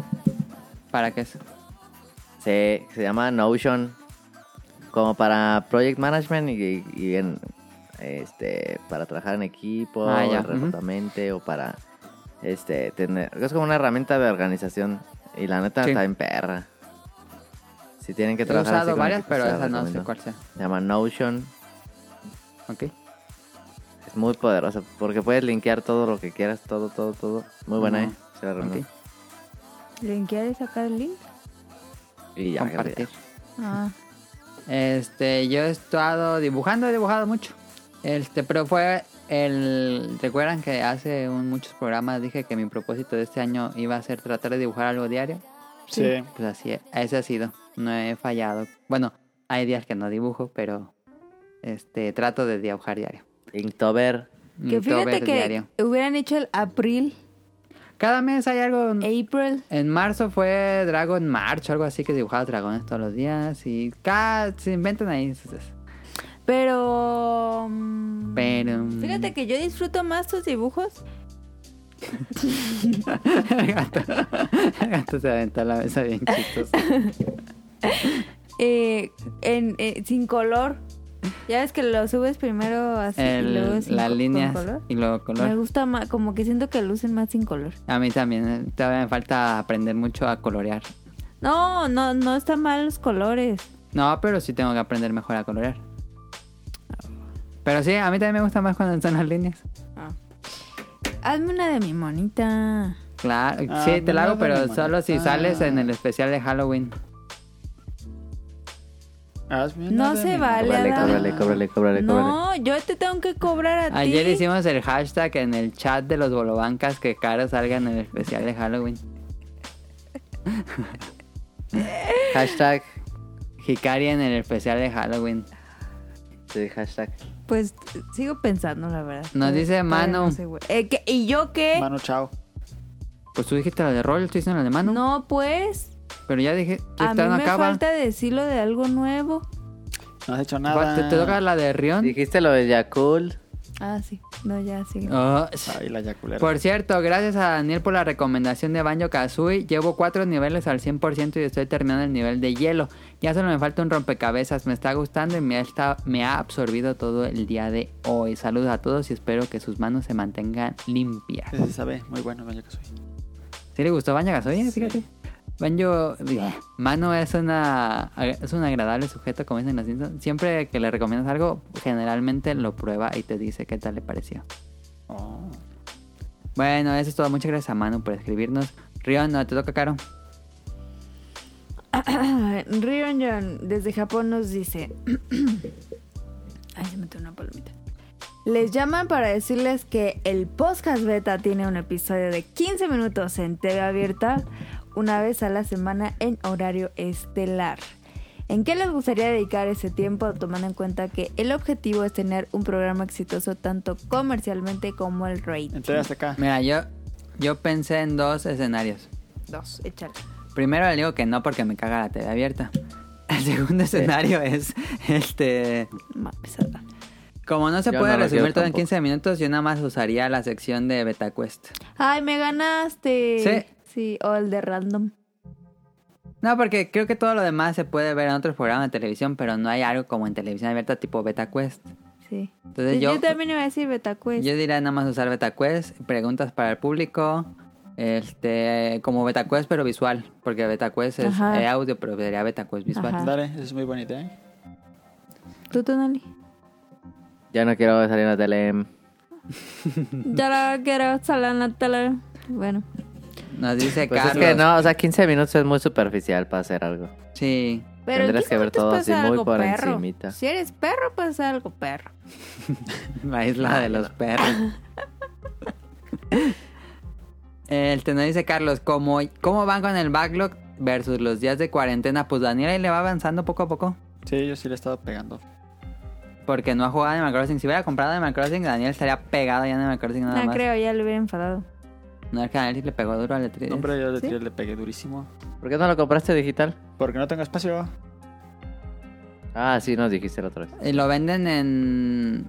[SPEAKER 1] ¿Para qué es?
[SPEAKER 3] Se, se llama Notion. Como para Project Management y, y en, este, para trabajar en equipo,
[SPEAKER 1] Ah, ya, ujú.
[SPEAKER 3] remotamente o para este tener. Es como una herramienta de organización. Y la neta
[SPEAKER 1] Sí.
[SPEAKER 3] está en perra. Si tienen que
[SPEAKER 1] He
[SPEAKER 3] trabajar. así
[SPEAKER 1] usado
[SPEAKER 3] con
[SPEAKER 1] varias,
[SPEAKER 3] equipo,
[SPEAKER 1] pero
[SPEAKER 3] se la
[SPEAKER 1] esa no sé
[SPEAKER 3] recomiendo.
[SPEAKER 1] cuál sea.
[SPEAKER 3] Se llama Notion.
[SPEAKER 1] Ok.
[SPEAKER 3] Es muy poderosa porque puedes linkear todo lo que quieras, todo, todo, todo. Muy buena,
[SPEAKER 1] Ujú.
[SPEAKER 3] ¿eh? Se la recomiendo.
[SPEAKER 1] Ok.
[SPEAKER 4] ¿Le quieres sacar el link?
[SPEAKER 3] Y ya,
[SPEAKER 1] Compartir.
[SPEAKER 4] Ah.
[SPEAKER 1] Este, yo he estado dibujando, he dibujado mucho. Este, pero fue el... ¿Recuerdan que hace un- muchos programas dije que mi propósito de este año iba a ser tratar de dibujar algo diario?
[SPEAKER 2] Sí.
[SPEAKER 1] Pues así, es, ese ha sido. No he fallado. Bueno, hay días que no dibujo, pero este trato de dibujar diario.
[SPEAKER 3] Inktober.
[SPEAKER 4] Que
[SPEAKER 1] Mm,
[SPEAKER 4] fíjate
[SPEAKER 1] Tober
[SPEAKER 4] que
[SPEAKER 1] diario.
[SPEAKER 4] hubieran hecho el April,
[SPEAKER 1] Cada mes hay algo.
[SPEAKER 4] April.
[SPEAKER 1] En marzo fue Dragon March, algo así que dibujaba dragones todos los días. Y cada, se inventan ahí. sus- sus-
[SPEAKER 4] Pero... mm,
[SPEAKER 1] Pero, mm.
[SPEAKER 4] Fíjate que yo disfruto más tus dibujos.
[SPEAKER 1] el, gato, el gato se aventó a la mesa bien chistoso.
[SPEAKER 4] eh, en, eh, sin color. Ya ves que lo subes primero así y luego
[SPEAKER 1] El-
[SPEAKER 4] sin
[SPEAKER 1] las
[SPEAKER 4] co- con
[SPEAKER 1] líneas
[SPEAKER 4] color.
[SPEAKER 1] y luego
[SPEAKER 4] Me
[SPEAKER 1] color.
[SPEAKER 4] gusta más, como que siento que lucen más sin color.
[SPEAKER 1] A mí también. eh, Todavía me falta aprender mucho a colorear.
[SPEAKER 4] No, no, no están mal los colores.
[SPEAKER 1] No, pero sí tengo que aprender mejor a colorear. Pero sí, a mí también me gusta más cuando están las líneas.
[SPEAKER 4] Hazme una de mi monita.
[SPEAKER 1] Claro,
[SPEAKER 2] Ah,
[SPEAKER 1] sí, te
[SPEAKER 2] no Ah.
[SPEAKER 1] la hago,
[SPEAKER 2] me
[SPEAKER 1] pero
[SPEAKER 2] hagas
[SPEAKER 1] solo si
[SPEAKER 2] molestar.
[SPEAKER 1] sales en el especial de Halloween.
[SPEAKER 2] Hazme
[SPEAKER 4] No
[SPEAKER 2] una de
[SPEAKER 4] se
[SPEAKER 2] mi-
[SPEAKER 4] vale,
[SPEAKER 3] Cóbrale,
[SPEAKER 4] Adam.
[SPEAKER 3] cóbrale, cóbrale, cóbrale, cóbrale.
[SPEAKER 4] No, yo te tengo que cobrar a ti.
[SPEAKER 1] Ayer hicimos el hashtag en el chat de los bolobancas que Caro salga en el especial de Halloween.
[SPEAKER 3] Hashtag.
[SPEAKER 1] Hikari en el especial de Halloween.
[SPEAKER 3] Sí, hashtag.
[SPEAKER 4] Pues t- sigo pensando, la verdad.
[SPEAKER 1] Nos dice
[SPEAKER 4] Todavía no
[SPEAKER 1] Manu.
[SPEAKER 4] sé, güey. Eh, ¿qué? ¿Y yo qué?
[SPEAKER 2] Mano, chao.
[SPEAKER 1] Pues tú dijiste lo de rol, estoy diciendo lo de mano.
[SPEAKER 4] No, pues.
[SPEAKER 1] Pero ya dije, tú
[SPEAKER 4] A mí
[SPEAKER 1] estás no
[SPEAKER 4] me
[SPEAKER 1] acaba.
[SPEAKER 4] falta decirlo de algo nuevo.
[SPEAKER 2] No has hecho nada.
[SPEAKER 1] Te, te toca la de Rion.
[SPEAKER 3] Dijiste lo de Yakul.
[SPEAKER 4] Ah, sí. No, ya, sigue.
[SPEAKER 1] Oh,
[SPEAKER 2] Ay, la yaculera.
[SPEAKER 1] Por cierto, gracias a Daniel por la recomendación de Banjo Kazooie. Llevo cuatro niveles al 100% y estoy terminando el nivel de hielo. Ya solo me falta un rompecabezas. Me está gustando y me ha, esta- me ha absorbido todo el día de hoy. Saludos a todos y espero que sus manos se mantengan limpias.
[SPEAKER 2] Ese sabe, muy bueno, baño que soy.
[SPEAKER 1] ¿Sí le gustó Banjo Kazooie? Fíjate. Banjo. Mano es, una, es un agradable sujeto, como dicen los Simpsons. Siempre que le recomiendas algo, generalmente lo prueba y te dice qué tal le pareció.
[SPEAKER 2] Oh.
[SPEAKER 1] Bueno, eso es todo. Muchas gracias a Manu por escribirnos. Rion, no te toca, Caro.
[SPEAKER 4] Rion John desde Japón nos dice. Ay, se metió una palomita. Les llaman para decirles que el podcast beta tiene un episodio de 15 minutos en TV abierta una vez a la semana en horario estelar. ¿En qué les gustaría dedicar ese tiempo tomando en cuenta que el objetivo es tener un programa exitoso tanto comercialmente como el rating?
[SPEAKER 2] Entonces hasta acá.
[SPEAKER 1] Mira, yo, yo pensé en dos escenarios.
[SPEAKER 4] Dos, échale.
[SPEAKER 1] Primero le digo que no porque me caga la tele abierta. El segundo escenario es este.
[SPEAKER 4] Mames, Adán.
[SPEAKER 1] Como no se
[SPEAKER 3] Yo
[SPEAKER 1] puede
[SPEAKER 3] no lo
[SPEAKER 1] resumir
[SPEAKER 3] quiero
[SPEAKER 1] todo en
[SPEAKER 3] tampoco.
[SPEAKER 1] 15 minutos, yo nada más usaría la sección de BetaQuest.
[SPEAKER 4] Ay, me ganaste. Sí. Sí, o el de random.
[SPEAKER 1] No, porque creo que todo lo demás se puede ver en otros programas de televisión, pero no hay algo como en televisión abierta tipo BetaQuest.
[SPEAKER 4] Sí.
[SPEAKER 1] Entonces
[SPEAKER 4] Sí,
[SPEAKER 1] yo,
[SPEAKER 4] yo, también pues. iba a decir Betacuest.
[SPEAKER 1] yo diría nada más usar BetaQuest, preguntas para el público, este, como BetaQuest pero visual, porque BetaQuest es
[SPEAKER 4] Ajá.
[SPEAKER 1] eh, audio, pero sería BetaQuest visual.
[SPEAKER 4] Ajá.
[SPEAKER 2] Dale, esa es muy buena idea. ¿eh?
[SPEAKER 4] ¿Tú, Tonali?
[SPEAKER 3] Ya no quiero salir en la tele.
[SPEAKER 4] Yo la quiero salir en la tele. Bueno.
[SPEAKER 1] Nos dice
[SPEAKER 3] Pues
[SPEAKER 1] Carlos.
[SPEAKER 3] es que no, o sea, 15 minutos es muy superficial para hacer algo.
[SPEAKER 1] Sí.
[SPEAKER 4] Pero en
[SPEAKER 3] Tendrás
[SPEAKER 4] 15
[SPEAKER 3] que ver
[SPEAKER 4] minutos
[SPEAKER 3] todo
[SPEAKER 4] puede
[SPEAKER 3] así,
[SPEAKER 4] ser
[SPEAKER 3] muy
[SPEAKER 4] algo
[SPEAKER 3] por
[SPEAKER 4] perro.
[SPEAKER 3] encimita.
[SPEAKER 4] Si eres perro, puede ser algo perro.
[SPEAKER 1] La isla de los perros. El tenor dice Carlos, ¿cómo, ¿cómo van con el backlog versus los días de cuarentena? Pues Daniel ahí le va avanzando poco a poco.
[SPEAKER 2] Sí, yo sí le he estado pegando.
[SPEAKER 1] Porque no ha jugado Animal Crossing. Si hubiera comprado Animal Crossing, Daniel estaría pegado ya en Animal Crossing nada
[SPEAKER 4] no
[SPEAKER 1] más.
[SPEAKER 4] creo, ya le hubiera enfadado.
[SPEAKER 1] No es que Daniel sí le pegó duro al e
[SPEAKER 2] No, hombre, yo le,
[SPEAKER 4] ¿Sí?
[SPEAKER 2] yo le pegué durísimo.
[SPEAKER 3] ¿Por qué no lo compraste digital?
[SPEAKER 2] Porque no tengo espacio.
[SPEAKER 3] Ah, sí, nos dijiste la otra vez.
[SPEAKER 1] Y lo venden en.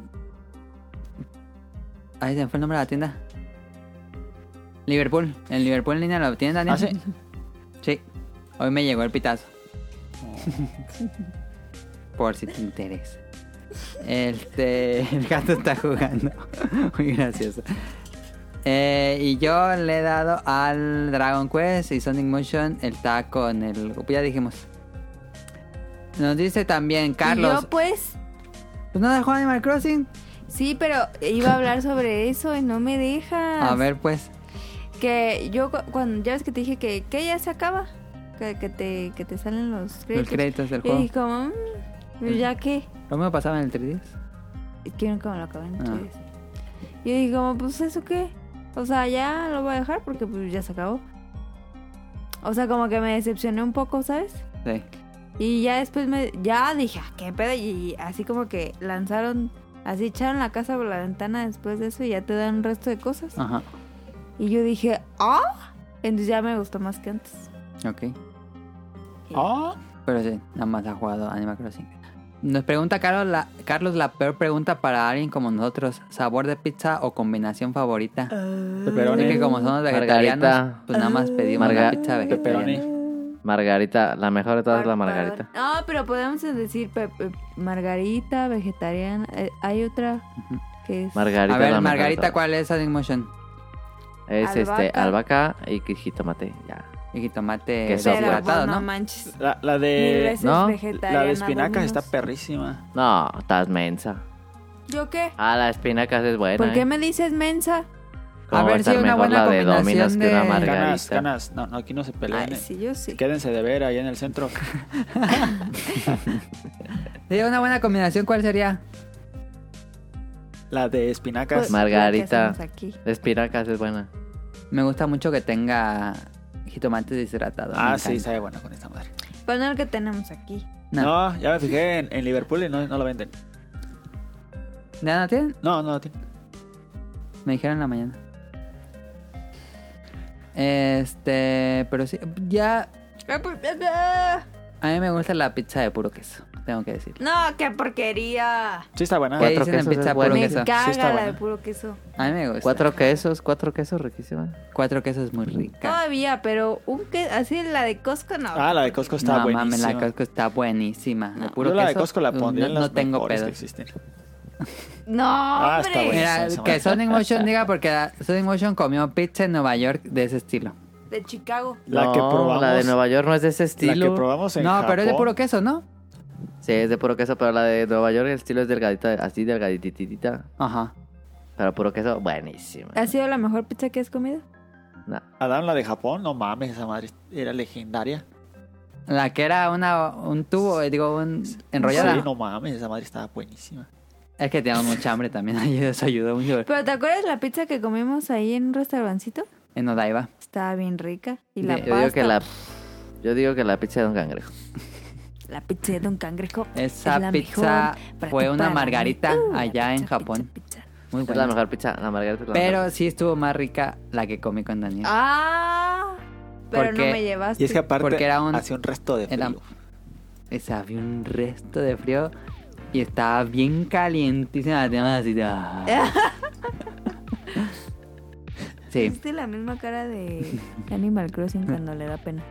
[SPEAKER 1] Ahí se me fue el nombre de la tienda. Liverpool. En Liverpool en línea lo tienen, Daniel.
[SPEAKER 2] ¿Ah, sí?
[SPEAKER 1] Sí. Hoy me llegó el pitazo. Por si te interesa. Este. El gato está jugando. Muy gracioso. Eh, y yo le he dado al Dragon Quest y Sonic Motion el taco con el. Ya dijimos. Nos dice también
[SPEAKER 4] Y
[SPEAKER 1] Carlos.
[SPEAKER 4] yo, pues,
[SPEAKER 1] Pues nada, juega Animal Crossing.
[SPEAKER 4] sí, pero iba a hablar sobre eso y no me dejas.
[SPEAKER 1] A ver, pues.
[SPEAKER 4] Que yo, cu- cuando ya ves que te dije que, que ya se acaba, que, que te, que te salen los
[SPEAKER 1] Los
[SPEAKER 4] créditos.
[SPEAKER 1] créditos del
[SPEAKER 4] y
[SPEAKER 1] juego.
[SPEAKER 4] dije, como, mm, pues, ¿ya qué?
[SPEAKER 1] Lo mismo pasaba en el 3DS.
[SPEAKER 4] Quieren que me lo acaben.
[SPEAKER 1] Ah.
[SPEAKER 4] entonces. Y dije, como, pues, ¿eso qué? O sea, ya lo voy a dejar porque pues, ya se acabó. O sea, como que me decepcioné un poco, ¿sabes?
[SPEAKER 1] Sí.
[SPEAKER 4] Y ya después me, ya dije, "Ah, ¿qué pedo? Y así como que lanzaron, así echaron la casa por la ventana después de eso y ya te dan un resto de cosas.
[SPEAKER 3] Ah.
[SPEAKER 1] Ajá.
[SPEAKER 4] Y yo dije, ah, entonces ya me gustó más que antes.
[SPEAKER 1] Ok.
[SPEAKER 2] Ah,
[SPEAKER 1] Pero sí, nada más ha jugado Animal Crossing. Nos pregunta Carlos la, Carlos la peor pregunta para alguien como nosotros: ¿sabor de pizza o combinación favorita?
[SPEAKER 2] pepperoni.
[SPEAKER 1] Es que como somos vegetarianos,
[SPEAKER 3] Margarita.
[SPEAKER 1] pues nada más pedimos
[SPEAKER 3] Marga-
[SPEAKER 1] una pizza
[SPEAKER 2] Pepperoni.
[SPEAKER 1] vegetariana.
[SPEAKER 3] Margarita, la mejor de todas es la margarita.
[SPEAKER 4] No, pero podemos decir pe- pe- margarita, vegetariana. eh, hay otra
[SPEAKER 1] Ujú.
[SPEAKER 4] que es...
[SPEAKER 3] Margarita
[SPEAKER 1] A
[SPEAKER 3] es la
[SPEAKER 1] ver,
[SPEAKER 3] mejor de
[SPEAKER 1] Margarita,
[SPEAKER 3] todas.
[SPEAKER 1] ¿cuál es Sonic Motion?
[SPEAKER 3] Es este,
[SPEAKER 4] Albahaca.
[SPEAKER 3] albahaca y que jitomate, ya.
[SPEAKER 1] Y tomate
[SPEAKER 3] Queso
[SPEAKER 4] pero,
[SPEAKER 3] apurado,
[SPEAKER 1] deshidratado,
[SPEAKER 4] pues, no
[SPEAKER 1] ¿no?
[SPEAKER 4] manches.
[SPEAKER 2] La, la
[SPEAKER 4] Mil
[SPEAKER 2] de.
[SPEAKER 4] veces
[SPEAKER 3] ¿no?
[SPEAKER 4] vegetariana,
[SPEAKER 2] Eh, La de espinacas está
[SPEAKER 4] Domino's.
[SPEAKER 2] perrísima.
[SPEAKER 3] No, estás mensa.
[SPEAKER 4] ¿Yo qué?
[SPEAKER 3] Ah, la espinacas es buena.
[SPEAKER 4] ¿Por qué
[SPEAKER 3] ¿eh?
[SPEAKER 4] me dices mensa?
[SPEAKER 3] ¿Cómo
[SPEAKER 1] A
[SPEAKER 3] va
[SPEAKER 1] ver,
[SPEAKER 3] estar
[SPEAKER 1] sí, una
[SPEAKER 3] mejor
[SPEAKER 1] buena
[SPEAKER 3] la de
[SPEAKER 1] combinación
[SPEAKER 3] Dominos que una
[SPEAKER 1] de-
[SPEAKER 3] margarita?
[SPEAKER 2] Ganas, ganas. No, no, aquí no se pelean.
[SPEAKER 4] Ay,
[SPEAKER 2] eh.
[SPEAKER 4] sí, yo sí.
[SPEAKER 2] Quédense de ver allá en el centro.
[SPEAKER 1] Sí, una buena combinación, ¿cuál sería?
[SPEAKER 2] La de espinacas.
[SPEAKER 4] Pues,
[SPEAKER 3] Margarita.
[SPEAKER 4] ¿qué hacemos aquí?
[SPEAKER 3] Espinacas es buena.
[SPEAKER 1] Me gusta mucho que tenga jitomate deshidratado.
[SPEAKER 2] ah,
[SPEAKER 1] me
[SPEAKER 2] sí,
[SPEAKER 1] encanta.
[SPEAKER 2] sabe buena con esta madre.
[SPEAKER 4] Pues no el que tenemos aquí.
[SPEAKER 1] No.
[SPEAKER 2] No, ya me fijé en, en Liverpool y no, no la venden.
[SPEAKER 1] ¿Ya no tienen?
[SPEAKER 2] No, no la tienen.
[SPEAKER 1] Me dijeron en la mañana. Este, pero sí, ya
[SPEAKER 4] Ah, pues,
[SPEAKER 1] a mí me gusta la pizza de puro queso, tengo que decir.
[SPEAKER 4] No, qué porquería.
[SPEAKER 2] Sí, está buena.
[SPEAKER 1] ¿Qué
[SPEAKER 3] Cuatro
[SPEAKER 1] dicen en
[SPEAKER 3] quesos es
[SPEAKER 1] pizza de puro
[SPEAKER 3] bueno.
[SPEAKER 4] Me
[SPEAKER 1] queso?
[SPEAKER 4] caga
[SPEAKER 2] está
[SPEAKER 4] la de
[SPEAKER 2] buena.
[SPEAKER 4] puro queso.
[SPEAKER 1] A mí me gusta.
[SPEAKER 3] Cuatro quesos, cuatro quesos, riquísima.
[SPEAKER 1] Cuatro quesos es muy rica.
[SPEAKER 4] Todavía, pero un que así la de Costco no.
[SPEAKER 2] Ah, la de Costco está
[SPEAKER 1] no mames,
[SPEAKER 2] buenísima.
[SPEAKER 1] la Costco está buenísima. De puro
[SPEAKER 2] Yo la de
[SPEAKER 1] queso,
[SPEAKER 2] Costco la
[SPEAKER 1] no-
[SPEAKER 2] pondría en
[SPEAKER 1] no,
[SPEAKER 2] las
[SPEAKER 1] tengo
[SPEAKER 2] mejores que
[SPEAKER 1] pedos.
[SPEAKER 2] existen.
[SPEAKER 4] No,
[SPEAKER 2] Ah, está
[SPEAKER 4] hombre.
[SPEAKER 2] buena.
[SPEAKER 1] Mira,
[SPEAKER 2] Esa
[SPEAKER 1] que
[SPEAKER 2] madre.
[SPEAKER 1] Sonic Motion diga porque Sonic Motion comió pizza en Nueva York de ese estilo.
[SPEAKER 4] De Chicago.
[SPEAKER 2] La que
[SPEAKER 3] No,
[SPEAKER 2] probamos.
[SPEAKER 3] La de Nueva York no es de ese
[SPEAKER 2] la que
[SPEAKER 3] estilo.
[SPEAKER 2] probamos en
[SPEAKER 1] No, pero es de
[SPEAKER 2] Japón.
[SPEAKER 1] puro queso, ¿no?
[SPEAKER 3] sí, es de puro queso, pero la de Nueva York el estilo es delgadita, así delgadititita.
[SPEAKER 1] Ajá.
[SPEAKER 3] Pero puro queso, buenísima.
[SPEAKER 4] ¿Ha sido la mejor pizza que has comido?
[SPEAKER 3] No.
[SPEAKER 2] Adam, la de Japón, no mames, esa madre era legendaria.
[SPEAKER 1] La que era una un tubo, eh, digo, un enrollada.
[SPEAKER 2] Sí, no mames, esa madre estaba buenísima.
[SPEAKER 1] Es que teníamos mucha hambre también, y eso ayudó mucho.
[SPEAKER 4] ¿Pero te acuerdas la pizza que comimos ahí en un restaurancito?
[SPEAKER 1] En Odaiba.
[SPEAKER 4] Estaba bien rica. Y la
[SPEAKER 1] Yo
[SPEAKER 3] Yo digo
[SPEAKER 4] pasta.
[SPEAKER 3] que la yo digo que la pizza de un cangrejo.
[SPEAKER 4] La pizza de Don Cangrejo.
[SPEAKER 1] Esa
[SPEAKER 4] es la
[SPEAKER 1] pizza
[SPEAKER 4] mejor para
[SPEAKER 1] fue
[SPEAKER 4] tu
[SPEAKER 1] una
[SPEAKER 4] paladar.
[SPEAKER 1] margarita allá en Japón.
[SPEAKER 4] pizza.
[SPEAKER 1] Muy
[SPEAKER 3] Es la Ah.
[SPEAKER 1] buena.
[SPEAKER 3] mejor pizza, la margarita. es la mejor
[SPEAKER 1] Pero sí estuvo más rica la que comí con Daniel.
[SPEAKER 4] Ah, Pero
[SPEAKER 1] Porque-
[SPEAKER 4] no me llevaste.
[SPEAKER 2] Y es que aparte
[SPEAKER 1] Porque era un-
[SPEAKER 2] hacía un resto de frío.
[SPEAKER 1] era- Esa, había un resto de frío y estaba bien calientísima. la teníamos así de- ah. Sí,
[SPEAKER 4] Hiciste la misma cara de Animal Crossing cuando le da pena.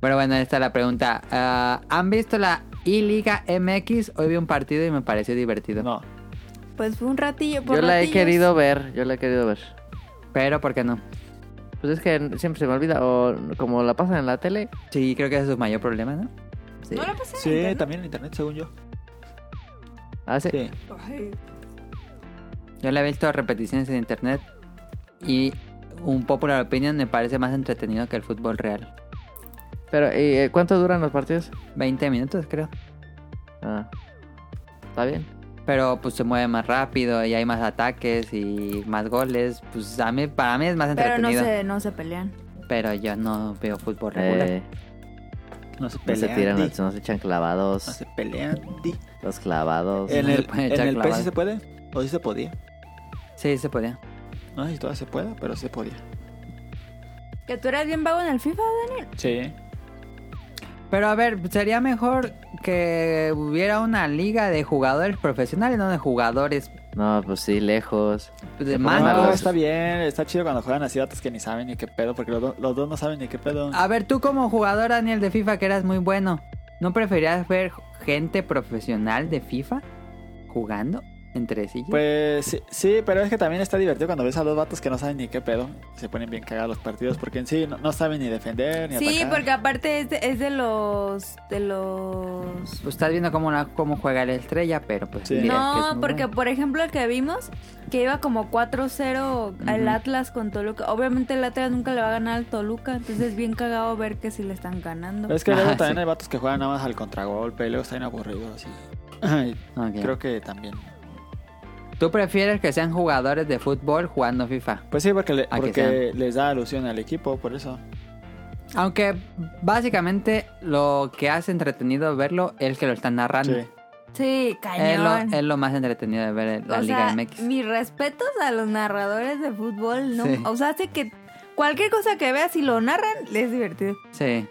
[SPEAKER 1] pero bueno, esta es la pregunta. Ah, ¿Han visto la I-Liga MX? Hoy vi un partido y me pareció divertido.
[SPEAKER 2] No,
[SPEAKER 4] Pues fue un ratillo. Por
[SPEAKER 3] Yo la he
[SPEAKER 4] ratillos.
[SPEAKER 3] querido ver, yo la he querido ver.
[SPEAKER 1] Pero, ¿por qué no?
[SPEAKER 3] Pues es que siempre se me olvida, o como la pasan en la tele.
[SPEAKER 1] Sí, creo que ese es su mayor problema, ¿no? Sí.
[SPEAKER 4] ¿No la pasé?
[SPEAKER 2] sí,
[SPEAKER 4] en internet?
[SPEAKER 2] también en internet, según yo.
[SPEAKER 3] Hace,
[SPEAKER 2] Sí.
[SPEAKER 4] Ay,
[SPEAKER 1] Yo la he visto repeticiones en internet y un popular opinion me parece más entretenido que el fútbol real.
[SPEAKER 3] Pero, ¿y, eh, ¿cuánto duran los partidos?
[SPEAKER 1] 20 minutos creo.
[SPEAKER 3] Ah, está bien.
[SPEAKER 1] Pero pues se mueve más rápido y hay más ataques y más goles. Pues a mí, para mí es más
[SPEAKER 4] Pero no
[SPEAKER 1] entretenido. Pero,
[SPEAKER 4] se, no se pelean.
[SPEAKER 1] yo no veo fútbol regular.
[SPEAKER 3] Eh,
[SPEAKER 2] No se
[SPEAKER 3] no se
[SPEAKER 2] pelean.
[SPEAKER 3] tiran,
[SPEAKER 2] di.
[SPEAKER 3] no se echan
[SPEAKER 2] No
[SPEAKER 3] clavados,
[SPEAKER 2] se pelean. di.
[SPEAKER 3] los clavados.
[SPEAKER 1] Pues
[SPEAKER 2] En
[SPEAKER 1] no le
[SPEAKER 2] el,
[SPEAKER 1] pueden
[SPEAKER 2] en
[SPEAKER 1] echar
[SPEAKER 2] el
[SPEAKER 1] clavada.
[SPEAKER 2] PC se puede. O sí se podía.
[SPEAKER 1] Sí, se podía.
[SPEAKER 2] No sé si todavía se pueda, pero sí se podía.
[SPEAKER 4] Que tú eras bien vago en el FIFA, Daniel.
[SPEAKER 2] Sí.
[SPEAKER 1] Pero a ver, sería mejor que hubiera una liga de jugadores profesionales, no de jugadores
[SPEAKER 3] No, pues sí, lejos.
[SPEAKER 1] de
[SPEAKER 3] Ah,
[SPEAKER 2] no,
[SPEAKER 3] no,
[SPEAKER 1] mando.
[SPEAKER 3] pues-
[SPEAKER 2] está bien, está chido cuando juegan así datos que ni saben ni qué pedo, porque los, do- los dos no saben ni qué pedo.
[SPEAKER 4] Ah,
[SPEAKER 1] A ver, tú como jugador, Daniel, de FIFA, que eras muy bueno, ¿no preferías ver gente profesional de FIFA jugando entre sí?
[SPEAKER 2] Pues sí, sí, pero es que también está divertido cuando ves a dos vatos que no saben ni qué pedo. Se ponen bien cagados los partidos porque en sí no, no saben ni defender ni
[SPEAKER 4] Sí,
[SPEAKER 2] atacar.
[SPEAKER 4] porque aparte es de, es de los. De los.
[SPEAKER 1] Pues estás viendo cómo, la- cómo juega la estrella, pero pues...
[SPEAKER 2] Sí.
[SPEAKER 1] mira que es
[SPEAKER 4] No,
[SPEAKER 1] muy
[SPEAKER 4] porque
[SPEAKER 1] bueno.
[SPEAKER 4] por ejemplo el que vimos, que iba como 4-0 al Atlas con Toluca. Obviamente el Atlas nunca le va a ganar al Toluca, entonces es bien cagado ver que sí le están ganando.
[SPEAKER 2] Pero es que
[SPEAKER 1] Ajá,
[SPEAKER 2] luego también
[SPEAKER 1] Ah, sí.
[SPEAKER 2] hay vatos que juegan nada más al contragolpe y luego están aburridos así. Ay,
[SPEAKER 1] Ok.
[SPEAKER 2] Creo que también.
[SPEAKER 1] ¿Tú prefieres que sean jugadores de fútbol jugando FIFA?
[SPEAKER 2] Pues sí, porque, le-
[SPEAKER 1] A que
[SPEAKER 2] porque les da alusión al equipo, por eso.
[SPEAKER 1] Aunque básicamente lo que hace entretenido verlo es que lo están narrando.
[SPEAKER 2] Sí.
[SPEAKER 4] Sí,
[SPEAKER 1] Es lo,
[SPEAKER 4] cañón.
[SPEAKER 1] es lo más entretenido de ver la
[SPEAKER 4] o
[SPEAKER 1] Liga
[SPEAKER 4] sea,
[SPEAKER 1] MX.
[SPEAKER 4] mis respetos a los narradores de fútbol, ¿no?
[SPEAKER 1] Sí.
[SPEAKER 4] O sea, hace que cualquier cosa que veas y lo narran, es divertido.
[SPEAKER 1] Sí.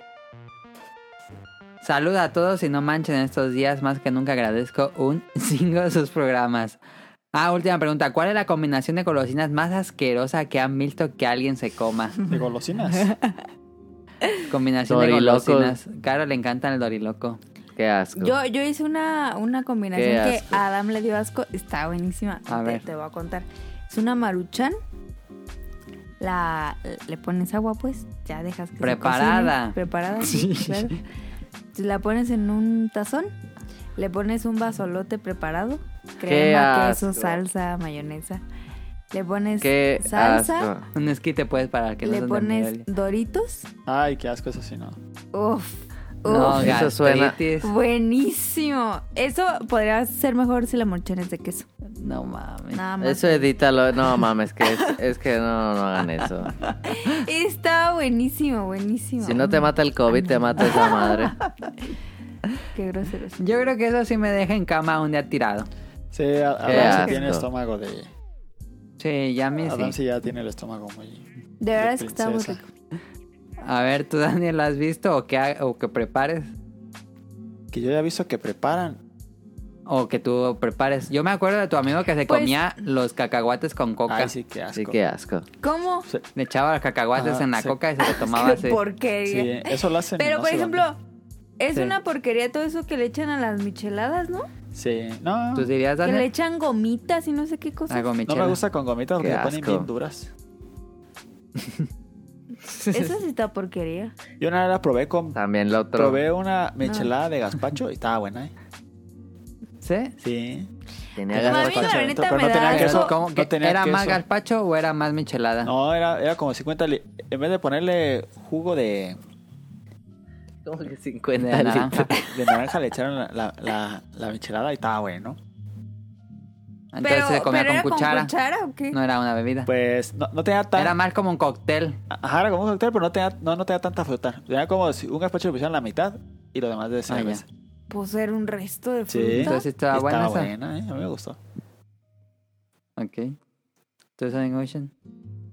[SPEAKER 1] Saluda a todos y no manchen en estos días. Más que nunca agradezco un chingo de sus programas. Ah, última pregunta. ¿Cuál es la combinación de golosinas más asquerosa que han visto que alguien se coma?
[SPEAKER 2] De golosinas.
[SPEAKER 1] Combinación
[SPEAKER 3] Dorilocos.
[SPEAKER 1] de golosinas. Caro le encanta el doriloco.
[SPEAKER 3] Qué asco.
[SPEAKER 4] Yo, yo hice una, una combinación
[SPEAKER 3] Qué
[SPEAKER 4] que
[SPEAKER 3] asco.
[SPEAKER 4] a Adam le dio asco. Está buenísima.
[SPEAKER 1] A
[SPEAKER 4] te,
[SPEAKER 1] ver.
[SPEAKER 4] te voy a contar. Es una maruchan. La, le pones agua, pues. Ya dejas que se
[SPEAKER 1] Preparada.
[SPEAKER 4] cocine. Preparada, sí, claro. La pones en un tazón. Le pones un basolote preparado. Crema, queso,
[SPEAKER 3] asco.
[SPEAKER 4] salsa, mayonesa. Le pones
[SPEAKER 3] Qué
[SPEAKER 4] salsa.
[SPEAKER 3] asco.
[SPEAKER 1] Un esquite puedes parar que no
[SPEAKER 4] Le
[SPEAKER 1] son de
[SPEAKER 4] pones
[SPEAKER 1] nivel.
[SPEAKER 4] doritos.
[SPEAKER 2] Ay, qué asco eso sí, ¿no?
[SPEAKER 4] Uf.
[SPEAKER 1] No,
[SPEAKER 4] uf.
[SPEAKER 3] eso suena-
[SPEAKER 1] gastritis.
[SPEAKER 4] Buenísimo. Eso podría ser mejor si la morchón es de queso.
[SPEAKER 1] No mames.
[SPEAKER 4] Nada más.
[SPEAKER 3] Eso edítalo. No mames, que es, es que no, no hagan eso.
[SPEAKER 4] Está buenísimo, buenísimo.
[SPEAKER 3] Si no te mata el COVID, te mata esa madre.
[SPEAKER 4] Qué grosero. es.
[SPEAKER 1] Yo creo que eso sí me deja en cama un día tirado.
[SPEAKER 2] Sí, a-
[SPEAKER 3] Qué
[SPEAKER 2] Adam sí tiene
[SPEAKER 3] asco.
[SPEAKER 2] estómago de.
[SPEAKER 1] Sí, ya
[SPEAKER 3] Ah,
[SPEAKER 1] me
[SPEAKER 2] Adam
[SPEAKER 1] sí.
[SPEAKER 2] sí ya tiene el estómago muy.
[SPEAKER 4] De verdad es que está muy
[SPEAKER 2] princesa.
[SPEAKER 4] rico.
[SPEAKER 1] A ver, ¿tú, Daniel, la has visto o que, ha- o que prepares?
[SPEAKER 2] Que yo ya he visto que preparan.
[SPEAKER 1] O que tú prepares. Yo me acuerdo de tu amigo que se
[SPEAKER 4] Pues-
[SPEAKER 1] comía los cacahuates con coca.
[SPEAKER 2] Ay, sí, qué asco.
[SPEAKER 3] Así que asco.
[SPEAKER 4] ¿Cómo?
[SPEAKER 1] Le echaba los cacahuates
[SPEAKER 2] Ajá,
[SPEAKER 1] en la
[SPEAKER 2] sí.
[SPEAKER 1] coca y se lo tomaba así.
[SPEAKER 4] Qué porquería.
[SPEAKER 2] Sí, eso lo hacen.
[SPEAKER 4] Pero
[SPEAKER 2] no
[SPEAKER 4] por
[SPEAKER 2] sé dónde.
[SPEAKER 4] ejemplo, es
[SPEAKER 1] Sí.
[SPEAKER 4] una porquería todo eso que le echan a las micheladas, ¿no?
[SPEAKER 2] Sí, no.
[SPEAKER 1] ¿Tú dirías,
[SPEAKER 4] Que le
[SPEAKER 1] Daniel?
[SPEAKER 4] echan gomitas y no sé qué cosas.
[SPEAKER 1] Hago mi
[SPEAKER 2] No
[SPEAKER 1] chela.
[SPEAKER 2] me gusta con gomitas porque
[SPEAKER 3] Qué
[SPEAKER 2] se ponen
[SPEAKER 3] asco.
[SPEAKER 2] bien duras.
[SPEAKER 4] Eso sí está porquería.
[SPEAKER 2] Yo una vez la probé con.
[SPEAKER 3] También lo otro.
[SPEAKER 2] Probé
[SPEAKER 4] Ah.
[SPEAKER 2] una michelada de gazpacho y estaba buena, ¿eh?
[SPEAKER 1] ¿Sí?
[SPEAKER 2] Sí. Tenía
[SPEAKER 3] Tenía
[SPEAKER 4] Mami,
[SPEAKER 3] ganas
[SPEAKER 2] gazpacho
[SPEAKER 4] la neta
[SPEAKER 2] dentro, pero
[SPEAKER 4] me
[SPEAKER 2] no
[SPEAKER 4] da
[SPEAKER 2] tenía
[SPEAKER 4] asco.
[SPEAKER 2] queso.
[SPEAKER 1] Pero, ¿cómo
[SPEAKER 2] Ah, no
[SPEAKER 1] que
[SPEAKER 2] tenía
[SPEAKER 1] ¿Era más
[SPEAKER 2] queso.
[SPEAKER 1] gazpacho o era más michelada?
[SPEAKER 2] No, era, era como 50. li- En vez de ponerle jugo de,
[SPEAKER 3] como que
[SPEAKER 1] Pues, De
[SPEAKER 3] 50
[SPEAKER 1] naranja.
[SPEAKER 3] litros.
[SPEAKER 2] de naranja, le echaron la, la, la- la michelada y estaba bueno.
[SPEAKER 1] Entonces
[SPEAKER 4] pero,
[SPEAKER 1] se comía
[SPEAKER 4] pero era
[SPEAKER 1] con cuchara.
[SPEAKER 4] con cuchara o qué?
[SPEAKER 1] No era una bebida.
[SPEAKER 2] Pues no, no tenía tan.
[SPEAKER 1] Era más como un cóctel.
[SPEAKER 2] Ajá, era como un cóctel, pero no tenía, no, no tenía tanta fruta. Era como si un gazpacho le pusieran la mitad y lo demás de cerveza.
[SPEAKER 4] Pues era un resto de
[SPEAKER 2] Sí.
[SPEAKER 4] fruta.
[SPEAKER 1] Entonces Ah, estaba
[SPEAKER 2] Y
[SPEAKER 1] buena esa.
[SPEAKER 2] buena, ¿eh? A mí me gustó.
[SPEAKER 1] Ok. ¿Tú sabes, Ocean?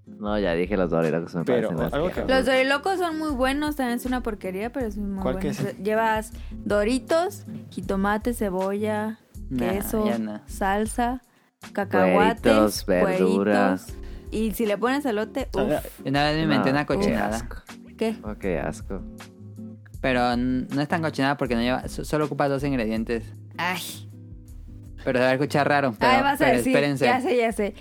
[SPEAKER 3] No, ya dije los dorilocos me
[SPEAKER 2] Pero,
[SPEAKER 3] parecen
[SPEAKER 2] algo
[SPEAKER 3] asquerosos.
[SPEAKER 2] que-
[SPEAKER 4] Los dorilocos son muy buenos, también es una porquería, pero es muy
[SPEAKER 2] ¿Cuál
[SPEAKER 4] bueno.
[SPEAKER 2] que es?
[SPEAKER 4] Llevas doritos, jitomate, cebolla,
[SPEAKER 1] Nah,
[SPEAKER 4] queso,
[SPEAKER 1] ya no.
[SPEAKER 4] salsa, cacahuates,
[SPEAKER 3] Cueritos, verduras.
[SPEAKER 4] cueritos. Y si le pones elote,
[SPEAKER 2] O sea,
[SPEAKER 4] uff,
[SPEAKER 1] Una vez me
[SPEAKER 3] No,
[SPEAKER 1] inventé una
[SPEAKER 3] qué
[SPEAKER 1] cochinada.
[SPEAKER 3] asco.
[SPEAKER 4] ¿qué?
[SPEAKER 3] Oh, qué asco.
[SPEAKER 1] Pero n- no es tan cochinada porque no lleva, so- solo ocupa dos ingredientes.
[SPEAKER 4] Ay,
[SPEAKER 1] Pero se va a escuchar raro. Pero,
[SPEAKER 4] ay, Ah, vas a
[SPEAKER 1] pero
[SPEAKER 4] decir,
[SPEAKER 1] espérense.
[SPEAKER 4] ya sé, ya sé.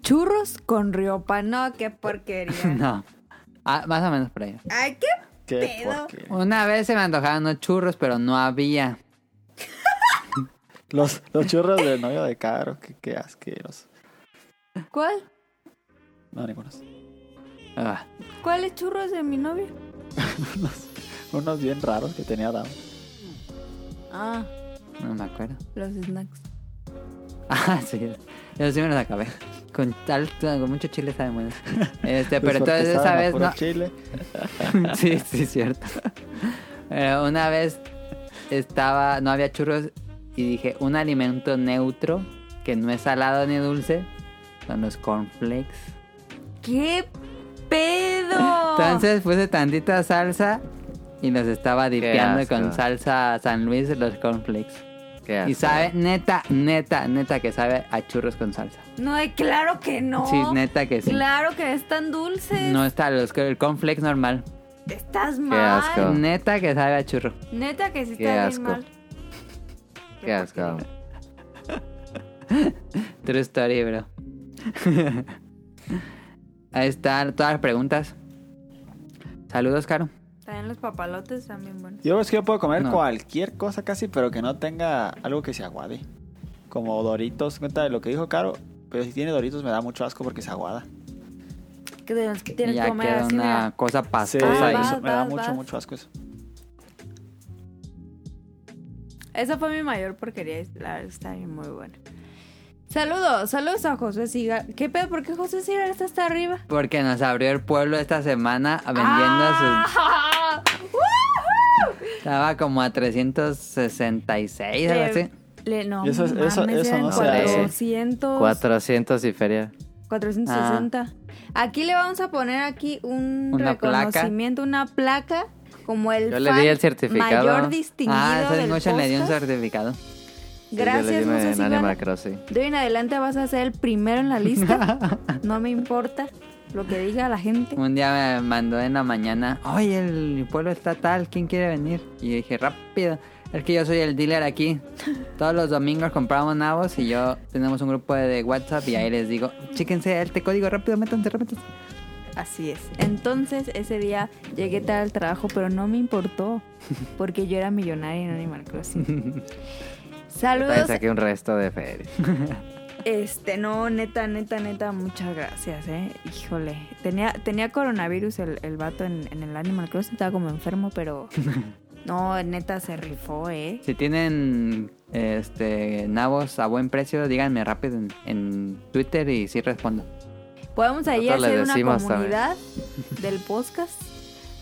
[SPEAKER 4] Churros con riopa, no, qué porquería.
[SPEAKER 1] No. Ah, más o menos por ahí.
[SPEAKER 4] Ay, qué
[SPEAKER 2] ¿Qué
[SPEAKER 4] Pedo.
[SPEAKER 2] porquería.
[SPEAKER 1] Una vez se me antojaban unos churros, pero no había.
[SPEAKER 2] Los, los churros del novio de Caro, qué, qué asqueros.
[SPEAKER 4] ¿Cuál?
[SPEAKER 2] No, ningunos.
[SPEAKER 1] Ah,
[SPEAKER 4] ¿Cuáles churros de mi novio?
[SPEAKER 2] unos, unos bien raros que tenía Adam.
[SPEAKER 4] Ah,
[SPEAKER 1] no me acuerdo.
[SPEAKER 4] los snacks.
[SPEAKER 1] Ah, sí. Yo sí me los acabé. Con tal, con mucho chile saben buenos. Este,
[SPEAKER 2] Pues,
[SPEAKER 1] pero entonces esa vez no.
[SPEAKER 2] Chile.
[SPEAKER 1] sí, sí, cierto. Eh, una vez estaba, no había churros y dije, un alimento neutro que no es salado ni dulce son los cornflakes.
[SPEAKER 4] ¡Qué pedo!
[SPEAKER 1] Entonces puse tantita salsa y los estaba dipeando
[SPEAKER 3] asco.
[SPEAKER 1] con salsa San Luis los cornflakes.
[SPEAKER 3] Qué asco.
[SPEAKER 1] Y sabe, neta, neta, neta que sabe a churros con salsa.
[SPEAKER 4] No, eh, claro que no.
[SPEAKER 1] Sí, neta que sí.
[SPEAKER 4] Claro que están dulces.
[SPEAKER 1] No está los, el cornflakes normal.
[SPEAKER 4] Estás mal.
[SPEAKER 3] asco.
[SPEAKER 1] Neta que sabe a churro.
[SPEAKER 4] Neta que sí
[SPEAKER 3] Qué
[SPEAKER 4] está
[SPEAKER 3] asco.
[SPEAKER 4] bien mal.
[SPEAKER 3] Qué asco.
[SPEAKER 1] True story, bro. Ahí están todas las preguntas. Saludos, Caro.
[SPEAKER 4] También los papalotes también buenos.
[SPEAKER 2] Yo es que yo puedo comer
[SPEAKER 1] No.
[SPEAKER 2] cualquier cosa casi, pero que no tenga algo que se aguade. Como Doritos, cuenta de lo que dijo Caro, pero si tiene Doritos me da mucho asco porque se aguada.
[SPEAKER 4] Que de los que
[SPEAKER 1] Y
[SPEAKER 4] tienes que
[SPEAKER 1] ya
[SPEAKER 4] comer
[SPEAKER 1] queda
[SPEAKER 4] así,
[SPEAKER 1] una
[SPEAKER 4] mira. Ah.
[SPEAKER 1] cosa
[SPEAKER 2] Sí,
[SPEAKER 1] pastosa ahí.
[SPEAKER 4] vas,
[SPEAKER 2] eso, me da
[SPEAKER 4] vas,
[SPEAKER 2] mucho,
[SPEAKER 4] vas.
[SPEAKER 2] mucho asco eso.
[SPEAKER 4] Esa fue mi mayor porquería. y La verdad está bien muy buena. Saludos, saludos a José Sigar. ¿Qué pedo? ¿Por qué José Sigar está hasta arriba?
[SPEAKER 1] Porque nos abrió el pueblo esta semana vendiendo sus...
[SPEAKER 4] ¡Ah! ¡Woohoo!
[SPEAKER 1] Estaba como a 366, algo así.
[SPEAKER 4] Le- le- no,
[SPEAKER 2] Y eso- eso-
[SPEAKER 4] mames,
[SPEAKER 2] eso no
[SPEAKER 4] eran
[SPEAKER 2] se
[SPEAKER 3] hace.
[SPEAKER 4] 400.
[SPEAKER 3] 400 y feria.
[SPEAKER 4] 460. Aquí le vamos a poner aquí un
[SPEAKER 1] Una placa.
[SPEAKER 4] reconocimiento, una placa como el
[SPEAKER 3] Yo le
[SPEAKER 4] fan
[SPEAKER 3] di el certificado.
[SPEAKER 4] mayor distinguido
[SPEAKER 1] Ah, esa
[SPEAKER 4] del
[SPEAKER 1] noche le dio un
[SPEAKER 4] podcast.
[SPEAKER 1] certificado.
[SPEAKER 3] Sí, yo le
[SPEAKER 4] Gracias,
[SPEAKER 3] di una
[SPEAKER 4] no sé
[SPEAKER 3] en
[SPEAKER 4] si
[SPEAKER 3] Animal
[SPEAKER 4] van-
[SPEAKER 3] Crossing.
[SPEAKER 4] De hoy en adelante vas a ser el primero en la lista. No me importa lo que diga la gente.
[SPEAKER 1] Un día me mandó en la mañana, oye, el pueblo está tal, ¿quién quiere venir? Y yo dije, rápido, es que yo soy el dealer aquí. Todos los domingos compramos nabos y yo tenemos un grupo de WhatsApp y ahí les digo, chéquense este código, rápido, métanse, métanse.
[SPEAKER 4] Así es. Entonces, ese día llegué tarde al trabajo, pero no me importó. Porque yo era millonaria en Animal Crossing.
[SPEAKER 3] También
[SPEAKER 4] Saludos
[SPEAKER 3] saqué un resto de feria.
[SPEAKER 4] Este, no, neta, neta, neta, muchas gracias, eh. Híjole. Tenía, tenía coronavirus el, el vato en, en el Animal Crossing, estaba como enfermo, pero. No, neta, se rifó, eh.
[SPEAKER 1] Si tienen este nabos a buen precio, díganme rápido en, en Twitter y sí respondo.
[SPEAKER 4] Podemos ahí
[SPEAKER 3] Nosotros le
[SPEAKER 4] hacer una
[SPEAKER 3] decimos
[SPEAKER 4] comunidad del podcast.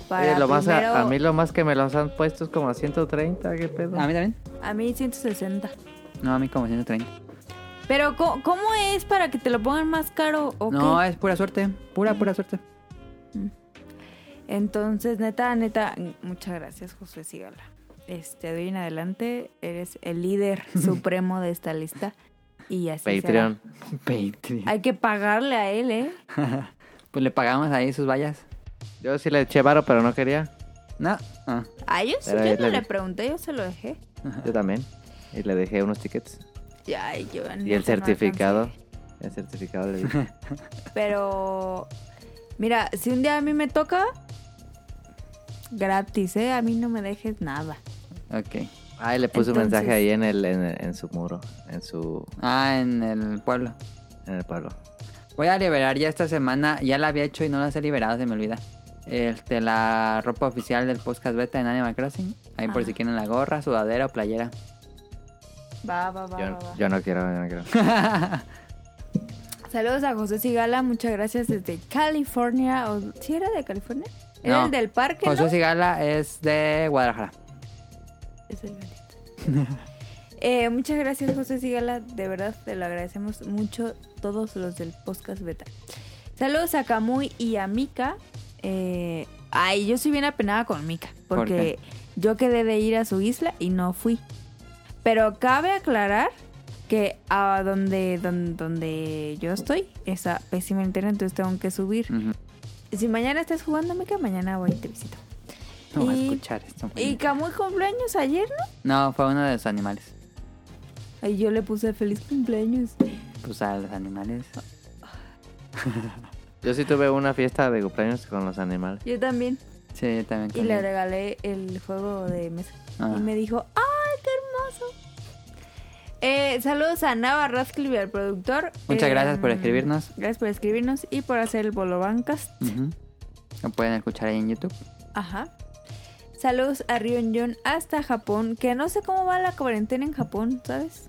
[SPEAKER 4] Para
[SPEAKER 3] Oye, lo más
[SPEAKER 4] primero-
[SPEAKER 3] a, a mí lo más que me los han puesto es como a 130, qué pedo.
[SPEAKER 1] ¿A mí también?
[SPEAKER 4] a mí 160.
[SPEAKER 1] No, a mí como 130.
[SPEAKER 4] Pero, ¿co- ¿cómo, es para que te lo pongan más caro o
[SPEAKER 1] No,
[SPEAKER 4] qué?
[SPEAKER 1] es pura suerte, pura, pura suerte.
[SPEAKER 4] Entonces, neta, neta, muchas gracias, José Sigala. Este, de hoy en adelante eres el líder supremo de esta lista. Y así será.
[SPEAKER 3] Patreon.
[SPEAKER 1] Patreon.
[SPEAKER 4] Hay que pagarle a él, ¿eh?
[SPEAKER 1] Pues le pagamos ahí sus vallas.
[SPEAKER 3] Yo sí le eché varo, pero no quería.
[SPEAKER 1] No. Ah.
[SPEAKER 4] A yo sí,
[SPEAKER 3] Pero
[SPEAKER 4] yo
[SPEAKER 3] ahí
[SPEAKER 4] no
[SPEAKER 3] le-
[SPEAKER 4] le pregunté, yo se lo dejé.
[SPEAKER 3] Yo también. Y le dejé unos tickets.
[SPEAKER 4] Ya, y yo
[SPEAKER 3] Y el
[SPEAKER 4] neta, no
[SPEAKER 3] certificado.
[SPEAKER 4] alcancé.
[SPEAKER 3] El certificado le dije.
[SPEAKER 4] Pero, mira, si un día a mí me toca, gratis, ¿eh? A mí no me dejes nada.
[SPEAKER 1] Ok.
[SPEAKER 3] Ah, y le puse un
[SPEAKER 4] Entonces-
[SPEAKER 3] mensaje ahí en el, en, en su muro, en su
[SPEAKER 1] Ah, en el pueblo.
[SPEAKER 3] en el pueblo.
[SPEAKER 1] Voy a liberar ya esta semana. Ya la había hecho y no las he liberado, se me olvida. Este, la ropa oficial del podcast beta en Animal Crossing. Ahí por
[SPEAKER 4] Ajá.
[SPEAKER 1] si quieren la gorra, sudadera o playera.
[SPEAKER 4] Va, va, va, va,
[SPEAKER 3] Yo,
[SPEAKER 4] va.
[SPEAKER 3] yo no quiero, yo no quiero.
[SPEAKER 4] Saludos a José Sigala, muchas gracias desde California. O, ¿Sí era de California? Era
[SPEAKER 1] No.
[SPEAKER 4] el del parque,
[SPEAKER 1] José
[SPEAKER 4] ¿no?
[SPEAKER 1] Sigala es de Guadalajara.
[SPEAKER 4] Es el Benito. Eh, muchas gracias, José Sigala. De verdad, te lo agradecemos mucho todos los del podcast beta. Saludos a Kamui y a Mika. Eh, ay, yo soy bien apenada con Mika.
[SPEAKER 1] ¿Por
[SPEAKER 4] Porque yo quedé de ir a su isla y no fui. Pero cabe aclarar que a donde, don- donde, yo estoy está pésima internet, entonces tengo que subir.
[SPEAKER 1] Ujú.
[SPEAKER 4] Si mañana estás jugando, Mika, mañana voy y te visito.
[SPEAKER 1] No va a
[SPEAKER 4] Y-
[SPEAKER 1] escuchar esto.
[SPEAKER 4] Y Kamui cumpleaños ayer, ¿no?
[SPEAKER 1] No, fue uno de los animales.
[SPEAKER 4] Y yo le puse feliz cumpleaños.
[SPEAKER 1] Pues a los animales.
[SPEAKER 3] Yo sí tuve una fiesta de cumpleaños con los animales.
[SPEAKER 4] Yo también.
[SPEAKER 1] Sí, yo también.
[SPEAKER 4] Y le
[SPEAKER 1] comí.
[SPEAKER 4] regalé el juego de mesa.
[SPEAKER 1] Ah.
[SPEAKER 4] Y me dijo, ¡ay, qué hermoso! Eh, saludos a Nava Radcliffe, al productor.
[SPEAKER 1] Muchas
[SPEAKER 4] Eh,
[SPEAKER 1] gracias por escribirnos.
[SPEAKER 4] Gracias por escribirnos y por hacer el Bolo Bancast.
[SPEAKER 1] Ujú. Lo pueden escuchar ahí en YouTube.
[SPEAKER 4] Ajá. Saludos a Rion John hasta Japón, que no sé cómo va la cuarentena en Japón, ¿sabes?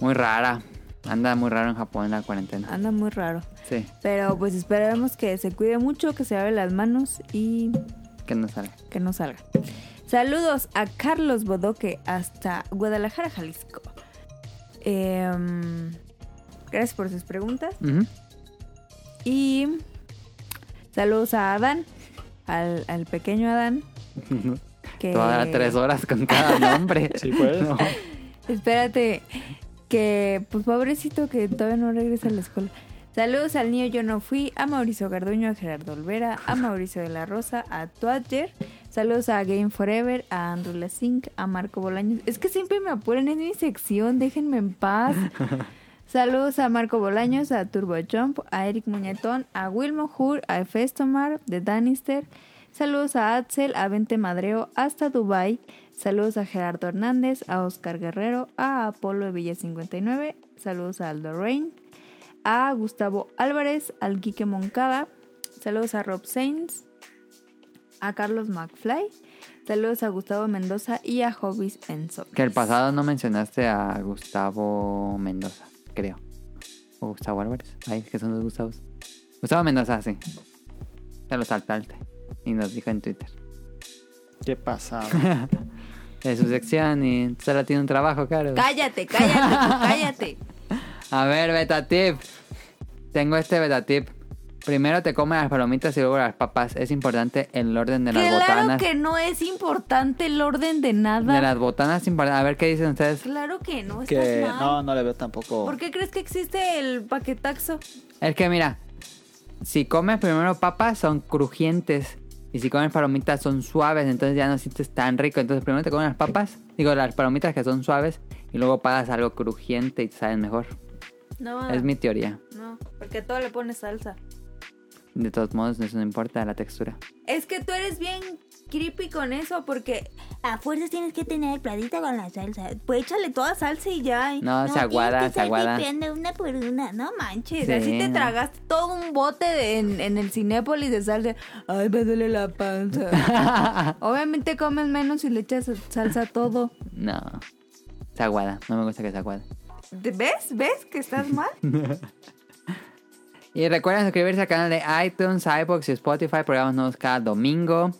[SPEAKER 1] Muy rara. Anda muy raro en Japón la cuarentena.
[SPEAKER 4] Anda muy raro.
[SPEAKER 1] Sí,
[SPEAKER 4] Pero pues esperemos que se cuide mucho, que se lave las manos y
[SPEAKER 1] que no salga.
[SPEAKER 4] que no salga. Saludos a Carlos Bodoque hasta Guadalajara, Jalisco. Em, gracias por sus preguntas.
[SPEAKER 1] Ujú.
[SPEAKER 4] Y saludos a Adán, al, al pequeño Adán. Que,
[SPEAKER 1] Te va a
[SPEAKER 4] Eh.
[SPEAKER 1] dar tres horas con cada nombre.
[SPEAKER 2] Sí, pues.
[SPEAKER 1] No.
[SPEAKER 4] Espérate, que pues pobrecito que todavía no regresa a la escuela. Saludos al niño Yo No Fui, a Mauricio Garduño, a Gerardo Olvera, a Mauricio de la Rosa, a Twatcher. Saludos a Game Forever, a Andrew Lasink, a Marco Bolaños. Es que siempre me apuran en mi sección, déjenme en paz. Saludos a Marco Bolaños, a Turbo Jump, a Eric Muñetón, a Wilmo Hur, a Festomar, de Danister. Saludos a Axel, a Vente Madreo, hasta Dubai. Saludos a Gerardo Hernández, a Oscar Guerrero, a Apolo de Villa 59. Saludos a Aldo Rain, a Gustavo Álvarez, al Quique Moncada. Saludos a Rob Sainz, a Carlos McFly. Saludos a Gustavo Mendoza y a Hobbies Enzo.
[SPEAKER 1] Que el pasado no mencionaste a Gustavo Mendoza, creo. O Gustavo Álvarez. Ay, que son los Gustavos. Gustavo Mendoza, sí. Se lo saltaste. Y nos dijo en Twitter.
[SPEAKER 2] ¿Qué pasaba?
[SPEAKER 1] De su sección y solo tiene un trabajo, claro.
[SPEAKER 4] Cállate, cállate, cállate.
[SPEAKER 1] A ver, beta tip. Tengo este beta tip. Primero te comes las palomitas y luego las papas. Es importante el orden de las
[SPEAKER 4] Claro
[SPEAKER 1] botanas.
[SPEAKER 4] que no es importante el orden de nada.
[SPEAKER 1] De las botanas sin par- A ver qué dicen ustedes.
[SPEAKER 4] Claro que no, estás
[SPEAKER 2] que
[SPEAKER 4] mal.
[SPEAKER 2] no, no le veo tampoco.
[SPEAKER 4] ¿Por qué crees que existe el paquetaxo?
[SPEAKER 1] Es que mira, si comes primero papas son crujientes. Y si comes palomitas son suaves, entonces ya no sientes tan rico. Entonces primero te comes las papas, digo las palomitas que son suaves, y luego pagas algo crujiente y te saben mejor.
[SPEAKER 4] No,
[SPEAKER 1] Es mi teoría.
[SPEAKER 4] no, porque a todo le pones salsa.
[SPEAKER 1] De todos modos, eso no importa la textura.
[SPEAKER 4] Es que tú eres bien creepy con eso porque
[SPEAKER 6] A fuerzas tienes que tener el platito con la salsa.
[SPEAKER 4] pues échale toda salsa y ya. ¿eh? y-
[SPEAKER 1] No, se aguada, se aguada.
[SPEAKER 6] pidiendo una por una, ¿no?
[SPEAKER 4] Manches,
[SPEAKER 1] Sí,
[SPEAKER 4] así te
[SPEAKER 1] no.
[SPEAKER 4] tragaste todo un bote de- en, en el Cinépolis de salsa. Ay, me duele la panza. Obviamente comes menos y le echas salsa a todo.
[SPEAKER 1] No. Se aguada, no me gusta que se aguada.
[SPEAKER 4] ¿Te- ¿Ves? ¿Ves que estás mal?
[SPEAKER 1] Y recuerden suscribirse al canal de iTunes, iBox y Spotify. Programas nuevos cada domingo.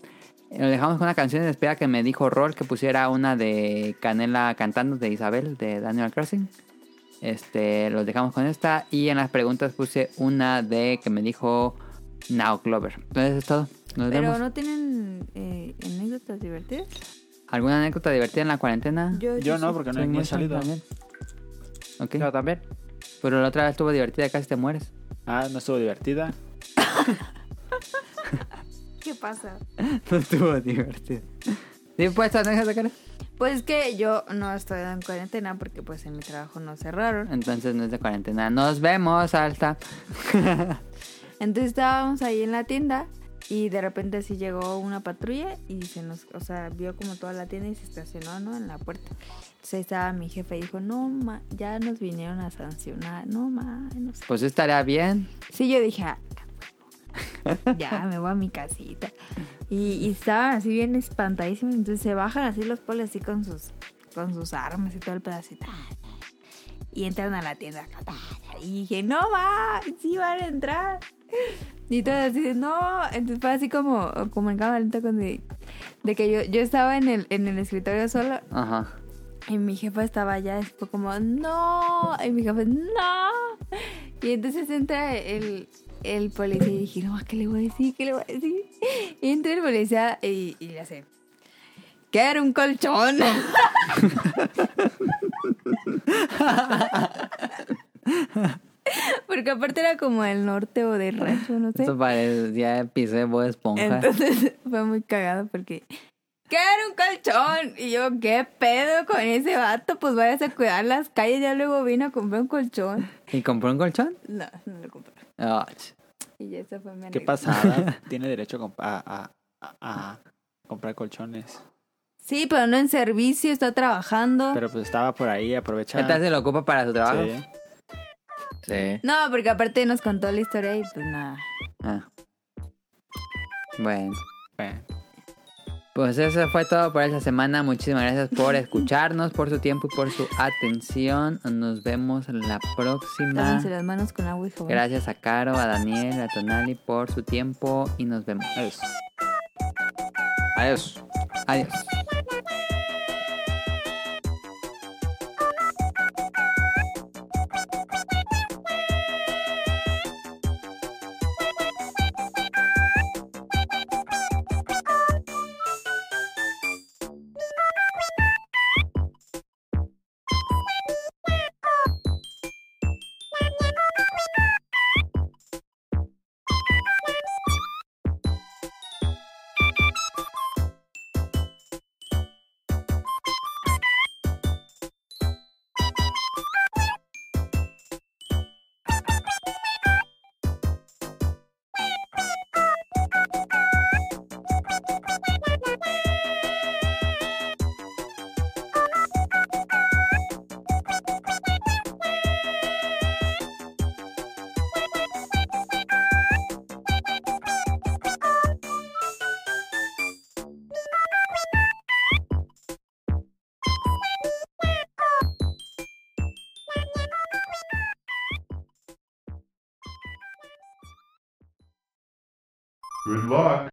[SPEAKER 1] Eh, Lo dejamos con una canción de espera que me dijo Rol que pusiera una de Canela cantando de Isabel, de Daniel Crossing. Este, los dejamos con esta. Y en las preguntas puse una de que me dijo Now Clover. Entonces es todo. Nos
[SPEAKER 4] Pero
[SPEAKER 1] vemos.
[SPEAKER 4] no tienen eh, anécdotas divertidas.
[SPEAKER 1] ¿Alguna anécdota divertida en la cuarentena?
[SPEAKER 2] Yo
[SPEAKER 4] sí.
[SPEAKER 2] no, porque no
[SPEAKER 1] Soy
[SPEAKER 2] he ni
[SPEAKER 1] muy
[SPEAKER 2] he salido.
[SPEAKER 1] también. Ok.
[SPEAKER 3] Yo también.
[SPEAKER 1] Pero la otra vez estuvo divertida, casi te mueres.
[SPEAKER 2] Ah, no estuvo divertida.
[SPEAKER 4] ¿Qué pasa?
[SPEAKER 1] No estuvo divertido. Sí, pues, anécdota, cara.
[SPEAKER 4] Pues que yo no estoy en cuarentena porque pues en mi trabajo no cerraron.
[SPEAKER 1] Entonces no es de cuarentena. Nos vemos, alta.
[SPEAKER 4] Entonces estábamos ahí en la tienda y de repente así llegó una patrulla y se nos, o sea, vio como toda la tienda y se estacionó, ¿no? En la puerta. Entonces ahí estaba mi jefe y dijo, no, ma, ya nos vinieron a sancionar, no, ma, no sé.
[SPEAKER 1] Pues sí estaría bien.
[SPEAKER 4] Sí, yo dije, "Ah, ya me voy a mi casita. Y, y estaban así bien espantadísimos. Entonces se bajan así los polis así con sus, con sus armas y todo el pedacito. Y entran a la tienda. Y dije, no va, sí van a entrar. Y todos así, de, no. Entonces fue así como, como en cámara lenta con de, de que yo, yo estaba en el, en el escritorio solo
[SPEAKER 1] Ajá.
[SPEAKER 4] y mi jefa estaba allá, y fue como, no. Y mi jefe, no. Y entonces entra el, el policía y dije, no, ¿qué le voy a decir? ¿Qué le voy a decir? Y entré el policía y, y le hace, ¿qué era un colchón? Porque aparte era como el norte o de rancho, no sé.
[SPEAKER 1] Esto parecía piso de Bob Esponja.
[SPEAKER 4] Entonces fue muy cagado porque. ¿Qué era un colchón? Y yo, ¿qué pedo con ese vato? Pues vayas a cuidar las calles. Ya luego vino a comprar un colchón.
[SPEAKER 1] ¿Y compró un colchón?
[SPEAKER 4] No, no lo compré.
[SPEAKER 1] Ah, ch-
[SPEAKER 4] Y ya esa fue mi
[SPEAKER 2] ¿Qué
[SPEAKER 4] anécdota.
[SPEAKER 2] pasada? Tiene derecho a, comp- a- a- a- a comprar colchones.
[SPEAKER 4] Sí, pero no en servicio, está trabajando.
[SPEAKER 2] Pero pues estaba por ahí aprovechando.
[SPEAKER 1] Entonces lo ocupa para su trabajo.
[SPEAKER 2] Sí.
[SPEAKER 3] Sí.
[SPEAKER 4] No, porque aparte nos contó la historia y pues nada.
[SPEAKER 1] Ah. Bueno.
[SPEAKER 2] Bueno,
[SPEAKER 1] Pues eso fue todo por esta semana. Muchísimas gracias por escucharnos, por su tiempo y por su atención. Nos vemos la próxima.
[SPEAKER 4] Lávense las manos con agua y jabón.
[SPEAKER 1] Gracias a Caro, a Daniel, a Tonali por su tiempo y nos vemos.
[SPEAKER 2] adiós. Adiós.
[SPEAKER 1] Adiós.
[SPEAKER 7] Good luck.